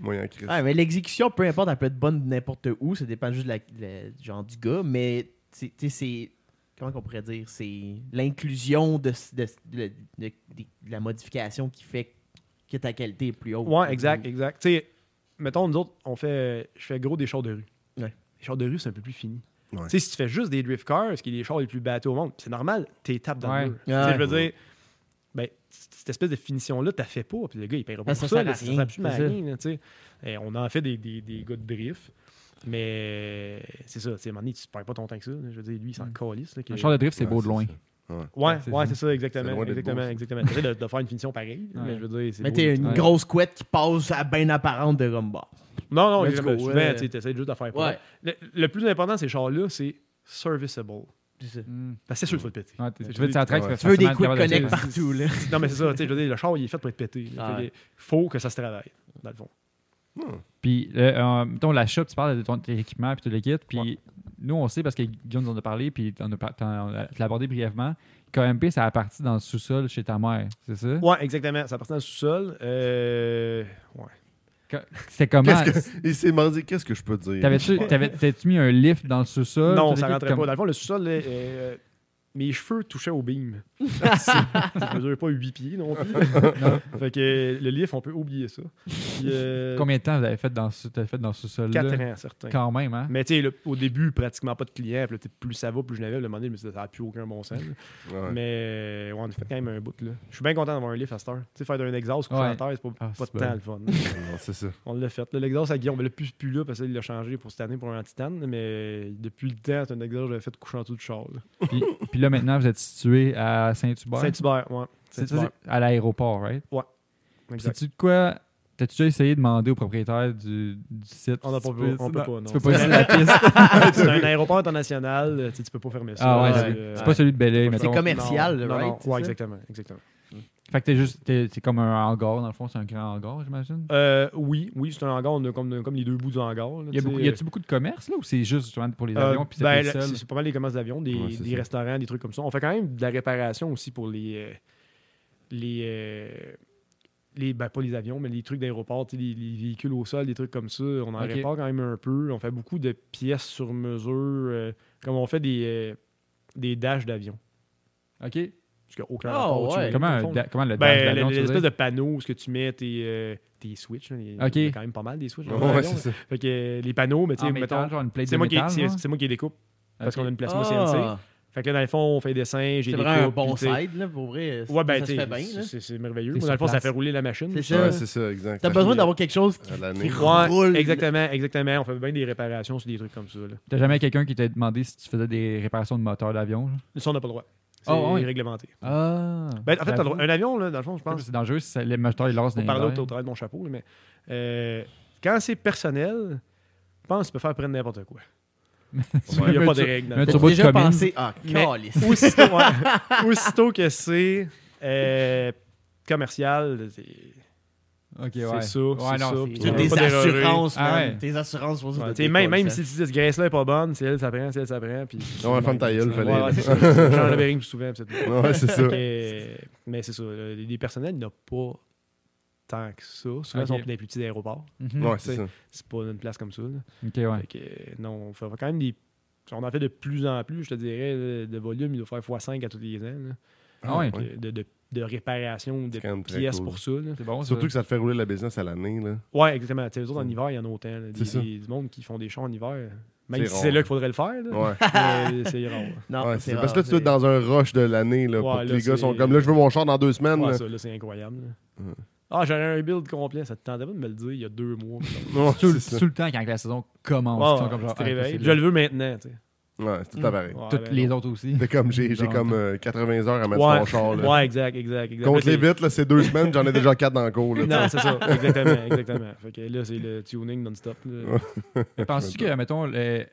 Speaker 2: Moyen, Chris.
Speaker 1: Ouais, mais l'exécution, peu importe, elle peut être bonne n'importe où, ça dépend juste de la, le- du genre du gars, mais c'est- tu sais, c'est. Comment qu'on pourrait dire C'est l'inclusion de, s- de s- de- de- de- de la modification qui fait que ta qualité est plus haute. Mm.
Speaker 4: Ouais, exact, exact. Tu sais, mettons, nous autres, on fait, je fais gros des chars de rue.
Speaker 1: Ouais.
Speaker 4: Les chars de rue, c'est un peu plus fini.
Speaker 2: Ouais.
Speaker 4: Tu sais, si tu fais juste des drift cars, ce qui est les chars les plus battus au monde, c'est normal, t'es tapes dans
Speaker 3: Ouais.
Speaker 4: le mur. Tu sais,
Speaker 1: Ouais.
Speaker 4: Je veux dire, ben, c- cette espèce de finition-là, t'as fait pas. Puis le gars, il paiera pas
Speaker 1: Ben, ça
Speaker 4: pour ça.
Speaker 1: sert
Speaker 4: là,
Speaker 1: à
Speaker 4: Ça
Speaker 1: rien,
Speaker 4: sert absolument à
Speaker 1: c'est ça.
Speaker 4: rien. là, tu sais. Eh, On en fait des, des, des gars de drift. Mais c'est ça, tu sais, à un moment donné, tu perds pas ton temps que ça. là. Je veux dire, lui, il s'en
Speaker 3: Mm.
Speaker 4: calisse. là, que-
Speaker 3: Un char de drift, c'est
Speaker 2: Ouais,
Speaker 3: beau de
Speaker 2: c'est
Speaker 3: loin.
Speaker 2: ça.
Speaker 4: Ouais,
Speaker 3: C'est
Speaker 4: ouais,
Speaker 3: ça.
Speaker 4: c'est ça, exactement.
Speaker 2: C'est loin d'être
Speaker 4: exactement,
Speaker 2: beau, ça.
Speaker 4: exactement. T'essaies de, de faire une finition pareille,
Speaker 3: Ouais.
Speaker 4: mais je veux dire, c'est
Speaker 1: Mais
Speaker 4: beau,
Speaker 1: t'es une
Speaker 4: là.
Speaker 3: Ouais.
Speaker 1: grosse couette qui passe à bien apparente de Rumba.
Speaker 4: Non, non,
Speaker 1: Let's
Speaker 4: jamais.
Speaker 1: go,
Speaker 4: souvent,
Speaker 1: ouais.
Speaker 4: tu essaies juste de faire pareil. Le, le plus important, ces chars-là, c'est serviceable. Ah,
Speaker 3: Mm.
Speaker 4: Parce que c'est sûr qu'il faut le péter.
Speaker 3: Ouais, t'es- tu veux dire, c'est en track,
Speaker 2: Ouais.
Speaker 1: Tu veux des
Speaker 3: facilement
Speaker 1: quick
Speaker 3: capable de-
Speaker 1: connect
Speaker 3: Ouais.
Speaker 1: partout, là.
Speaker 4: Non, mais c'est ça, tu sais, je veux dire, le char, il est fait pour être pété. là.
Speaker 1: Ah
Speaker 4: Fait
Speaker 1: ouais.
Speaker 4: que faut que ça se travaille, dans le fond.
Speaker 3: Puis, euh, euh, mettons, la shop, tu parles de ton de tes équipements puis tout le kit. Puis, nous, on sait parce que Guillaume nous en a parlé, puis t'en as par- t'en- on l'a- tu l'as abordé brièvement. KMP, ça a parti dans le sous-sol chez ta mère, c'est ça?
Speaker 4: Ouais, exactement. Ça appartient dans le sous-sol. Euh... Ouais.
Speaker 3: C'était comment?
Speaker 2: Qu'est-ce que- Il s'est mardi, qu'est-ce que je peux dire?
Speaker 3: T'avais-tu t'avais- t'avais-tu mis un lift dans le sous-sol?
Speaker 4: non,
Speaker 3: tout le
Speaker 4: ça
Speaker 3: kit,
Speaker 4: rentrait
Speaker 3: comme-
Speaker 4: pas. Dans le fond, le sous-sol, là, euh, mes cheveux touchaient au beam. ça mesure pas 8 pieds non plus. fait que le lift, on peut oublier ça. Puis, euh,
Speaker 3: Combien de temps vous avez fait dans ce t'avais fait dans ce sol là
Speaker 4: Quatre ans, certains.
Speaker 3: Quand même, hein?
Speaker 4: Mais tu sais, là, au début, pratiquement pas de clients. Puis là, tu sais, plus ça va, plus je n'avais. Le moment donné, je me suis dit, ça n'a plus aucun bon sens. là.
Speaker 2: Ouais.
Speaker 4: Mais euh, ouais, on a fait quand même un bout. là. Je suis bien content d'avoir un lift à cette heure. Tu sais, faire un exhaust, coucher
Speaker 3: Ouais.
Speaker 4: à terre, c'est pas,
Speaker 3: Ah,
Speaker 4: pas
Speaker 3: c'est
Speaker 4: de
Speaker 3: bon.
Speaker 4: temps le fun.
Speaker 2: Non, c'est ça.
Speaker 4: on l'a fait. là. L'exhaust à Guillaume, mais le plus, plus là parce qu'il l'a changé pour cette année pour un titane. Mais depuis le temps, c'est un exhaust que j'avais fait coucher en dessous du char. là.
Speaker 3: puis, puis là, maintenant, vous êtes situé à Saint-Hubert.
Speaker 4: Saint-Hubert, ouais.
Speaker 3: C'est-
Speaker 4: Saint-Hubert.
Speaker 3: c'est- À l'aéroport, right? Puis
Speaker 4: Exact.
Speaker 3: Sais-tu de quoi? T'as-tu déjà essayé de demander au propriétaire du, du site?
Speaker 4: On n'a
Speaker 3: si
Speaker 4: pas
Speaker 3: tu
Speaker 4: vu-
Speaker 3: peux-
Speaker 4: on peut pas,
Speaker 3: Tu
Speaker 4: non.
Speaker 3: peux pas essayer la piste.
Speaker 4: C'est un aéroport international. euh, Tu sais, tu peux pas fermer ça.
Speaker 3: Ah ouais,
Speaker 4: là,
Speaker 1: c'est-
Speaker 4: euh,
Speaker 3: C'est
Speaker 1: Ouais.
Speaker 3: pas celui de Bel-Air,
Speaker 4: C'est
Speaker 3: mettons.
Speaker 1: comme- commercial,
Speaker 4: Non, non,
Speaker 1: right,
Speaker 4: non.
Speaker 1: c'est
Speaker 4: Ouais,
Speaker 1: ça?
Speaker 4: exactement. exactement.
Speaker 3: Fait que t'es juste, t'es- c'est comme un hangar, dans le fond, c'est un grand hangar, j'imagine.
Speaker 4: Euh, oui, oui, c'est un hangar. On a comme, comme les deux bouts du hangar. là,
Speaker 3: Il y a
Speaker 4: tu
Speaker 3: beaucoup-
Speaker 4: sais,
Speaker 3: y a-tu beaucoup de commerce, là, ou c'est juste justement pour les
Speaker 4: Euh,
Speaker 3: avions, puis c'est
Speaker 4: ben,
Speaker 3: le
Speaker 4: là,
Speaker 3: seul?
Speaker 4: c'est c'est pas mal les commerces d'avions, des,
Speaker 2: Ouais, c'est
Speaker 4: des
Speaker 2: ça.
Speaker 4: restaurants, des trucs comme ça. On fait quand même de la réparation aussi pour les. euh, les, euh, les ben, pas les avions, mais les trucs d'aéroport, tu sais, les, les véhicules au sol, des trucs comme ça. On en
Speaker 3: Ok.
Speaker 4: répare quand même un peu. On fait beaucoup de pièces sur mesure, euh, comme on fait des, euh, des dashs d'avion.
Speaker 3: OK.
Speaker 4: Parce qu'il y a aucun
Speaker 1: Ah,
Speaker 4: rapport au-dessus,
Speaker 1: ouais.
Speaker 4: mais
Speaker 3: Comment,
Speaker 4: dans le
Speaker 3: un
Speaker 4: fond,
Speaker 3: da- comment le dash
Speaker 4: ben,
Speaker 3: d'avion, tu veux
Speaker 4: l'espèce
Speaker 3: dire?
Speaker 4: de panneau où ce que tu mets tes, euh, tes switches, hein, il y a-
Speaker 3: Ok.
Speaker 4: il y a quand même pas mal des switches. dans les
Speaker 2: Ouais,
Speaker 4: avions,
Speaker 2: c'est
Speaker 4: là.
Speaker 2: ça.
Speaker 4: Fait que euh, les panneaux, mais tu
Speaker 1: Ah,
Speaker 4: sais,
Speaker 3: En
Speaker 4: mettons,
Speaker 3: métal, genre une plate
Speaker 4: c'est
Speaker 3: de
Speaker 4: moi, qui,
Speaker 3: métal, hein?
Speaker 4: c'est-
Speaker 3: genre?
Speaker 4: c'est moi qui les découpe parce
Speaker 3: Ok.
Speaker 4: qu'on a une plasma
Speaker 1: Ah,
Speaker 4: CNC. Fait que là, dans le fond, on fait des dessins, j'ai
Speaker 1: C'est
Speaker 4: des
Speaker 1: vraiment un
Speaker 4: coupes,
Speaker 1: bon
Speaker 4: puis, tu sais,
Speaker 1: side, là, pour vrai.
Speaker 4: Ouais,
Speaker 1: ça
Speaker 4: ben,
Speaker 1: se
Speaker 4: tu
Speaker 1: fait
Speaker 4: sais,
Speaker 1: bien, là.
Speaker 4: c'est- c'est- c'est merveilleux.
Speaker 3: T'es
Speaker 4: Dans le fond,
Speaker 3: sur
Speaker 4: ça
Speaker 3: place.
Speaker 4: fait rouler la machine.
Speaker 1: C'est
Speaker 4: puis,
Speaker 1: ça.
Speaker 2: Ouais, c'est ça, exact.
Speaker 1: T'as besoin d'avoir quelque chose qui
Speaker 2: À Euh, l'année.
Speaker 1: qui
Speaker 2: Ouais,
Speaker 1: roule.
Speaker 4: Ouais, exactement, exactement. On fait bien des réparations sur des trucs comme ça. Là.
Speaker 3: T'as jamais quelqu'un qui t'a demandé si tu faisais des réparations de moteur d'avion? genre?
Speaker 4: Ça, on n'a pas le droit. C'est
Speaker 3: Ah, ouais.
Speaker 4: réglementé.
Speaker 3: Ah!
Speaker 4: Ben, en fait, t'as le droit-
Speaker 3: J'avoue.
Speaker 4: un avion, là, dans le fond, je pense,
Speaker 3: C'est dangereux si ça- le moteur il lance dans
Speaker 4: on
Speaker 3: les
Speaker 4: parle
Speaker 3: airs.
Speaker 4: d'autre au travail de mon chapeau, là, mais euh, quand c'est personnel, je pense que tu peux faire prendre n'importe quoi. Il n'y a
Speaker 3: mais
Speaker 4: pas
Speaker 3: tu-
Speaker 4: de règles. dans
Speaker 3: mais
Speaker 4: le
Speaker 1: T'as
Speaker 3: tu turbo de
Speaker 1: déjà
Speaker 3: commune.
Speaker 1: pensé. Ah,
Speaker 4: Mais-
Speaker 1: calice.
Speaker 4: aussitôt, ouais. Aussitôt que c'est euh, commercial, c'est
Speaker 3: Ok,
Speaker 4: c'est
Speaker 3: ouais.
Speaker 4: ça.
Speaker 3: Ouais,
Speaker 4: c'est
Speaker 3: non,
Speaker 4: ça.
Speaker 3: c'est-
Speaker 4: Puis
Speaker 1: T'as
Speaker 4: tu
Speaker 1: des
Speaker 4: peux pas déroger.
Speaker 1: assurances,
Speaker 3: Ah,
Speaker 1: man.
Speaker 3: ouais.
Speaker 1: Tes assurances pour ça.
Speaker 4: Ouais,
Speaker 1: t'as
Speaker 4: tu sais,
Speaker 1: des
Speaker 4: même,
Speaker 1: cons,
Speaker 4: même
Speaker 1: ça.
Speaker 4: si tu dis ce graisse-là est pas bonne, c'est elle, ça prend, c'est elle, ça prend. Puis,
Speaker 2: Ouais, ferme ta gueule, fallait.
Speaker 4: Ouais, ouais, c'est ça. Change le bearing plus souvent. puis c'est tout.
Speaker 2: Ouais, c'est ça.
Speaker 4: Euh, mais c'est ça. le- Les personnels n'ont pas tant que ça. Souvent, ils
Speaker 3: Ok.
Speaker 4: sont dans les plus petits aéroports.
Speaker 3: Mhm.
Speaker 2: Ouais, c'est ça.
Speaker 4: C'est pas une place comme ça. là.
Speaker 3: Ok, ouais.
Speaker 4: Fait que, euh, non, on fait quand même des. On en fait de plus en plus, je te dirais, là, de volume. Il doit faire x5 à tous les ans. là.
Speaker 3: Ah ouais.
Speaker 4: Fait que, De, de, de réparation, de
Speaker 2: C'est quand même très
Speaker 4: pièces
Speaker 2: cool.
Speaker 4: pour ça. là.
Speaker 3: C'est bon, ça.
Speaker 2: Surtout que ça te fait rouler la business à l'année, là.
Speaker 4: Ouais, exactement. Tu sais, eux autres, en hiver, il y en a autant. là. Des,
Speaker 2: C'est ça.
Speaker 4: des- du monde qui font des chants en hiver. Même
Speaker 2: C'est
Speaker 4: si
Speaker 2: rare.
Speaker 4: c'est là qu'il faudrait le faire. là.
Speaker 2: Ouais.
Speaker 4: Mais Ah, c'est rare.
Speaker 1: Non,
Speaker 2: Ouais,
Speaker 1: c'est
Speaker 2: c'est-
Speaker 1: rare,
Speaker 2: parce que là, tu dois
Speaker 1: c'est-
Speaker 2: être dans un rush de l'année, là.
Speaker 4: Ouais,
Speaker 2: pour que
Speaker 4: là,
Speaker 2: les gars sont
Speaker 4: c'est-
Speaker 2: comme, là, je veux mon char dans deux semaines,
Speaker 4: Ouais,
Speaker 2: là.
Speaker 4: ça, là, c'est incroyable. là.
Speaker 2: Ouais.
Speaker 4: Ah, j'avais un build complet. Ça te tentait pas de me le dire il y a deux mois.
Speaker 2: Ouais, c'est
Speaker 3: tout, le-
Speaker 2: ça.
Speaker 3: tout le temps quand la saison commence.
Speaker 4: Ah,
Speaker 3: ils sont
Speaker 4: ouais,
Speaker 3: comme genre,
Speaker 4: tu te
Speaker 3: ah,
Speaker 4: réveilles.
Speaker 3: c'est
Speaker 4: Je
Speaker 3: là.
Speaker 4: le veux maintenant. tu sais.
Speaker 2: Ouais, c'est tout à pareil.
Speaker 4: Ouais,
Speaker 3: Toutes
Speaker 4: ben,
Speaker 3: les
Speaker 4: non.
Speaker 3: autres aussi.
Speaker 2: C'est comme, j'ai j'ai
Speaker 3: Genre,
Speaker 2: comme euh, 80 heures à mettre
Speaker 4: Ouais.
Speaker 2: mon char, là.
Speaker 4: Ouais, exact, exact. exact.
Speaker 2: Compte-les
Speaker 4: Là,
Speaker 2: vite, là, c'est deux semaines, j'en ai déjà quatre dans le cours,
Speaker 4: c'est-
Speaker 2: là.
Speaker 4: Non, c'est ça. Exactement, exactement. Fait que là, c'est le tuning non-stop. là.
Speaker 2: Ouais.
Speaker 3: Mais penses-tu que, mettons, le-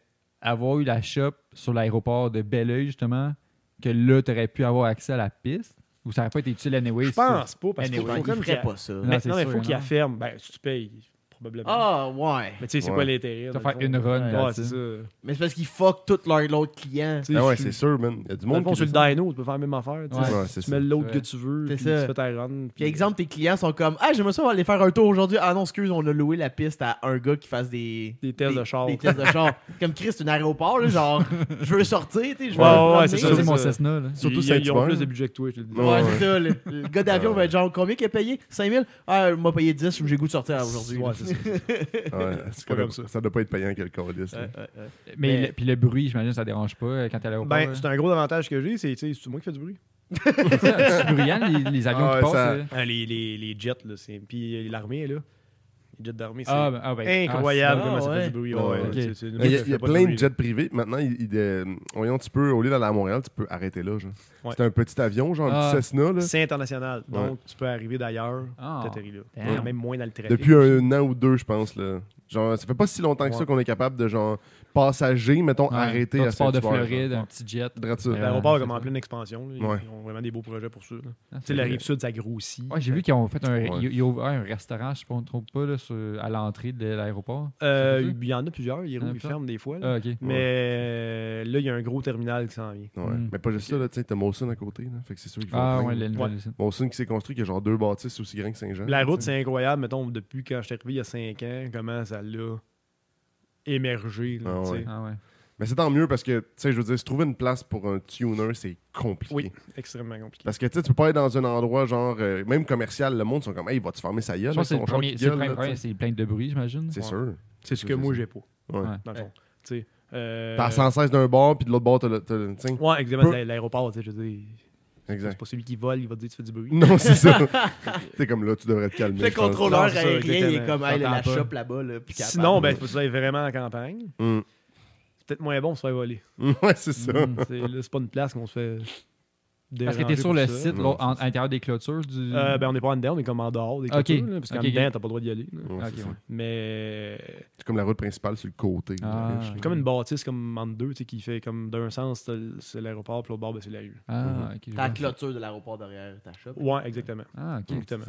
Speaker 3: avoir eu la shop sur l'aéroport de Belleuil, justement, que là, t'aurais pu avoir accès à la piste? Ou ça aurait pas été utile anyway?
Speaker 4: Je
Speaker 3: si-
Speaker 4: pense pas parce qu'il
Speaker 3: Anyway,
Speaker 4: faut
Speaker 1: Ils
Speaker 4: faut comme qu'il
Speaker 1: feraient
Speaker 4: y a-
Speaker 1: pas ça.
Speaker 3: Non,
Speaker 4: Mais-
Speaker 3: c'est
Speaker 4: Non, mais il faut
Speaker 3: sûr,
Speaker 4: qu'il
Speaker 2: hein.
Speaker 3: non.
Speaker 4: afferme. Ben, si tu payes, probablement.
Speaker 1: Ah, ouais.
Speaker 4: Mais tu sais, c'est
Speaker 2: Ouais.
Speaker 4: quoi l'intérêt?
Speaker 3: Tu
Speaker 4: dans
Speaker 3: vas
Speaker 4: le
Speaker 3: faire
Speaker 4: fond?
Speaker 3: une run.
Speaker 4: Ouais,
Speaker 3: là-dessus.
Speaker 4: c'est ça.
Speaker 1: Mais c'est parce qu'ils fuck tout leur l'autre client.
Speaker 4: Tu sais,
Speaker 2: Ah ouais,
Speaker 4: je-
Speaker 2: c'est sûr, man. Il y a du
Speaker 4: Dans le
Speaker 2: monde
Speaker 4: fond,
Speaker 2: qui
Speaker 4: sur le
Speaker 2: descend.
Speaker 4: dyno, tu peux faire la même affaire. tu sais.
Speaker 3: Ouais.
Speaker 2: Ouais, c'est
Speaker 4: tu
Speaker 2: ça.
Speaker 4: mets l'autre
Speaker 3: C'est
Speaker 4: que tu veux,
Speaker 1: C'est
Speaker 4: puis
Speaker 1: ça.
Speaker 4: tu fais ta run.
Speaker 1: Puis exemple, tes clients sont comme Ah, j'aimerais ça aller faire un tour aujourd'hui. Ah non, excuse, on a loué la piste à un gars qui fasse des.
Speaker 4: Des tests de char.
Speaker 1: Des tests de char. comme Chris, c'est un aéroport, là, genre, je veux sortir, tu sais, je veux.
Speaker 4: Ouais,
Speaker 1: me
Speaker 4: ouais,
Speaker 1: promener.
Speaker 4: c'est
Speaker 3: Ça,
Speaker 4: ça.
Speaker 3: c'est mon Cessna. là.
Speaker 2: Surtout
Speaker 4: ils, ils ont
Speaker 2: Saint-Hubert.
Speaker 4: plus de budget que toi, je te le dis.
Speaker 1: Ouais,
Speaker 2: Ouais,
Speaker 1: c'est ça. Le, le gars d'avion va être genre, combien qu'il a payé 5000 Ah, il m'a payé 10, j'ai le goût de sortir aujourd'hui.
Speaker 4: Ouais, c'est ça.
Speaker 2: Ouais, c'est
Speaker 4: pas
Speaker 2: comme-
Speaker 4: comme ça.
Speaker 2: Ça doit pas être payant que le calice, là.
Speaker 4: Ouais, ouais, ouais.
Speaker 3: Mais,
Speaker 4: Mais-
Speaker 3: le- puis le bruit, j'imagine, ça dérange pas euh, quand t'es à l'aéroport.
Speaker 4: Ben,
Speaker 3: là.
Speaker 4: c'est un gros avantage que j'ai, c'est tu sais, c'est moi qui fais du bruit.
Speaker 3: c'est bruyant, les, les avions
Speaker 2: Ah ouais,
Speaker 3: qui passent.
Speaker 2: ça-
Speaker 3: là.
Speaker 4: Ah, les, les, les jets, là, c'est. Puis euh, l'armée, là. Les jets d'armée, c'est
Speaker 3: Ah, ben, ah, ben,
Speaker 4: incroyable
Speaker 1: ah,
Speaker 4: comment ça
Speaker 1: ouais.
Speaker 4: fait du bruit.
Speaker 2: Ah,
Speaker 4: ouais,
Speaker 2: ouais.
Speaker 4: c'est- c'est-
Speaker 2: Mais Il y a,
Speaker 4: ça
Speaker 2: il y a
Speaker 4: fait pas
Speaker 2: plein de
Speaker 4: bruit,
Speaker 2: jets privés. Maintenant, il, il, euh, voyons, tu peux, au lieu d'aller à Montréal, tu peux arrêter là. genre.
Speaker 4: Ouais.
Speaker 2: C'est un petit avion, genre un
Speaker 3: Ah.
Speaker 2: petit Cessna. Là.
Speaker 4: là. C'est international.
Speaker 2: Ouais.
Speaker 4: Donc, tu peux arriver d'ailleurs,
Speaker 3: Ah.
Speaker 4: t'atterris là.
Speaker 3: Damn.
Speaker 4: Ouais, Même moins dans le trafic.
Speaker 2: Depuis un an ou deux, je pense. Là. Genre, ça fait pas si longtemps que ça
Speaker 4: Ouais.
Speaker 2: qu'on est capable de genre passager, mettons,
Speaker 3: Ouais.
Speaker 2: arrêter
Speaker 3: Quand
Speaker 2: à
Speaker 3: tu pars de
Speaker 2: Saint-Hubert,
Speaker 3: Floride,
Speaker 2: genre.
Speaker 3: un petit jet.
Speaker 2: Drette ça.
Speaker 3: Ouais.
Speaker 4: L'aéroport est
Speaker 3: c'est
Speaker 4: Ben, comme en
Speaker 3: ça.
Speaker 4: pleine expansion. là. Ils
Speaker 2: Ouais.
Speaker 4: ils ont vraiment des beaux projets pour ça. là.
Speaker 3: Ah,
Speaker 4: Tu sais, la rive sud, ça grossit.
Speaker 3: Ouais, j'ai vu qu'ils ont fait un,
Speaker 2: Ouais.
Speaker 3: ils- ils ont ouvert un restaurant, je ne me trompe pas, là, sur- à l'entrée de l'aéroport.
Speaker 4: Euh,
Speaker 3: C'est ça?
Speaker 4: Il y en a plusieurs. Ils
Speaker 3: en a
Speaker 4: rouvrent, ils
Speaker 3: plusieurs.
Speaker 4: ferment des fois. là.
Speaker 3: Ah, ok.
Speaker 4: Mais euh, là, il y a un gros terminal qui s'en vient.
Speaker 2: Ouais.
Speaker 3: Mm.
Speaker 2: Mais pas juste ça, là, tu sais, t'as Molson à côté. Là. Fait que c'est sûr qu'il faut.
Speaker 3: Ah,
Speaker 2: prendre.
Speaker 3: ouais, la nouvelle
Speaker 4: Ouais.
Speaker 3: usine.
Speaker 2: Molson qui s'est construit, qui a genre deux bâtisses aussi grandes que Saint-Jean.
Speaker 4: La route,
Speaker 2: tu sais.
Speaker 4: c'est incroyable. Mettons, depuis quand je suis arrivé il y a 5 ans, comment ça l'a émergé. là,
Speaker 2: Ah
Speaker 4: tu sais.
Speaker 2: ouais.
Speaker 3: Ah, ouais.
Speaker 2: Mais c'est tant mieux parce que, tu sais, je veux dire, se trouver une place pour un tuner, c'est compliqué.
Speaker 4: Oui, extrêmement compliqué.
Speaker 2: Parce que tu sais, tu peux pas aller dans un endroit genre, euh, même commercial, le monde sont comme, hey, va-tu fermer sa gueule?
Speaker 3: Je pense que c'est
Speaker 2: avec
Speaker 3: le
Speaker 2: ton char
Speaker 3: premier-
Speaker 2: qui
Speaker 3: c'est le
Speaker 2: gueule, là,
Speaker 3: premier-
Speaker 2: tu sais.
Speaker 3: ouais, c'est plein de bruit, j'imagine.
Speaker 2: C'est
Speaker 4: Ouais.
Speaker 2: sûr.
Speaker 4: C'est ce
Speaker 2: c'est
Speaker 4: que
Speaker 2: ça,
Speaker 4: moi,
Speaker 2: c'est
Speaker 4: j'ai pas,
Speaker 2: Ouais.
Speaker 3: Ouais.
Speaker 4: dans le fond. Tu sais, euh,
Speaker 2: T'as sans cesse d'un bord, puis de l'autre bord, t'as le. t'as le- tu sais.
Speaker 4: Ouais, exactement.
Speaker 2: Peu-
Speaker 4: l'a- L'aéroport, tu sais, je veux dire, c'est
Speaker 2: Exact. Mm.
Speaker 4: pas celui qui vole, il va te dire tu fais du bruit.
Speaker 2: Non, c'est ça. T'es comme là, tu devrais te calmer.
Speaker 1: Le
Speaker 2: je pense.
Speaker 1: contrôleur
Speaker 4: Non, c'est ça,
Speaker 1: aérien, il est
Speaker 4: exactement.
Speaker 1: comme, hey,
Speaker 3: T'entends
Speaker 1: la
Speaker 3: pas.
Speaker 1: chope là-bas, là, puis capable.
Speaker 4: Sinon, ben, faut que tu ailles vraiment en campagne.
Speaker 2: Mm.
Speaker 4: C'est peut-être moins bon de se faire voler.
Speaker 2: Mm, Ouais, c'est ça.
Speaker 3: Mm.
Speaker 4: C'est là, c'est pas une place qu'on se fait.
Speaker 3: Parce que
Speaker 4: déranger
Speaker 3: t'es sur
Speaker 4: pour
Speaker 3: le
Speaker 4: ça.
Speaker 3: site,
Speaker 2: Non,
Speaker 3: là,
Speaker 2: c'est
Speaker 3: en- à l'intérieur des clôtures du.
Speaker 4: Euh, ben, on n'est pas en dedans, on est comme en dehors des
Speaker 3: Ok.
Speaker 4: clôtures, là, parce qu'en
Speaker 3: Ok, ok.
Speaker 4: dedans, t'as pas le droit d'y aller. là.
Speaker 2: Ouais,
Speaker 3: Ah,
Speaker 2: c'est
Speaker 3: ok,
Speaker 2: ça.
Speaker 3: ouais.
Speaker 4: Mais
Speaker 2: C'est comme la route principale sur le côté.
Speaker 3: Ah.
Speaker 2: là, riche.
Speaker 4: comme une bâtisse comme entre deux, tu sais, qui fait comme d'un sens, t'as le- c'est l'aéroport, puis l'autre bord, ben, c'est la rue.
Speaker 3: Ah, ok. je
Speaker 1: T'as la
Speaker 3: vois.
Speaker 1: clôture de l'aéroport derrière ta chope.
Speaker 4: Ouais, exactement.
Speaker 3: Ah, ok.
Speaker 4: Exactement.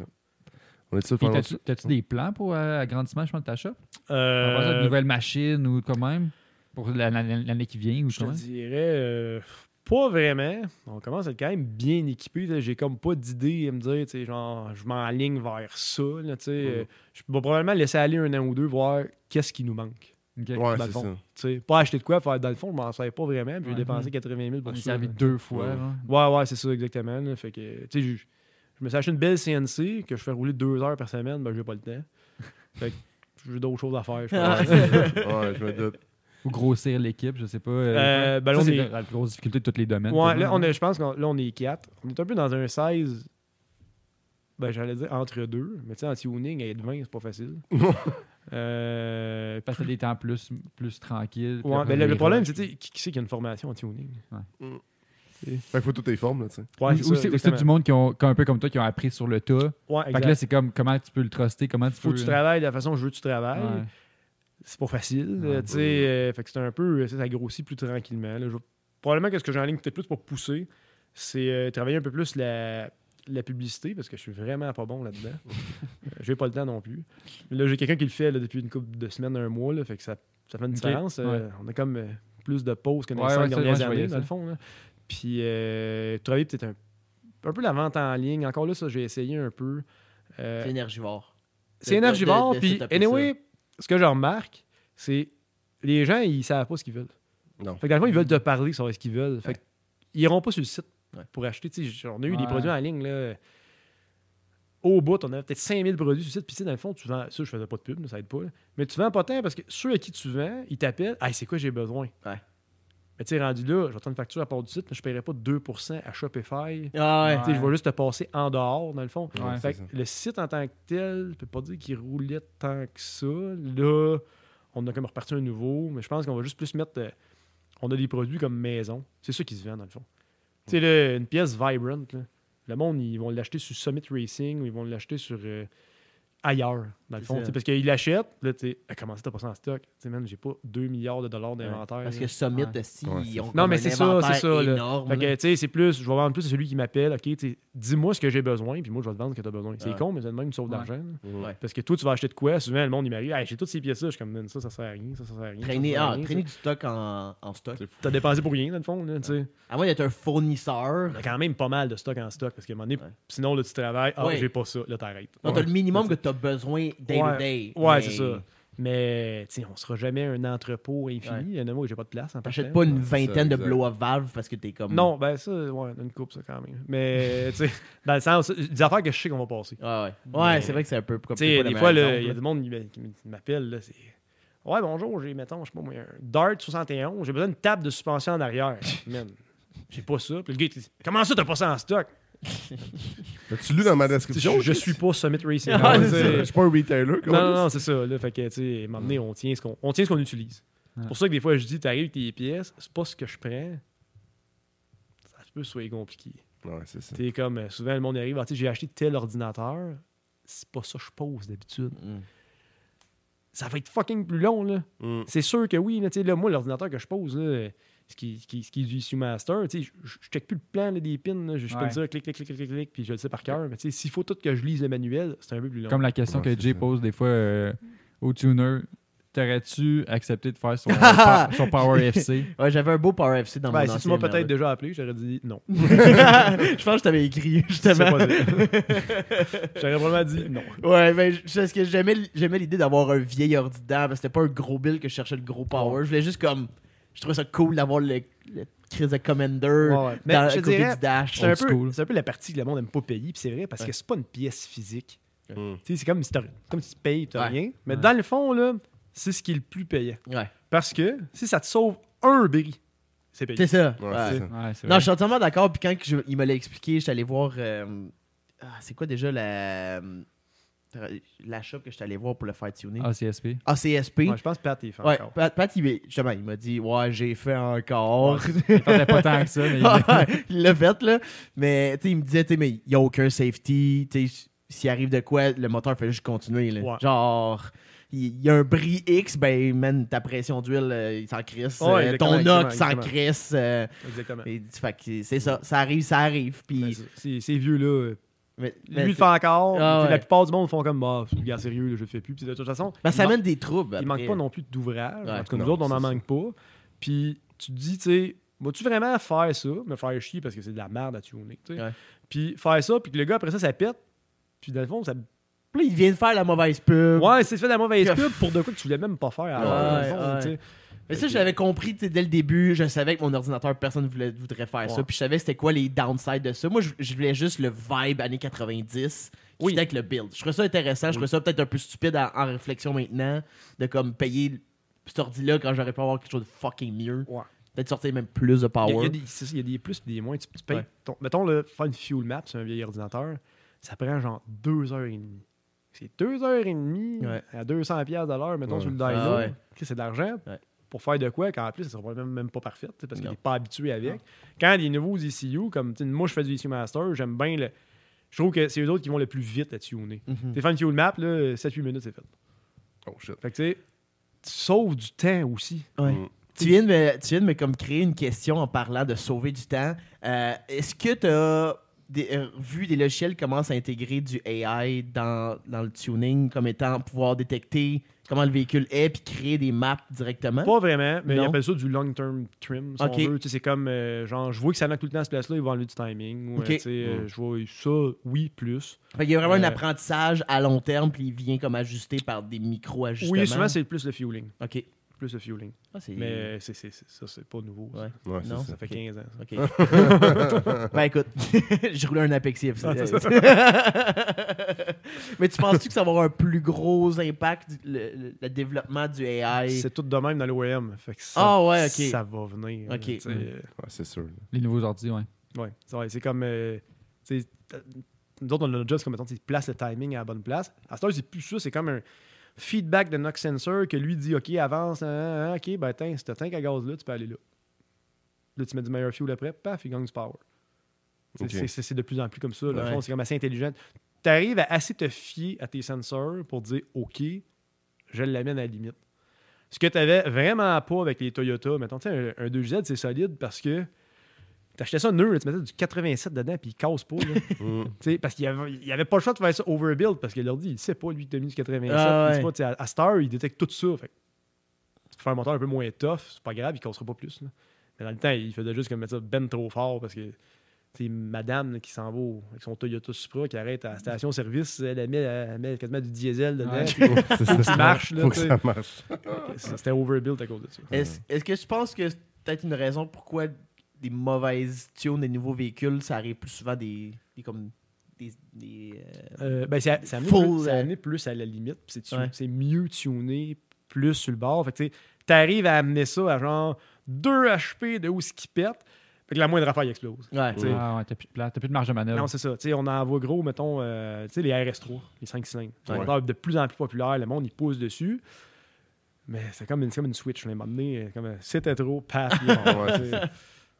Speaker 2: On est sûr de
Speaker 3: Puis
Speaker 2: faire
Speaker 3: t'as-tu- t'as-tu des plans pour euh, agrandissement, je pense, de ta shop?
Speaker 4: Euh,
Speaker 3: Avoir une nouvelle machine ou quand même? Pour la- la- l'année qui vient ou
Speaker 4: Je te
Speaker 3: comment?
Speaker 4: dirais euh, pas vraiment. On commence à être quand même bien équipé. là. J'ai comme pas d'idée à me dire, tu sais, genre, je m'enligne vers ça. là, tu sais.
Speaker 3: Mm.
Speaker 4: Euh, Je vais probablement laisser aller un an ou deux, voir qu'est-ce qui nous manque.
Speaker 3: Ok.
Speaker 2: Ouais,
Speaker 4: dans le
Speaker 2: c'est
Speaker 4: fond.
Speaker 2: ça.
Speaker 4: Tu sais, pas acheter de quoi, faire dans le fond, je m'en sers pas vraiment. Puis j'ai
Speaker 3: Ouais.
Speaker 4: dépensé 80 000
Speaker 3: On
Speaker 4: pour
Speaker 3: est
Speaker 4: ça.
Speaker 3: servi
Speaker 4: là.
Speaker 3: deux fois.
Speaker 2: Ouais.
Speaker 3: là.
Speaker 4: Ouais, ouais, c'est ça, exactement. là. Fait que, tu sais, je, je me suis acheté une belle CNC que je fais rouler deux heures par semaine, ben j'ai pas le temps. Fait que j'ai d'autres choses à faire. je
Speaker 3: Ah,
Speaker 4: pense.
Speaker 2: Ouais, je me doute.
Speaker 3: Ou grossir l'équipe, je sais pas. euh,
Speaker 4: Euh, ben, là,
Speaker 3: ça,
Speaker 4: on
Speaker 3: c'est
Speaker 4: est-
Speaker 3: la- la plus grosse difficulté de tous les domaines.
Speaker 4: Ouais,
Speaker 3: quasiment,
Speaker 4: là, on
Speaker 3: hein.
Speaker 4: est, je pense qu'on là, on est 4. On est un peu dans un 16. Ben, j'allais dire entre deux. Mais tu sais, en tuning, être 20, c'est pas facile. Euh,
Speaker 3: Parce que t'as des temps plus, plus tranquilles. puis
Speaker 4: ouais,
Speaker 3: après,
Speaker 4: ben, le, le
Speaker 3: les
Speaker 4: problème, c'est
Speaker 3: rushs.
Speaker 4: tu sais, qui, qui c'est qui a une formation en tuning
Speaker 2: Fait qu'il faut toutes tes formes, là, tu sais.
Speaker 4: Ouais,
Speaker 3: Ou- ou c'est ou c'est du monde qui ont, qui ont un peu comme toi, qui ont appris sur le tas.
Speaker 4: Ouais,
Speaker 3: Fait
Speaker 4: exact.
Speaker 3: que là, c'est comme comment tu peux le truster, comment tu
Speaker 4: faut
Speaker 3: peux.
Speaker 4: que tu travailles de la façon que je veux que tu travailles.
Speaker 3: Ouais.
Speaker 4: C'est pas facile.
Speaker 3: Ouais. ben
Speaker 4: euh, tu sais, euh, fait que c'est un peu. Ça, ça grossit plus tranquillement. là. Je- probablement que ce que j'enligne peut-être plus pour pousser, c'est euh, travailler un peu plus la, la publicité parce que je suis vraiment pas bon là-dedans. Euh, j'ai pas le temps non plus. Mais Là, j'ai quelqu'un qui le fait là, depuis une couple de semaines, un mois. là, fait que ça, ça fait une
Speaker 3: Ok,
Speaker 4: différence. euh,
Speaker 3: ouais.
Speaker 4: On a comme euh, plus de pauses que dans
Speaker 3: Ouais,
Speaker 4: les cinq
Speaker 3: ouais, ça,
Speaker 4: dernières
Speaker 3: ouais, je
Speaker 4: années,
Speaker 3: voyais
Speaker 4: dans
Speaker 3: ça.
Speaker 4: le fond. là. Puis, euh, travailler peut-être un, un peu la vente en ligne. Encore là, ça, j'ai essayé un peu. Euh,
Speaker 1: C'est énergivore.
Speaker 4: c'est
Speaker 1: de- de-
Speaker 4: énergivore.
Speaker 1: de- de
Speaker 4: Puis,
Speaker 1: se taper
Speaker 4: anyway, ce que je remarque, c'est les gens, ils savent pas ce qu'ils veulent.
Speaker 2: Non.
Speaker 4: Fait que dans le fond, ils veulent te parler sur ce qu'ils veulent. Fait que, ils iront pas sur le site
Speaker 1: Ouais.
Speaker 4: pour acheter. Tu sais, on a eu des
Speaker 3: Ouais.
Speaker 4: produits en ligne, là. Au bout, on avait peut-être 5000 produits sur le site. Puis, tu sais, dans le fond, tu vends. Ça, je faisais pas de pub, ça aide pas. là. Mais tu vends pas tant parce que ceux à qui tu vends, ils t'appellent. Hey, c'est quoi j'ai besoin?
Speaker 1: Ouais.
Speaker 4: Mais tu sais, rendu là, j'entends une facture à part du site, mais je paierais pas 2% à Shopify.
Speaker 1: Ah ouais.
Speaker 3: Ouais.
Speaker 4: Tu sais, Je vais juste te passer en dehors, dans le fond.
Speaker 3: Ouais,
Speaker 4: Fait
Speaker 2: c'est
Speaker 4: que le site en tant que tel, je peux pas dire qu'il roulait tant que ça. Là, on a comme reparti un nouveau, mais je pense qu'on va juste plus mettre. euh, on a des produits comme maison. C'est ça qui se vend, dans le fond. Tu sais, là, une pièce Vibrant, là, le monde, ils vont l'acheter sur Summit Racing ou ils vont l'acheter sur. euh, ailleurs, dans le
Speaker 1: C'est
Speaker 4: fond.
Speaker 1: ça.
Speaker 4: Tu sais, Parce qu'ils l'achètent, là, tu sais, Ah, comment ça, t'as pas ça en stock? Tu sais, man, j'ai pas 2 milliards de dollars d'inventaire.
Speaker 1: Parce
Speaker 4: là.
Speaker 1: que Summit,
Speaker 3: Ouais.
Speaker 1: aussi,
Speaker 2: Ouais, c'est
Speaker 1: ils ont
Speaker 4: Non,
Speaker 1: comme
Speaker 4: mais
Speaker 1: un
Speaker 4: c'est ça, c'est ça,
Speaker 1: inventaire
Speaker 4: là.
Speaker 1: énorme,
Speaker 4: Fait que,
Speaker 1: là.
Speaker 4: tu sais, c'est plus, je vais vendre plus à celui qui m'appelle, ok, tu sais, dis-moi ce que j'ai besoin, puis moi, je vais te vendre ce que tu as besoin. C'est
Speaker 1: Ouais.
Speaker 4: con, mais c'est de même, tu sauves de
Speaker 3: Ouais.
Speaker 4: l'argent. là.
Speaker 2: Ouais.
Speaker 4: Parce que toi, tu vas acheter de quoi Souvent, le monde, il m'arrive, hey, j'ai toutes ces pièces-là, je suis comme, ça, ça sert à rien, ça, ça sert à rien. ça,
Speaker 1: Traîner,
Speaker 4: ça sert à
Speaker 1: ah,
Speaker 4: rien,
Speaker 1: traîner
Speaker 4: ça.
Speaker 1: du stock en, en stock.
Speaker 4: T'as dépensé pour rien, dans le fond, là, tu sais.
Speaker 1: À moins d'être un fournisseur.
Speaker 4: On a quand même pas mal de stock en stock, parce qu'à un moment donné,
Speaker 1: Ouais.
Speaker 4: sinon, là, tu travailles, ah,
Speaker 1: Ouais.
Speaker 4: j'ai pas ça, là, t'arrêtes.
Speaker 1: Donc, t'as le minimum que t'as besoin day to
Speaker 4: Ouais.
Speaker 1: day.
Speaker 4: Ouais,
Speaker 1: mais-
Speaker 4: c'est ça. Mais tu sais, on sera jamais un entrepôt infini. Il y en a moi, j'ai pas de place. en
Speaker 1: T'achètes
Speaker 4: partant.
Speaker 1: pas une
Speaker 2: Ouais, c'est ça,
Speaker 1: vingtaine de
Speaker 2: exact.
Speaker 1: blow-up valves parce que t'es comme.
Speaker 4: Non, ben ça, ouais, une coupe, ça quand même. Mais tu sais, dans le sens, des affaires que je sais qu'on va passer.
Speaker 1: Ah ouais, ouais.
Speaker 4: Mais-
Speaker 1: c'est vrai que c'est un peu comme
Speaker 4: Tu sais, des fois, là, il y a du monde qui m- qui m- qui m'appelle. là, c'est Ouais, bonjour, j'ai, mettons, je sais pas moi, un Dart 71, j'ai besoin d'une table de suspension en arrière. Man, j'ai pas ça. Puis le gars, il dit Comment ça, t'as pas ça en stock
Speaker 2: As-tu lu dans ma description?
Speaker 4: Je, je suis pas Summit Racing.
Speaker 1: Ah,
Speaker 4: Ouais,
Speaker 1: c'est
Speaker 4: c'est-
Speaker 2: Je suis pas un retailer.
Speaker 4: Non, non, non, c'est ça. Là, fait que, tu sais, à un moment donné, on tient ce qu'on, on tient ce qu'on utilise.
Speaker 3: Ouais.
Speaker 4: C'est pour ça que des fois, je dis, t'arrives avec tes pièces, c'est pas ce que je prends. Ça peut soyez compliqué.
Speaker 2: non. Ouais, c'est ça.
Speaker 4: T'es comme, euh, souvent, le monde arrive, ah, tu sais, j'ai acheté tel ordinateur, c'est pas ça que je pose d'habitude.
Speaker 1: Mm.
Speaker 4: Ça va être fucking plus long, là.
Speaker 2: Mm.
Speaker 4: C'est sûr que oui, là, tu sais, là, moi, l'ordinateur que je pose, là, ce qui, ce qui, ce qui est du issue master, tu sais, je je check plus le plan là, des pins, là. je je peux
Speaker 3: Ouais.
Speaker 4: me dire clic, clic, clic, clic, clic, clic, puis je le sais par cœur, mais tu sais, s'il faut tout que je lise le manuel, c'est un peu plus long.
Speaker 3: Comme la question
Speaker 2: Ouais,
Speaker 3: que
Speaker 2: c'est
Speaker 3: Jay
Speaker 2: ça.
Speaker 3: pose des fois euh, au tuner. T'aurais-tu accepté de faire son, pa- son Power FC?
Speaker 1: Ouais, j'avais un beau Power FC dans
Speaker 4: Ben,
Speaker 1: mon
Speaker 4: si tu
Speaker 1: ancien
Speaker 4: m'as peut-être
Speaker 1: mail,
Speaker 4: déjà appelé, j'aurais dit non.
Speaker 1: là. je pense que je t'avais écrit, justement.
Speaker 4: J'aurais vraiment dit non.
Speaker 1: Ouais, ben, je- parce que j'aimais l- j'aimais l'idée d'avoir un vieil ordi dedans, parce que c'était pas un gros bill que je cherchais le gros power. Je voulais juste comme. Je trouvais ça cool d'avoir le, le crise de Commander
Speaker 4: Mais
Speaker 1: dans, à
Speaker 4: je te
Speaker 1: côté
Speaker 4: dirais,
Speaker 1: du Dash.
Speaker 4: c'est un,
Speaker 3: Old
Speaker 4: peu,
Speaker 3: school.
Speaker 4: c'est un peu la partie que le monde n'aime pas payer, puis c'est vrai, parce
Speaker 1: Ouais.
Speaker 4: que c'est pas une pièce physique.
Speaker 2: Mm.
Speaker 4: Tu sais, c'est comme si, t'as- comme si tu payes et tu
Speaker 1: Ouais.
Speaker 4: rien. Mais
Speaker 3: Ouais.
Speaker 4: dans le fond, là, c'est ce qui est le plus payant.
Speaker 1: Ouais,
Speaker 4: Parce que si ça te sauve un bris, c'est payé.
Speaker 1: c'est ça.
Speaker 2: Ouais,
Speaker 1: Ouais.
Speaker 2: c'est ça.
Speaker 3: Ouais, c'est
Speaker 1: Non,
Speaker 3: vrai.
Speaker 1: je suis entièrement d'accord. Puis quand que je- il me l'a expliqué, j'étais allé voir. euh, ah, c'est quoi déjà la. euh, La shop que j'étais allé voir pour le faire tuner Ah,
Speaker 3: ACSP.
Speaker 1: ACSP.
Speaker 4: Ouais, Ah, je pense que Pat est fan
Speaker 1: Ouais,
Speaker 4: encore.
Speaker 1: Pat, Pat, il, m'a- justement, il m'a dit Ouais, j'ai fait encore.
Speaker 3: Il tentait pas tant que ça, mais il-
Speaker 1: il l'a fait, là. Mais tu sais, il me disait tu sais, Mais il n'y a aucun safety. tu sais, S'il arrive de quoi, le moteur fait juste continuer. là.
Speaker 4: Ouais.
Speaker 1: Genre, il il y a un bris X, ben, man, ta pression d'huile, euh, il s'en crisse.
Speaker 4: Ouais,
Speaker 1: Euh,
Speaker 4: exactement,
Speaker 1: ton knock
Speaker 4: exactement,
Speaker 1: s'en
Speaker 4: exactement.
Speaker 1: crisse. euh,
Speaker 4: Exactement.
Speaker 1: et, fait que c'est ça, ça arrive, ça arrive.
Speaker 4: Ben,
Speaker 1: Puis,
Speaker 4: c'est- Ces, ces vieux-là, euh,
Speaker 1: mais- mais
Speaker 4: lui le
Speaker 1: c'est-
Speaker 4: fait encore.
Speaker 1: Ah,
Speaker 4: Tu sais,
Speaker 1: ouais.
Speaker 4: La plupart du monde font comme, bah, pff, le gars sérieux, là, je le fais plus. Puis de toute façon,
Speaker 1: ben, ça
Speaker 4: il
Speaker 1: amène des troubles.
Speaker 4: Il manque
Speaker 1: après.
Speaker 4: pas non plus d'ouvrage.
Speaker 1: Ouais.
Speaker 4: en tout cas, nous
Speaker 2: Non,
Speaker 4: autres, on n'en
Speaker 2: c'est
Speaker 4: manque pas. Puis tu te dis, tu sais, vas-tu vraiment faire ça, me faire chier parce que c'est de la merde à tuner, tu sais.
Speaker 1: Ouais.
Speaker 4: Puis faire ça, puis que le gars, après ça, ça pète. Puis dans le fond, ça.
Speaker 1: Puis là, il vient de faire la mauvaise pub.
Speaker 4: Ouais, c'est fait de la mauvaise
Speaker 1: que-
Speaker 4: pub pour de quoi que tu voulais même pas faire. avant,
Speaker 1: Ouais,
Speaker 4: dans le fond,
Speaker 1: ouais.
Speaker 4: tu sais.
Speaker 1: Mais ça,
Speaker 4: Ok.
Speaker 1: je l'avais compris tu sais, dès le début. Je savais que mon ordinateur, personne voulait, voudrait faire ça.
Speaker 4: Ouais.
Speaker 1: Puis je savais c'était quoi les downsides de ça. Moi, je, je voulais juste le vibe années 90 qui
Speaker 4: Oui.
Speaker 1: fitait avec le build. Je trouvais ça intéressant. Je trouvais ça peut-être un peu stupide en, en réflexion maintenant de comme payer cet ordi-là quand j'aurais pu avoir quelque chose de fucking mieux.
Speaker 4: Ouais.
Speaker 1: Peut-être sortir même plus de
Speaker 4: Il y, a- il y
Speaker 1: power.
Speaker 4: a des- c'est ça, il y a des plus et des moins. Tu, tu payes
Speaker 1: Ouais.
Speaker 4: ton- mettons, le, faire une fuel map sur un vieil ordinateur, ça prend genre deux heures et demie. C'est deux heures et demie
Speaker 1: Ouais.
Speaker 4: à 200 pièces de l'heure, mettons,
Speaker 2: Ouais.
Speaker 4: sur le
Speaker 1: Ah
Speaker 4: dyno.
Speaker 1: ouais.
Speaker 4: Chris, C'est de l'argent
Speaker 1: Ouais.
Speaker 4: pour faire de quoi, quand en plus, ça sera même, même pas parfait, tu sais, parce que
Speaker 1: Non.
Speaker 4: t'es pas habitué avec. Quand les nouveaux ECU, comme tu sais, moi, je fais du ECU Master, j'aime bien le... Je trouve que c'est eux autres qui vont le plus vite à tuner.
Speaker 1: Mhm.
Speaker 4: T'es fait une fuel map, 7-8 minutes, c'est fait.
Speaker 2: Oh shit.
Speaker 4: Fait que tu sais, tu sauves du temps aussi.
Speaker 1: Ouais.
Speaker 2: Mm.
Speaker 1: Tu viens, de me, tu viens de me comme créer une question en parlant de sauver du temps. Euh, Est-ce que tu as vu des logiciels qui commencent à intégrer du AI dans, dans le tuning comme étant pouvoir détecter comment le véhicule est puis créer des maps directement?
Speaker 4: Pas vraiment, mais
Speaker 1: Hein? Non.
Speaker 4: ils appellent ça du long-term trim. Si on
Speaker 1: Ok.
Speaker 4: veut. Tu sais, C'est comme, euh, genre, je vois que ça knock tout le temps à cette place-là, ils vont enlever du timing. Ou, euh,
Speaker 1: Ok.
Speaker 4: tu sais, euh, je vois ça, oui, plus.
Speaker 1: Il y a vraiment un
Speaker 4: Euh,
Speaker 1: apprentissage à long terme puis il vient comme ajuster par des micro-ajustements.
Speaker 4: Oui, souvent, c'est plus le fueling.
Speaker 1: OK.
Speaker 4: Plus le fueling.
Speaker 1: Ah, c'est-
Speaker 4: Mais euh, c'est, c'est- c'est- ça, c'est pas nouveau. ça.
Speaker 1: Ouais.
Speaker 2: Ouais,
Speaker 1: Non.
Speaker 2: c'est
Speaker 4: Ça fait
Speaker 1: Ok.
Speaker 4: 15 ans. ça.
Speaker 1: OK. ben écoute, je roulais un Apexi FC.
Speaker 4: Ah, c'est ça.
Speaker 1: Mais tu penses-tu que ça va avoir un plus gros impact, du- le, le- le développement du AI?
Speaker 4: C'est tout de même dans l'OM. Fait que ça,
Speaker 1: Ah ouais, ok.
Speaker 4: ça va venir.
Speaker 1: Ok.
Speaker 4: tu sais.
Speaker 3: Mm.
Speaker 2: Ouais, c'est sûr.
Speaker 3: Les nouveaux ordi, ouais.
Speaker 4: Ouais, c'est vrai, c'est comme. euh, tu sais, t- nous autres, on a notre job, c'est comme mettons, tu place le timing à la bonne place. À cette heure, c'est plus ça, c'est comme un feedback de knock sensor que lui dit OK, avance, hein, hein, OK, ben, tiens, si t'as tank à gaz là, tu peux aller là. Là, tu mets du meilleur fuel après, paf, il gagne du power. C'est-
Speaker 2: Ok.
Speaker 4: c'est- C'est c'est de plus en plus comme ça. là. Dans le
Speaker 1: Ouais.
Speaker 4: fond, c'est comme assez intelligent. Tu arrives à assez te fier à tes sensors pour dire OK, je l'amène à la limite. Ce que tu avais vraiment pas avec les Toyota, mettons, tu sais, un, un 2Z, c'est solide parce que t'achetais ça neuf, là, tu mettais du 87 dedans puis il casse pas. là.
Speaker 2: Mm.
Speaker 4: Tu sais, parce qu'il avait, il avait pas le choix de faire ça overbuild parce que l'ordi, il sait pas, lui, qui t'a mis du 87.
Speaker 1: Ah
Speaker 4: il sait
Speaker 1: ouais.
Speaker 4: pas, tu sais, à, à Star, il détecte tout ça. Fait que tu peux faire un moteur un peu moins tough, c'est pas grave, il cassera pas plus. là. Mais dans le temps, il faisait juste comme mettre ça ben trop fort parce que c'est madame là, qui s'en va au- avec son Toyota Supra qui arrête à la station-service, elle, elle met, elle met quasiment du diesel dedans.
Speaker 3: Ouais.
Speaker 4: puis
Speaker 2: C'est ça.
Speaker 4: ça marche, là,
Speaker 2: Faut que
Speaker 4: tu sais.
Speaker 2: ça marche.
Speaker 4: C'était overbuilt à cause de ça.
Speaker 1: Est-ce est-ce que tu penses que c'est peut-être une raison pourquoi des mauvaises tunes des nouveaux véhicules, ça arrive plus souvent des. des comme. des. des, euh,
Speaker 4: Euh, ben, c'est, c'est amené
Speaker 1: Full,
Speaker 4: plus, c'est
Speaker 1: euh,
Speaker 4: amené plus à la limite. puis C'est, tu-
Speaker 1: Ouais.
Speaker 4: c'est mieux tuné plus sur le bord. Fait que, tu sais, t'arrives à amener ça à genre 2 HP de où ce qui pète. Fait que la moindre affaire, il explose.
Speaker 1: ouais.
Speaker 4: Tu sais.
Speaker 3: Ah ouais, t'as plus de place, t'as plus de marge de
Speaker 1: Ah
Speaker 3: manœuvre.
Speaker 4: Non, c'est ça. Tu sais, on en voit gros, mettons, euh, tu sais, les RS3, les 5 cylindres. C'est
Speaker 2: Ouais.
Speaker 4: un moteur de plus en plus populaire. Le monde, il pousse dessus. Mais c'est comme une, c'est comme une switch. Là, à un moment donné, euh, comme, euh, c'était trop, paf. il part,
Speaker 2: Ouais,
Speaker 4: tu sais.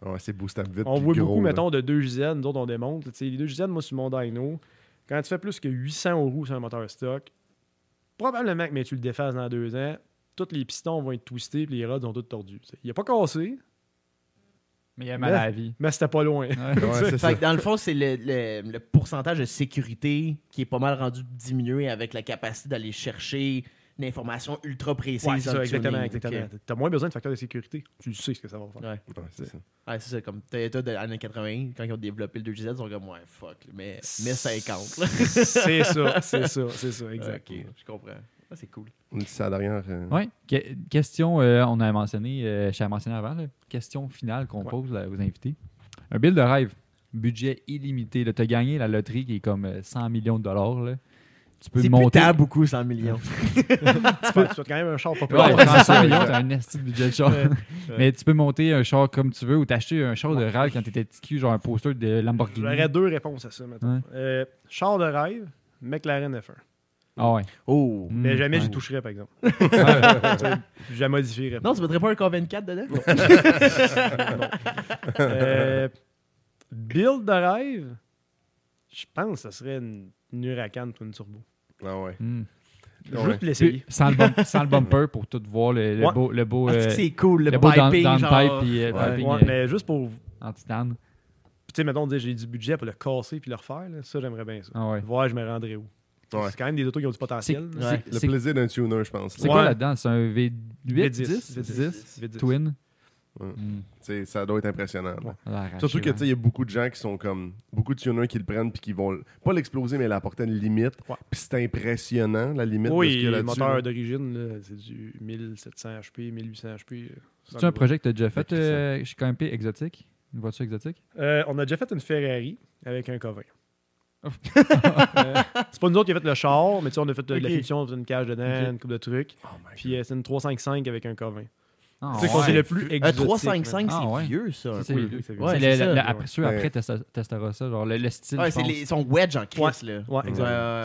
Speaker 2: Ouais, c'est boostable vite.
Speaker 4: On
Speaker 2: puis
Speaker 4: voit
Speaker 2: gros,
Speaker 4: beaucoup,
Speaker 2: là.
Speaker 4: mettons, de 2 JZ. Nous autres, on démonte. Tu sais, les 2 JZ, moi, sur mon dyno, quand tu fais plus que 800 aux roues sur un moteur stock, probablement que mais tu le défasses dans 2 ans, tous les pistons vont être twistés puis les rods sont tous tordus. tu sais. Il a pas cassé,
Speaker 3: Mais il y a mal à la vie.
Speaker 4: mais c'était pas loin.
Speaker 3: Ouais.
Speaker 2: Ouais, c'est ça.
Speaker 1: Fait que dans le fond, c'est le, le- le pourcentage de sécurité qui est pas mal rendu diminué avec la capacité d'aller chercher une information ultra précise.
Speaker 4: Ouais,
Speaker 1: dans
Speaker 4: c'est
Speaker 1: le
Speaker 4: ça, exactement.
Speaker 1: tuning.
Speaker 4: exactement.
Speaker 1: Ok.
Speaker 4: T'as moins besoin de facteurs de sécurité. Tu sais ce que ça va faire.
Speaker 1: Ouais,
Speaker 2: Ouais, c'est ça.
Speaker 1: Ouais, c'est ça. Comme Toyota des années 80, quand ils ont développé le 2GZ, ils sont comme, ouais, fuck, là, mais, mais 50. là.
Speaker 4: c'est ça, c'est ça, c'est ça, exact.
Speaker 1: Ok, je comprends. Ah, c'est cool.
Speaker 2: On dit ça à l'arrière. euh,
Speaker 3: Ouais. Que- question, euh, on a mentionné, euh, j'ai mentionné avant, là. question finale qu'on
Speaker 4: Ouais.
Speaker 3: pose là, aux invités. Un bill de rêve, budget illimité. Tu as gagné la loterie qui est comme euh, 100 millions de dollars. là. Tu peux
Speaker 1: C'est plus
Speaker 3: monter.
Speaker 1: tant beaucoup, 100 millions.
Speaker 4: Tu peux- tu souhaites quand même un char
Speaker 3: Ouais,
Speaker 4: populaire. Euh,
Speaker 2: Ouais, c'est
Speaker 3: 100
Speaker 2: ça,
Speaker 3: millions,
Speaker 2: ouais.
Speaker 3: t'as un esti de budget de char. Mais tu peux monter un char comme tu veux ou t'acheter un char de rêve quand t'étais petit cul, genre un poster de Lamborghini.
Speaker 4: J'aurais deux réponses à ça, maintenant.
Speaker 3: Ouais.
Speaker 4: char de rêve, McLaren F1.
Speaker 3: Ah ouais. Mm,
Speaker 1: Oh.
Speaker 4: Mais jamais
Speaker 3: j'ai
Speaker 4: j'y toucherais, par exemple. Je la modifierais.
Speaker 1: Non, tu mettrais pas un K24 dedans?
Speaker 4: Euh, build de rêve, je pense que ça serait une, une Huracan ou une Turbo.
Speaker 2: Ah ouais. Ouais.
Speaker 4: Juste pour l'essayer.
Speaker 3: Mm. Sans, le bum- sans le bumper pour tout voir le, le
Speaker 4: Ouais.
Speaker 3: beau, le beau,
Speaker 1: Ah, c'est
Speaker 3: euh,
Speaker 1: que c'est cool, le,
Speaker 3: le beau down-
Speaker 1: piping, genre.
Speaker 3: downpipe puis, euh,
Speaker 2: Ouais.
Speaker 3: piping,
Speaker 4: Ouais,
Speaker 3: euh,
Speaker 4: mais juste pour, tu
Speaker 3: en titane.
Speaker 4: sais, mettons, dire j'ai du budget pour le casser puis le refaire, là, ça, j'aimerais bien ça.
Speaker 3: Ah ouais.
Speaker 4: Voir, je me rendrais où.
Speaker 2: Ouais.
Speaker 4: C'est quand même des autos qui ont du potentiel.
Speaker 3: C'est-
Speaker 4: là.
Speaker 1: Ouais.
Speaker 2: Le
Speaker 3: C'est-
Speaker 2: plaisir d'un tuner, je pense. là.
Speaker 3: C'est quoi
Speaker 4: Ouais.
Speaker 3: là-dedans? C'est un V8,
Speaker 4: V10,
Speaker 3: 10,
Speaker 4: V10,
Speaker 3: 10,
Speaker 4: V10.
Speaker 3: Twin.
Speaker 2: Ouais.
Speaker 3: Mm.
Speaker 2: Tu sais, Ça doit être impressionnant. là.
Speaker 4: Ouais.
Speaker 3: Ça doit arracher,
Speaker 2: Surtout que
Speaker 3: ouais.
Speaker 2: tu sais, il y a beaucoup de gens qui sont comme beaucoup de tuners qui le prennent puis qui vont l- pas l'exploser mais l'apporter à une limite.
Speaker 4: Ouais.
Speaker 2: Puis c'est impressionnant la limite de ce
Speaker 4: Oui,
Speaker 2: qu'il y a
Speaker 4: le
Speaker 2: là-dessus.
Speaker 4: moteur d'origine, là, c'est du 1700 HP, 1800 HP. euh,
Speaker 3: C'est-tu un projet que t'as déjà fait
Speaker 2: Fait que ça-
Speaker 3: euh, chez KMP exotique? Une voiture exotique?
Speaker 4: Euh, on a déjà fait une Ferrari avec un Covin.
Speaker 3: Oh.
Speaker 4: Euh, c'est pas nous autres qui avons fait le char, mais tu sais, on a fait de la
Speaker 1: Ok.
Speaker 4: finition, on a fait une cage dedans,
Speaker 1: Ok.
Speaker 4: une coupe de trucs.
Speaker 2: Oh my God.
Speaker 4: Puis euh, c'est une 355 avec un Covin.
Speaker 3: Ah
Speaker 4: c'est qu'on
Speaker 3: ouais.
Speaker 4: c'est le plus
Speaker 1: Un
Speaker 4: exotique.
Speaker 1: 355, c'est
Speaker 3: Ah, ouais.
Speaker 1: vieux, ça. un
Speaker 3: Ça, c'est
Speaker 1: peu.
Speaker 3: vieux,
Speaker 4: c'est vieux.
Speaker 1: Ouais,
Speaker 3: C'est
Speaker 1: c'est
Speaker 3: le-
Speaker 1: ça.
Speaker 3: le- le- après ceux
Speaker 2: Ouais.
Speaker 3: après testa- testera ça, genre le, le style.
Speaker 1: Ouais,
Speaker 3: je
Speaker 1: c'est
Speaker 3: pense.
Speaker 1: les, ils sont wedge en Chris, là.
Speaker 4: Ouais,
Speaker 1: Ouais, ouais,
Speaker 4: ben, exact. c'est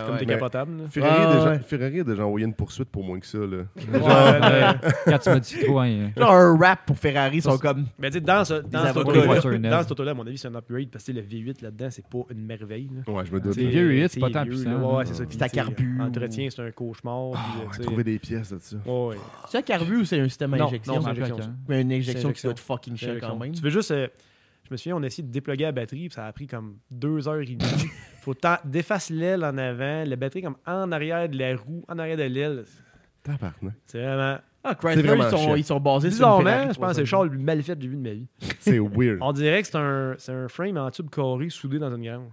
Speaker 4: comme
Speaker 1: ouais.
Speaker 4: des
Speaker 2: Mais-
Speaker 4: capotables. là.
Speaker 2: Ferrari, a
Speaker 1: Ouais,
Speaker 2: déjà,
Speaker 1: ouais.
Speaker 2: Ferrari a déjà envoyé une poursuite pour moins que ça. Là.
Speaker 4: Ouais, ouais.
Speaker 3: Quand tu modifies trop, hein.
Speaker 1: Genre un rap pour Ferrari, ils sont
Speaker 3: Ça,
Speaker 1: comme.
Speaker 4: Mais ben, tu sais, dans ce dans
Speaker 1: Des
Speaker 4: cet
Speaker 1: avocats,
Speaker 4: auto-là-
Speaker 3: des voitures neuves.
Speaker 4: dans cet auto-là, à mon avis, c'est un upgrade parce que le V8 là-dedans, c'est pas une merveille. là.
Speaker 2: Ouais, je me doute.
Speaker 3: C'est
Speaker 4: Tu sais,
Speaker 3: vieux V8, c'est
Speaker 4: c'est
Speaker 3: pas tant
Speaker 4: vieux,
Speaker 3: puissant,
Speaker 4: là.
Speaker 3: là.
Speaker 4: Ouais, c'est ça.
Speaker 1: C'est à
Speaker 4: tu sais,
Speaker 1: carbu.
Speaker 4: Entretien, c'est un cauchemar.
Speaker 2: Ah,
Speaker 4: puis, euh,
Speaker 2: ouais,
Speaker 4: tu sais,
Speaker 2: trouver des pièces de ça.
Speaker 4: ouais, ouais.
Speaker 1: C'est un carbu ou c'est un système à
Speaker 4: Non,
Speaker 1: injection
Speaker 4: non,
Speaker 1: ça?
Speaker 4: c'est
Speaker 3: injection,
Speaker 4: injection,
Speaker 1: Mais une injection qui
Speaker 4: injection.
Speaker 1: doit être fucking chère quand même.
Speaker 4: Tu veux juste. euh, je me souviens, on a essayé de déploguer la batterie, puis ça a pris comme deux heures et demie. Faut tant déface l'aile en avant, la batterie comme en arrière de la roue, en arrière de l'aile.
Speaker 2: Tabarnak.
Speaker 4: C'est vraiment.
Speaker 1: Ah, Chrysler,
Speaker 2: vraiment
Speaker 1: ils sont,
Speaker 2: cher.
Speaker 1: ils sont basés sur. une
Speaker 4: Bizarrement,
Speaker 1: Ferrari
Speaker 4: je pense que c'est
Speaker 1: 355.
Speaker 4: le char le plus mal fait que j'ai vu de ma vie.
Speaker 2: C'est weird.
Speaker 4: On dirait que c'est un, c'est un frame en tube carré soudé dans une grange.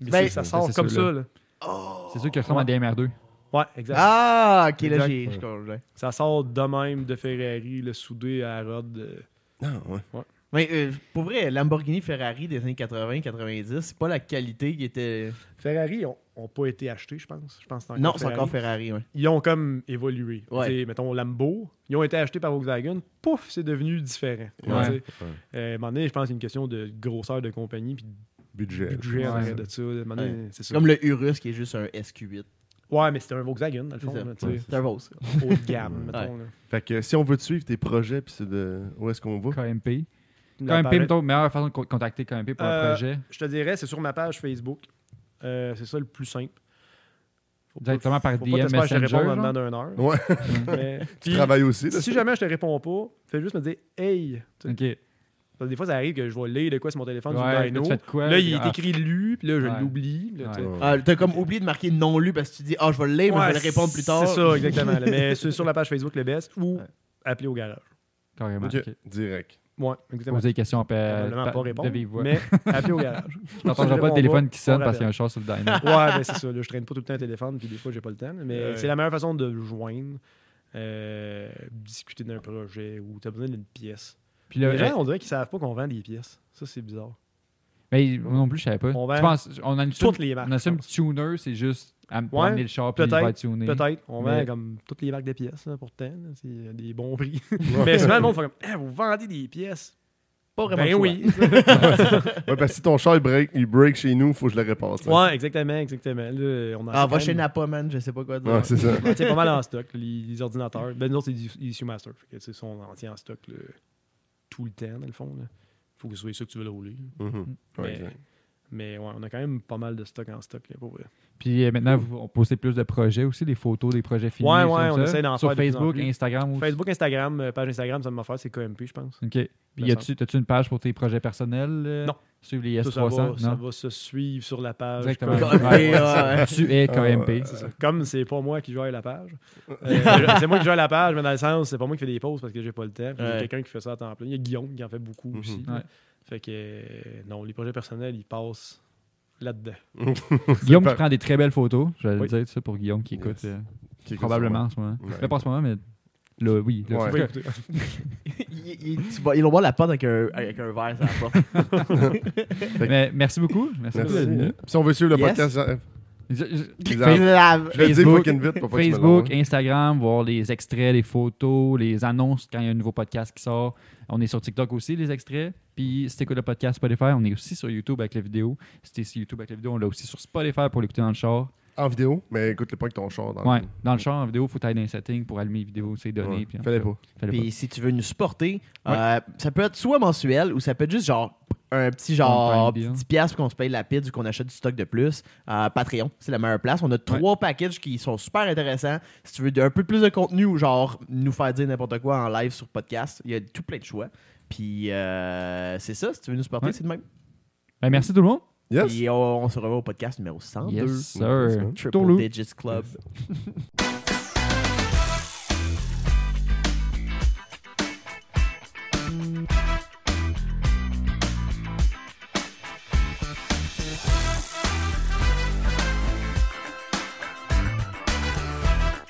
Speaker 4: Mais
Speaker 1: Ben-
Speaker 4: c'est- ça sort
Speaker 3: Ça, c'est
Speaker 4: comme ça,
Speaker 3: sûr,
Speaker 4: là.
Speaker 3: hein. C'est sûr qu'il ressemble à des MR2.
Speaker 4: Ouais, exact.
Speaker 1: Ah, ok, là,
Speaker 4: Exact.
Speaker 1: j'ai. je comprends.
Speaker 4: Ça sort de même de Ferrari, le soudé à la rod. euh,
Speaker 2: Non, Ah, ouais.
Speaker 1: Mais euh, pour vrai, Lamborghini Ferrari des années 80-90, c'est pas la qualité qui était.
Speaker 4: Ferrari ont, ont pas été achetés, je pense. Je pense que
Speaker 1: Non, c'est encore Ferrari, ouais.
Speaker 4: ils ont comme évolué.
Speaker 1: Ouais.
Speaker 4: Tu sais, Mettons Lambo, ils ont été achetés par Volkswagen, pouf, c'est devenu différent.
Speaker 3: Ouais.
Speaker 4: Tu sais, euh, à un moment donné, je pense qu'il y a une question de grosseur de compagnie puis de
Speaker 2: Budget.
Speaker 4: budget en
Speaker 3: Ouais.
Speaker 4: arrière de ça. À un moment donné, c'est
Speaker 1: C'est
Speaker 4: ça.
Speaker 1: comme le Urus qui est juste un SQ8.
Speaker 4: Ouais, mais c'était un Volkswagen, dans le fond,
Speaker 1: C'est ça.
Speaker 4: là, tu sais,
Speaker 1: C'est un Vosges.
Speaker 4: haut de gamme, mettons. là.
Speaker 2: Fait que si on veut te suivre tes projets, puis c'est de. Où est-ce qu'on va
Speaker 3: KMP.
Speaker 4: Nous, on
Speaker 3: KMP,
Speaker 4: parlait-
Speaker 3: mettons, meilleure façon de co- contacter KMP pour un
Speaker 4: Euh,
Speaker 3: projet.
Speaker 4: Je te dirais, c'est sur ma page Facebook. Euh, c'est ça le plus simple. Faut pas-
Speaker 3: Directement par
Speaker 4: faut
Speaker 3: DM
Speaker 4: pas t'espérer que je te
Speaker 3: Messenger,
Speaker 4: réponde en
Speaker 3: genre.
Speaker 4: dedans d'une heure.
Speaker 2: Ouais.
Speaker 4: Mais-
Speaker 2: Tu
Speaker 4: Puis,
Speaker 2: travailles aussi, là.
Speaker 4: si jamais je te réponds pas, fais juste me dire « Hey! » Tu sais,
Speaker 3: Ok. Ouais,
Speaker 4: parce que Des fois, ça arrive que je vais lire de quoi sur mon téléphone
Speaker 3: là,
Speaker 4: du dino.
Speaker 3: tu fais de quoi?
Speaker 4: Là, il est
Speaker 3: Ah,
Speaker 4: écrit lu, puis là, je
Speaker 3: Ouais.
Speaker 4: l'oublie. là,
Speaker 3: Ouais.
Speaker 4: tu sais.
Speaker 2: Ouais.
Speaker 1: Ah, T'as comme oublié de marquer non lu parce que tu dis, ah, je vais le lire, mais je vais le répondre plus tard.
Speaker 4: C'est ça, exactement. là. Mais c'est sur la page Facebook, le best, ou appeler au garage.
Speaker 3: Carrément.
Speaker 2: Ok.
Speaker 3: ok.
Speaker 2: Direct.
Speaker 4: Ouais, exactement.
Speaker 3: poser des questions euh, après.
Speaker 4: Probablement pas répondre.
Speaker 3: de vive voix.
Speaker 4: Mais appelez au garage.
Speaker 3: On n'entendra pas
Speaker 4: On
Speaker 3: le téléphone
Speaker 4: va-
Speaker 3: qui sonne
Speaker 4: on
Speaker 3: parce qu'il y a un
Speaker 4: rappelle.
Speaker 3: char sur le diner.
Speaker 4: ouais, ben c'est ça. là, je traîne pas tout le temps un téléphone, puis des fois, j'ai pas le temps. Mais
Speaker 2: Ouais.
Speaker 4: c'est la meilleure façon de le joindre, euh, discuter d'un projet ou t'as besoin d'une pièce.
Speaker 3: Puis là,
Speaker 4: Les
Speaker 3: euh,
Speaker 4: gens, on dirait qu'ils savent pas qu'on vend des pièces. Ça, c'est bizarre.
Speaker 3: mais moi non plus, je savais pas.
Speaker 4: On
Speaker 3: On,
Speaker 4: vend
Speaker 3: on a une
Speaker 4: Toutes les marques.
Speaker 3: on a
Speaker 4: je
Speaker 3: ça un
Speaker 4: pense.
Speaker 3: petit tuner, c'est juste à me
Speaker 4: Ouais,
Speaker 3: prendre le char puis il va
Speaker 4: peut-être,
Speaker 3: tuner.
Speaker 4: Peut-être. On
Speaker 3: Mais-
Speaker 4: vend comme toutes les marques de pièces là, pour le temps. là, C'est euh, des bons prix. Mais souvent, le monde fait comme Eh, Vous vendez des pièces
Speaker 1: Pas vraiment.
Speaker 4: Ben
Speaker 1: le choix.
Speaker 4: oui.
Speaker 2: Ouais, parce que si ton char il break, il break chez nous, faut que je le répasse. là.
Speaker 4: ouais, exactement. exactement. Là, on en
Speaker 1: Ah,
Speaker 4: sait
Speaker 1: va
Speaker 4: quand
Speaker 1: chez
Speaker 4: même.
Speaker 1: Napa, man, je sais pas quoi dire.
Speaker 2: Ouais, c'est ça.
Speaker 4: On en tient pas mal en stock, les, les ordinateurs. Ben, nous autres, c'est des des issue master. Fait que, tu sais, ça, on en tient en stock là, tout le temps, dans le fond. Là. Faut que ce soit ça que tu veux le rouler.
Speaker 2: Mhm. Ouais,
Speaker 4: mais,
Speaker 2: exact.
Speaker 4: mais ouais, on a quand même pas mal de stock en stock, là, pour vrai.
Speaker 3: Puis euh, maintenant, vous, on postait plus de projets aussi, des photos des projets finis.
Speaker 4: Ouais,
Speaker 3: des choses
Speaker 4: ouais,
Speaker 3: comme
Speaker 4: on
Speaker 3: ça.
Speaker 4: essaie d'en
Speaker 3: Sur
Speaker 4: faire de plus en
Speaker 3: Facebook,
Speaker 4: plus.
Speaker 3: Instagram aussi.
Speaker 4: Facebook, Instagram, euh, page Instagram, ça me faire, c'est KMP, je pense.
Speaker 3: OK. Puis
Speaker 4: Me
Speaker 3: y a-tu- t'as-tu une page pour tes projets personnels? euh,
Speaker 4: Ben, Non.
Speaker 3: Suivre les
Speaker 4: Ça, ça, va,
Speaker 3: S300?
Speaker 4: ça
Speaker 3: Non.
Speaker 4: va se suivre sur la page.
Speaker 3: Exactement.
Speaker 4: KMP.
Speaker 1: Comme-
Speaker 3: Ouais.
Speaker 1: Ouais.
Speaker 3: Tu es
Speaker 2: Ah, ouais.
Speaker 3: KMP.
Speaker 4: C'est ça. Comme c'est pas moi qui gère la page. euh, c'est moi qui gère la page, mais dans le sens, c'est pas moi qui fais des pauses parce que j'ai pas le temps. Puis Il y
Speaker 1: Ouais.
Speaker 4: a quelqu'un qui fait ça à temps plein. Il y a Guillaume qui en fait beaucoup
Speaker 2: Mhm.
Speaker 4: aussi.
Speaker 3: Ouais.
Speaker 4: Fait que euh, non, les projets personnels, ils passent là-dedans.
Speaker 3: Guillaume
Speaker 2: pas-
Speaker 3: qui prend des très belles photos. Je vais
Speaker 4: Oui.
Speaker 3: le dire ça pour Guillaume qui écoute
Speaker 2: Yes.
Speaker 3: euh,
Speaker 2: Qui écoute
Speaker 3: probablement en ce moment.
Speaker 2: Ouais.
Speaker 3: Peut-être Pas en ce moment, mais là, oui. là,
Speaker 2: Ouais.
Speaker 3: c'est
Speaker 4: Ouais,
Speaker 3: ça.
Speaker 4: écoutez.
Speaker 1: Il, il, tu vas- il ouvre la porte avec un, avec un verre, ça va pas.
Speaker 3: Mais merci beaucoup. Merci,
Speaker 2: sur moi.
Speaker 3: d'être
Speaker 2: Merci.
Speaker 3: venu.
Speaker 2: Si on veut suivre le
Speaker 1: Yes.
Speaker 2: podcast, euh,
Speaker 3: Je- je-
Speaker 2: Exact.
Speaker 1: Il lave.
Speaker 2: je vais le dire
Speaker 3: Facebook,
Speaker 2: fucking vite pour pas que tu me
Speaker 3: Facebook,
Speaker 2: l'envoies.
Speaker 3: Instagram, voir les extraits, les photos, les annonces quand il y a un nouveau podcast qui sort. On est sur TikTok aussi, les extraits. Puis si t'écoutes le podcast Spotify, on est aussi sur YouTube avec la vidéo. Si t'es sur YouTube avec la vidéo, on l'a aussi sur Spotify pour l'écouter dans le char.
Speaker 2: En vidéo, mais écoute-le pas avec ton char. Dans
Speaker 3: Ouais, dans le char, en vidéo, faut aller dans les settings pour allumer les vidéos, c'est donné.
Speaker 2: Ah, Ouais.
Speaker 3: puis-
Speaker 2: Fallait pas.
Speaker 3: Fallait pas.
Speaker 1: Puis si tu veux nous supporter, euh, ça peut être soit mensuel ou ça peut être juste genre un petit genre
Speaker 3: One time deal.
Speaker 1: 10 piastres qu'on se paye la pizza ou qu'on achète du stock de plus. Euh, Patreon, c'est la meilleure place. On a trois packages qui sont super intéressants. Si tu veux un peu plus de contenu ou genre nous faire dire n'importe quoi en live sur podcast, il y a tout plein de choix. Puis euh, c'est ça, si tu veux nous supporter,
Speaker 3: Ouais.
Speaker 1: c'est de même.
Speaker 3: Ben, merci tout le monde.
Speaker 2: Yes.
Speaker 1: Puis on, on se revoit au podcast numéro 102.
Speaker 3: Yes, sir.
Speaker 1: Triple
Speaker 3: Tourlou.
Speaker 1: Digits Club.